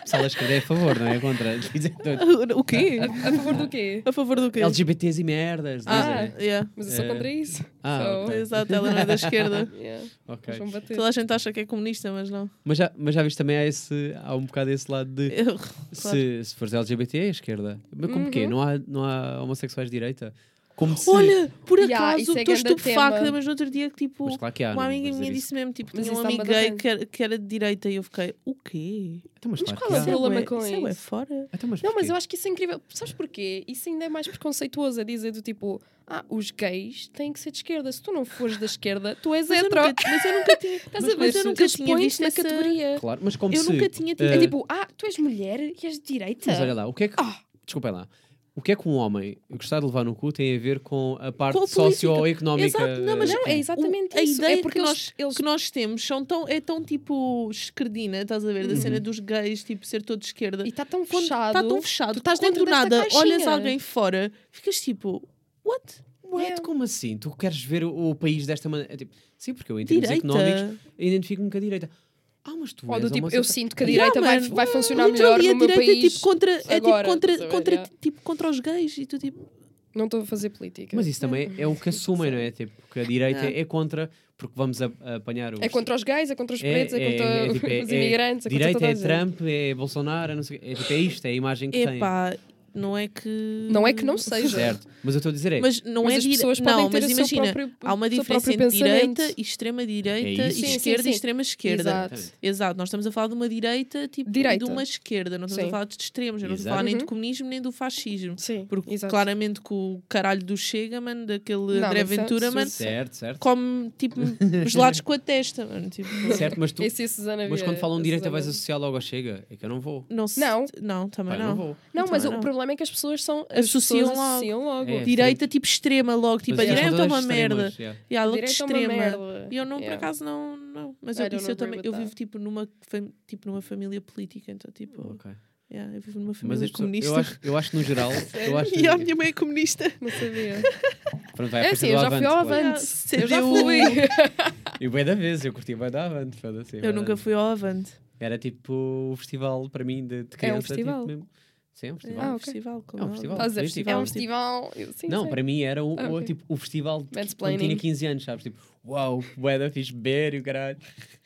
S3: Se elas querem, é a favor, não é contra. Dizem todos.
S4: O quê?
S5: A favor do quê?
S4: A favor do quê?
S3: LGBTs e merdas.
S4: Ah,
S3: dizem.
S4: yeah.
S5: Mas eu sou
S3: É.
S5: contra isso.
S3: Ah,
S5: So-
S3: ok.
S4: Exato, ela não é da esquerda.
S5: Yeah,
S3: ok.
S5: vão bater.
S4: Toda a gente acha que é comunista, mas não.
S3: Mas já, mas já viste também há, esse, há um bocado esse lado de
S4: Eu-
S3: se, se fores LGBT é esquerda. Mas como quê? Não há, não há homossexuais de direita? Como se.
S4: Uhum. Olha, por
S5: Yeah,
S4: acaso,
S5: isso é
S4: estou
S5: grande
S4: estupefacta,
S5: tema.
S4: mas no outro dia que tipo.
S3: mas claro que há.
S4: Uma
S3: não vou
S4: amiga
S3: dizer
S4: minha
S3: isso.
S4: disse mesmo, tipo,
S5: Mas
S4: tinha um
S5: isso dá
S4: amigo
S5: uma
S4: gay
S5: barreira.
S4: que era, que era de direita e eu fiquei, o quê?
S3: Então, mas claro
S5: qual
S3: que
S5: é
S3: há.
S5: o problema
S4: bué-
S5: com
S4: isso é bué
S5: isso?
S4: fora?
S3: Então, mas
S5: Não, mas
S3: porquê?
S5: eu acho que isso é incrível. Sabes porquê? Isso ainda é mais preconceituoso a dizer do tipo, ah, os gays têm que ser de esquerda. Se tu não fores da esquerda, tu és
S4: Mas eu
S5: hetero.
S4: nunca, mas eu nunca tinha,
S5: Estás
S4: mas-
S5: a ver?
S4: mas eu
S5: Tu
S4: nunca
S5: te
S4: tinha
S5: pões
S4: visto
S5: na
S4: essa-
S5: categoria.
S3: Claro, mas como
S4: eu
S3: se.
S4: nunca tinha tido.
S3: eh,
S5: É tipo, ah, tu és mulher e és de direita.
S3: Mas olha lá, o que é que.
S5: Ah.
S3: Desculpem lá. O que é que um homem gostar de levar no cu tem a ver com a parte
S4: Com a política.
S3: socioeconómica?
S4: Exato, não, mas
S5: Não, é exatamente
S4: a
S5: isso.
S4: ideia
S5: é porque
S4: que,
S5: eles,
S4: nós, que nós temos são tão, é tão tipo esquerdina, estás a ver? Da
S3: Uhum.
S4: cena dos gays, tipo, ser todo de esquerda.
S5: E está tão
S4: Quando
S5: fechado.
S4: Está tão fechado.
S5: tu estás
S4: que quando
S5: dentro
S4: do
S5: desta
S4: nada
S5: caixinha.
S4: olhas alguém fora, ficas tipo, what?
S3: Ué,
S5: Yeah.
S3: como assim? Tu queres ver o, o país desta maneira? É tipo, sim, porque eu em termos
S4: Direita.
S3: económicos identifico-me com a direita. Ah, mas tu
S5: Ou
S3: és
S5: do tipo, eu
S3: homossexual.
S5: sinto que a
S4: Yeah,
S5: direita vai,
S4: man.
S5: vai funcionar
S4: Literal,
S5: melhor
S4: e a
S5: no meu
S4: direita
S5: país.
S4: é tipo contra, é
S5: agora,
S4: tipo contra,
S5: estás a ver,
S4: contra,
S5: yeah.
S4: tipo, contra os gays e tu tipo,
S5: Não estou a fazer política.
S3: Mas isso também é o que assumem, não é? Tipo, que a direita
S5: Yeah.
S3: é contra, porque vamos a- a apanhar os...
S5: É contra os gays, é contra os
S3: É,
S5: pretos, é,
S3: é,
S5: contra
S3: é, tipo, é-
S5: os
S3: é
S5: imigrantes, é, contra
S3: Direita
S5: toda a
S3: é
S5: gente.
S3: Trump, é Bolsonaro, não sei o quê. é, tipo, é isto, é a imagem que tem.
S4: epá, não é que.
S5: Não é que não seja.
S3: Certo. Mas eu estou a dizer é,
S4: Mas não
S5: Mas
S4: é
S5: as
S4: dire-
S5: pessoas
S4: não,
S5: podem ter
S4: mas
S5: o seu
S4: imagina,
S5: próprio-
S4: há uma
S5: o seu
S4: diferença
S5: próprio
S4: entre direita
S5: pensamento.
S4: e extrema direita,
S3: É
S4: e
S3: isso. Sim, sim,
S4: esquerda
S5: sim.
S4: e extrema esquerda.
S5: Exato.
S4: Exato, nós estamos a falar de uma direita tipo
S5: Direita.
S4: de uma esquerda, não estamos
S5: Sim.
S4: a falar de extremos, não estamos a
S3: Exato.
S4: falar nem do
S5: Uhum.
S4: comunismo nem do fascismo.
S5: Sim,
S4: Porque
S5: exato.
S4: claramente que o caralho do Chega, mano, daquele
S5: Não,
S4: André
S5: mas isso é
S4: Ventura,
S5: absurdo.
S4: mano,
S3: certo, certo.
S4: come tipo gelados com a testa, mano. Tipo,
S3: Certo, mas tu...
S5: Esse e a Susana
S3: Mas
S5: Vieira,
S3: quando falam
S5: a
S3: de direita
S5: Susana-
S3: vais associar logo ao Chega. É que eu não vou.
S4: Não, se-
S5: Não.
S4: não também
S3: Pá, eu
S4: não.
S3: não vou.
S5: Não, mas
S4: Também
S5: o
S4: não.
S5: problema é que as pessoas são. As
S4: Associam
S5: pessoas
S4: logo.
S5: associam logo.
S3: É.
S4: Direita tipo extrema logo, tipo
S3: Mas
S4: a
S3: eles são
S4: direita é uma
S3: todas
S4: merda.
S3: extremas, yeah.
S4: E há logo de
S5: Direita é uma
S4: extrema.
S5: merda.
S4: E eu não, por
S5: Yeah.
S4: acaso, não. não. Mas
S5: I
S4: eu,
S5: don't
S4: isso eu
S5: agree
S4: também.
S5: with
S4: Eu
S5: that.
S4: vivo tipo numa, fam- tipo, numa família política, então tipo.
S3: Ok.
S4: yeah, eu vivo
S3: Uhum.
S4: numa
S3: Mas
S4: família
S3: as pessoas-
S4: comunista.
S3: eu acho, eu acho que no geral, eu acho
S4: E a minha mãe é comunista.
S5: Não sabia.
S3: Pronto, vai
S5: É
S3: aparecer
S5: assim, eu
S3: do
S5: já fui ao
S3: Avante,
S5: Avante.
S3: olha.
S4: olha.
S5: Eu já
S4: CDU.
S5: fui.
S3: E bem da vez, eu curti bem da Avante, foda-se. bué
S4: Eu
S3: da
S4: nunca
S3: vez.
S4: fui ao Avante.
S3: Era tipo o festival para mim de, de criança. tipo,
S5: É um festival?
S3: mesmo. Sim, é um
S4: É
S5: Ah,
S3: festival.
S4: um
S5: ok.
S4: festival. Como
S3: É um
S4: o
S3: festival.
S4: Avante.
S5: Estás a dizer,
S3: Foi
S5: É um
S4: festival.
S5: festival. Eu- sim,
S3: não,
S5: sei.
S3: para mim era o,
S5: Ah,
S3: o,
S5: ok.
S3: tipo, o festival de que- quando tinha
S5: Mansplaining.
S3: 15 anos, sabes? Tipo, uau, boeda, fiz beber e o caralho.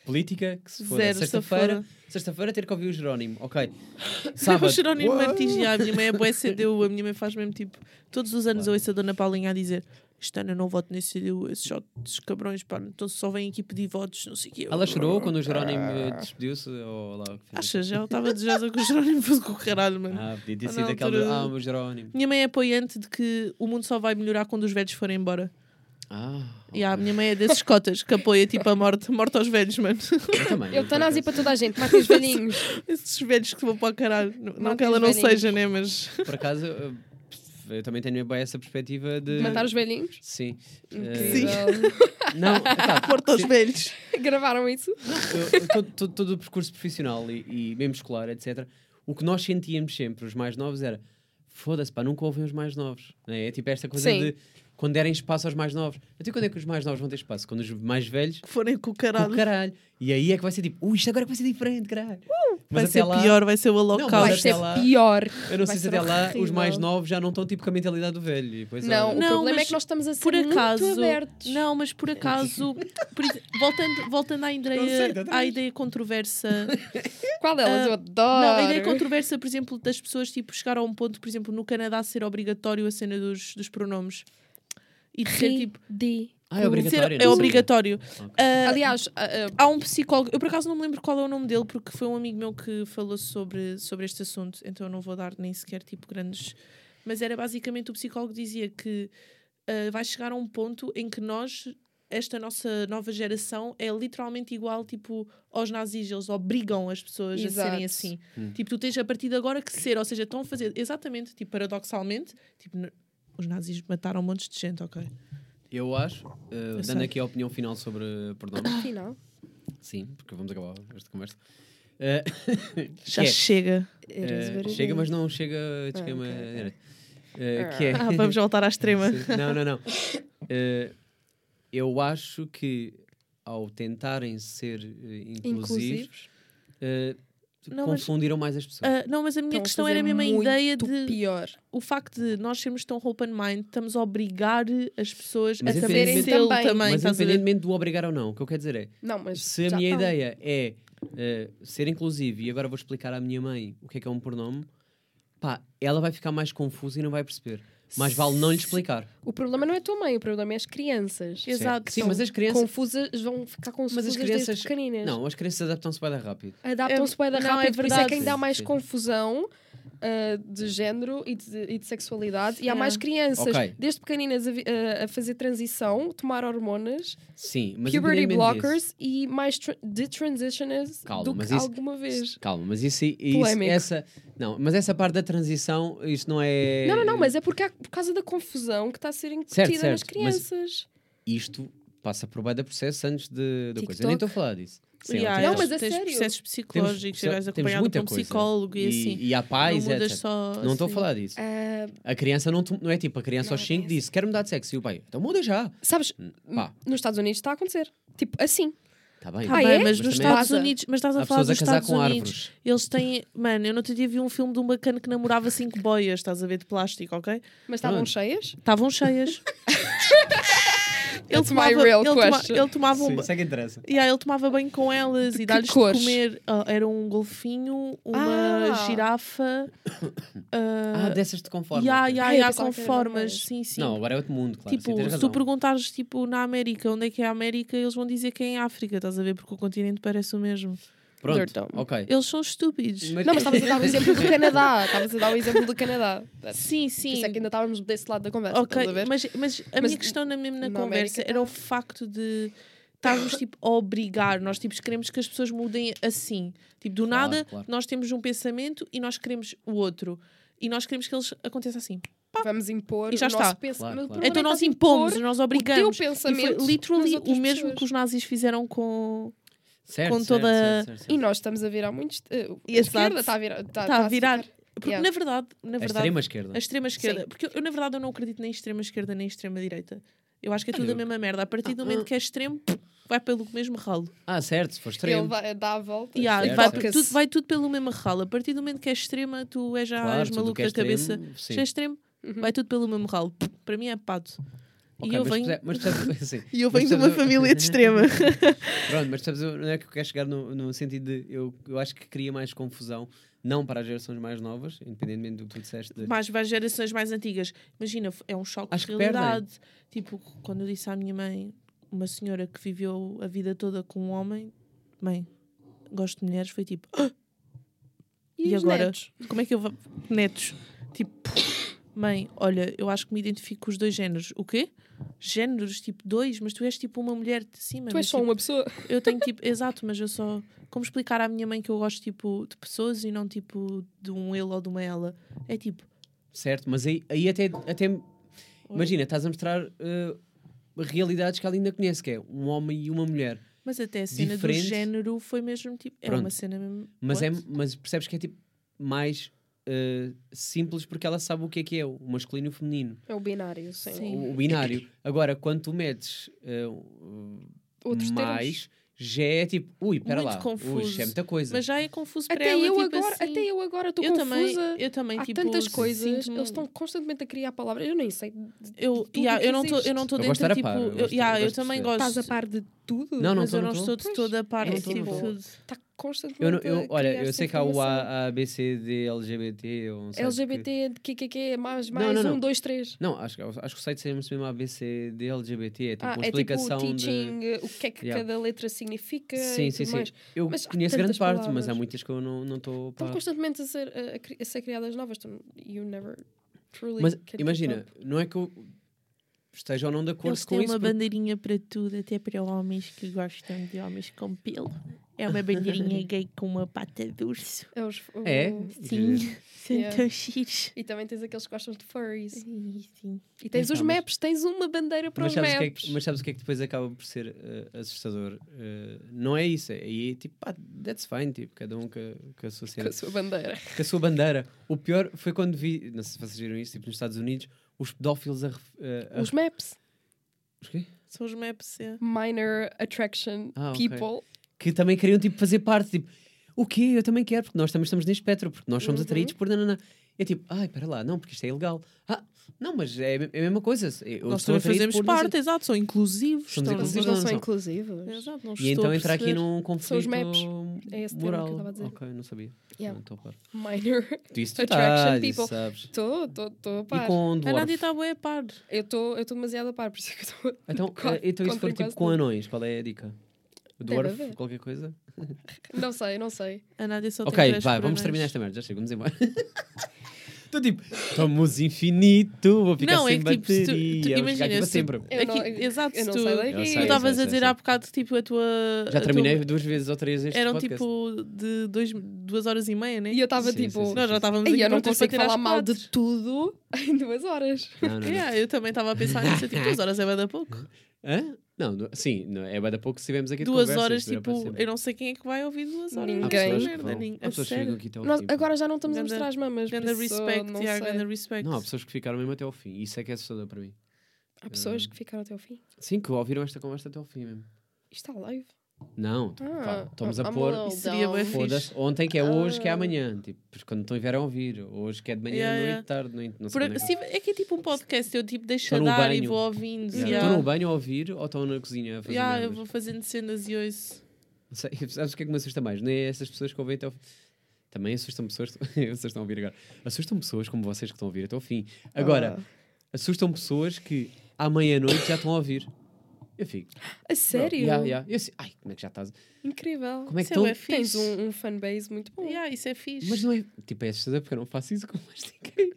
S3: Política, que se foda.
S4: Zero,
S3: Sexta-feira, sexta-feira ter que ouvir o Jerónimo, ok.
S4: O
S3: Sábado,
S4: Jerónimo
S3: uau.
S4: Martins, já, a minha mãe é boa CDU, a minha mãe faz mesmo tipo. Todos os anos eu ouço a Dona Paulinha a dizer: Este ano eu não voto nesse CDU, esses esses cabrões, pá, então só vêm aqui pedir votos, não sei o quê.
S3: Ela chorou quando o Jerónimo eh, despediu-se? Ou lá o
S5: Ah,
S3: que fez?
S4: Achas? Eu estava desejosa que o Jerónimo fosse com o caralho, mano.
S3: Ah, podia ter
S4: Ah,
S3: sido
S4: na
S3: aquele.
S4: altura-
S3: Ah, o Jerónimo.
S4: Minha mãe é apoiante de que o mundo só vai melhorar quando os velhos forem embora.
S3: Ah,
S4: E a minha mãe é desses cotas que apoia tipo a morte, morte aos velhos, mano.
S3: eu também.
S5: Eu
S3: por
S5: Eutanásia
S3: acaso.
S5: para toda a gente, mata os velhinhos.
S4: Esses velhos que vão para o caralho. Não, não
S5: Matem
S4: que ela
S5: os
S4: não
S5: velhinhos.
S4: seja, né? Mas.
S3: Por acaso, eu, eu também tenho bem essa perspectiva de.
S5: Matar os velhinhos.
S3: Sim.
S4: Sim.
S5: Incrível.
S3: Eh, não, tá,
S4: Morte aos velhos.
S5: Gravaram isso?
S3: eu- eu- todo, todo- todo o percurso profissional e, e mesmo escolar, etc. O que nós sentíamos sempre, os mais novos, era foda-se, pá, nunca ouvem os mais novos. não É? é tipo esta coisa
S5: Sim.
S3: de quando derem espaço aos mais novos. Até quando é que os mais novos vão ter espaço? Quando os mais velhos.
S4: Que forem com o
S3: com
S4: caralho.
S3: o caralho. E aí é que vai ser tipo, ui, isto agora é que vai ser diferente, caralho.
S4: Uh, vai ser pior, vai ser o
S3: Não, mas
S4: Holocaust.
S5: Vai
S3: Tá, até
S5: ser
S3: lá-
S5: pior.
S3: Eu não
S5: Vai
S3: sei se
S5: ser
S3: até lá os
S5: horrível.
S3: mais novos já não estão tipo com a mentalidade do velho. E Pois
S5: Não,
S3: olha,
S5: o
S4: Não,
S5: problema é
S4: mas
S5: que nós estamos a ser
S4: por acaso-
S5: muito abertos.
S4: Não, mas por acaso, por exe- voltando, voltando à,
S3: sei,
S4: ideia,
S3: outra
S4: à
S3: vez.
S4: ideia controversa,
S5: Qual delas?
S4: Ah,
S5: eu
S4: não,
S5: adoro.
S4: a ideia controversa, por exemplo, das pessoas tipo, chegar a um ponto, por exemplo, no Canadá ser obrigatório a cena dos, dos pronomes e de ser tipo.
S3: Ah, é obrigatório.
S4: ser-
S3: não
S4: é
S3: sabia.
S4: obrigatório. Ah,
S5: Aliás, ah, ah,
S4: há um psicólogo, eu por acaso não me lembro qual é o nome dele, porque foi um amigo meu que falou sobre, sobre este assunto, então eu não vou dar nem sequer tipo grandes. Mas era basicamente o psicólogo dizia que ah, vai chegar a um ponto em que nós, esta nossa nova geração, é literalmente igual tipo aos nazis, eles obrigam as pessoas a
S5: Exato.
S4: serem assim. Tipo, tu tens a partir de agora que ser, ou seja, estão a fazer exatamente, tipo, paradoxalmente, tipo, n- os nazis mataram um monte de gente, ok?
S3: Eu acho, eh, dando
S4: sei.
S3: aqui a opinião final sobre
S4: ah,
S3: pronomes,
S5: afinal.
S3: sim, porque vamos acabar esta conversa. Eh,
S4: Já
S3: que é,
S4: chega.
S3: eh, chega, mas não chega
S5: Ah,
S3: de esquema.
S5: ok, ok.
S3: direto. eh, que é...
S4: Ah, vamos voltar à extrema.
S3: Sim. Não, não, não. Eh, eu acho que ao tentarem ser eh, inclusivos,
S5: Inclusivos.
S3: eh,
S4: Não, mas-
S3: confundiram mais as pessoas.
S4: Ah, não, mas a minha
S5: Estão a
S4: questão
S5: fazer
S4: era mesmo a
S5: muito
S4: ideia de
S5: pior.
S4: o facto de nós sermos tão open mind, estamos a obrigar as pessoas
S3: Mas
S4: a saberem
S3: independentemente-
S4: sê-lo
S5: Também.
S4: também.
S3: Mas
S4: estás a ver?
S3: independentemente do obrigar ou não, o que eu quero dizer é,
S5: Não, mas
S3: se a
S5: já
S3: minha
S5: estão.
S3: ideia é eh, ser inclusivo e agora vou explicar à minha mãe o que é que é um pronome, pá, ela vai ficar mais confusa e não vai perceber. Mas vale não lhe explicar.
S5: O problema não é a tua mãe, o problema é as crianças.
S4: Ex- Exato.
S3: Sim, mas as crianças...
S5: Confusas, vão ficar confusas
S3: as
S5: desde
S3: crianças-
S5: pequeninas.
S3: Não, as crianças adaptam-se bem rápido.
S5: Adaptam-se bem da
S4: Não, é
S5: rápido, por isso é
S4: verdade.
S5: que ainda há mais
S3: Sim.
S5: confusão ah, de género e de, e de sexualidade. E há
S4: É.
S5: mais crianças,
S3: Ok.
S5: desde pequeninas, a, vi- ah, a- a fazer transição, tomar hormonas,
S3: Sim, mas
S5: puberty
S3: independentemente disso-
S5: blockers e mais tra de transitioners
S3: Calma,
S5: do que
S3: mas isso-
S5: alguma vez.
S3: Calma, mas isso, isso
S5: Polémico.
S3: essa, não, mas essa parte da transição, isto não é
S5: Não, não, não, mas é porque há- por causa da confusão que está a ser incutida
S3: Certo,
S5: nas
S3: certo, mas-
S5: crianças.
S3: isto passa por bué da processo antes de da coisa. Eu
S5: TikTok.
S3: nem estou a falar disso. Sim,
S4: Yeah,
S3: tem-
S5: Não, mas é
S4: tens
S5: sério.
S4: processos psicológicos,
S3: proce-
S4: vais
S3: temos
S4: acompanhado
S3: muita
S4: por um
S3: coisa.
S4: psicólogo e, assim.
S3: e há pais,
S4: não mudas
S3: etc.
S4: só.
S3: Não estou a
S4: assim.
S3: falar disso.
S5: Ah,
S3: A criança não, tu- não é tipo, a criança
S5: Não,
S3: aos 5
S5: é
S3: disse,
S4: assim.
S3: quero mudar de sexo. E o pai, então muda já.
S5: sabes,
S3: Pá,
S5: nos Estados Unidos está a acontecer. Tipo, assim.
S3: está bem.
S4: Tá
S5: Ah,
S4: bem,
S5: é?
S4: mas
S3: Mas
S4: nos
S3: também-
S4: Estados
S5: Casa.
S4: Unidos, mas estás a
S3: Há
S4: falar
S3: pessoas
S4: dos
S3: a casar
S4: Estados
S3: com
S4: Unidos.
S3: árvores.
S4: Eles têm, mano, eu no outro dia vi um filme de um bacana que namorava cinco boias, estás a ver, de plástico, ok?
S5: Mas estavam
S3: Pronto.
S5: cheias?
S4: Estavam cheias. ele,
S5: That's my
S4: tomava,
S5: real
S4: ele, toma-
S5: question.
S4: ele tomava um,
S3: Sim, isso é que interessa.
S4: Yeah, ele tomava bem com elas e dá-lhes de
S5: cores?
S4: comer. Ah, era um golfinho, uma
S5: Ah.
S4: girafa.
S3: Ah,
S4: ah,
S3: dessas te conforme.
S4: yeah,
S3: ok.
S4: yeah,
S5: Ah, eu
S4: yeah,
S5: pensava
S4: com
S5: que era
S4: formas.
S5: bacana.
S4: Sim, sim.
S3: Não, agora é outro mundo, claro. sim,
S4: tipo,
S3: tens
S4: se
S3: razão.
S4: tu perguntares tipo, na América onde é que é a América, eles vão dizer que é em África, estás a ver? Porque o continente parece o mesmo.
S3: Pronto,
S5: Dirtão.
S3: ok.
S4: Eles são estúpidos.
S5: Não, mas estavas a dar o exemplo do Canadá. Estavas a dar o exemplo do Canadá.
S4: Sim,
S5: Por
S4: sim.
S5: isso é que ainda estávamos desse lado da conversa.
S4: Ok,
S5: estás a ver?
S4: mas, mas a
S5: Mas
S4: minha questão na mesma na
S5: na
S4: conversa
S5: América tá.
S4: era o facto de estarmos tipo a obrigar, nós tipo queremos que as pessoas mudem assim, tipo do
S3: Claro,
S4: nada
S3: claro.
S4: nós temos um pensamento e nós queremos o outro e nós queremos que eles aconteça assim.
S5: Vamos impor
S4: E já
S5: o nosso
S4: está.
S5: pensamento.
S3: Claro,
S5: Mas o
S3: claro.
S5: problema
S4: então
S5: é que
S4: nós
S5: estás a impor
S4: impomos, nós obrigamos.
S5: O teu
S4: E foi
S5: pensamento.
S4: literally
S5: nas outras
S4: o mesmo
S5: pessoas.
S4: que os nazis fizeram com
S3: Certo,
S4: com
S3: certo,
S4: toda-
S3: certo, certo, certo.
S5: E nós estamos a virar muito. Uh, a
S4: Exato.
S5: esquerda está Ah, tá a virar. Está,
S4: está Tá a virar. Porque
S5: Yeah.
S4: na verdade, na
S3: A
S4: verdade,
S3: extrema esquerda.
S4: a extrema esquerda,
S5: Sim.
S4: porque eu na verdade eu não acredito nem extrema esquerda nem extrema direita. Eu acho que é
S3: Ah,
S4: tudo a
S3: eu-
S4: mesma merda. A partir do
S3: Ah,
S4: momento
S3: ah.
S4: que é extremo, vai pelo mesmo ralo.
S3: Ah, certo, se for
S5: Ele
S3: extremo.
S5: vai, dá a volta.
S4: Yeah,
S5: e
S3: certo,
S4: vai,
S3: certo.
S4: por tudo, vai tudo pelo mesmo ralo. A partir do momento que é extrema, tu és já
S3: Claro,
S4: és
S3: tudo o
S4: maluco
S3: que é
S4: da cabeça.
S3: extremo, sim.
S4: Se é extremo, vai tudo pelo mesmo ralo. Para mim é pato.
S3: Ok,
S4: e eu
S3: mas
S4: venho,
S3: perce- mas percebes- sim,
S4: e eu
S3: mas é
S4: venho de uma
S3: percebes-
S4: família de extrema.
S3: Pronto, mas percebes onde é que eu quero chegar no, no sentido de eu, eu acho que cria mais confusão, não para as gerações mais novas, independentemente do que tu disseste. de-
S4: mais para gerações mais antigas. Imagina, f- é um choque
S3: Acho
S4: de
S3: que perdem.
S4: realidade. Tipo, quando eu disse à minha mãe, uma senhora que viveu a vida toda com um homem, mãe, gosto de mulheres, foi tipo, "Ah, e,
S5: os
S4: agora?
S5: netos?
S4: Como é que eu vou. Netos. Tipo, mãe, olha, eu acho que me identifico com os dois géneros. O quê? Géneros, tipo, dois, mas tu és tipo uma mulher de cima.
S5: Tu és só uma pessoa.
S4: Eu tenho tipo, exato, mas eu só. Como explicar à minha mãe que eu gosto tipo de pessoas e não tipo de um ele ou de uma ela? É tipo,
S3: Certo, mas aí, aí até, até. Imagina, estás a mostrar eh, realidades que ela ainda conhece, que é um homem e uma mulher.
S4: Mas até a cena
S3: diferente.
S4: do género foi mesmo tipo. É uma
S3: Pronto.
S4: cena mesmo.
S3: Mas, é,
S4: what?
S3: mas percebes que é tipo mais eh, simples porque ela sabe o que é que é o masculino e o feminino.
S5: É o binário, sim.
S4: Sim.
S3: O, o binário. Agora, quando tu metes eh, um-
S5: Outros termos.
S3: mais, já é tipo, ui, pera
S4: Muito
S3: lá,
S4: confuso.
S3: ui, isto é muita coisa.
S4: Mas já é confuso para
S5: Até
S4: ela.
S5: eu,
S4: tipo
S5: agora,
S4: assim,
S5: até eu agora estou
S4: eu
S5: confusa.
S4: também, eu também
S5: Há
S4: tipo,
S5: tantas coisas.
S4: sinto-me-
S5: Eles estão constantemente a criar palavras. Eu nem sei.
S4: Eu,
S5: tudo
S4: yeah,
S5: que
S4: eu não tô- eu não estou
S3: Eu gosto de estar
S4: dentro
S3: a
S4: tipo.
S3: par, eu
S4: Eu,
S3: gosto de-
S4: yeah,
S3: eu
S4: eu
S3: gosto de
S4: também
S3: perceber.
S4: gosto.
S5: Estás a par de tudo.
S3: Não, não
S4: mas
S3: estou,
S4: eu não
S3: não
S4: estou de
S5: Pois,
S4: toda a par
S5: é
S4: de
S5: tipo-
S4: tipo tudo.
S5: Está constantemente
S3: Eu não- eu-
S5: a
S3: olha,
S5: criar
S3: eu sei
S5: essa
S3: que há o
S5: informação.
S3: A, A, B, C, D, LGBT, ou não sei o quê.
S5: LGBT, QQQ, mais,
S3: Não,
S5: mais
S3: não, Tipo,
S5: um,
S3: não.
S5: dois, três.
S3: Não, acho, que- acho que o site chama-se mesmo ABC de LGBT, é tipo
S5: Ah,
S3: uma
S5: é tipo
S3: explicação
S5: teaching,
S3: de...
S5: o que é que
S3: Yeah.
S5: cada letra significa
S3: Sim,
S5: e
S3: sim,
S5: tudo
S3: sim.
S5: mais.
S3: Eu
S5: Mas há
S3: conheço
S5: tantas
S3: grande parte, mas há
S5: palavras. Então
S3: muitas que eu não não estou...
S5: Estão
S3: pá.
S5: constantemente a ser, a, a cri- a ser criadas novas. Tu, you never truly
S3: Mas
S5: can keep
S3: imagina,
S5: up.
S3: não é que eu... esteja ou não de acordo
S4: Eles
S3: com
S4: têm
S3: isso.
S4: uma
S3: porque-
S4: bandeirinha para tudo, até para homens que gostam de homens com pelo. É uma bandeirinha gay com uma pata de urso.
S5: É os- o-
S3: É?
S4: Sim, são
S5: Yeah.
S4: tão giros.
S5: E também tens aqueles que gostam de furries.
S4: Sim, sim.
S5: E tens
S3: Então,
S5: os
S3: mas-
S5: maps, tens uma bandeira para
S3: Mas
S5: os
S3: sabes, o que é
S5: maps.
S3: que, mas sabes o que é que depois acaba por ser eh, assustador? Eh, não é isso. É, e é tipo, pá, that's fine, tipo, cada um com a- com a sua
S5: Com
S3: cena.
S5: a sua bandeira.
S3: com a sua bandeira. O pior foi quando vi, não sei se vocês viram isso, tipo nos Estados Unidos, os pedófilos a. ref- eh, a- a-
S5: Os maps.
S3: os quê?
S4: São os maps, é.
S5: Minor attraction
S3: Ah, ok.
S5: people.
S3: Que também queriam tipo, fazer parte, tipo, o quê? Eu também quero, porque nós também estamos neste espectro, porque nós somos
S5: Uhum.
S3: atraídos por nananã. É tipo, ai, para lá, não, porque isto é ilegal. Ah, não, mas é, é a mesma coisa. Eu
S4: Nós
S3: sou
S4: também
S3: atraído
S4: fazemos
S3: por não sei-
S4: parte, exato, são inclusivos.
S3: Somos
S4: estão-
S3: inclusivos,
S5: Eles
S3: não
S5: não são
S3: são.
S5: inclusivos.
S4: Exato,
S3: E
S4: não estou
S3: então
S4: a
S3: entra aqui
S4: perceber.
S3: num
S5: São os
S3: conflito
S5: maps. É esse termo que eu
S3: moral.
S5: estava a dizer.
S3: Ok, não sabia.
S5: Yeah.
S3: Não estou a par.
S5: Minor.
S3: Tu isso tu
S5: Attraction
S3: estás, isso
S5: people.
S3: sabes.
S5: Estou, estou, estou a
S3: E
S5: par.
S3: com
S4: A
S3: dwarf.
S4: Nádia está bem a par.
S5: Eu estou eu tô demasiado a par, por isso é que eu estou.
S3: Então,
S5: Co-
S3: eh, então isso
S5: contra
S3: for tipo
S5: quase
S3: com
S5: tudo.
S3: anões, qual é a dica?
S5: Deve
S3: Dwarf,
S5: haver.
S3: qualquer coisa?
S5: Não sei, não sei.
S4: A Nádia só tem
S3: Ok,
S4: Então três
S3: vá, vamos
S4: pronomes.
S3: terminar esta merda, já chegamos embora. Estou tipo, somos infinito, vou ficar
S4: Não,
S3: sem
S4: é que tipo, se tu- tu
S3: bateria, vou ficar aqui
S4: imagina,
S3: para
S4: se-
S3: sempre.
S5: Eu não-
S4: Aqui- exato,
S5: eu não
S4: tu-
S5: sei
S4: tu
S5: daqui.
S3: Eu sei, eu
S4: estavas a
S3: sei,
S4: dizer
S3: sei.
S4: há bocado, tipo, a tua.
S3: Já
S4: a
S3: terminei
S4: Tua...
S3: duas vezes ou três este
S4: Eram
S3: podcast.
S4: tipo de dois, duas horas e meia, né?
S5: E eu estava
S3: Sim, sim,
S5: tipo.
S3: sim.
S4: Nós já estávamos
S5: "Ei,
S4: aqui
S5: eu não
S4: prontas
S5: consigo
S4: para ter às
S5: falar mal de
S4: quatro."
S5: tudo em duas horas.
S3: Não, não, não.
S4: Yeah, eu também estava a pensar nisso, eu, tipo, duas horas é bem da pouco.
S3: Hã? Não, du- sim, não, é bué da pouco que estivemos aqui de
S4: duas
S3: conversa,
S4: horas,
S3: isto dura
S4: tipo,
S3: para sempre.
S4: eu não sei quem é que vai ouvir duas horas.
S3: Há
S5: Ninguém.
S4: desta
S3: pessoas que
S4: merda,
S3: vão- há
S4: nin- a
S3: pessoas que
S4: sério.
S3: ficam aqui até ao
S5: Nós-
S3: fim.
S5: agora já não estamos a
S4: Ganda-
S5: mostrar as mamas. por
S4: Ganda
S5: isso
S4: respect,
S5: não
S4: Tiago,
S5: sei.
S4: ganda respect.
S3: Não, há pessoas que ficaram mesmo até ao fim. Isso é que é assustador para mim.
S5: Há pessoas que ficaram até ao fim.
S3: Sim, que ouviram esta conversa até ao fim mesmo.
S5: Isto está live.
S3: Não, tipo, pá,
S5: Ah,
S3: estamos a
S5: I'm
S3: pôr.
S5: alone.
S4: Isso seria
S5: Não.
S4: bem fixe.
S3: Foda-se, ontem que é hoje, que é
S5: Ah.
S3: amanhã. Tipo, porque quando estão vier a ouvir. Hoje que é de manhã,
S4: Yeah,
S3: noite,
S4: yeah.
S3: tarde, noite. Não sei
S4: Por-
S3: quando é que-
S4: se- é que é tipo um podcast, eu tipo deixo
S3: Tô no
S4: andar e
S3: banho.
S4: vou ouvindo.
S3: Estão
S4: Yeah.
S3: no banho a ouvir ou estão na cozinha a fazer
S4: Yeah, eu
S3: merdas?
S4: vou fazendo cenas e ouço.
S3: Não sei, sabes o que é que me assusta mais? Nem é essas pessoas que ouvem até ao fim. Também assustam pessoas. vocês estão a ouvir agora. Assustam pessoas como vocês que estão a ouvir até ao fim.
S5: Ah.
S3: Agora, assustam pessoas que à meia-noite já estão a ouvir. Eu fico.
S5: Ah, a sério?
S3: Yeah, yeah. Eu assim, ai, como é que já estás?
S5: Incrível.
S3: Como é que
S4: Isso é
S3: estão?
S4: bué
S5: Tens
S4: fixe.
S5: um, um fanbase muito bom.
S4: Yeah, isso é fixe.
S3: Mas não é. Tipo, é assustador porque eu não faço isso com mais ninguém.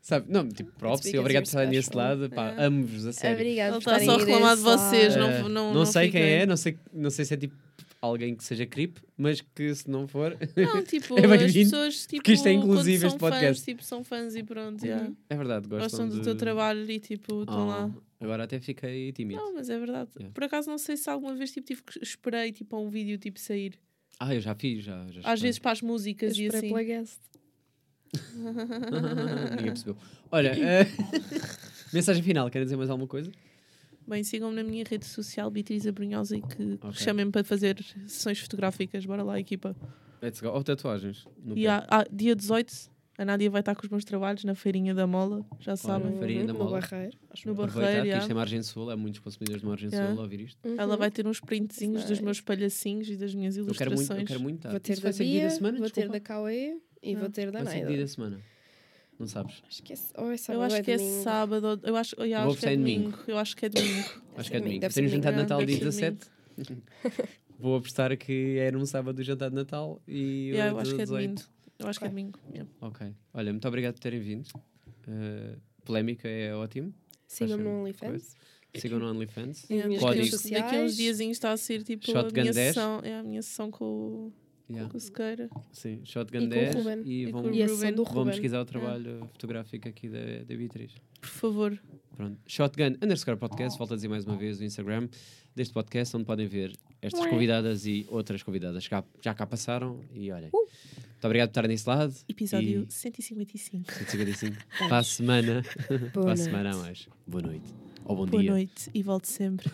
S3: Sabe? Não, tipo, props,
S5: because
S3: obrigado
S5: you're
S3: por estarem desse
S5: special.
S3: lado. Pá,
S4: É.
S3: amo-vos, a sério.
S5: Obrigada
S4: Ele
S5: por
S4: está
S5: estarem
S4: só a
S5: aí
S4: reclamar de
S5: desse
S4: vocês,
S5: lado.
S4: não,
S3: Eh,
S4: não,
S3: não sei quem
S4: fiquem-
S3: é, não sei, não sei se é tipo alguém que seja creep, mas que se não for.
S4: Não, tipo,
S3: É
S4: as
S3: bem-vindo,
S4: pessoas tipo,
S3: porque isto é
S4: quando
S3: inclusivo,
S4: são
S3: este podcast.
S4: Fãs, tipo, são fãs e pronto, yeah.
S3: é verdade, gostam,
S4: gostam do teu trabalho e tipo, estão
S3: Oh,
S4: lá.
S3: Agora até fiquei tímido.
S4: Não, mas é verdade.
S3: Yeah.
S4: Por acaso não sei se alguma vez tipo, tive que esperei tipo, a um vídeo tipo, sair.
S3: Ah, eu já fiz, já. já
S4: Às
S3: chutei.
S4: vezes para as
S5: Eu
S4: músicas e
S5: esperei
S4: assim.
S5: pela guest.
S3: Ninguém percebeu. Olha, eh, mensagem final, querem dizer mais alguma coisa?
S4: Bem, sigam-me na minha rede social Beatriz Abrunhosa e que
S3: Ok.
S4: chamem-me para fazer sessões fotográficas. Bora lá, equipa.
S3: Let's go. Ou tatuagens. No
S4: E há, há- dia 18, a Nádia vai estar com os meus trabalhos na Feirinha da Mola, já sabem.
S3: faria ainda
S5: no
S3: mal.
S5: barreiro. acho
S4: No
S5: eu.
S3: pé. Aproveitar
S4: Barreiro,
S3: que
S4: já.
S3: isto é margem sul, há muitos consumidores de margem
S4: Yeah.
S3: sul a ouvir isto.
S4: Ela
S5: Uhum.
S4: vai ter uns printzinhos dos
S5: Nice.
S4: meus palhacinhos e das minhas
S3: Eu quero
S4: ilustrações.
S3: muito, eu quero muito.
S5: Vou ter
S3: Tá, Isso
S5: da
S3: vai ser dia
S5: Bia,
S3: da semana,
S5: vou ter da
S3: desculpa.
S5: Cauê e
S4: Ah.
S5: vou ter da
S3: Vai ser dia da
S5: Naida.
S3: semana. Não sabes?
S5: Acho que é, ou é sábado,
S4: Eu
S5: ou
S4: acho
S5: é
S4: que é
S5: domingo.
S4: sábado, ou- eu acho, eu
S3: Vou
S4: acho que é
S3: apostar em domingo.
S4: domingo. Eu acho que é domingo.
S5: Deve
S3: Acho
S5: ser
S3: que é domingo.
S5: deve
S3: Tenho
S5: ser
S3: jantar de
S5: domingo.
S3: Natal dia
S4: Deve ser
S3: 17. Vou apostar que era um sábado o jantar de Natal e
S4: Yeah,
S3: o
S4: eu acho
S3: de
S4: que é
S3: 18.
S4: domingo. Eu acho que é
S5: Ok.
S4: domingo. yeah.
S3: Ok. Olha, muito obrigado por terem vindo. Eh, polémica é ótimo.
S5: Sigam-me
S3: Acho
S5: no
S3: que-
S5: OnlyFans.
S3: Sigam no OnlyFans.
S5: E nas minhas
S3: Código.
S5: redes
S4: Daqui- Daqui a uns
S5: sociais.
S4: diazinhos está a ser tipo a,
S3: Shotgun
S4: minha
S3: 10.
S4: sessão, é a minha sessão com o,
S3: Yeah.
S4: com o Sequeira.
S3: Sim,
S5: E
S3: Shotgun
S5: com o
S3: 10
S5: Ruben.
S3: e,
S4: E
S3: vão,
S4: com o
S5: E esse é do
S3: vão
S5: Ruben.
S3: pesquisar o trabalho fotográfico aqui da, da Beatriz.
S4: Por favor.
S3: Pronto. Shotgun underscore podcast, volto a dizer mais uma vez o Instagram deste podcast, onde podem ver estas convidadas e outras convidadas que já, já cá passaram. E
S4: Uh.
S3: olhem, muito obrigado por estarem desse lado.
S4: Episódio
S3: E
S4: 155.
S3: 155. Para a semana,
S5: Boa
S3: para a
S5: noite.
S3: semana a mais. Boa noite. Ou bom
S4: Boa
S3: dia.
S4: noite e volte sempre.